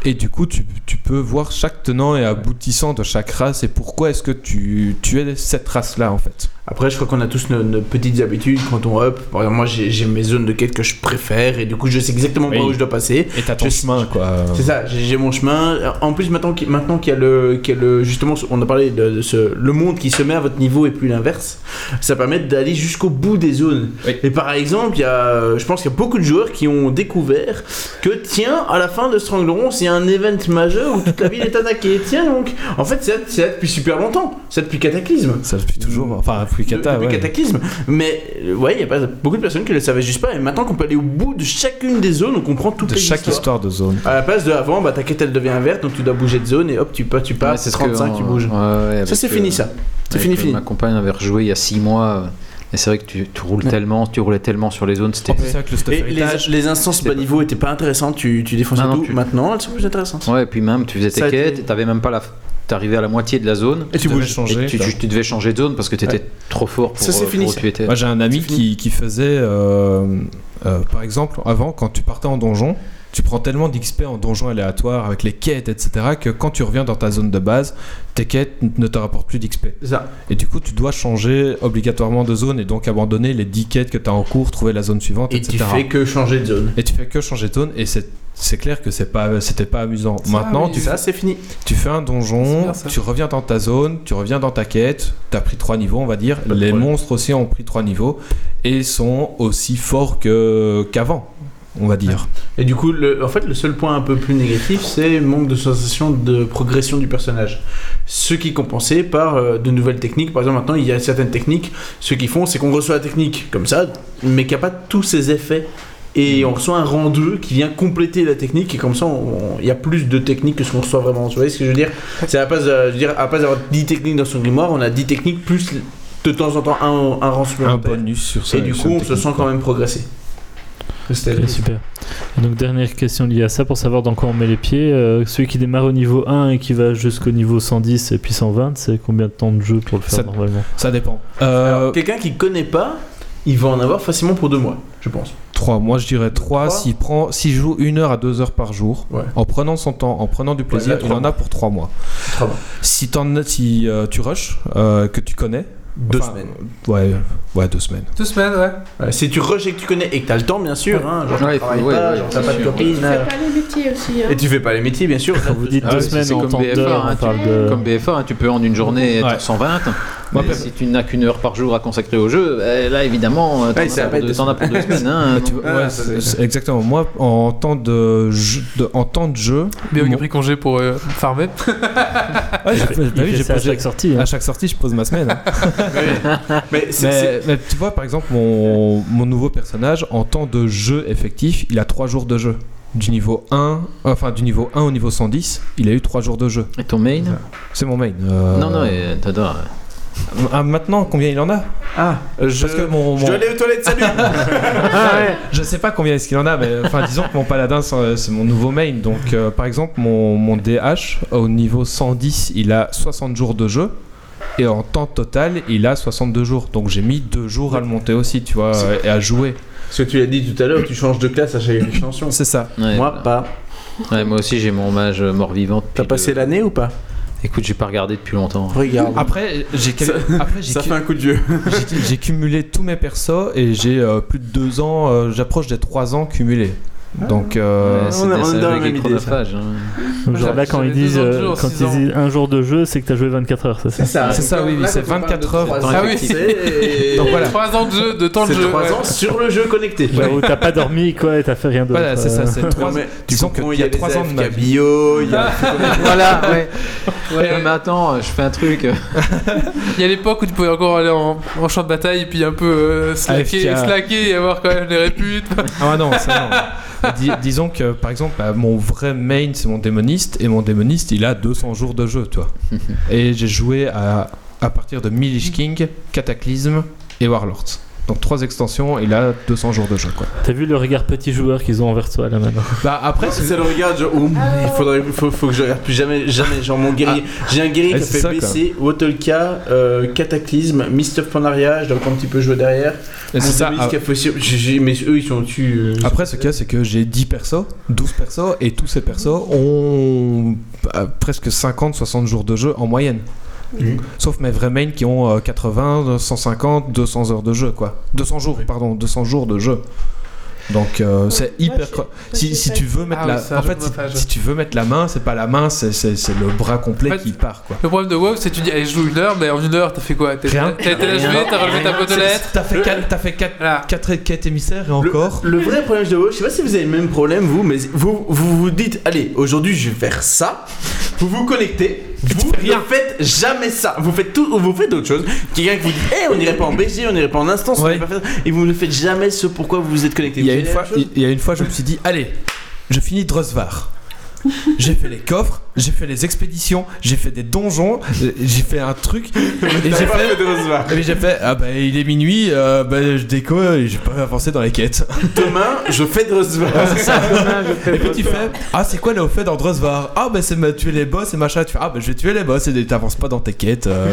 Speaker 3: Et du coup, tu, tu peux voir chaque tenant et aboutissant de chaque race et pourquoi est-ce que tu, tu es cette race-là, en fait.
Speaker 4: Après, je crois qu'on a tous nos, nos petites habitudes quand on up. Par exemple, moi, j'ai j'ai mes zones de quête que je préfère et du coup, je sais exactement
Speaker 3: Oui.
Speaker 4: par où je dois passer.
Speaker 3: Et t'as ton
Speaker 4: Je-
Speaker 3: chemin, quoi.
Speaker 4: C'est ça, j'ai j'ai mon chemin. En plus, maintenant qu'il maintenant qu'il y a le, qu'il y a le- justement, on a parlé de, de ce, le monde qui se met à votre niveau et plus l'inverse, ça permet d'aller jusqu'au bout des zones.
Speaker 3: Oui.
Speaker 4: Et par exemple, il y a, je pense qu'il y a beaucoup de joueurs qui ont découvert que tiens, à la fin de Strangleron, c'est un event majeur où toute la ville est attaquée. Tiens donc, en fait, c'est là- c'est là depuis super longtemps, c'est là depuis Cataclysme.
Speaker 3: Ça depuis toujours. Enfin,
Speaker 4: De-
Speaker 3: depuis Kata,
Speaker 4: depuis
Speaker 3: ouais.
Speaker 4: Cataclysme. Mais euh, ouais, il y a pas beaucoup de personnes qui le savaient juste pas. Et maintenant qu'on peut aller au bout de chacune des zones, on comprend toutes
Speaker 3: De
Speaker 4: les
Speaker 3: chaque
Speaker 4: histoires.
Speaker 3: histoire de zone.
Speaker 4: À la place de avant, bah ta quête elle devient verte, donc tu dois bouger de zone et hop, tu passes, tu passes, 35, tu bouges. Ça c'est fini ça. C'est fini, fini.
Speaker 2: euh, Ma compagne avait rejoué il y a 6 mois. euh, Et c'est vrai que tu, tu roules tellement, tu roulais tellement sur les zones, c'était.
Speaker 3: C'est ça que le stuff
Speaker 4: Et les,
Speaker 3: héritage.
Speaker 4: les instances bas niveau étaient pas intéressantes, tu, tu défonçais
Speaker 2: Non, non,
Speaker 4: tout.
Speaker 2: tu-
Speaker 4: Maintenant elles sont plus intéressantes.
Speaker 2: Ouais, et puis même, tu faisais
Speaker 4: Ça a
Speaker 2: tes
Speaker 4: été-
Speaker 2: quêtes, t'avais même pas la. T'arrivais à la moitié de la zone.
Speaker 4: Et tu
Speaker 3: devais
Speaker 4: bouges.
Speaker 3: changer,
Speaker 2: et tu,
Speaker 3: ça.
Speaker 2: tu- tu devais changer de zone parce que t'étais trop fort pour,
Speaker 4: Ça, c'est
Speaker 2: euh, pour
Speaker 4: fini,
Speaker 2: où
Speaker 4: ça.
Speaker 2: tu étais.
Speaker 3: Moi j'ai un ami
Speaker 4: C'est fini.
Speaker 3: qui, qui faisait, euh, euh, par exemple, avant quand tu partais en donjon, tu prends tellement d'XP en donjon aléatoire avec les quêtes, etc., que quand tu reviens dans ta zone de base, tes quêtes n- ne te rapportent plus d'XP.
Speaker 4: C'est ça.
Speaker 3: Et du coup, tu dois changer obligatoirement de zone et donc abandonner les 10 quêtes que tu as en cours, trouver la zone suivante,
Speaker 4: Et tu
Speaker 3: etc.
Speaker 4: fais que changer de zone.
Speaker 3: Et tu fais que changer de zone et c'est. C'est clair que c'est pas, c'était pas amusant. Maintenant,
Speaker 1: oui,
Speaker 3: tu,
Speaker 4: Ça c'est fini.
Speaker 3: tu fais un
Speaker 1: C'est
Speaker 3: donjon,
Speaker 1: bien, ça.
Speaker 3: tu reviens dans ta zone, tu reviens dans ta quête, t'as pris trois niveaux, on va dire.
Speaker 4: de
Speaker 3: Les
Speaker 4: problème.
Speaker 3: monstres aussi ont pris trois niveaux et sont aussi forts que qu'avant, on va dire.
Speaker 4: Et du coup, le, en fait, le seul point un peu plus négatif, c'est le manque de sensation de progression du personnage. Ce qui est compensé par euh, de nouvelles techniques. Par exemple, maintenant, il y a certaines techniques. Ce qu'ils font, c'est qu'on reçoit la technique comme ça, mais qu'il n'y a pas tous ses effets. Et
Speaker 3: Mm.
Speaker 4: on reçoit un rang 2 qui vient compléter la technique, et comme ça, on- il y a plus de techniques que ce qu'on reçoit vraiment. Vous voyez ce que je veux dire C'est à la place, de- je veux dire, à la place d'avoir 10 techniques dans son grimoire, on a 10 techniques plus de temps en temps un, un rang
Speaker 3: Un
Speaker 4: supplémentaire.
Speaker 3: bonus sur ça.
Speaker 4: et du coup, on se sent quand même progresser. C'était
Speaker 6: Ok, super. Et donc, dernière question liée à ça pour savoir dans quoi on met les pieds. Euh, celui qui démarre au niveau 1 et qui va jusqu'au niveau 110 et puis 120, c'est combien de temps de jeu pour le faire
Speaker 3: Ça-
Speaker 6: normalement
Speaker 3: Ça dépend. Euh,
Speaker 4: Alors, Quelqu'un qui connaît pas, il va en avoir facilement pour deux mois, je pense.
Speaker 3: trois, moi je dirais trois.
Speaker 4: Trois
Speaker 3: S'il prend, s'il joue une heure à deux heures par jour,
Speaker 4: Ouais.
Speaker 3: en prenant son temps, en prenant du plaisir,
Speaker 4: là,
Speaker 3: il
Speaker 4: trois
Speaker 3: en a pour trois mois.
Speaker 4: Trois mois.
Speaker 3: Si, t'en- si euh, tu rushes, euh, que tu connais,
Speaker 4: Deux
Speaker 3: Enfin,
Speaker 4: semaines.
Speaker 3: ouais, ouais, deux semaines.
Speaker 1: Deux semaines, ouais.
Speaker 4: Ouais, si tu rejets que tu connais et que t'as le temps, bien sûr, hein, genre
Speaker 2: Ouais,
Speaker 4: tu
Speaker 2: il faut-
Speaker 4: travailles
Speaker 2: ouais,
Speaker 4: pas,
Speaker 2: ouais,
Speaker 4: genre,
Speaker 2: c'est
Speaker 4: t'as pas de
Speaker 2: sûr.
Speaker 5: Et tu
Speaker 4: copine.
Speaker 5: fais
Speaker 4: euh,
Speaker 5: pas les métiers aussi. Hein.
Speaker 4: Et tu fais pas les métiers, bien sûr.
Speaker 6: Quand vous dites
Speaker 2: Ah
Speaker 6: deux
Speaker 2: oui,
Speaker 6: semaines
Speaker 2: c'est
Speaker 6: en
Speaker 2: comme
Speaker 6: temps
Speaker 2: BFA,
Speaker 6: d'heure,
Speaker 2: hein,
Speaker 6: on
Speaker 2: tu-
Speaker 6: parle de.
Speaker 2: Comme BF1, hein, tu peux en une journée être
Speaker 3: Ouais.
Speaker 2: 120.
Speaker 3: Moi,
Speaker 2: mais
Speaker 3: per-
Speaker 2: si tu n'as qu'une heure par jour à consacrer au jeu, eh, là évidemment, euh, t'en
Speaker 4: Ouais,
Speaker 2: as
Speaker 4: ça
Speaker 2: pour
Speaker 4: va être
Speaker 2: deux-
Speaker 4: des-
Speaker 2: t'en as pour deux semaines. hein.
Speaker 3: Bah, tu vois,
Speaker 4: Ah,
Speaker 3: ouais,
Speaker 4: ça,
Speaker 3: c'est-
Speaker 4: c'est-
Speaker 3: c'est exactement. Moi, en temps de jeu, de- en temps de jeu
Speaker 1: Bien
Speaker 3: Bon.
Speaker 1: j'ai pris congé pour euh, farmer.
Speaker 3: ouais, j'ai-
Speaker 6: Il
Speaker 3: bah oui,
Speaker 6: fait
Speaker 3: j'ai
Speaker 6: ça à
Speaker 3: posé-
Speaker 6: chaque sortie. hein.
Speaker 3: à chaque sortie, je pose ma semaine. hein.
Speaker 4: Mais c'est- c'est-
Speaker 3: mais, mais tu vois, par exemple, mon, mon nouveau personnage, en temps de jeu effectif, il a 3 jours de jeu. Du niveau 1, enfin du niveau 1 au niveau 110, il a eu 3 jours de jeu.
Speaker 2: Et ton main
Speaker 3: C'est mon main. Euh,
Speaker 2: Non, non, et t'adores.
Speaker 3: ah, maintenant, combien il en a
Speaker 4: Ah, je...
Speaker 3: Parce que mon,
Speaker 4: je
Speaker 3: mon-
Speaker 4: dois aller aux toilettes, salut
Speaker 3: Je sais pas combien est-ce qu'il en a, mais enfin disons que mon paladin c'est euh, c'est mon nouveau main. Donc euh, par exemple mon, mon DH au niveau 110 il a 60 jours de jeu et en temps total il a 62 jours. Donc j'ai mis deux jours à le monter aussi, tu vois, euh, et à jouer.
Speaker 4: Parce que tu l'as dit tout à l'heure, tu changes de classe à chaque extension.
Speaker 3: C'est ça.
Speaker 4: Moi, pas.
Speaker 2: Ouais, moi aussi j'ai mon mage euh, mort-vivant. depuis
Speaker 4: T'as passé
Speaker 2: le-
Speaker 4: l'année ou pas
Speaker 2: Écoute, j'ai pas regardé depuis longtemps.
Speaker 4: Regarde.
Speaker 3: Après j'ai quel- après, Ah, j'ai
Speaker 4: ça
Speaker 3: cu-
Speaker 4: fait un coup de vieux.
Speaker 3: j'ai- j'ai cumulé tous mes persos et j'ai euh, plus de deux ans, euh, j'approche des trois ans cumulés. Donc euh,
Speaker 2: Ouais,
Speaker 4: on
Speaker 2: c'était
Speaker 4: est- on
Speaker 2: ça
Speaker 4: est dans la
Speaker 2: avec les
Speaker 4: même idée,
Speaker 2: chronophages, hein.
Speaker 6: Donc, genre
Speaker 1: Ouais,
Speaker 6: là, quand
Speaker 1: j'avais
Speaker 6: ils disent,
Speaker 1: deux ans de
Speaker 6: euh,
Speaker 1: jeu en
Speaker 6: quand
Speaker 1: six
Speaker 6: ils
Speaker 1: ans.
Speaker 6: disent un jour de jeu, c'est que t'as joué 24 heures, c'est ça
Speaker 3: C'est ça, oui, oui, c'est 24 heures.
Speaker 1: Ah
Speaker 4: Ah
Speaker 1: oui.
Speaker 4: oui, c'est...
Speaker 3: Donc, voilà.
Speaker 1: Trois ans de jeu, de temps de
Speaker 4: C'est
Speaker 1: jeu.
Speaker 4: 3
Speaker 1: ouais.
Speaker 4: ans sur le jeu connecté.
Speaker 6: Genre où t'as pas dormi quoi et t'as fait rien d'autre.
Speaker 3: voilà, c'est ça,
Speaker 6: euh.
Speaker 3: c'est trois
Speaker 4: Non, mais tu
Speaker 3: Disons que
Speaker 4: comprends,
Speaker 3: il y a trois
Speaker 4: les
Speaker 3: ans de ma
Speaker 4: AFK
Speaker 3: vie.
Speaker 4: bio, il y a...
Speaker 2: voilà, ouais.
Speaker 1: Ouais.
Speaker 2: Non, mais attends, euh, je fais un truc.
Speaker 1: Il y a l'époque où tu pouvais encore aller en, en champ de bataille et puis un peu euh, slacker,
Speaker 3: AFK.
Speaker 1: slacker et avoir quand même les réputes.
Speaker 3: Ah ouais, non, ça non. Mais dis- disons que par exemple, bah, mon vrai main c'est mon démoniste et mon démoniste il a 200 jours de jeu, toi. et j'ai joué à, à partir de Milish King, Cataclysm et Warlords. Donc trois extensions et là 200 jours de jeu quoi.
Speaker 6: T'as vu le regard petit joueur qu'ils ont envers toi là maintenant
Speaker 3: Bah après c'est
Speaker 4: C'est le regard, genre, oh, il faudrait, faut, faut que je regarde plus jamais, jamais, genre mon guerrier. J'ai un guerrier
Speaker 3: Eh,
Speaker 4: qui a
Speaker 3: c'est
Speaker 4: fait
Speaker 3: ça,
Speaker 4: BC, Wotolka, euh, Cataclysme, Mist of Pandaria, je dois encore un petit peu jouer derrière.
Speaker 3: c'est ça. ah.
Speaker 4: Montemis qui a fait aussi- j'ai- j'ai- Mais eux, ils sont au-dessus. euh,
Speaker 3: Après, ce qu'il y a, c'est que j'ai 10 persos, 12 persos, et tous ces persos ont euh, presque 50-60 jours de jeu en moyenne.
Speaker 1: Mmh.
Speaker 4: Mhm.
Speaker 3: Sauf mes vrais mains qui ont euh, 80, 150, 200 heures de jeu, quoi. 200 jours, pardon, 200 jours de jeu. Donc euh, c'est
Speaker 13: j'ai-
Speaker 3: hyper. cro- Si,
Speaker 13: j'ai
Speaker 3: si
Speaker 13: fait-
Speaker 3: tu veux mettre
Speaker 1: Ah
Speaker 3: la,
Speaker 1: oui, ça,
Speaker 3: en
Speaker 1: je
Speaker 3: fait,
Speaker 1: vois
Speaker 3: si,
Speaker 1: pas, je-
Speaker 3: si tu veux mettre la main, c'est pas la main, c'est- c'est c'est le bras
Speaker 1: En
Speaker 3: complet
Speaker 1: fait,
Speaker 3: qui part, quoi.
Speaker 1: Le problème de WoW, c'est que tu dis, allez, je joue une heure, mais en une heure, t'as fait quoi T'as
Speaker 3: Rien.
Speaker 1: t'as été la jouer, t'as relevé ta boîte de lettres.
Speaker 3: T'as fait 4 quatre,
Speaker 1: Voilà.
Speaker 3: quêtes émissaires et encore.
Speaker 4: Le vrai problème de WoW, je sais pas si vous avez le même problème vous, mais vous vous, vous dites allez aujourd'hui je vais faire ça. Vous vous connectez, vous ne faites jamais ça. Vous faites tout, vous faites d'autres choses. Quelqu'un qui vous dit eh on n'irait pas en BG, on n'irait pas en instance, on
Speaker 3: Ouais.
Speaker 4: n'irait pas faire ça. Et vous ne faites jamais ce pourquoi vous vous êtes connecté.
Speaker 3: Il y, a
Speaker 4: Vous
Speaker 3: une
Speaker 4: avez
Speaker 3: fois,
Speaker 4: la même chose
Speaker 3: il y a une fois, je me suis dit, allez, je finis Drosvar. J'ai fait les coffres, j'ai fait les expéditions, j'ai fait des donjons, euh, j'ai fait un truc. Et j'ai
Speaker 4: T'as pas
Speaker 3: fait,
Speaker 4: fait de recevoir.
Speaker 3: et j'ai fait, ah bah il est minuit, euh, bah, je déco et j'ai pas avancé dans les quêtes.
Speaker 4: Demain, je fais de recevoir.
Speaker 3: Et puis tu fais, ah c'est quoi là au fait dans Drosvar Ah bah c'est ma- tuer les boss et machin. Tu fais, ah bah je vais tuer les boss et t'avances pas dans tes quêtes. euh.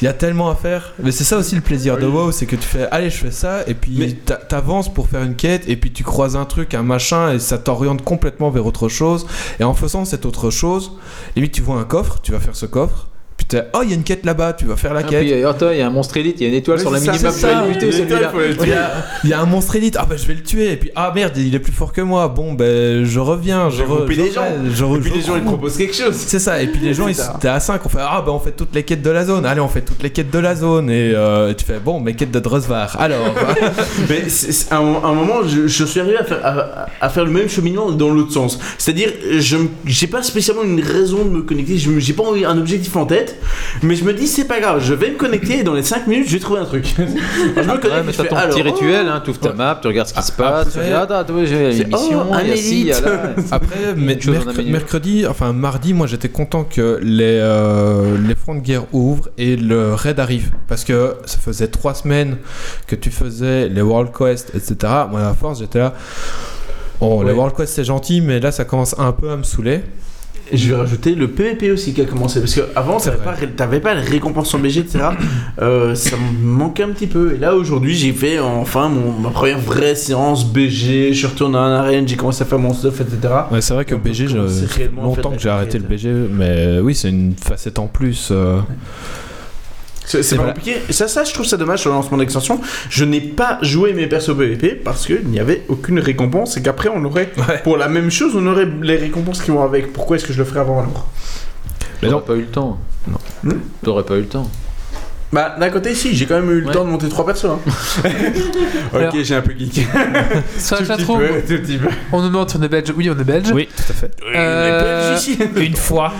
Speaker 3: Il y a tellement à faire. Mais c'est ça aussi le plaisir de WoW, c'est que tu fais, allez je fais ça et puis
Speaker 4: Mais-
Speaker 3: t'a- t'avances pour faire une quête et puis tu croises un truc, un machin et ça t'oriente complètement vers autre chose. Et en faisant cette autre chose, limite tu vois un coffre, tu vas faire ce coffre. Puis t'es, oh il y a une quête là-bas, tu vas faire la
Speaker 2: Ah,
Speaker 3: quête.
Speaker 2: puis, euh, attends, il y a un monstre élite, il y a une étoile
Speaker 3: Ouais,
Speaker 2: sur la
Speaker 3: c'est ça,
Speaker 2: minimap.
Speaker 3: c'est
Speaker 2: Je vais
Speaker 3: ça.
Speaker 2: le buter,
Speaker 3: Une étoile,
Speaker 2: celui-là.
Speaker 3: Il y, a, il y a un monstre élite, ah bah je vais le tuer, et puis ah merde, il est plus fort que moi, bon ben je reviens, je
Speaker 4: vais
Speaker 3: re-
Speaker 4: couper
Speaker 3: je
Speaker 4: des gens.
Speaker 3: re- je
Speaker 4: Et
Speaker 3: re-
Speaker 4: puis
Speaker 3: je
Speaker 4: les gens ils
Speaker 3: recours.
Speaker 4: proposent quelque chose.
Speaker 3: C'est ça, et puis les gens ils
Speaker 4: C'est ça.
Speaker 3: étaient à 5, on fait ah bah on fait toutes les quêtes de la zone, allez on fait toutes les quêtes de la zone, et euh, tu fais bon, mes quêtes de Drosvar, alors.
Speaker 4: Mais c'est- c'est- à un, à un moment, je, je suis arrivé à faire, à, à faire le même cheminement dans l'autre sens. C'est-à-dire, je me- j'ai pas spécialement une raison de me connecter, je me- j'ai pas envie- un objectif en tête, mais je me dis, c'est pas grave, je vais me connecter et dans les 5 minutes, je vais trouver un truc. je me connecte,
Speaker 2: Ouais, mais
Speaker 4: je
Speaker 2: t'as
Speaker 4: fais,
Speaker 2: ton
Speaker 4: alors,
Speaker 2: petit
Speaker 4: oh,
Speaker 2: rituel, hein, tu ouvres ta map, tu regardes ce qui se passe, tu
Speaker 3: après-
Speaker 2: dis attends, attends, j'ai
Speaker 4: C'est-
Speaker 2: une mission,
Speaker 4: oh, un
Speaker 2: il y a ci, il y a
Speaker 4: élite.
Speaker 2: là.
Speaker 3: Après,
Speaker 2: Une
Speaker 3: mer-
Speaker 2: chose en
Speaker 3: merc-
Speaker 2: un menu.
Speaker 3: mercredi, enfin mardi, moi j'étais content que les, euh, les fronts de guerre ouvrent et le raid arrive. Parce que ça faisait trois semaines que tu faisais les World Quest, etc. Moi, à force, j'étais là. Oh, les
Speaker 4: Ouais.
Speaker 3: World Quest, c'est gentil, mais là, ça commence un peu à me saouler.
Speaker 4: Et je vais rajouter le PVP aussi qui a commencé, parce qu'avant,
Speaker 3: C'est
Speaker 4: t'avais pas,
Speaker 3: vrai.
Speaker 4: t'avais pas les récompenses en BG, etc. Euh, ça me manquait un petit peu. Et là, aujourd'hui, j'ai fait enfin mon, ma première vraie séance BG, je suis retourné en arène, j'ai commencé à faire mon stuff, etc.
Speaker 3: Ouais, c'est vrai que
Speaker 4: On peut
Speaker 3: BG, je-
Speaker 4: commencer
Speaker 3: ça fait
Speaker 4: réellement à faire
Speaker 3: longtemps
Speaker 4: de
Speaker 3: que
Speaker 4: la
Speaker 3: j'ai arrêté
Speaker 4: raid.
Speaker 3: le BG, mais oui, c'est une facette en plus. euh.
Speaker 4: C'est c'est
Speaker 3: Et
Speaker 4: pas
Speaker 3: voilà.
Speaker 4: compliqué. Ça, ça, je trouve ça dommage sur le lancement d'extension. Je n'ai pas joué mes persos PVP parce qu'il n'y avait aucune récompense et qu'après, on aurait,
Speaker 3: Ouais.
Speaker 4: pour la même chose, on aurait les récompenses qui vont avec. Pourquoi est-ce que je le ferais avant alors
Speaker 3: Mais non.
Speaker 2: T'aurais pas eu le temps.
Speaker 3: Non.
Speaker 4: Hmm
Speaker 2: T'aurais pas eu le temps.
Speaker 4: Bah, d'un côté, si, j'ai quand même eu le
Speaker 2: Ouais.
Speaker 4: temps de monter trois persos. hein. ok,
Speaker 1: Alors-
Speaker 4: j'ai un peu geek.
Speaker 1: Sur
Speaker 4: Tout
Speaker 1: la
Speaker 4: petit
Speaker 1: chatroom,
Speaker 4: peu, tout petit peu.
Speaker 1: on nous demande si on est belge. Oui, on est belge.
Speaker 3: Oui, tout à fait.
Speaker 1: Euh,
Speaker 3: Une fois.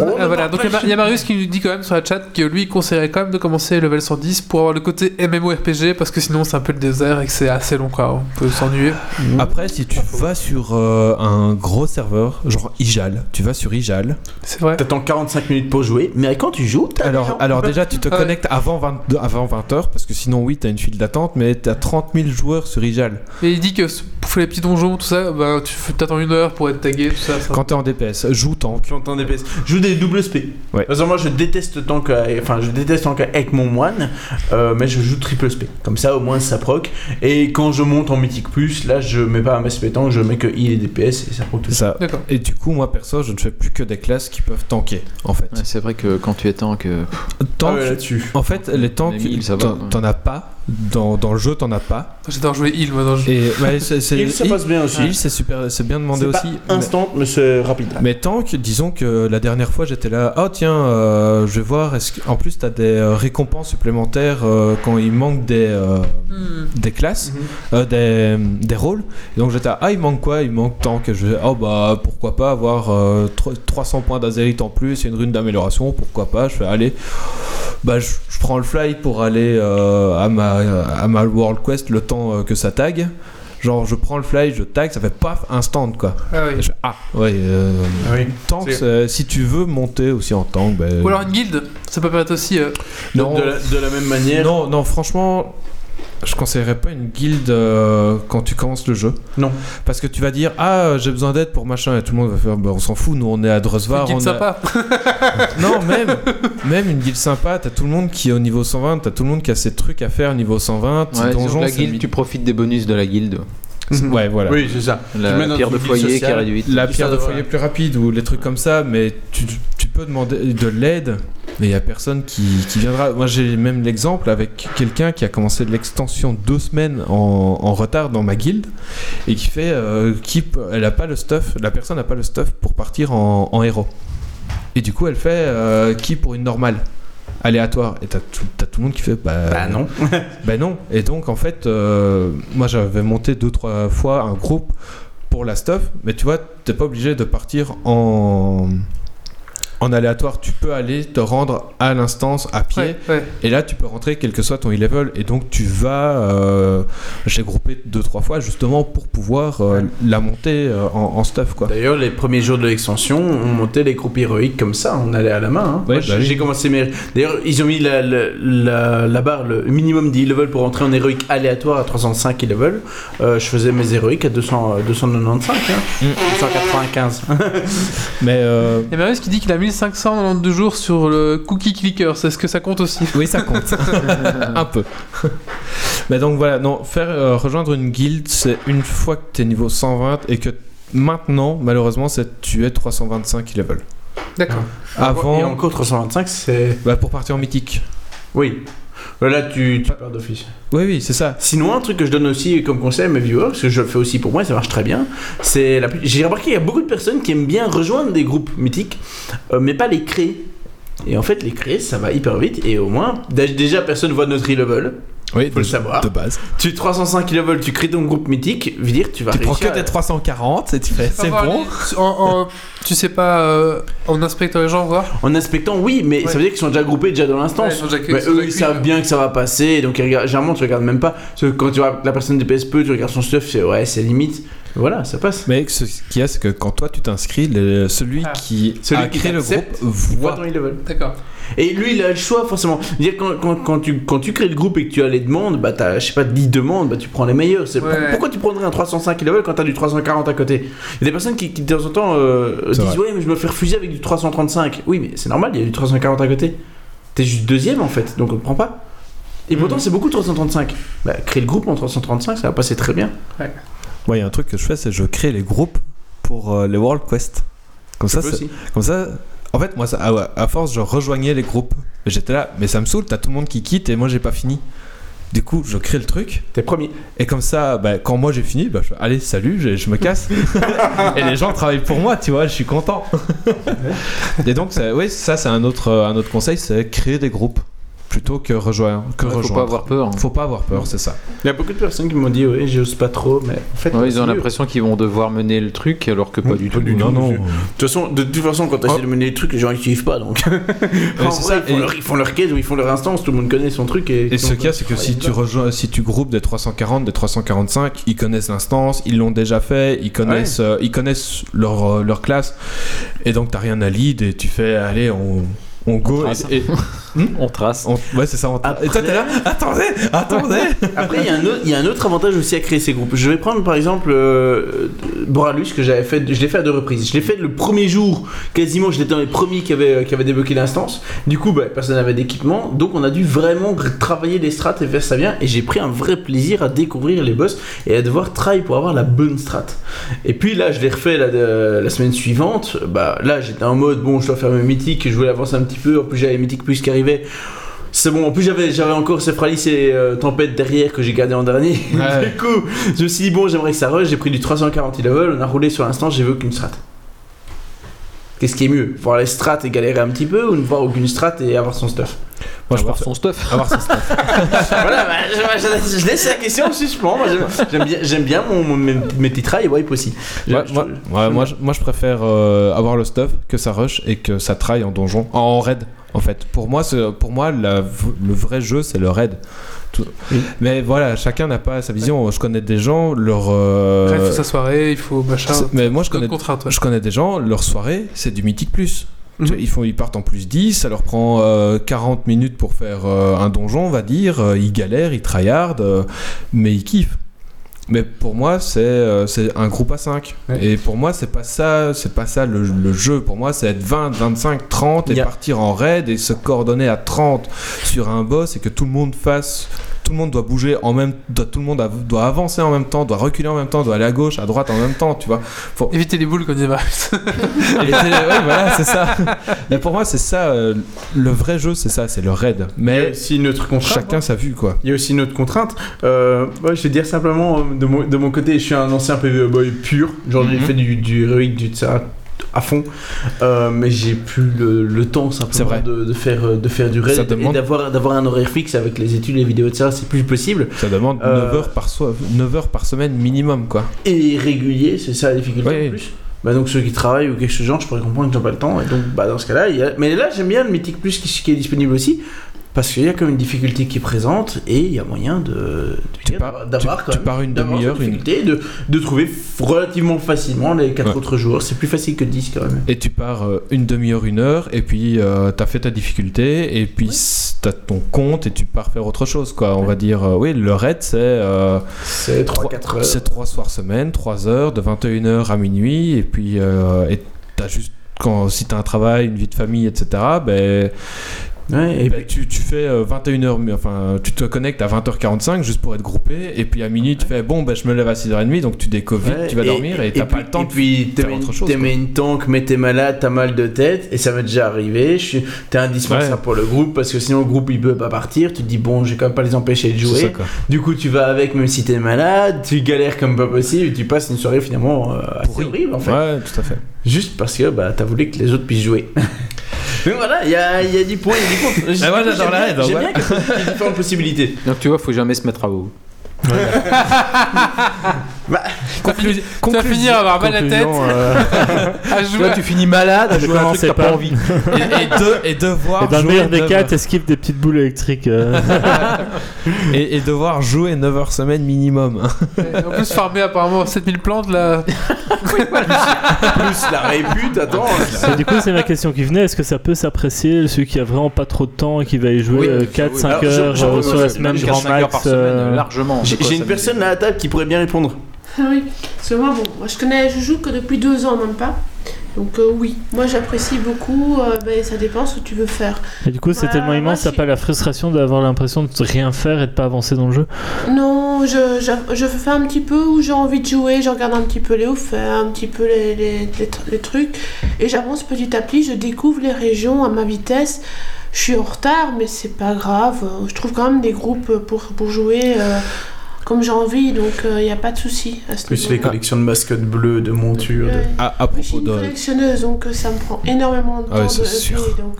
Speaker 4: Non,
Speaker 1: Ah, voilà, donc il y a Mar- il y,
Speaker 4: a
Speaker 1: a Marius qui nous dit quand même sur la chat que lui il conseillerait quand même de commencer level 110 pour avoir le côté MMORPG parce que sinon c'est un peu le désert et que c'est assez long quoi, on peut s'ennuyer.
Speaker 3: Après, si tu vas sur euh, un gros serveur, genre Ijal, tu vas sur Ijal.
Speaker 1: C'est vrai.
Speaker 4: T'attends 45 minutes pour jouer, mais quand tu joues, t'as
Speaker 3: Alors, alors déjà, tu te
Speaker 1: Ouais.
Speaker 3: connectes avant 20, avant 20 heures, parce que sinon, oui, t'as une file d'attente, mais t'as 30 000 joueurs sur Ijal.
Speaker 1: Et il dit que pour faire les petits donjons, tout ça, bah, tu f- t'attends une heure pour être tagué, tout ça. ça-
Speaker 3: Quand t'es en DPS, joue tank.
Speaker 4: qui ont un DPS. Je joue des doubles SP.
Speaker 3: Ouais.
Speaker 4: Parce que moi je déteste tant que, enfin je déteste tant que avec mon moine, euh, mais je joue triple SP. Comme ça au moins ça proc. Et quand je monte en mythique plus, là je mets pas un SP tank, je mets que heal et DPS et ça proc tout
Speaker 3: C'est
Speaker 4: ça.
Speaker 3: ça.
Speaker 1: D'accord.
Speaker 3: Et du coup, moi perso, je ne fais plus que des classes qui peuvent tanker, en fait.
Speaker 2: Ouais, c'est vrai que quand tu es tank, euh,
Speaker 4: Ah
Speaker 3: Tank,
Speaker 4: ouais, là-dessus.
Speaker 3: en fait, les tanks,
Speaker 2: Les mille, ça va,
Speaker 3: t'en
Speaker 2: quoi.
Speaker 3: t'en as pas. Dans, dans le jeu, t'en as pas.
Speaker 1: J'adore jouer heal moi dans le jeu.
Speaker 3: Et ouais, c'est- c'est- Ah.
Speaker 4: Heal ça passe bien aussi.
Speaker 3: heal, c'est super, c'est bien demandé
Speaker 4: C'est pas
Speaker 3: aussi. mais-
Speaker 4: instant mais c'est rapide. là.
Speaker 3: Mais tank, disons que la dernière fois j'étais là, oh tiens, euh, je vais voir, est-ce que... en plus t'as des euh, récompenses supplémentaires euh, quand il manque des, euh,
Speaker 1: Hmm.
Speaker 3: des classes, euh, des, des rôles. Et donc j'étais là, ah il manque quoi Il manque tank. Je vais, oh bah pourquoi pas avoir euh, tro- 300 points d'azérite en plus et une rune d'amélioration, pourquoi pas Je fais aller. Bah, je, je prends le fly pour aller euh, à, ma, à ma World Quest le temps euh, que ça tag. Genre, je prends le fly, je tag, ça fait paf, instant quoi.
Speaker 1: Ah oui.
Speaker 3: Et je fais, ah, ouais, euh,
Speaker 4: Ah oui.
Speaker 3: Tank,
Speaker 4: C'est-
Speaker 3: euh, si tu veux monter aussi en tank, ben,
Speaker 1: Ou alors une guilde, ça peut permettre aussi. euh,
Speaker 3: non,
Speaker 4: De, la, de la même manière.
Speaker 3: non, non, franchement, je conseillerais pas une guilde euh, quand tu commences le jeu.
Speaker 4: Non.
Speaker 3: Parce que tu vas dire ah j'ai besoin d'aide pour machin et tout le monde va faire bah, on s'en fout nous on est à Drosvar.
Speaker 1: Guilde
Speaker 3: on est à-
Speaker 1: sympa.
Speaker 3: Non même même une guilde sympa t'as tout le monde qui est au niveau 120 t'as tout le monde qui a ses trucs à faire niveau 120. petit
Speaker 2: Ouais, disons que
Speaker 3: donjon,
Speaker 2: la
Speaker 3: c'est
Speaker 2: guilde,
Speaker 3: mi-
Speaker 2: tu profites des bonus de la guilde.
Speaker 3: Ouais voilà.
Speaker 4: Oui, c'est ça.
Speaker 2: La,
Speaker 4: mets dans
Speaker 2: pierre
Speaker 4: une
Speaker 2: de
Speaker 4: guilde
Speaker 2: foyer qui est
Speaker 4: sociale.
Speaker 2: réduite.
Speaker 3: La
Speaker 4: Histoire
Speaker 3: pierre de
Speaker 4: de-
Speaker 3: foyer plus rapide ou les trucs comme ça, mais tu, tu peux demander de l'aide, mais il n'y a personne qui, qui viendra. Moi, j'ai même l'exemple avec quelqu'un qui a commencé l'extension deux semaines en, en retard dans ma guilde et qui fait. euh, qui, p- elle a pas le stuff, la personne n'a pas le stuff pour partir en, en héros. Et du coup, elle fait euh, qui pour une normale aléatoire et t'as tout, t'as tout le monde qui fait bah,
Speaker 4: Bah non.
Speaker 3: ben non. Et donc, en fait, euh, moi, j'avais monté deux, trois fois un groupe pour la stuff, mais tu vois, t'es pas obligé de partir en. En aléatoire, tu peux aller te rendre à l'instance à pied
Speaker 1: Ouais, ouais.
Speaker 3: et là tu peux rentrer quel que soit ton e-level et donc tu vas euh, j'ai groupé deux trois fois justement pour pouvoir euh, la monter euh, en, en stuff quoi.
Speaker 4: D'ailleurs, les premiers jours de l'extension, on montait les groupes héroïques comme ça, on allait à la main. hein. Moi,
Speaker 3: Ouais, bah
Speaker 4: j'ai
Speaker 3: oui.
Speaker 4: j'ai commencé mes. D'ailleurs, ils ont mis la, la, la- la barre, le minimum de level pour entrer en héroïque aléatoire à 305 level. Euh, je faisais mes héroïques à 200, euh, 295, hein.
Speaker 3: Mm.
Speaker 4: 295.
Speaker 3: Mais euh,
Speaker 1: Il y a Marius qui dit qu'il a 1592 jours sur le Cookie Clicker. C'est ce que ça compte aussi.
Speaker 3: Oui, ça compte. un peu. Mais donc voilà, non, faire euh, rejoindre une guilde, c'est une fois que tu es niveau 120 et que maintenant, malheureusement, c'est tu es 325 level.
Speaker 1: D'accord.
Speaker 3: Avant,
Speaker 4: Et encore 325, c'est.
Speaker 3: bah, pour partir en mythique.
Speaker 4: Oui. Là, tu, tu pars d'office.
Speaker 3: Oui, oui, c'est ça.
Speaker 4: Sinon, un truc que je donne aussi comme conseil à mes viewers, parce que je le fais aussi pour moi et ça marche très bien, c'est la... j'ai remarqué qu'il y a beaucoup de personnes qui aiment bien rejoindre des groupes mythiques, euh, mais pas les créer. Et en fait, les créer, ça va hyper vite, et au moins, dé- déjà, personne voit notre e-level.
Speaker 3: Oui,
Speaker 4: Faut le savoir.
Speaker 3: de base.
Speaker 4: Tu es 305 e-level, tu crées ton groupe mythique, veut dire, tu vas
Speaker 3: Tu prends
Speaker 4: réussir
Speaker 3: que
Speaker 4: à-
Speaker 3: des 340 et tu fais, c'est
Speaker 1: Avoir
Speaker 3: bon.
Speaker 1: les- en- en- tu sais pas, euh, en inspectant les gens, voir.
Speaker 4: En inspectant, oui, mais
Speaker 1: Ouais.
Speaker 4: ça veut dire qu'ils sont déjà groupés, déjà dans
Speaker 1: Ouais,
Speaker 4: l'instance.
Speaker 1: ils ont déjà-
Speaker 4: Mais
Speaker 1: ils ont déjà
Speaker 4: eux,
Speaker 1: hein.
Speaker 4: ils
Speaker 1: cuit,
Speaker 4: savent
Speaker 1: ouais.
Speaker 4: bien que ça va passer, donc ils regardent- généralement, tu regardes même pas. Parce que quand tu vois la personne du PSP, tu regardes son stuff, c'est ouais, c'est limite. Voilà, ça passe.
Speaker 3: Mais ce qu'il y a, c'est que quand toi tu t'inscris, le- celui
Speaker 1: Ah.
Speaker 3: qui
Speaker 4: Celui
Speaker 3: a
Speaker 4: qui
Speaker 3: créé le groupe
Speaker 4: t'accepte Vois
Speaker 3: voit.
Speaker 4: ton e-level.
Speaker 1: D'accord.
Speaker 4: Et lui, il a le choix, forcément. Dire quand, quand, quand tu, quand tu crées le groupe et que tu as les demandes, bah t'as, je sais pas, 10 demandes, bah tu prends les meilleures. C'est,
Speaker 1: Ouais.
Speaker 4: Pourquoi tu prendrais un 305 level quand t'as du 340 à côté Il y a des personnes qui, qui, de temps en temps euh, disent
Speaker 3: C'est vrai.
Speaker 4: Ouais, mais je me fais refuser avec du 335. Oui, mais c'est normal, il y a du 340 à côté. T'es juste deuxième en fait, donc on te prend pas. Et pourtant, c'est beaucoup 335. Bah, créer le groupe en 335, ça va passer très bien.
Speaker 3: Moi, il y a un truc que je fais, c'est je crée les groupes pour euh, les World Quest. Comme ça,
Speaker 4: Tu peux
Speaker 3: c'est-
Speaker 4: aussi.
Speaker 3: Comme ça, en fait, moi, ça, à, à force, je rejoignais les groupes. Et J'étais là, mais ça me saoule, t'as tout le monde qui quitte et moi, j'ai pas fini. Du coup, je crée le truc.
Speaker 4: T'es premier.
Speaker 3: Et comme ça, bah, quand moi j'ai fini, bah, je fais, allez, salut, je, je me casse. et les gens travaillent pour moi, tu vois, je suis content. et donc, ça, oui, ça, c'est un autre, euh, un autre conseil, c'est créer des groupes plutôt que rejoindre. Que
Speaker 2: Ouais, faut
Speaker 3: rejoindre.
Speaker 2: pas avoir peur. hein.
Speaker 3: Faut pas avoir peur, c'est ça.
Speaker 4: Il y a beaucoup de personnes qui m'ont dit Ouais, j'ose pas trop, mais en fait.
Speaker 2: Ouais,
Speaker 4: c'est
Speaker 2: ils ont
Speaker 4: mieux.
Speaker 2: l'impression qu'ils vont devoir mener le truc alors que Hmm. pas du tout.
Speaker 3: non, non.
Speaker 4: De toute façon, de toute façon quand t'essayes de mener les trucs, les gens ils suivent pas donc. En
Speaker 3: Oh.
Speaker 4: vrai,
Speaker 3: c'est ça,
Speaker 4: ils, font
Speaker 3: et-
Speaker 4: leur, ils font leur quête ou ils font leur instance, tout le monde connaît son truc. Et,
Speaker 3: Et ce qu'il y a, c'est que si tu rejoins, si tu groupes des 340, des 345, ils connaissent l'instance, ils l'ont déjà fait, ils connaissent, euh, ils connaissent leur, euh, leur classe, et donc t'as rien à lead et tu fais, allez, on, on go.
Speaker 2: trace.
Speaker 3: et- et-
Speaker 2: On trace.
Speaker 3: on- ouais, c'est ça. on- Et toi, t'es là, attendez, attendez.
Speaker 4: Après, il y, a un autre- il y a un autre avantage aussi à créer ces groupes. Je vais prendre par exemple euh, Boralus que j'avais fait, je l'ai fait à deux reprises. Je l'ai fait le premier jour, quasiment, j'étais dans les premiers qui avaient, qui avaient débloqué l'instance. Du coup, bah, personne n'avait d'équipement, donc on a dû vraiment travailler les strats et faire ça bien. Et j'ai pris un vrai plaisir à découvrir les boss et à devoir try pour avoir la bonne strat. Et puis là, je l'ai refait la, de- la semaine suivante. Bah là, j'étais en mode bon, je dois faire mes mythiques, je voulais avancer un petit peu. En plus, j'avais mythique plus qui arrivait. C'est bon, en plus j'avais j'avais encore Sephralys et euh, Tempête derrière que j'ai gardé en dernier.
Speaker 3: Ouais.
Speaker 4: du coup, je me suis dit, bon, j'aimerais que ça rush. J'ai pris du 340 level, on a roulé sur l'instant, j'ai vu aucune strat. Qu'est-ce qui est mieux Voir les strats et galérer un petit peu ou ne voir aucune strat et avoir son stuff
Speaker 3: Moi, je
Speaker 2: avoir
Speaker 3: pense
Speaker 2: son stuff.
Speaker 3: avoir ça.
Speaker 4: Voilà, bah, je, je- je laisse la question en suspens. Moi, j'aime- J'aime bien, j'aime bien mon, mon- mes, mes petits trails et wipe aussi. Je-
Speaker 3: Ouais,
Speaker 4: je-
Speaker 3: moi, ouais, moi, je, moi, je préfère euh, avoir le stuff que ça rush et que ça traille en donjon, en, en raid. En fait, pour moi, c'est- pour moi, la v- le vrai jeu, c'est le raid. Tout- Mais voilà, chacun n'a pas sa vision. Je connais des gens, leur. euh,
Speaker 1: Après, il faut sa soirée, il faut machin.
Speaker 3: c'est- mais moi, je
Speaker 1: D'autres
Speaker 3: connais,
Speaker 1: contraintes, ouais.
Speaker 3: je connais des gens, leur soirée, c'est du mythique plus. Tu vois, Ils, font, ils partent en plus 10, ça leur prend euh, 40 minutes pour faire euh, un donjon, on va dire. euh, Ils galèrent, ils tryhardent, euh, mais ils kiffent. Mais pour moi, c'est euh, c'est un groupe à 5.
Speaker 1: Ouais.
Speaker 3: Et pour moi, c'est pas ça, c'est pas ça le, le jeu. Pour moi, c'est être 20, 25, 30 et
Speaker 14: Y a-
Speaker 3: partir en raid et se coordonner à 30 sur un boss et que tout le monde fasse. Tout le monde doit bouger en même doit, tout le monde av- doit avancer en même temps, doit reculer en même temps, doit aller à gauche, à droite en même temps, tu vois.
Speaker 1: Évitez les boules, comme disait Marius.
Speaker 3: Et c'est- ouais, voilà, c'est ça. Mais pour moi, c'est ça. euh, le vrai jeu, c'est ça, c'est le raid. Mais
Speaker 4: si notre contrat,
Speaker 3: chacun sa vue, quoi.
Speaker 4: Il y a aussi une autre contrainte. Euh, moi, je vais dire simplement, euh, de mon, de mon côté, je suis un ancien PvE boy pur. Genre, j'ai
Speaker 2: Mhm.
Speaker 4: fait du, du heroic, du ça à fond. Euh, mais j'ai plus le, le temps
Speaker 3: C'est
Speaker 4: simplement
Speaker 3: vrai.
Speaker 4: De, de faire, euh, de faire du raid
Speaker 3: Ça
Speaker 4: et
Speaker 3: demande-
Speaker 4: d'avoir d'avoir un horaire fixe avec les études, les vidéos, etc. C'est plus possible.
Speaker 3: Ça demande
Speaker 4: Euh,
Speaker 3: 9, heures par so- 9 heures par semaine minimum, quoi.
Speaker 4: Et régulier, c'est ça la difficulté
Speaker 3: Oui.
Speaker 4: en plus. Bah donc ceux qui travaillent ou quelque chose de genre, je pourrais comprendre qu'ils n'ont pas le temps. Et donc bah dans ce cas-là, il y a... mais là j'aime bien le Mythic Plus qui, qui est disponible aussi. Parce qu'il y a comme une difficulté qui est présente et il y a moyen de, de-
Speaker 3: Tu pars-
Speaker 4: d'avoir
Speaker 3: tu-
Speaker 4: quand
Speaker 3: tu
Speaker 4: même-
Speaker 3: pars une
Speaker 4: d'avoir
Speaker 3: demi-heure,
Speaker 4: cette
Speaker 3: une-
Speaker 4: difficulté et de, de trouver f- relativement facilement les quatre
Speaker 3: Ouais.
Speaker 4: autres joueurs. C'est plus facile que 10 quand même.
Speaker 3: Et tu pars euh, une demi-heure, une heure, et puis euh, t'as fait ta difficulté, et puis c- t'as ton compte, et tu pars faire autre chose, quoi. On va dire, euh, oui, le raid, c'est euh,
Speaker 4: C'est
Speaker 3: trois-
Speaker 4: 3-4 heures.
Speaker 3: c'est trois soirs semaine, 3 heures, de 21h à minuit, et puis euh, et t'as juste. Quand, si t'as un travail, une vie de famille, etc., ben,
Speaker 4: Ouais, et
Speaker 3: Ben, tu, tu fais 21h, enfin, tu te connectes à 20h45 juste pour être groupé, et puis à minuit, tu fais bon, ben, je me lève à 6h30, donc tu décovis,
Speaker 4: Ouais,
Speaker 3: tu vas dormir, et t'as pas
Speaker 4: puis-
Speaker 3: le temps
Speaker 4: Et
Speaker 3: de
Speaker 4: puis,
Speaker 3: faire
Speaker 4: t'aimes
Speaker 3: autre chose,
Speaker 4: t'aimes
Speaker 3: quoi.
Speaker 4: une tank, mais t'es malade, t'as mal de tête, et ça m'est déjà arrivé. je suis- T'es indispensable
Speaker 3: Ouais.
Speaker 4: pour le groupe parce que sinon le groupe il peut pas partir. Tu te dis, bon, j'ai quand même pas les empêcher de
Speaker 3: C'est ça,
Speaker 4: jouer.
Speaker 3: quoi.
Speaker 4: Du coup, tu vas avec même si t'es malade, tu galères comme pas possible, et tu passes une soirée finalement euh, assez
Speaker 3: Pourrie.
Speaker 4: horrible en fait.
Speaker 3: Ouais, tout à fait.
Speaker 4: Juste parce que bah, t'as voulu que les autres puissent jouer. Donc voilà, il y a, il y a du point, il y a du contre. J'aime
Speaker 3: moi,
Speaker 4: j'aime
Speaker 3: j'adore la
Speaker 4: bien-
Speaker 3: raid, donc
Speaker 4: J'aime
Speaker 3: voilà.
Speaker 4: bien que- qu'il y ait différentes possibilités.
Speaker 2: Donc tu vois, faut jamais se mettre à haut.
Speaker 1: Conclu- Tu vas finir à avoir mal à la tête, à jouer.
Speaker 2: tu finis
Speaker 6: Ah,
Speaker 2: malade à jouer à un truc que
Speaker 6: commencez
Speaker 2: t'as
Speaker 6: pas.
Speaker 2: pas envie.
Speaker 3: et, et de- et devoir
Speaker 6: Et d'un
Speaker 3: jouer
Speaker 6: meilleur des
Speaker 3: neuf
Speaker 6: quatre, esquive des petites boules électriques. euh.
Speaker 3: heures- et, et devoir jouer 9 heures semaine minimum. hein.
Speaker 1: En plus, farmer apparemment 7000 plantes là.
Speaker 4: Plus la répute, attends.
Speaker 6: Et du coup, c'est ma question qui venait. Est-ce que ça peut s'apprécier celui qui a vraiment pas trop de temps et qui va y jouer
Speaker 2: Oui,
Speaker 6: euh,
Speaker 2: oui.
Speaker 6: 4-5
Speaker 4: Alors, je-
Speaker 6: heures
Speaker 4: je-
Speaker 6: euh, sur la
Speaker 4: je-
Speaker 6: semaine,
Speaker 2: Jusqu'à
Speaker 6: grand
Speaker 2: cinq heures
Speaker 6: max
Speaker 2: par semaine,
Speaker 6: euh,
Speaker 2: largement.
Speaker 4: J'ai j'ai une personne là à la table qui pourrait bien répondre.
Speaker 5: Ah oui, parce que moi, bon, moi, je connais, je joue que depuis deux ans, même pas. Donc euh, oui, moi j'apprécie beaucoup, euh, ben, ça dépend ce que tu veux faire.
Speaker 6: Et du coup, c'est
Speaker 5: Bah,
Speaker 6: tellement
Speaker 5: moi,
Speaker 6: immense,
Speaker 5: je
Speaker 6: t'as
Speaker 5: suis-
Speaker 6: pas la frustration d'avoir l'impression de rien faire et de pas avancer dans le jeu
Speaker 5: Non, je, je, je fais un petit peu où j'ai envie de jouer, je regarde un petit peu les offerts, un petit peu les, les, les tr- les trucs, et j'avance petit à petit, je découvre les régions à ma vitesse. Je suis en retard, mais c'est pas grave, euh, je trouve quand même des groupes pour, pour jouer euh, comme j'ai envie, donc il n'y a pas de souci à ce
Speaker 4: Plus les
Speaker 5: niveau-là.
Speaker 4: collections de mascottes bleues, de montures. de-
Speaker 5: Ouais.
Speaker 3: À, à
Speaker 5: Oui, je suis
Speaker 3: propos
Speaker 5: une
Speaker 3: de.
Speaker 5: collectionneuse, donc euh, ça me prend énormément de
Speaker 3: Ah ouais,
Speaker 5: temps
Speaker 3: ça,
Speaker 5: de
Speaker 3: c'est sûr.
Speaker 5: épée, donc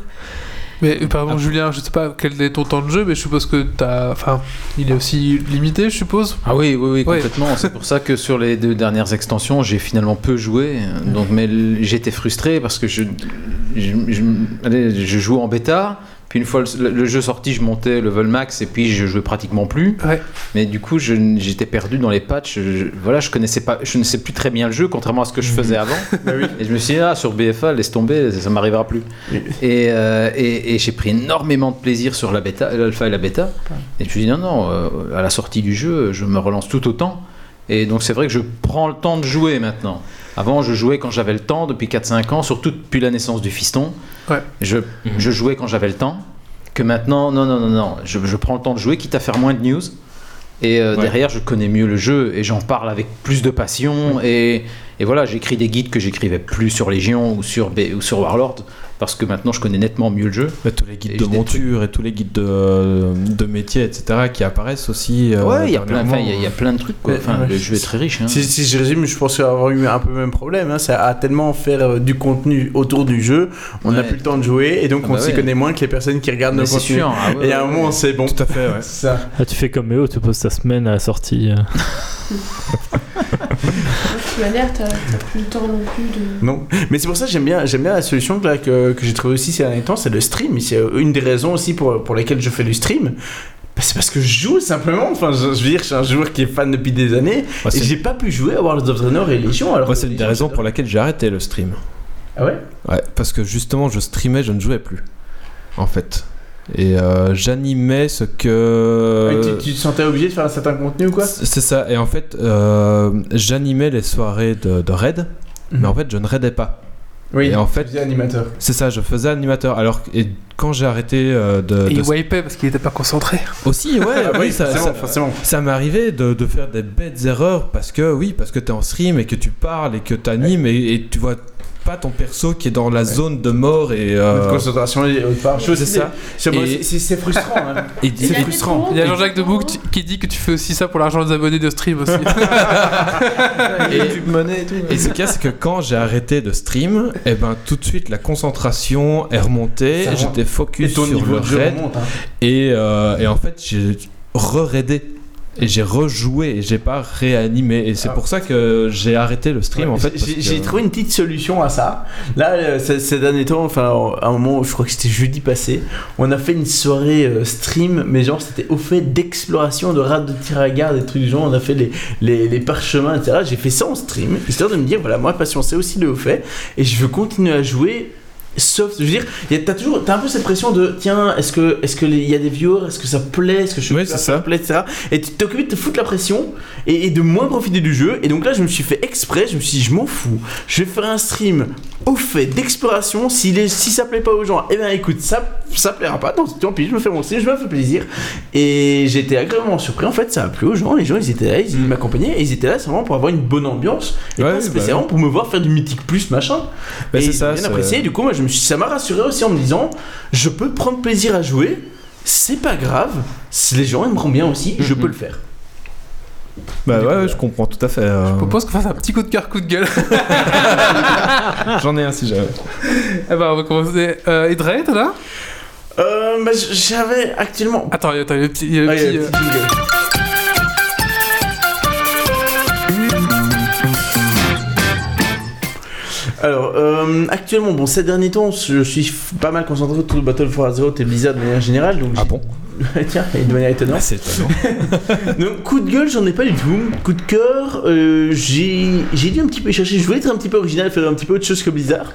Speaker 1: Mais euh, par exemple, Julien, je sais pas quel est ton temps de jeu, mais je suppose que t'as. Enfin, il est aussi limité, je suppose.
Speaker 2: Ah oui, oui, oui,
Speaker 1: Ouais.
Speaker 2: complètement. C'est pour ça que sur les deux dernières extensions, j'ai finalement peu joué. Donc, mais l- j'étais frustré parce que je, je, je- allez, je jouais en bêta. Puis une fois le, le jeu sorti, je montais level max et puis je jouais pratiquement plus.
Speaker 1: Ouais.
Speaker 2: Mais du coup, je n- j'étais perdu dans les patchs. Je, voilà, je connaissais pas, je ne sais plus très bien le jeu, contrairement à ce que je faisais avant. Et je me suis dit, ah, sur BFA, laisse tomber, ça, ça m'arrivera plus. Et, euh, et- et j'ai pris énormément de plaisir sur la bêta, euh, l'alpha et la bêta. Et je me suis dit, non, non, euh, à la sortie du jeu, je me relance tout autant. Et donc, c'est vrai que je prends le temps de jouer maintenant. Avant, je jouais quand j'avais le temps, depuis 4-5 ans, surtout depuis la naissance du fiston.
Speaker 1: Ouais.
Speaker 2: Je, je jouais quand j'avais le temps. Que maintenant, non, non, non, non, je, je prends le temps de jouer, quitte à faire moins de news. Et euh,
Speaker 3: Ouais.
Speaker 2: derrière, je connais mieux le jeu et j'en parle avec plus de passion. Et, et voilà, j'écris des guides que j'écrivais plus sur Légion ou sur, B- ou sur Warlord, parce que maintenant, je connais nettement mieux le jeu.
Speaker 3: Bah, tous les guides
Speaker 2: Et
Speaker 3: de
Speaker 2: j'ai des
Speaker 3: monture et tous les guides de, de métier, etc., qui apparaissent aussi. euh,
Speaker 2: ouais, il y a plein, enfin, il y a- il y a
Speaker 3: dernièrement.
Speaker 2: plein de trucs. Quoi.
Speaker 4: Mais-
Speaker 2: Enfin,
Speaker 4: ouais,
Speaker 2: le
Speaker 4: je-
Speaker 2: jeu est très riche. hein.
Speaker 4: Si, si je résume, je pense avoir eu un peu le même problème. hein. Ça a tellement faire euh, du contenu autour du jeu, on n'a
Speaker 2: Ouais.
Speaker 4: plus le temps de jouer et donc
Speaker 2: Ah
Speaker 4: on
Speaker 2: bah
Speaker 4: s'y
Speaker 2: ouais.
Speaker 4: connaît moins que les personnes qui regardent
Speaker 2: Mais
Speaker 4: nos
Speaker 2: c'est
Speaker 4: contenus.
Speaker 2: sûr. ah ouais,
Speaker 4: Et à un
Speaker 2: ouais,
Speaker 4: moment,
Speaker 2: ouais.
Speaker 4: on sait bon.
Speaker 3: Tout à fait, ouais.
Speaker 4: Ça.
Speaker 6: Ah, tu fais comme Méo, tu poses ta semaine à la sortie. euh.
Speaker 5: de toute manière, t'as euh, t'as plus le temps non plus de.
Speaker 4: Non, mais c'est pour ça que j'aime bien, j'aime bien la solution que, là, que, que j'ai trouvée aussi ces derniers temps, c'est le stream. C'est euh, une des raisons aussi pour, pour lesquelles je fais du stream. Bah, c'est parce que je joue simplement. Enfin, je, je veux dire, je suis un joueur qui est fan depuis des années
Speaker 3: Moi,
Speaker 4: et
Speaker 3: Bah, c'est-
Speaker 4: j'ai pas pu jouer à World of Honor et Legion. Alors
Speaker 3: Moi,
Speaker 4: que
Speaker 3: c'est une
Speaker 4: Legion,
Speaker 3: des raisons pour laquelle j'ai arrêté le stream.
Speaker 4: Ah ouais
Speaker 3: Ouais, parce que justement, je streamais, je ne jouais plus, en fait. Et euh, j'animais ce
Speaker 4: Ouais,
Speaker 3: que.
Speaker 4: tu, tu te sentais obligé de faire un certain contenu ou quoi
Speaker 3: C'est ça. Et en fait, euh, j'animais les soirées de, de raid, mais en fait, je ne raidais pas.
Speaker 4: Mhm. Oui,
Speaker 3: Et en fait-
Speaker 4: tu faisais animateur.
Speaker 3: C'est ça, je faisais animateur. Alors, que- et quand j'ai arrêté euh, de,
Speaker 1: Et
Speaker 3: de-
Speaker 1: il wipait parce qu'il était pas concentré.
Speaker 3: aussi, ouais, Ah oui, ça,
Speaker 4: Ah forcément,
Speaker 3: ça-
Speaker 4: forcément.
Speaker 3: ça m'est arrivé de, de faire des bêtes erreurs parce que oui, parce que t'es en stream et que tu parles et que t'animes et, et tu vois pas ton perso qui est dans la zone de mort et
Speaker 4: Notre
Speaker 3: euh,
Speaker 4: concentration est autre part.
Speaker 3: c'est ça.
Speaker 4: C'est moi,
Speaker 3: Et-
Speaker 4: c'est- c'est frustrant. hein.
Speaker 3: Et,
Speaker 5: Il y a des
Speaker 1: Il y a
Speaker 5: trop-
Speaker 1: Jean-Jacques Debout qui- qui dit que tu fais aussi ça pour l'argent des abonnés de stream aussi.
Speaker 3: et- et ce qu'il y a, c'est que quand j'ai arrêté de stream, et ben tout de suite la concentration est remontée,
Speaker 4: Ça remonte.
Speaker 3: j'étais
Speaker 4: Et
Speaker 3: focus
Speaker 4: ton
Speaker 3: sur
Speaker 4: niveau
Speaker 3: le
Speaker 4: de jeu
Speaker 3: raid
Speaker 4: remonte. hein.
Speaker 3: et, euh, et en fait j'ai re-raidé et j'ai rejoué et j'ai pas réanimé et c'est
Speaker 4: Ah.
Speaker 3: pour ça que j'ai arrêté le stream en
Speaker 4: Ouais,
Speaker 3: fait.
Speaker 4: j'ai-
Speaker 3: parce
Speaker 4: J'ai
Speaker 3: que-
Speaker 4: j'ai trouvé une petite solution à ça. Là, euh, ces, ces derniers temps, enfin, à un moment, je crois que c'était jeudi passé, on a fait une soirée euh, stream, mais genre, c'était au fait d'exploration, de rade de tir à gare, des trucs du genre. On a fait les, les, les parchemins, etc. J'ai fait ça en stream, histoire de me dire, voilà, moi, passion, c'est aussi le haut fait, et je veux continuer à jouer. Sauf, je veux dire, y a- t'as toujours, t'as un peu cette pression de, tiens, est-ce que, est-ce que les- y a des viewers, est-ce que ça plaît, est-ce que je suis
Speaker 3: Oui,
Speaker 4: plus
Speaker 3: c'est
Speaker 4: à
Speaker 3: ça.
Speaker 4: plaît, etc. Et tu t'occupes de te foutre la pression et, et de moins profiter du jeu. Et donc là, je me suis fait exprès, je me suis dit, je m'en fous. Je vais faire un stream au fait d'exploration. Si, les, si ça plaît pas aux gens, eh bien écoute, ça, ça plaira pas. Donc tant pis, je me fais mon stream, je me fais plaisir. Et j'étais agréablement surpris. En fait, ça a plu aux gens. Les gens, ils étaient là, ils m'accompagnaient. Et ils étaient là seulement pour avoir une bonne ambiance. Et
Speaker 3: Mm. Ouais,
Speaker 4: pas
Speaker 3: bah
Speaker 4: spécialement pour me voir faire du mythique plus, machin.
Speaker 3: Bah,
Speaker 4: et
Speaker 3: c'est
Speaker 4: j'ai
Speaker 3: ça,
Speaker 4: bien
Speaker 3: c'est-
Speaker 4: apprécié. Du coup, moi, je me suis, ça m'a rassuré aussi en me disant, je peux prendre plaisir à jouer. C'est pas grave, Si les gens aimeront bien aussi,
Speaker 3: Mhm.
Speaker 4: je peux le faire.
Speaker 3: Bah
Speaker 4: Du
Speaker 3: ouais,
Speaker 4: coup,
Speaker 3: ouais, je comprends tout à fait. euh,
Speaker 1: Je propose qu'on fasse un petit coup de cœur, coup de gueule.
Speaker 3: J'en ai un si jamais.
Speaker 1: Eh ben, on va commencer. Euh, Idré, t'es là
Speaker 4: Euh, bah, j- j'avais actuellement.
Speaker 1: Attends, il y a attends, il y a le petit. il y a le
Speaker 4: Ah, il y a
Speaker 1: petit,
Speaker 4: le
Speaker 1: euh,
Speaker 4: petit jingle. Alors, euh, actuellement, bon, ces derniers temps, je suis f- pas mal concentré autour de Battle for Azeroth et Blizzard de manière générale. Donc
Speaker 3: Ah bon Ah,
Speaker 4: j'ai- Tiens, et de manière étonnante.
Speaker 3: C'est étonnant.
Speaker 4: Donc, coup de gueule, j'en ai pas du tout. Coup de cœur, euh, j'ai j'ai dû un petit peu chercher. Je voulais être un petit peu original, faire un petit peu autre chose que Blizzard.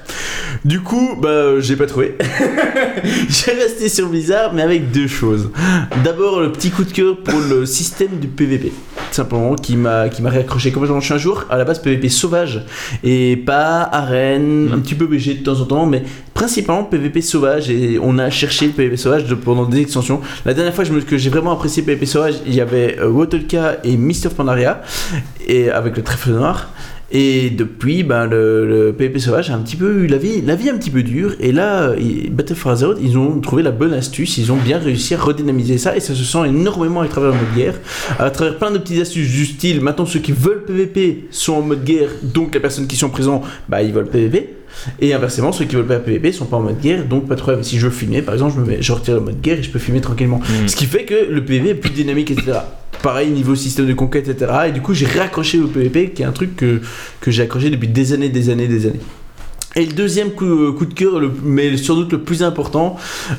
Speaker 4: Du coup, bah, euh, j'ai pas trouvé. j'ai resté sur Blizzard, mais avec deux choses. D'abord, le petit coup de cœur pour le système du PVP. Simplement, qui m'a qui m'a réaccroché complètement. Je suis un jour à la base PVP sauvage et pas arène, un petit peu BG de temps en temps, mais principalement PVP sauvage. Et on a cherché le PVP sauvage de- pendant des extensions. La dernière fois je me- que j'ai vraiment apprécié PvP Sauvage, il y avait euh, Wotolka et Mist of Pandaria, et avec le trèfle noir. Et depuis, ben, le, le PvP Sauvage a un petit peu eu la vie, la vie un petit peu dure. Et là, euh, il- Battle for Azeroth, ils ont trouvé la bonne astuce, ils ont bien réussi à redynamiser ça, et ça se sent énormément à travers le mode guerre, à travers plein de petites astuces du style. Maintenant, ceux qui veulent PvP sont en mode guerre, donc les personnes qui sont présentes, bah, ils veulent PvP. Et inversement, ceux qui veulent pas PVP sont pas en mode guerre, donc pas de problème. Si je veux filmer, par exemple, je, me mets, je retire le mode guerre et je peux filmer tranquillement. Ce qui fait que le PVP est plus dynamique, etc. Pareil niveau système de conquête, etc. Et du coup, j'ai réaccroché au PVP, qui est un truc que, que j'ai accroché depuis des années, des années, des années. Et le deuxième coup, coup de cœur, le- mais sans doute le plus important,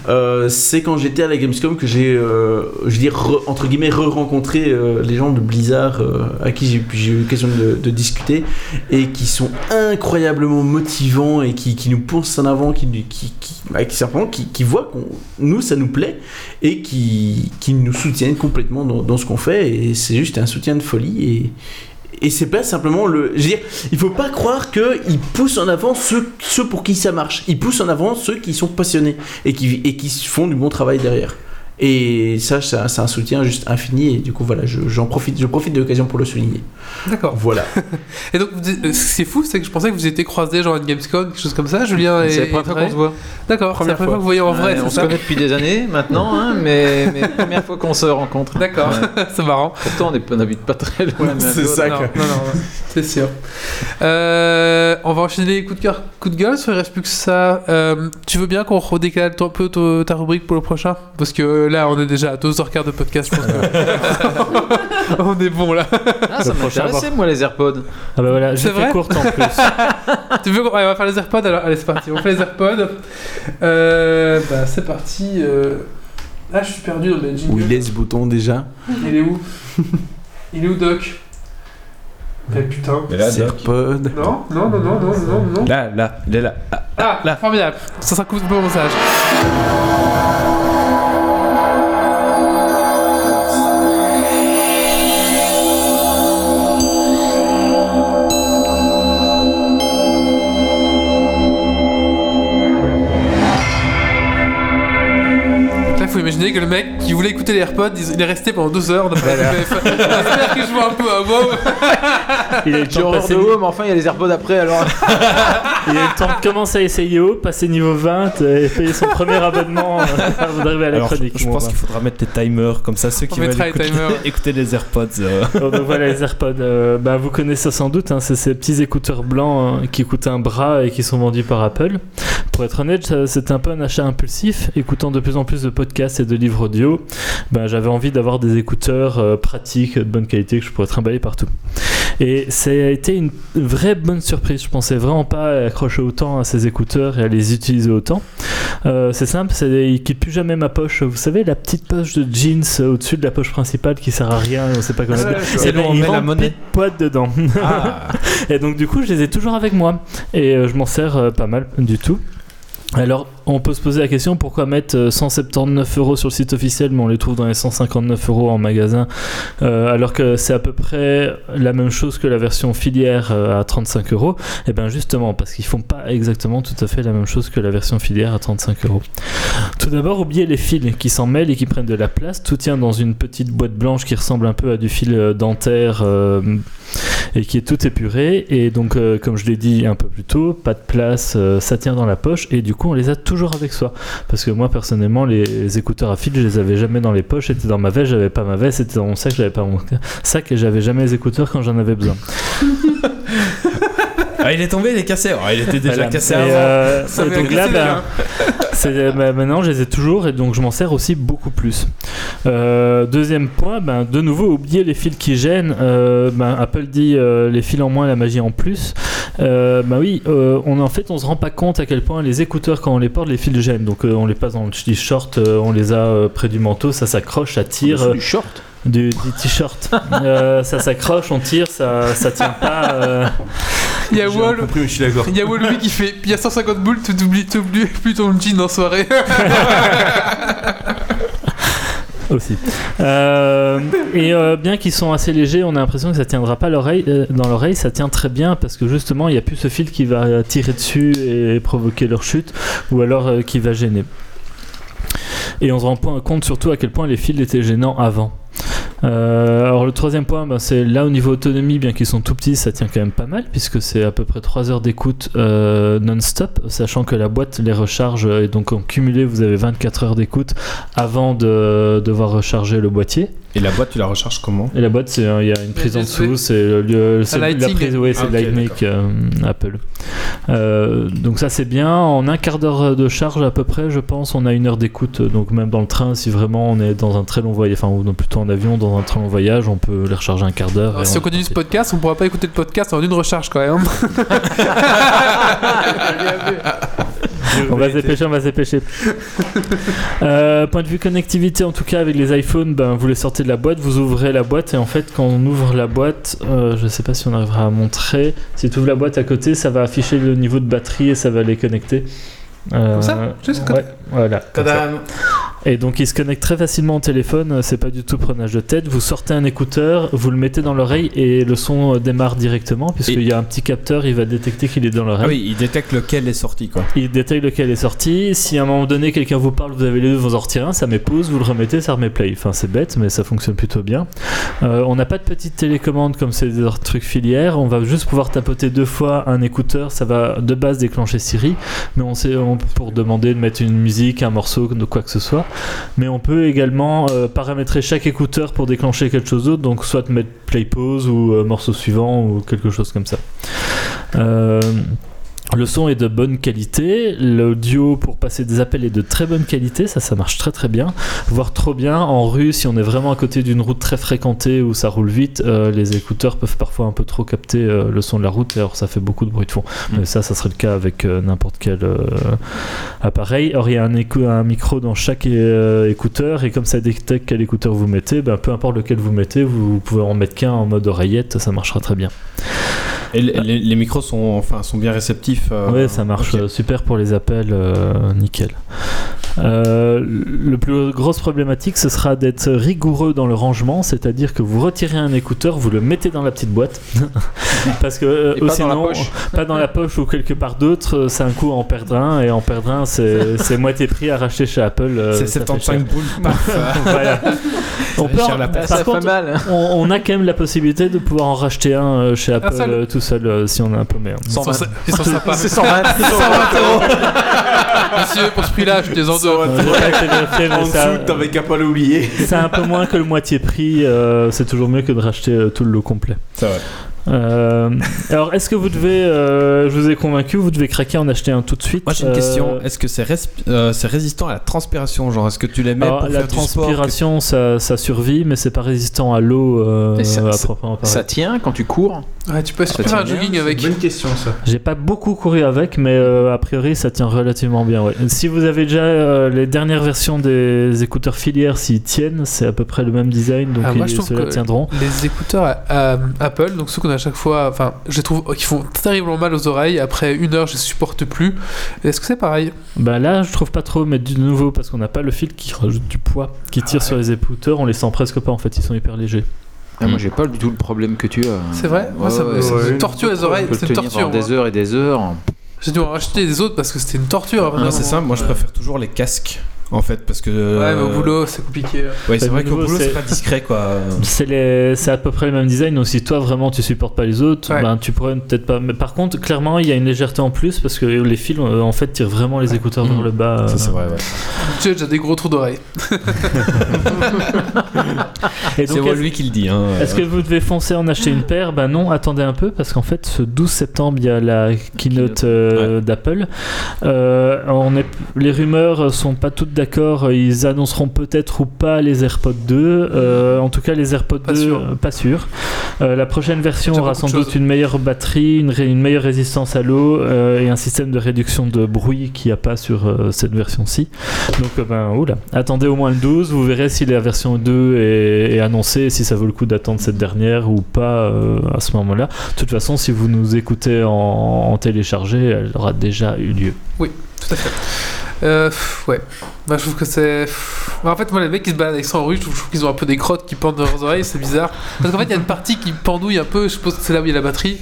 Speaker 4: euh, c'est quand j'étais à la Gamescom que j'ai, euh, je veux dire, re- entre guillemets, re-rencontré euh, les gens de Blizzard euh, à qui j'ai, j'ai eu l'occasion de- de discuter et qui sont incroyablement motivants et qui, qui nous poussent en avant, qui, qui, qui, bah, qui, simplement, qui, qui voient qu'on nous ça nous plaît et qui, qui nous soutiennent complètement dans, dans ce qu'on fait et c'est juste un soutien de folie et, et c'est pas simplement le... Je veux dire, il faut pas croire qu'ils poussent en avant ceux, ceux pour qui ça marche, ils poussent en avant ceux qui sont passionnés et qui, et qui font du bon travail derrière. Et ça, c'est un- c'est un soutien juste infini et du coup voilà, je- j'en profite, je profite de l'occasion pour le souligner.
Speaker 1: D'accord.
Speaker 4: Voilà.
Speaker 1: Et donc, vous dites- euh, ce qui est fou, c'est que je pensais que vous étiez croisés genre à une Gamescom, quelque chose comme ça, Julien et.
Speaker 2: C'est la première fois
Speaker 1: Idré.
Speaker 2: qu'on se voit.
Speaker 1: D'accord, c'est la première
Speaker 2: Première
Speaker 1: fois
Speaker 2: fois.
Speaker 1: que vous voyez en vrai,
Speaker 2: Ouais,
Speaker 1: c'est
Speaker 2: on se
Speaker 1: ça
Speaker 2: connaît depuis des années maintenant, hein, mais, mais première fois qu'on se rencontre.
Speaker 1: D'accord, c'est marrant.
Speaker 2: Pourtant, on est- on n'habite pas très loin. l'un de
Speaker 4: c'est
Speaker 2: l'autre.
Speaker 4: ça.
Speaker 1: Non,
Speaker 4: que-
Speaker 1: non, non, ouais, c'est sûr. Euh, on va enchaîner les coups de cœur, coups de gueule, il reste plus que ça. Euh, tu veux bien qu'on redécale toi un peu to- ta rubrique pour le prochain Parce que euh, là, on est déjà à 2h15 de podcast, je pense que- on est bon là.
Speaker 2: Ah, ça
Speaker 6: Le prochain
Speaker 2: m'intéressait, moi, les AirPods.
Speaker 6: Ah bah voilà, j'ai
Speaker 1: C'est vrai
Speaker 6: fait courte en plus.
Speaker 1: tu veux qu'on allez, on va faire les AirPods alors Allez, c'est parti, on fait les AirPods. Euh, bah, c'est parti. euh. Là, je suis perdu dans mes jingles.
Speaker 4: Où il est ce bouton déjà
Speaker 1: Il est où Il est où, Doc Eh putain.
Speaker 3: Mais là, Doc.
Speaker 9: Euh,
Speaker 4: Serpod.
Speaker 1: Non, non, non, non, non, non, non.
Speaker 3: Là, là, il est là. Ah,
Speaker 1: Ah, là. formidable. Ça sera coup de bon message. Là, faut imaginer que le mec qui voulait écouter les AirPods, il il est resté pendant 12 heures. d'après la VF. J'espère que je vois un peu un wow.
Speaker 6: Il a eu le
Speaker 2: J'ai
Speaker 6: temps de
Speaker 2: horreur
Speaker 6: passer
Speaker 2: de haut, mais enfin, il y a les AirPods après, alors.
Speaker 6: Il a eu le temps de commencer à essayer haut, passer niveau 20 et payer son premier abonnement euh, avant d'arriver à la
Speaker 3: Alors, je,
Speaker 6: chronique.
Speaker 3: je
Speaker 6: Bon,
Speaker 3: pense
Speaker 6: bah.
Speaker 3: qu'il faudra mettre des timers comme ça, ceux qui veulent
Speaker 1: mettra les
Speaker 3: écouter,
Speaker 1: timers.
Speaker 3: écouter les AirPods. euh,
Speaker 6: Oh, bah voilà les AirPods. euh, bah, vous connaissez sans doute, hein, c'est ces petits écouteurs blancs euh, qui coûtent un bras et qui sont vendus par Apple. Pour être honnête, ça- c'est un peu un achat impulsif. Écoutant de plus en plus de podcasts et de livres audio, ben, j'avais envie d'avoir des écouteurs euh, pratiques, de bonne qualité, que je pourrais trimballer partout. Et ça a été une vraie bonne surprise. Je pensais vraiment pas accrocher autant à ces écouteurs et à les utiliser autant. Euh, c'est simple, c'est ils quittent plus jamais ma poche. Vous savez, la petite poche de jeans euh, au-dessus de la poche principale qui sert à rien, on sait pas
Speaker 2: Ah,
Speaker 6: comment
Speaker 3: Ouais,
Speaker 6: s'appelle.
Speaker 3: je vois.
Speaker 6: Et ben,
Speaker 3: Là, on
Speaker 6: ils
Speaker 3: met la
Speaker 6: rentrent
Speaker 3: monnaie. Ah.
Speaker 6: pile poil dedans. Et donc du coup, je les ai toujours avec moi et euh, je m'en sers euh, pas mal du tout. Alors, on peut se poser la question pourquoi mettre euh, 179 euros sur le site officiel, mais on les trouve dans les 159 euros en magasin, euh, alors que c'est à peu près la même chose que la version filière euh, à 35 euros. Et bien justement, parce qu'ils font pas exactement tout à fait la même chose que la version filière à 35 euros. Tout d'abord, oubliez les fils qui s'en mêlent et qui prennent de la place. Tout tient dans une petite boîte blanche qui ressemble un peu à du fil euh, dentaire euh, et qui est tout épuré. Et donc, euh, comme je l'ai dit un peu plus tôt, pas de place, euh, ça tient dans la poche. Et du coup, on les a toujours avec soi. Parce que moi, personnellement, les écouteurs à fil, je les avais jamais dans les poches. C'était dans ma veste, j'avais pas ma veste. C'était dans mon sac, j'avais pas mon sac. Et j'avais jamais les écouteurs quand j'en avais besoin.
Speaker 3: Ah, il est tombé, il est cassé. Oh, il était déjà
Speaker 6: Voilà.
Speaker 3: cassé
Speaker 6: Et,
Speaker 3: avant.
Speaker 6: euh,
Speaker 1: Ça
Speaker 6: et
Speaker 1: m'est
Speaker 6: donc là,
Speaker 1: cassé
Speaker 6: bah,
Speaker 1: déjà.
Speaker 3: hein.
Speaker 6: c'est- bah, maintenant, je les ai toujours et donc je m'en sers aussi beaucoup plus. Euh, deuxième point, ben, de nouveau, oubliez les fils qui gênent. Euh, ben, Apple dit euh, les fils en moins, la magie en plus. Euh, bah oui, euh, on en fait, on se rend pas compte à quel point les écouteurs, quand on les porte, les fils gênent. Donc euh, on les passe dans le t-shirt, euh, on les a euh, près du manteau, ça s'accroche, ça tire. euh,
Speaker 2: Du short.
Speaker 6: du, du t-shirt, Euh, ça s'accroche, on tire, ça, ça tient pas. euh,
Speaker 1: Il y a
Speaker 10: J'ai
Speaker 1: Wall.
Speaker 10: compris, mais je suis d'accord.
Speaker 1: Il y a Wolby qui fait, puis il y a 150 boules, tu t'oublies, t'oublies plus ton jean en soirée.
Speaker 6: aussi. Euh, et euh, bien qu'ils sont assez légers, on a l'impression que ça tiendra pas l'oreille euh, dans l'oreille, ça tient très bien parce que justement il n'y a plus ce fil qui va tirer dessus et provoquer leur chute ou alors euh, qui va gêner. Et on se rend point- compte surtout à quel point les fils étaient gênants avant. Euh, alors le troisième point, ben, c'est là au niveau autonomie, bien qu'ils sont tout petits, ça tient quand même pas mal, puisque c'est à peu près 3 heures d'écoute euh, non-stop, sachant que la boîte les recharge, euh, et donc en cumulé, vous avez 24 heures d'écoute avant de devoir recharger le boîtier.
Speaker 3: Et la boîte, tu la recharges comment
Speaker 6: Et la boîte, c'est un- il y a une prise en
Speaker 1: USB.
Speaker 6: dessous, c'est le lieu- c'est la
Speaker 1: lighting.
Speaker 6: prise, ouais, c'est
Speaker 3: Ah, ok,
Speaker 6: Lightning euh, Apple. Euh, donc ça c'est bien. En un quart d'heure de charge à peu près, je pense, on a une heure d'écoute. Donc même dans le train, si vraiment on est dans un très long voyage, enfin ou non, plutôt en avion, dans un très long voyage, on peut les recharger un quart d'heure. et
Speaker 1: Euh, si on continue ce podcast, on pourra pas écouter le podcast en une recharge quand même.
Speaker 6: On va se dépêcher, on va se dépêcher. Euh, point de vue connectivité, en tout cas avec les iPhones, ben, vous les sortez de la boîte, vous ouvrez la boîte et en fait quand on ouvre la boîte, euh, je sais pas si on arrivera à montrer, si tu ouvres la boîte à côté, ça va afficher le niveau de batterie et ça va les connecter. Euh,
Speaker 1: Comme ça Juste comme-
Speaker 6: ouais, voilà. comme ça. Et donc il se connecte très facilement au téléphone, euh, c'est pas du tout prenage de tête. Vous sortez un écouteur, vous le mettez dans l'oreille et le son euh, démarre directement puisqu'il y a un petit capteur, il va détecter qu'il est dans l'oreille.
Speaker 3: Ah oui, il détecte lequel est sorti, quoi.
Speaker 6: Il détaille lequel est sorti. Si à un moment donné quelqu'un vous parle, vous avez les deux, vous en retirez un, ça met pause, vous le remettez, ça remet play. Enfin, c'est bête, mais ça fonctionne plutôt bien. Euh, on n'a pas de petite télécommande comme c'est des autres trucs filières. On va juste pouvoir tapoter deux fois un écouteur. Ça va de base déclencher Siri, mais on sait on- pour demander de mettre une musique, un morceau, de quoi que ce soit. Mais on peut également euh, paramétrer chaque écouteur pour déclencher quelque chose d'autre. Donc soit mettre play pause ou euh, morceau suivant ou quelque chose comme ça. Euh, Le son est de bonne qualité, l'audio pour passer des appels est de très bonne qualité, ça ça marche très très bien, voire trop bien. En rue, si on est vraiment à côté d'une route très fréquentée où ça roule vite, euh, les écouteurs peuvent parfois un peu trop capter euh, le son de la route, et alors ça fait beaucoup de bruit de fond. Mais ça, ça serait le cas avec euh, n'importe quel euh, appareil. Or, il y a un, écou- un micro dans chaque euh, écouteur, et comme ça détecte quel écouteur vous mettez, ben, peu importe lequel vous mettez, vous, vous pouvez en mettre qu'un en mode oreillette, ça marchera très bien.
Speaker 3: Et les, les- les micros sont, enfin, sont bien réceptifs. euh,
Speaker 6: Ouais, ça marche
Speaker 3: ok.
Speaker 6: euh, super pour les appels, euh, nickel. Euh, le plus grosse problématique, ce sera d'être rigoureux dans le rangement, c'est-à-dire que vous retirez un écouteur, vous le mettez dans la petite boîte, parce que euh,
Speaker 2: Et pas dans la
Speaker 6: sinon,
Speaker 2: poche.
Speaker 6: pas dans la poche ou quelque part d'autre, euh, c'est un coup à en perdre un, et en perdre un, c'est c'est moitié prix à racheter chez Apple. euh,
Speaker 3: C'est
Speaker 6: ça fait cher.
Speaker 3: 75 boules. paf.
Speaker 6: Voilà. On
Speaker 3: fait
Speaker 6: peut en-
Speaker 3: cher la
Speaker 6: par
Speaker 3: place.
Speaker 2: ça fait
Speaker 6: contre,
Speaker 2: mal.
Speaker 6: on, on a quand même la possibilité de pouvoir en racheter un euh, chez Apple
Speaker 1: seul.
Speaker 6: euh, tout seul euh, si on est un peu merde.
Speaker 1: Ils sont, ils sont sympas.
Speaker 2: C'est 120.
Speaker 1: Monsieur, pour ce prix-là, je les endors.
Speaker 6: Ouais, c'est bien fait, mais
Speaker 9: En
Speaker 6: ça-
Speaker 9: dessous, t'avais qu'à pas l'oublier.
Speaker 6: C'est un peu moins que le moitié prix. euh, c'est toujours mieux que de racheter euh, tout le lot complet.
Speaker 3: C'est vrai.
Speaker 6: Euh, alors, est-ce que vous devez, euh, je vous ai convaincu, vous devez craquer en acheter un tout de suite
Speaker 3: Moi j'ai une
Speaker 6: euh,
Speaker 3: question. Est-ce que c'est resp- euh, c'est résistant à la transpiration Genre, est-ce que tu les mets
Speaker 6: alors,
Speaker 3: pour
Speaker 6: la
Speaker 3: faire transport que-
Speaker 6: transpiration, ça, ça survit, mais c'est pas résistant à l'eau euh,
Speaker 2: Et ça-
Speaker 6: à
Speaker 2: ça-
Speaker 6: proprement parler.
Speaker 2: Ça tient quand tu cours.
Speaker 1: Ouais, tu peux
Speaker 2: Ça
Speaker 1: faire un
Speaker 2: tient
Speaker 1: jogging avec.
Speaker 9: Bonne question, ça.
Speaker 6: J'ai pas beaucoup couru avec, mais euh, a priori ça tient relativement bien. ouais. Si vous avez déjà euh, les dernières versions des écouteurs filières, s'ils tiennent, c'est à peu près le même design, donc
Speaker 1: Ah, moi,
Speaker 6: ils-
Speaker 1: je trouve
Speaker 6: ceux-là
Speaker 1: que-
Speaker 6: tiendront.
Speaker 1: Les écouteurs à- à Apple, donc ceux qu'on a à chaque fois, enfin, je les trouve qu'ils font terriblement mal aux oreilles. Après une heure, je supporte plus. Est-ce que c'est pareil
Speaker 6: Bah là, je trouve pas trop, mais de nouveau, parce qu'on n'a pas le fil qui rajoute du poids,
Speaker 3: Ah
Speaker 6: qui tire sur les écouteurs, on les sent presque pas en fait, ils sont hyper légers.
Speaker 2: Ah, moi j'ai pas du tout le problème que tu as.
Speaker 1: C'est vrai Moi, ça me
Speaker 2: ouais,
Speaker 1: ça
Speaker 2: ouais.
Speaker 1: me torture les oreilles.
Speaker 2: Tu peux le
Speaker 1: C'est une
Speaker 2: tenir
Speaker 1: torture.
Speaker 2: pendant des
Speaker 1: moi.
Speaker 2: heures et des heures.
Speaker 1: J'ai dû en racheter des autres parce que c'était une
Speaker 2: Ah,
Speaker 1: torture. après,
Speaker 3: Moi,
Speaker 1: vraiment.
Speaker 3: c'est simple. Moi je préfère toujours les casques. En fait, parce que. euh,
Speaker 1: Ouais,
Speaker 2: Euh.
Speaker 1: mais au boulot, c'est compliqué.
Speaker 3: Ouais, c'est
Speaker 6: Bah,
Speaker 3: vrai
Speaker 6: de
Speaker 3: qu'au
Speaker 6: nouveau,
Speaker 3: boulot c'est
Speaker 6: c'est-
Speaker 3: pas discret quoi.
Speaker 6: C'est les... c'est à peu près le même design, donc si toi vraiment tu supportes pas les autres,
Speaker 1: Ouais.
Speaker 6: ben tu pourrais peut-être pas. Mais par contre, clairement, il y a une légèreté en plus, parce que les fils euh, en fait tirent vraiment les écouteurs vers le bas. euh.
Speaker 3: Ça c'est vrai. Ouais.
Speaker 1: Judge a des gros trous d'oreilles.
Speaker 6: Et
Speaker 3: C'est
Speaker 6: donc,
Speaker 3: moi,
Speaker 6: est-ce-
Speaker 3: lui qui le dit. Hein.
Speaker 6: Est-ce que vous devez foncer en acheter une paire Ben non, attendez un peu parce qu'en fait, ce 12 septembre, il y a la keynote euh, d'Apple. Euh, on est, les rumeurs sont pas toutes d'accord. Ils annonceront peut-être ou pas les AirPods 2. Euh, en tout cas, les AirPods
Speaker 1: Pas
Speaker 6: 2,
Speaker 1: sûr.
Speaker 6: euh, pas sûr. Euh, la prochaine version
Speaker 1: Déjà
Speaker 6: aura
Speaker 1: beaucoup
Speaker 6: sans
Speaker 1: de
Speaker 6: doute
Speaker 1: choses.
Speaker 6: une meilleure batterie, une, ré- une meilleure résistance à l'eau euh, et un système de réduction de bruit qu'il n'y a pas sur euh, cette version-ci. Donc, euh, ben, oula. attendez au moins le 12, vous verrez si la version 2 est, est annoncée, si ça vaut le coup d'attendre cette dernière ou pas euh, à ce moment-là. De toute façon, si vous nous écoutez en, en téléchargé, elle aura déjà eu lieu.
Speaker 1: Tout à fait. Euh, pff, ouais. Bah, je trouve que c'est. pff. Bah, en fait, moi, les mecs qui se baladent avec ça en rue, je trouve, je trouve qu'ils ont un peu des crottes qui pendent dans leurs oreilles, c'est bizarre. Parce qu'en fait, il y a une partie qui pendouille un peu, je suppose que c'est là où il y a la batterie.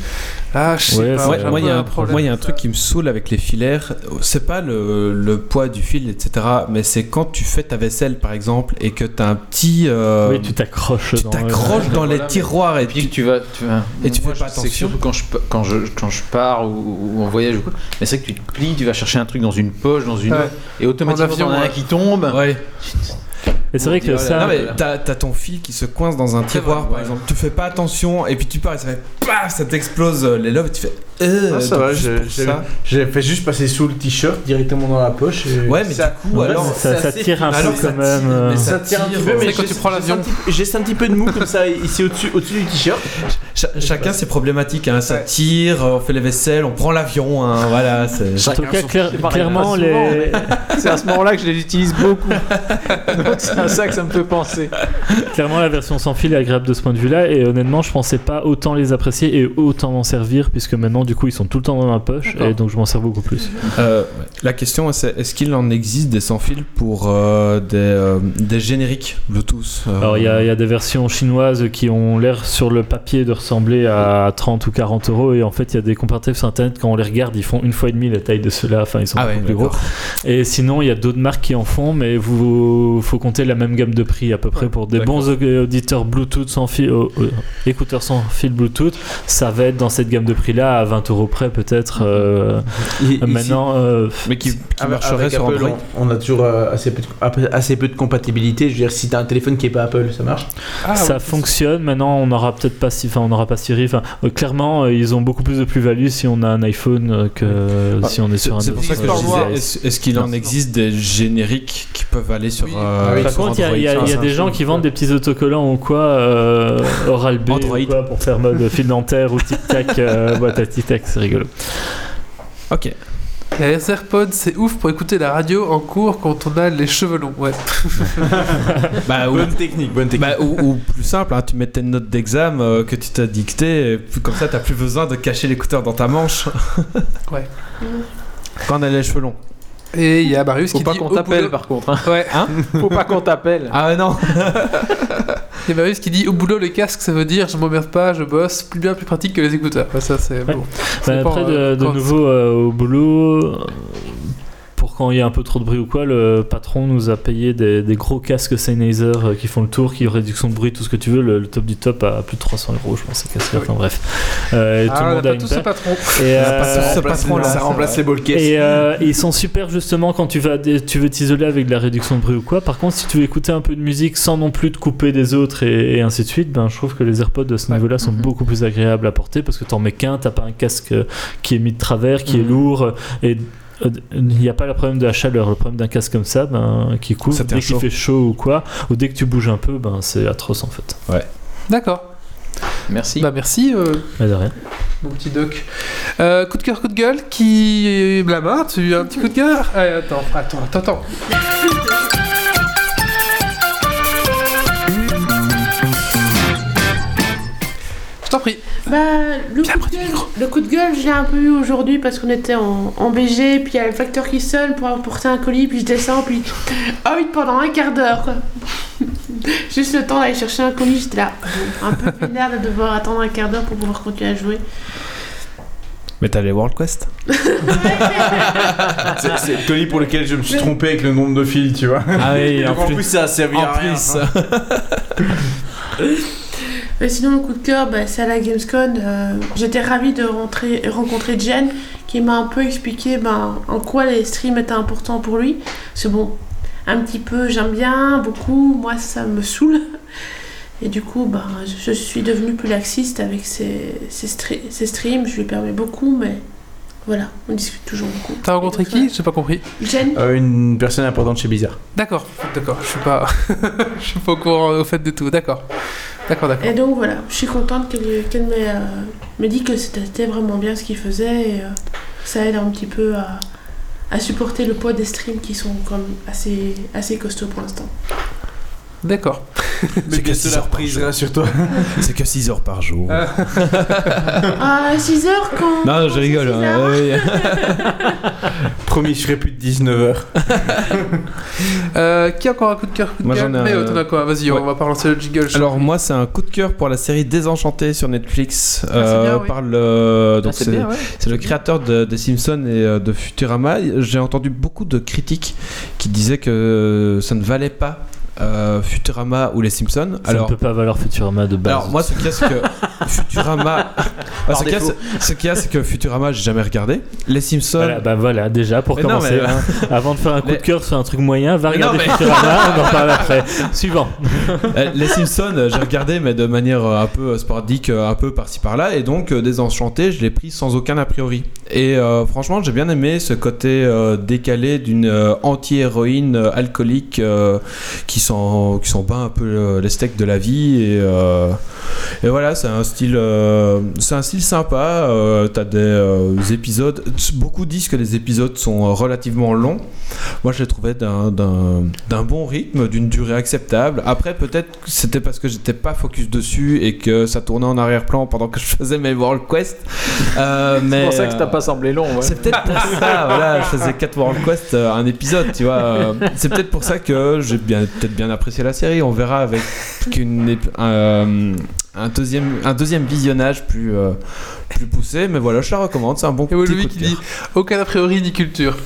Speaker 1: Ah, je sais
Speaker 6: Ouais,
Speaker 1: pas.
Speaker 6: c'est-
Speaker 3: Ouais,
Speaker 1: j'ai
Speaker 3: moi,
Speaker 1: peu
Speaker 3: il y a un,
Speaker 1: problème
Speaker 3: moi, il y a un
Speaker 1: avec
Speaker 3: truc qui me saoule avec les filaires. C'est pas le, le poids du fil, etc. Mais c'est quand tu fais ta vaisselle, par exemple, et que t'as un petit. euh,
Speaker 6: oui, tu t'accroches
Speaker 3: tu
Speaker 6: dans
Speaker 3: t'accroches dans les
Speaker 2: Voilà, mais-
Speaker 3: tiroirs et
Speaker 2: Et puis
Speaker 3: puis.
Speaker 2: tu vas, tu vas-
Speaker 3: Et tu
Speaker 2: Moi,
Speaker 3: fais pas
Speaker 2: je sais que
Speaker 3: attention.
Speaker 2: surtout quand je, quand je, quand je pars ou, ou en voyage ou quoi. Mais c'est vrai que tu te plies, tu vas chercher un truc dans une poche, dans une.
Speaker 1: Ouais.
Speaker 2: Et automatiquement,
Speaker 1: En avion,
Speaker 2: t'en as un
Speaker 1: ouais.
Speaker 2: qui tombe.
Speaker 3: Ouais.
Speaker 6: Et c'est vrai que
Speaker 2: Voilà.
Speaker 6: ça.
Speaker 3: Non, mais t'as t'as ton fil qui se coince dans un tiroir, par
Speaker 2: voilà.
Speaker 3: exemple. Tu fais pas attention et puis tu pars et ça fait. paf, ça t'explose euh, les lobes et tu fais. euh,
Speaker 9: Ah, ça
Speaker 3: donc
Speaker 9: va,
Speaker 3: juste
Speaker 9: j'ai-
Speaker 3: pour
Speaker 9: j'ai-
Speaker 3: ça.
Speaker 9: J'ai fait juste passer sous le t-shirt directement dans la poche. et-
Speaker 3: Ouais, mais
Speaker 9: ça,
Speaker 3: du coup,
Speaker 6: Ouais,
Speaker 3: alors.
Speaker 6: ça,
Speaker 9: c'est
Speaker 6: ça
Speaker 9: assez
Speaker 6: tire un peu
Speaker 3: alors
Speaker 6: quand
Speaker 3: ça tire,
Speaker 6: même. euh,
Speaker 3: mais ça-
Speaker 9: ça tire un petit
Speaker 3: tire,
Speaker 9: peu,
Speaker 3: ouais.
Speaker 9: mais
Speaker 1: C'est quand
Speaker 9: j'ai-
Speaker 1: tu prends
Speaker 9: j'ai
Speaker 1: l'avion.
Speaker 9: senti- J'ai senti un petit peu de mou comme ça ici au-dessus au du t-shirt.
Speaker 3: cha- chacun ses problématiques, hein. ça tire, on fait les vaisselles, on prend l'avion, hein, voilà. c'est- hein.
Speaker 6: En tout cas, clair-
Speaker 2: pareil, pas souvent,
Speaker 6: clairement, les,
Speaker 2: C'est à ce moment-là que je les utilise beaucoup. Donc c'est à ça que ça me fait penser.
Speaker 6: Clairement, la version sans fil est agréable de ce point de vue-là, et honnêtement, je pensais pas autant les apprécier et autant m'en servir, puisque maintenant, du coup, ils sont tout le temps dans ma poche,
Speaker 1: D'accord.
Speaker 6: et donc je m'en sers beaucoup plus.
Speaker 3: Euh, la question, c'est est-ce qu'il en existe des sans fil pour euh, des, euh, des génériques Bluetooth euh,
Speaker 6: Alors, il y, a il y a des versions chinoises qui ont l'air sur le papier de ressembler à 30 ou 40 euros, et en fait, il y a des comparatifs sur internet, quand on les regarde, ils font une fois et demie la taille de ceux-là, enfin, ils sont
Speaker 3: Ah ouais,
Speaker 6: beaucoup plus gros.
Speaker 3: d'accord.
Speaker 6: Et sinon, il y a d'autres marques qui en font, mais vous faut compter la même gamme de prix à peu près pour des bons auditeurs Bluetooth sans fil, euh, euh, écouteurs sans fil Bluetooth. Ça va être dans cette gamme de prix là à 20 euros près peut-être. euh,
Speaker 9: I- ici,
Speaker 6: maintenant, euh,
Speaker 3: Mais qui, qui
Speaker 9: avec-
Speaker 3: marcherait
Speaker 9: avec
Speaker 3: sur
Speaker 9: Apple,
Speaker 3: Android.
Speaker 9: on, on a toujours euh, assez, peu de, ap- assez peu de compatibilité. Je veux dire, si t'as un téléphone qui est pas Apple, ça marche.
Speaker 1: Ah,
Speaker 6: ça
Speaker 1: oui.
Speaker 6: fonctionne. Maintenant, on n'aura peut-être pas si, enfin, on n'aura pas Siri. Enfin, euh, clairement, euh, ils ont beaucoup plus de plus-value si on a un iPhone euh, que
Speaker 3: Ah,
Speaker 6: si on est sur un.
Speaker 3: C'est pour ça que
Speaker 6: autre-
Speaker 3: je disais,
Speaker 6: euh,
Speaker 3: est-ce est-ce qu'il en existe des génériques qui peuvent aller sur,
Speaker 1: Oui.
Speaker 3: euh,
Speaker 9: Ah oui.
Speaker 6: Par
Speaker 3: sur
Speaker 6: contre, il y a- il y a,
Speaker 3: Android
Speaker 6: il y a des gens qui vendent des petits autocollants ou quoi, euh, Oral B
Speaker 3: Android.
Speaker 6: ou quoi, pour faire mode fil dentaire ou tic tac, euh, boîte à tic tac, c'est rigolo.
Speaker 3: Ok.
Speaker 1: Les AirPods, c'est ouf pour écouter la radio en cours quand on a les cheveux longs. Ouais.
Speaker 9: Ah,
Speaker 3: Bah, ou,
Speaker 9: technique, bonne
Speaker 3: bah, ou- ou plus simple, hein, tu mets tes notes d'examen euh, que tu t'as dictées, et puis comme ça, t'as plus besoin de cacher l'écouteur dans ta manche. Mm.
Speaker 1: Ouais.
Speaker 3: Quand on a les cheveux longs.
Speaker 1: Et il y a Marius
Speaker 2: Faut
Speaker 1: qui
Speaker 2: pas
Speaker 1: dit
Speaker 2: qu'on
Speaker 1: au
Speaker 2: t'appelle
Speaker 1: boulot-
Speaker 2: par contre. hein.
Speaker 1: Ouais.
Speaker 2: Faut pas qu'on t'appelle.
Speaker 3: Ah non
Speaker 1: Il y a Marius qui dit au boulot le casque ça veut dire je m'emmerde pas, je bosse, plus bien, plus pratique que les écouteurs. Ouais, ça c'est
Speaker 6: Ouais.
Speaker 1: bon.
Speaker 6: Bah,
Speaker 1: dépend,
Speaker 6: après, de,
Speaker 1: euh,
Speaker 6: de
Speaker 1: quand-
Speaker 6: nouveau euh, au boulot, euh, pour quand il y a un peu trop de bruit ou quoi, le patron nous a payé des, des gros casques Sennheiser euh, qui font le tour, qui ont réduction de bruit, tout ce que tu veux. Le, le top du top à plus de 300 euros, je pense, ces
Speaker 1: Ah
Speaker 6: casques-là.
Speaker 1: oui.
Speaker 6: Enfin bref. Euh, et
Speaker 1: Ah,
Speaker 6: tout le
Speaker 1: on
Speaker 6: monde
Speaker 1: n'a
Speaker 6: a
Speaker 1: pas
Speaker 6: une
Speaker 1: tous ce
Speaker 6: paire.
Speaker 1: patron.
Speaker 6: Et, euh,
Speaker 3: ce patron-là.
Speaker 9: Ça remplace les ball cases.
Speaker 6: Et euh, ils sont super justement quand tu vas dé- tu veux t'isoler avec de la réduction de bruit ou quoi. Par contre, si tu veux écouter un peu de musique sans non plus te couper des autres et, et ainsi de suite, ben je trouve que les AirPods de ce
Speaker 1: Ouais.
Speaker 6: niveau-là sont beaucoup plus agréables à porter parce que t'en mets qu'un, t'as pas un casque euh, qui est mis de travers, qui est lourd euh, et euh, il n'y a pas le problème de la chaleur, le problème d'un casque comme ça, ben, qui couvre
Speaker 3: Ça te
Speaker 6: dès qu'il
Speaker 3: réchauffe.
Speaker 6: fait chaud ou quoi, ou dès que tu bouges un peu, ben c'est atroce en fait.
Speaker 1: D'accord.
Speaker 2: Merci.
Speaker 1: Bah merci euh,
Speaker 6: Mais de rien.
Speaker 1: mon petit doc. Euh, coup de cœur, coup de gueule qui la main, tu as un petit coup de cœur Allez, Attends, attends, attends, attends. Je t'en prie.
Speaker 5: Bah, le, coup de gueule, le coup de gueule, je l'ai un peu eu aujourd'hui parce qu'on était en, en BG, puis il y a le facteur qui sonne pour apporter un colis, puis je descends, puis. Ah oui, pendant un quart d'heure, quoi. Juste le temps d'aller chercher un colis, j'étais là. Un peu vénère de devoir attendre un quart d'heure pour pouvoir continuer à jouer.
Speaker 3: Mais t'as les World Quest
Speaker 9: C'est- C'est le colis pour lequel je me suis trompé avec le nombre de fils, tu vois.
Speaker 3: Ah oui,
Speaker 9: Donc, en plus, ça a servi à rien. hein.
Speaker 5: Mais sinon, le coup de cœur, bah, c'est à la Gamescom. euh, J'étais ravie de rentrer, rencontrer Jen, qui m'a un peu expliqué ben, en quoi les streams étaient importants pour lui. C'est bon, un petit peu, j'aime bien, beaucoup, moi ça me saoule. Et du coup, ben, je, je suis devenue plus laxiste avec ces, ces, stre- ces streams. Je lui permets beaucoup, mais voilà, on discute toujours beaucoup.
Speaker 1: T'as rencontré
Speaker 5: Et donc,
Speaker 1: qui J'ai pas compris.
Speaker 5: voilà. Jen.
Speaker 9: Euh, une personne importante chez Bizarre.
Speaker 1: D'accord, d'accord. Je suis pas, je suis pas au courant au fait de tout. D'accord, d'accord, d'accord.
Speaker 5: Et donc voilà, je suis contente qu'elle qu'elle m'ait euh, m'ait dit que c'était vraiment bien ce qu'il faisait et euh, ça aide un petit peu à, à supporter le poids des streams qui sont comme assez, assez costauds pour l'instant.
Speaker 1: D'accord.
Speaker 9: Mais
Speaker 3: que
Speaker 9: qu'est-ce
Speaker 3: six
Speaker 9: que la
Speaker 3: heures par
Speaker 9: reprise,
Speaker 3: jour.
Speaker 9: rassure-toi.
Speaker 3: C'est que 6 heures par jour.
Speaker 1: Ah.
Speaker 5: Ah, 6 heures quand
Speaker 3: Non, je rigole.
Speaker 5: quand c'est
Speaker 3: hein, oui.
Speaker 9: Promis, je serai plus de 19h.
Speaker 1: Euh, qui a encore un coup de cœur coup de
Speaker 3: Moi,
Speaker 1: gueule
Speaker 3: j'en ai un,
Speaker 1: Mais t'en as quoi Vas-y,
Speaker 3: ouais.
Speaker 1: on va pas lancer le jingle. je-
Speaker 3: Alors moi c'est un coup de cœur pour la série Désenchanté sur Netflix
Speaker 1: Ah, c'est bien,
Speaker 3: euh,
Speaker 1: oui.
Speaker 3: par le donc
Speaker 2: Ah, c'est
Speaker 3: c'est-
Speaker 2: bien, ouais.
Speaker 3: c'est le créateur de, des Simpsons et euh, de Futurama. J'ai entendu beaucoup de critiques qui disaient que euh, ça ne valait pas euh, Futurama ou les Simpsons.
Speaker 6: Ça ne peut pas valoir Futurama de base.
Speaker 3: Alors moi ce qu'il y a c'est que Futurama Bah, ce qu'il y a,
Speaker 2: défaut.
Speaker 3: c'est- ce qu'il y a, c'est que Futurama j'ai jamais regardé. Les Simpsons
Speaker 6: Voilà, bah voilà, déjà pour
Speaker 3: Mais non,
Speaker 6: commencer,
Speaker 3: mais- euh,
Speaker 6: hein, avant de faire un coup
Speaker 3: Mais-
Speaker 6: de cœur sur un truc moyen, va
Speaker 3: Mais
Speaker 6: regarder
Speaker 3: non, mais-
Speaker 6: Futurama, on en parle après. Suivant.
Speaker 3: Euh, Les Simpsons, euh, j'ai regardé, mais de manière euh, un peu euh, sporadique, euh, un peu par-ci par-là, et donc euh, désenchanté, je l'ai pris sans aucun a priori. Et euh, franchement, j'ai bien aimé ce côté euh, décalé d'une euh, anti-héroïne euh, alcoolique euh, qui s'en qui s'en bat un peu euh, les steaks de la vie. Et, euh, et voilà, c'est un style, euh, c'est un style sympa. euh, T'as des euh, épisodes, beaucoup disent que les épisodes sont euh, relativement longs. Moi, je les trouvais d'un- d'un d'un bon rythme, d'une durée acceptable. Après, peut-être que c'était parce que j'étais pas focus dessus et que ça tournait en arrière-plan pendant que je faisais mes World Quest. Euh, mais,
Speaker 2: C'est pour ça que
Speaker 3: euh,
Speaker 2: ça t'a pas semblé long. ouais.
Speaker 3: c'est peut-être pour ça, voilà, je faisais 4 World Quest, euh, un épisode, tu vois. euh, c'est peut-être pour ça que j'ai bien, peut-être bien apprécié la série. On verra avec une, ép- un, euh, un deuxième, un deuxième visionnage plus, euh, plus poussé, mais voilà, je la recommande, c'est un bon
Speaker 1: Et
Speaker 3: petit
Speaker 1: Wolvie
Speaker 3: coup de
Speaker 1: qui
Speaker 3: cœur.
Speaker 1: dit aucun a priori ni culture.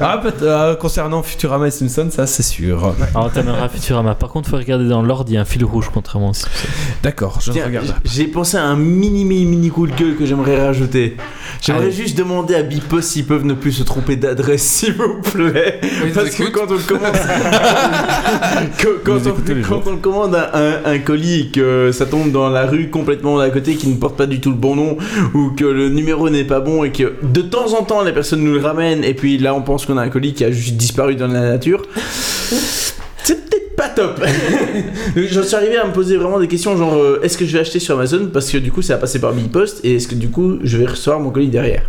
Speaker 3: Ah, peut- euh, concernant Futurama et Simpson, ça c'est sûr.
Speaker 6: Alors, t'amèneras Ah, Futurama. Par contre, faut regarder dans l'ordre, il y a un fil rouge, contrairement au Simpsons.
Speaker 3: D'accord, je
Speaker 4: Tiens,
Speaker 3: regarde.
Speaker 4: j- J'ai pensé à un mini mini mini coup de gueule que j'aimerais rajouter. J'aimerais
Speaker 3: Allez.
Speaker 4: juste demander à Bipos s'ils peuvent ne plus se tromper d'adresse, s'il vous plaît.
Speaker 1: ils
Speaker 4: Parce que
Speaker 1: écoutent.
Speaker 4: quand on le commande, Que- quand,
Speaker 3: Vous écoutez
Speaker 4: on,
Speaker 3: les
Speaker 4: quand
Speaker 3: jours.
Speaker 4: on le commande à un, un colis et que ça tombe dans la rue complètement à côté, qui ne porte pas du tout le bon nom ou que le numéro n'est pas bon et que de temps en temps les personnes nous le ramènent et puis là on pense qu'on a un colis qui a juste disparu dans la nature. C'est peut-être pas top. Donc, J'en suis arrivé à me poser vraiment des questions genre euh, est-ce que je vais acheter sur Amazon parce que du coup ça a passé par Bpost et est-ce que du coup je vais recevoir mon colis derrière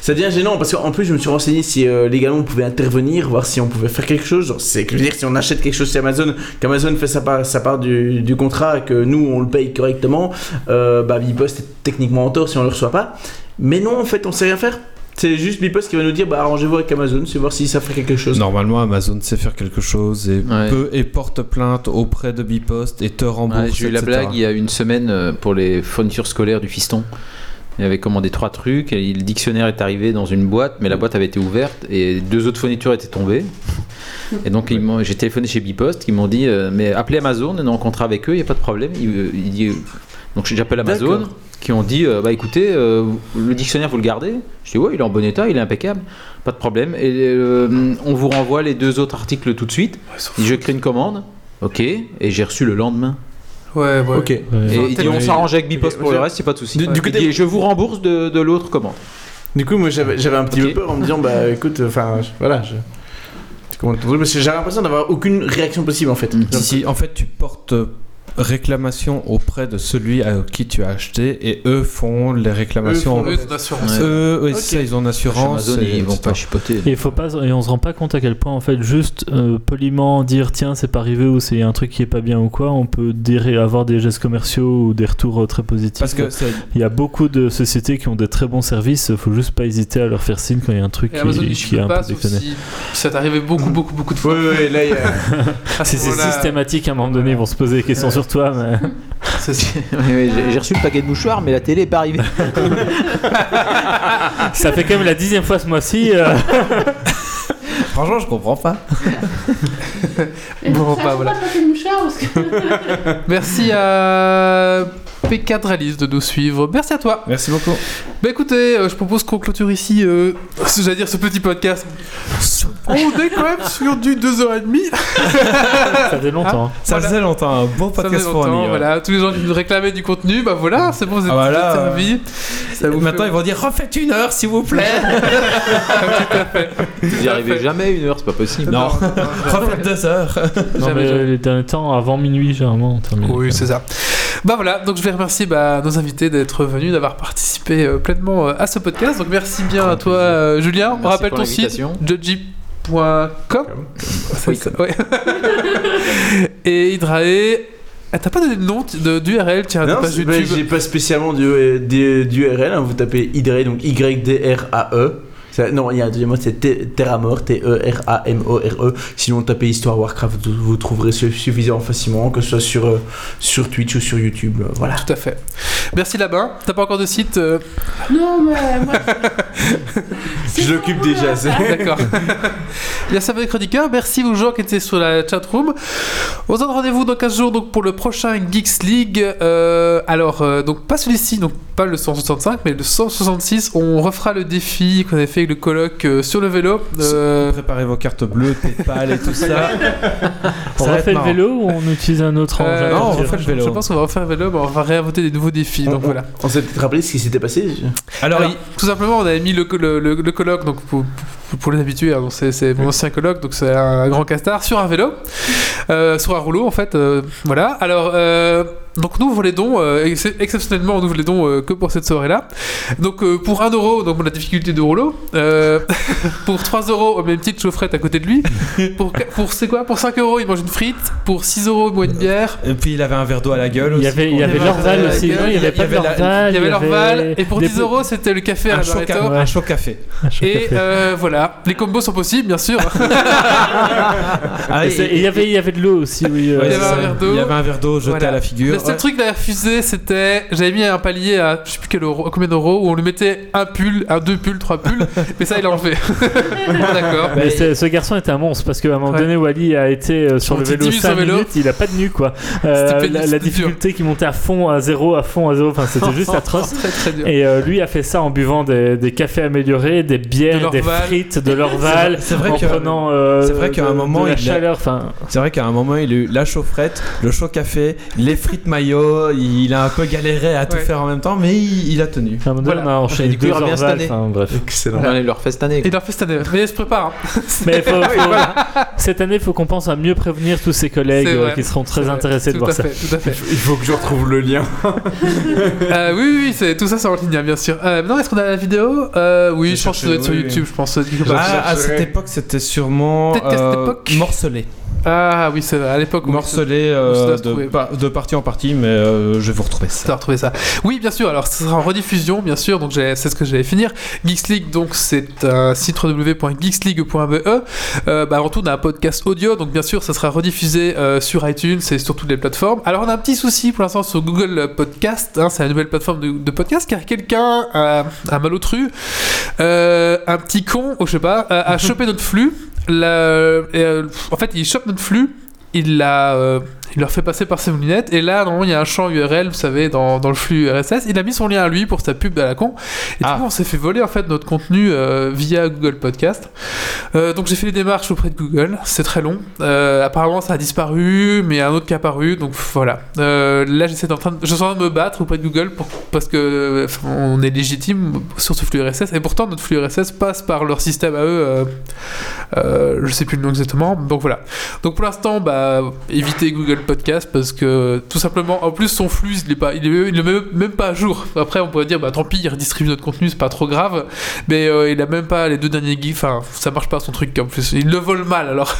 Speaker 4: ça devient gênant parce qu'en plus je me suis renseigné si euh, légalement on pouvait intervenir, voir si on pouvait faire quelque chose. Genre, C'est que je veux dire si on achète quelque chose chez Amazon, qu'Amazon fait sa part, sa part du, du contrat, que nous on le paye correctement, euh, bah Bpost est techniquement en tort si on le reçoit pas. Mais non en fait on sait rien faire. C'est juste Bpost qui va nous dire bah arrangez-vous avec Amazon, c'est voir si ça fait quelque chose.
Speaker 3: Normalement, Amazon sait faire quelque chose et
Speaker 2: Ouais.
Speaker 3: peut et porte plainte auprès de Bipost et te rembourse.
Speaker 2: Ouais, J'ai eu la
Speaker 3: etc..
Speaker 2: blague il y a une semaine euh, pour les fournitures scolaires du fiston. Il avait commandé trois trucs, et le dictionnaire est arrivé dans une boîte, mais la boîte avait été ouverte et deux autres fournitures étaient tombées. Et donc ils m'ont- j'ai téléphoné chez Bipost, ils m'ont dit euh, mais appelez Amazon, on est en contrat avec eux, il n'y a pas de problème. Ils- ils- donc j'appelle Amazon,
Speaker 4: D'accord.
Speaker 2: qui ont dit euh, bah écoutez, euh, le dictionnaire vous le gardez Je dis ouais, il est en bon état, il est impeccable, pas de problème. Et euh, on vous renvoie les deux autres articles tout de suite. je crée une commande, ok, et j'ai reçu le lendemain.
Speaker 1: Ouais, ouais.
Speaker 4: Ok.
Speaker 2: Et
Speaker 1: Ouais.
Speaker 2: il dit on s'arrange avec Bipost pour le reste, c'est pas de souci.
Speaker 4: Du- du
Speaker 2: Il
Speaker 4: côté-
Speaker 2: dit, je vous rembourse de, de l'autre commande.
Speaker 4: Du coup, moi j'avais j'avais un petit
Speaker 2: Ok.
Speaker 4: peu peur en me disant, bah écoute, enfin je- voilà, je. je commande ton truc, Parce que j'avais l'impression d'avoir aucune réaction possible en fait.
Speaker 2: Mm.
Speaker 4: Genre,
Speaker 3: Si, si, en fait, tu portes euh, réclamation auprès de celui à qui tu as acheté et eux font les réclamations.
Speaker 4: Eux font
Speaker 1: Eux, ton assurance.
Speaker 2: Ouais.
Speaker 3: Eux, oui,
Speaker 4: Ok.
Speaker 3: c'est ça, ils ont une assurance.
Speaker 2: Amazon,
Speaker 3: et
Speaker 2: ils vont
Speaker 3: etc.
Speaker 2: pas chipoter.
Speaker 6: Et faut pas, et on se rend pas compte à quel point en fait juste euh, poliment dire tiens c'est pas arrivé ou c'est un truc qui est pas bien ou quoi, on peut dé- avoir des gestes commerciaux ou des retours euh, très positifs.
Speaker 3: Parce que c'est-
Speaker 6: il y a beaucoup de sociétés qui ont des très bons services, faut juste pas hésiter à leur faire signe quand il y a un truc
Speaker 1: Et
Speaker 6: qui,
Speaker 1: Amazon,
Speaker 6: qui
Speaker 1: il
Speaker 6: est
Speaker 1: chipote
Speaker 6: un
Speaker 1: pas,
Speaker 6: peu
Speaker 1: sauf
Speaker 6: déconné.
Speaker 1: si ça t'arrivait beaucoup, beaucoup, beaucoup de
Speaker 4: Ouais,
Speaker 1: fois.
Speaker 4: ouais, là, il y a-
Speaker 1: À ce
Speaker 6: C'est c'est
Speaker 1: moment-là,
Speaker 6: systématique, à un moment donné, ils vont se poser des questions sur toi. Mais...
Speaker 1: c'est- c'est-
Speaker 2: Oui, oui, j'ai- J'ai reçu le paquet de mouchoirs, mais la télé est pas arrivée.
Speaker 6: Ça fait quand même la dixième fois ce mois-ci. euh.
Speaker 3: franchement, je comprends pas.
Speaker 5: Et
Speaker 1: Bon,
Speaker 5: ça,
Speaker 1: bah,
Speaker 5: je
Speaker 1: voilà.
Speaker 5: crois que c'est le mouchard, parce que-
Speaker 1: Merci à P4 Alice de nous suivre. Merci à toi.
Speaker 3: Merci beaucoup.
Speaker 1: Bah écoutez, euh, je propose qu'on clôture ici, euh, ce- j'allais dire ce petit podcast. On est quand même sur du 2h30.
Speaker 6: Ça fait longtemps. hein.
Speaker 3: Ça
Speaker 1: Voilà.
Speaker 3: faisait longtemps, un bon
Speaker 1: Ça faisait
Speaker 3: podcast
Speaker 1: longtemps,
Speaker 3: fourni. hein. ouais.
Speaker 1: voilà. Tous les gens qui nous réclamaient du contenu, bah voilà, c'est bon, vous êtes
Speaker 3: Ah, bah
Speaker 1: vous
Speaker 3: là,
Speaker 1: êtes
Speaker 3: euh,
Speaker 1: servis. Ça vous
Speaker 3: Maintenant,
Speaker 1: fait-
Speaker 3: ils vont dire refaites une heure, s'il vous plaît.
Speaker 2: Vous n'y arrivez
Speaker 1: fait.
Speaker 2: jamais une heure, c'est pas possible.
Speaker 3: Non. refaites deux heures.
Speaker 6: Non,
Speaker 1: Jamais,
Speaker 6: mais,
Speaker 1: jamais.
Speaker 6: euh, les derniers temps, avant minuit, généralement. on termine.
Speaker 1: Oui, c'est ça. Bah voilà, donc je vais remercier bah, nos invités d'être venus, d'avoir participé euh, pleinement euh, à ce podcast. Donc merci bien à toi, euh, Julien. On
Speaker 2: Merci
Speaker 1: rappelle
Speaker 2: pour
Speaker 1: ton site,
Speaker 2: l'invitation.
Speaker 1: judgy.com. C'est ça, ouais. Et Hydrae. Ah, t'as pas donné de nom t- de- d'URL, tiens, de
Speaker 4: Non,
Speaker 1: page
Speaker 4: c'est- bah,
Speaker 1: YouTube.
Speaker 4: j'ai pas spécialement du, euh, du, URL. Vous tapez IDRE, donc Y-D-R-A-E. E. Ça- Non, il y a un deuxième mot, c'est Te- Terramore, E T-E-R-A-M-O-R-E. E. Sinon, tapez Histoire Warcraft, vous, vous trouverez su- suffisamment facilement, que ce soit sur, euh, sur Twitch ou sur YouTube. euh, voilà.
Speaker 1: Tout à fait. Merci là-bas. T'as pas encore de site euh,
Speaker 5: Non, mais moi. C'est
Speaker 4: Je l'occupe
Speaker 5: pas
Speaker 4: déjà,
Speaker 5: moi.
Speaker 4: c'est-
Speaker 1: D'accord. Merci à vous les chroniqueurs. Merci aux gens qui étaient sur la chatroom. On se donne rendez-vous dans 15 jours donc, pour le prochain Geeks League. Euh, alors, euh, donc pas celui-ci, donc pas le 165, mais le 166. On refera le défi qu'on avait fait avec le colloque euh, sur le vélo. Euh,
Speaker 3: Préparez vos cartes bleues, PayPal et tout ça.
Speaker 6: On
Speaker 3: Ça va être
Speaker 6: refait le
Speaker 3: marrant.
Speaker 6: vélo ou on utilise un autre engin
Speaker 1: euh,
Speaker 3: non, on
Speaker 6: Je-
Speaker 3: refait le
Speaker 1: je-
Speaker 3: vélo.
Speaker 1: Je pense qu'on va refaire le vélo, mais on va réinventer des nouveaux défis.
Speaker 4: On-
Speaker 1: Donc
Speaker 4: on-
Speaker 1: voilà.
Speaker 4: On s'est peut-être rappelé ce qui s'était passé.
Speaker 3: Alors,
Speaker 1: Alors, tout simplement, on avait mis le, co- le- le- le colloque, donc pour, pour- pour les habitués, hein, donc c'est, c'est mon ancien colloque, donc c'est un grand castard sur un vélo, euh, sur un rouleau en fait, euh, voilà. Alors, euh, donc nous, on ouvre les dons, euh, ex- exceptionnellement, on ouvre les dons euh, que pour cette soirée-là. Donc euh, pour 1 euro, donc la difficulté de rouleau, euh, pour 3 euros, on met une petite chaufferette à côté de lui, pour, qu- pour c'est quoi Pour 5 euros, il mange une frite, pour 6 euros, il boit une bière.
Speaker 3: il- et puis il avait un verre d'eau à la gueule
Speaker 6: Il y
Speaker 3: aussi.
Speaker 6: avait, il y avait
Speaker 1: avait
Speaker 6: l'Orval
Speaker 1: la
Speaker 6: aussi.
Speaker 1: gueule,
Speaker 6: Non, il y avait
Speaker 3: il y
Speaker 6: pas
Speaker 3: avait
Speaker 6: de
Speaker 3: la-
Speaker 6: l'Orval.
Speaker 1: Ah, Il y avait l'Orval, et pour
Speaker 6: des
Speaker 1: 10 euros, c'était le café à
Speaker 3: un
Speaker 1: la
Speaker 3: chaud,
Speaker 1: Barretto.
Speaker 3: ca- un chaud café.
Speaker 1: euh, Et euh, voilà, les combos sont possibles, bien sûr.
Speaker 3: Ah,
Speaker 6: Et
Speaker 3: et-
Speaker 6: c'est- Ah, et il y avait, il y avait de l'eau aussi, oui. euh,
Speaker 3: Ouais,
Speaker 1: Il y
Speaker 3: c'est
Speaker 1: avait un
Speaker 3: ça.
Speaker 1: verre d'eau.
Speaker 3: Il y avait un verre d'eau jeté
Speaker 1: Voilà.
Speaker 3: à la figure.
Speaker 1: Le seul
Speaker 3: Ouais.
Speaker 1: truc de la fusée, c'était. J'avais mis un palier à je sais plus quel euro, à combien d'euros où on lui mettait un pull, un deux pulls, trois pulls, mais ça, il l'a enlevé. Bon, D'accord.
Speaker 6: Mais c'est- ce garçon était un monstre parce qu'à un moment
Speaker 1: Ouais.
Speaker 6: donné, Wally a été euh, sur
Speaker 1: On
Speaker 6: le
Speaker 1: dit
Speaker 6: vélo
Speaker 1: 10 minutes
Speaker 6: 5
Speaker 1: sur vélo.
Speaker 6: minutes, il a pas de nu quoi. Euh,
Speaker 1: C'était pénible,
Speaker 6: la, la
Speaker 1: c'était dur.
Speaker 6: difficulté qui montait à fond, à zéro, à fond, à zéro, enfin c'était juste atroce.
Speaker 1: Très très dur.
Speaker 6: Et euh, lui a fait ça en buvant des, des cafés améliorés, des bières,
Speaker 1: De
Speaker 6: des
Speaker 1: l'Orval.
Speaker 6: frites, de l'orval,
Speaker 3: C'est vrai
Speaker 6: en
Speaker 3: que-
Speaker 6: prenant euh,
Speaker 3: c'est vrai qu'à
Speaker 6: de-
Speaker 3: un moment,
Speaker 6: de la
Speaker 3: il a-
Speaker 6: chaleur. Enfin,
Speaker 3: C'est vrai qu'à un moment, il a eu la chaufferette, le chaud café, les frites maillot. Il a un peu galéré à tout
Speaker 1: Ouais.
Speaker 3: faire en même temps, mais il, il a tenu.
Speaker 6: à un moment donné,
Speaker 1: Voilà.
Speaker 6: on a
Speaker 2: Et
Speaker 6: enchaîné
Speaker 2: du coup,
Speaker 6: deux
Speaker 2: il revient cette
Speaker 6: Orval,
Speaker 2: année.
Speaker 6: enfin, bref.
Speaker 2: Excellent. On allait leur faire cette année.
Speaker 1: Il l'a fait cette année. Mais il se prépare. hein.
Speaker 6: Mais faut- faut- cette année, il faut qu'on pense à mieux prévenir tous ses collègues
Speaker 1: C'est
Speaker 6: euh,
Speaker 1: vrai.
Speaker 6: qui seront très
Speaker 1: C'est vrai.
Speaker 6: intéressés de
Speaker 1: Tout
Speaker 6: voir
Speaker 1: à
Speaker 6: ça.
Speaker 1: fait, Tout à fait.
Speaker 9: Il faut que je retrouve le lien.
Speaker 1: Euh, oui, oui, oui, c'est tout ça c'est en ligne, hein, bien sûr. Euh, non, est-ce qu'on a la vidéo Euh, Oui,
Speaker 3: J'ai
Speaker 1: je pense que ça
Speaker 3: cherché,
Speaker 1: doit être sur
Speaker 3: oui,
Speaker 1: YouTube, je pense. euh, quelque part.
Speaker 3: Ah, à cette époque, c'était sûrement euh,
Speaker 1: Peut-être qu'à cette époque-
Speaker 3: morcelé.
Speaker 1: Ah oui, c'est vrai, à l'époque. oui,
Speaker 3: Morcelé
Speaker 1: On se
Speaker 3: euh,
Speaker 1: doit se
Speaker 3: de,
Speaker 1: trouver.
Speaker 3: pa- de partie en partie, mais euh, je vais vous retrouver
Speaker 1: T'as
Speaker 3: ça.
Speaker 1: retrouvé ça. Oui, bien sûr. Alors, ce sera en rediffusion, bien sûr. Donc, j'ai- c'est ce que j'allais finir. Geeks League, donc, c'est un site www.geeksleague.be. Euh, bah, avant tout, on a un podcast audio. Donc, bien sûr, ça sera rediffusé euh, sur iTunes et sur toutes les plateformes. Alors, on a un petit souci pour l'instant sur Google Podcast. hein, c'est la nouvelle plateforme de, de podcast car quelqu'un, a- un malotru, euh, un petit con, ou je sais pas, a, a chopé notre flux. La- et, euh, en fait, il chope notre flux. Il l'a. euh, il leur fait passer par ses lunettes et là normalement il y a un champ URL vous savez dans, dans le flux RSS il a mis son lien à lui pour sa pub à la con et
Speaker 3: Ah.
Speaker 1: du coup on s'est fait voler en fait notre contenu euh, via Google Podcast Euh, donc j'ai fait les démarches auprès de Google c'est très long Euh, apparemment ça a disparu mais il y a un autre qui est apparu donc voilà Euh, là j'essaie d'en train de, je suis en train de me battre auprès de Google pour- parce que enfin, on est légitime sur ce flux RSS et pourtant notre flux RSS passe par leur système à eux euh, euh, je sais plus le nom exactement donc voilà donc pour l'instant, bah, évitez Google Podcast parce que tout simplement, en plus son flux, il est pas, il est, il est même, même pas à jour. Après, on pourrait dire, bah tant pis, il redistribue notre contenu, c'est pas trop grave. Mais euh, il a même pas les deux derniers gifs. Enfin, ça marche pas son truc. En plus, il le vole mal alors.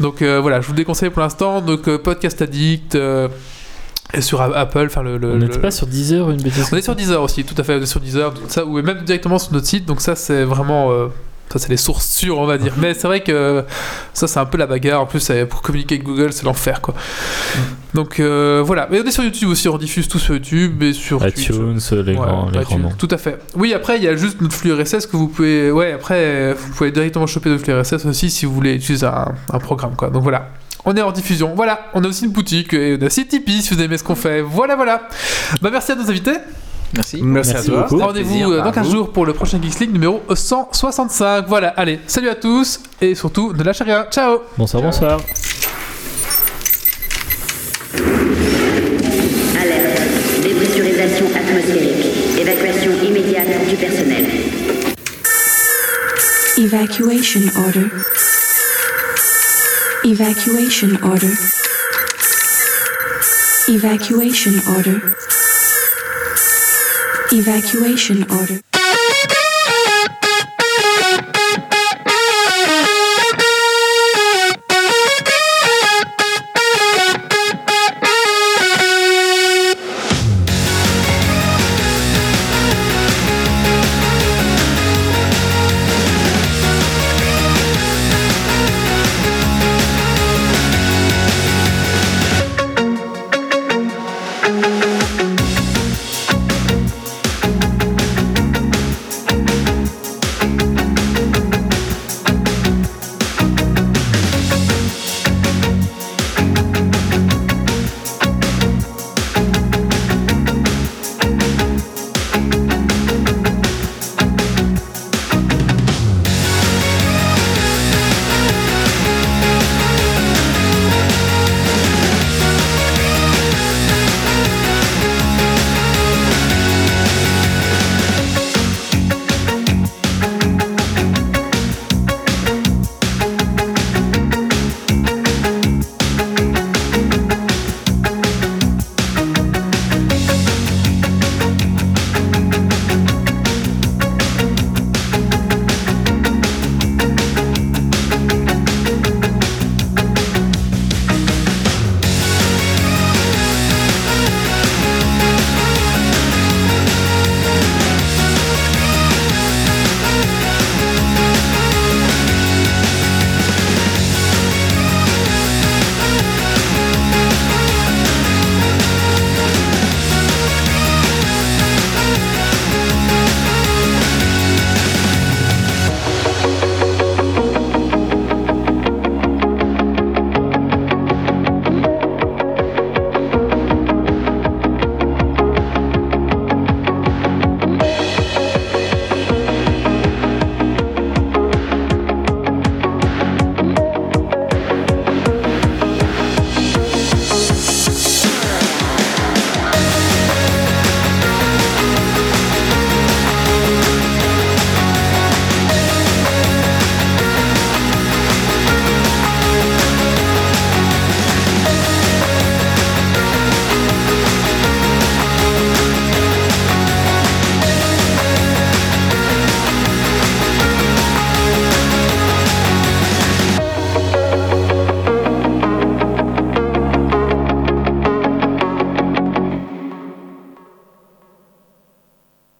Speaker 1: Donc euh, voilà, je vous le déconseille pour l'instant. Donc euh, Podcast Addict. euh, et sur A- Apple, enfin le. le-
Speaker 6: On n'était
Speaker 1: le-
Speaker 6: pas sur 10 heures une bêtise.
Speaker 1: on est sur Deezer aussi, tout à fait, on est sur Deezer, tout ça, ou même directement sur notre site, donc ça c'est vraiment... euh, ça c'est les sources sûres, on va
Speaker 6: Mhm.
Speaker 1: dire. Mais c'est vrai que ça c'est un peu la bagarre, en plus c'est- pour communiquer avec Google c'est l'enfer quoi.
Speaker 6: Mhm.
Speaker 1: Donc euh, voilà, mais on est sur YouTube aussi, on diffuse tout sur YouTube et sur Twitch.
Speaker 6: iTunes, les
Speaker 1: Ouais,
Speaker 6: grands, les
Speaker 1: ouais,
Speaker 6: grands
Speaker 1: tu-
Speaker 6: noms.
Speaker 1: Tout à fait. Oui, après, il y a juste notre flux RSS que vous pouvez. Ouais, après, euh, vous pouvez directement choper notre flux RSS aussi si vous voulez utiliser un, un programme, quoi. Donc voilà. On est en diffusion. Voilà. On a aussi une boutique et on a aussi Tipeee si vous aimez ce qu'on fait. Voilà, voilà. Bah, merci à nos invités.
Speaker 2: Merci.
Speaker 9: Merci, à toi.
Speaker 2: beaucoup.
Speaker 1: Rendez-vous
Speaker 2: Plaisir,
Speaker 1: euh,
Speaker 2: bah,
Speaker 1: dans 15
Speaker 2: vous.
Speaker 1: jours pour le prochain Geeks League numéro 165. Voilà. Allez, salut à tous et surtout, ne lâchez rien. Ciao!
Speaker 6: Bonsoir, bonsoir.
Speaker 10: Alerte. Dépressurisation atmosphérique. Évacuation immédiate du personnel.
Speaker 8: Evacuation order. Evacuation order. Evacuation order. Evacuation order.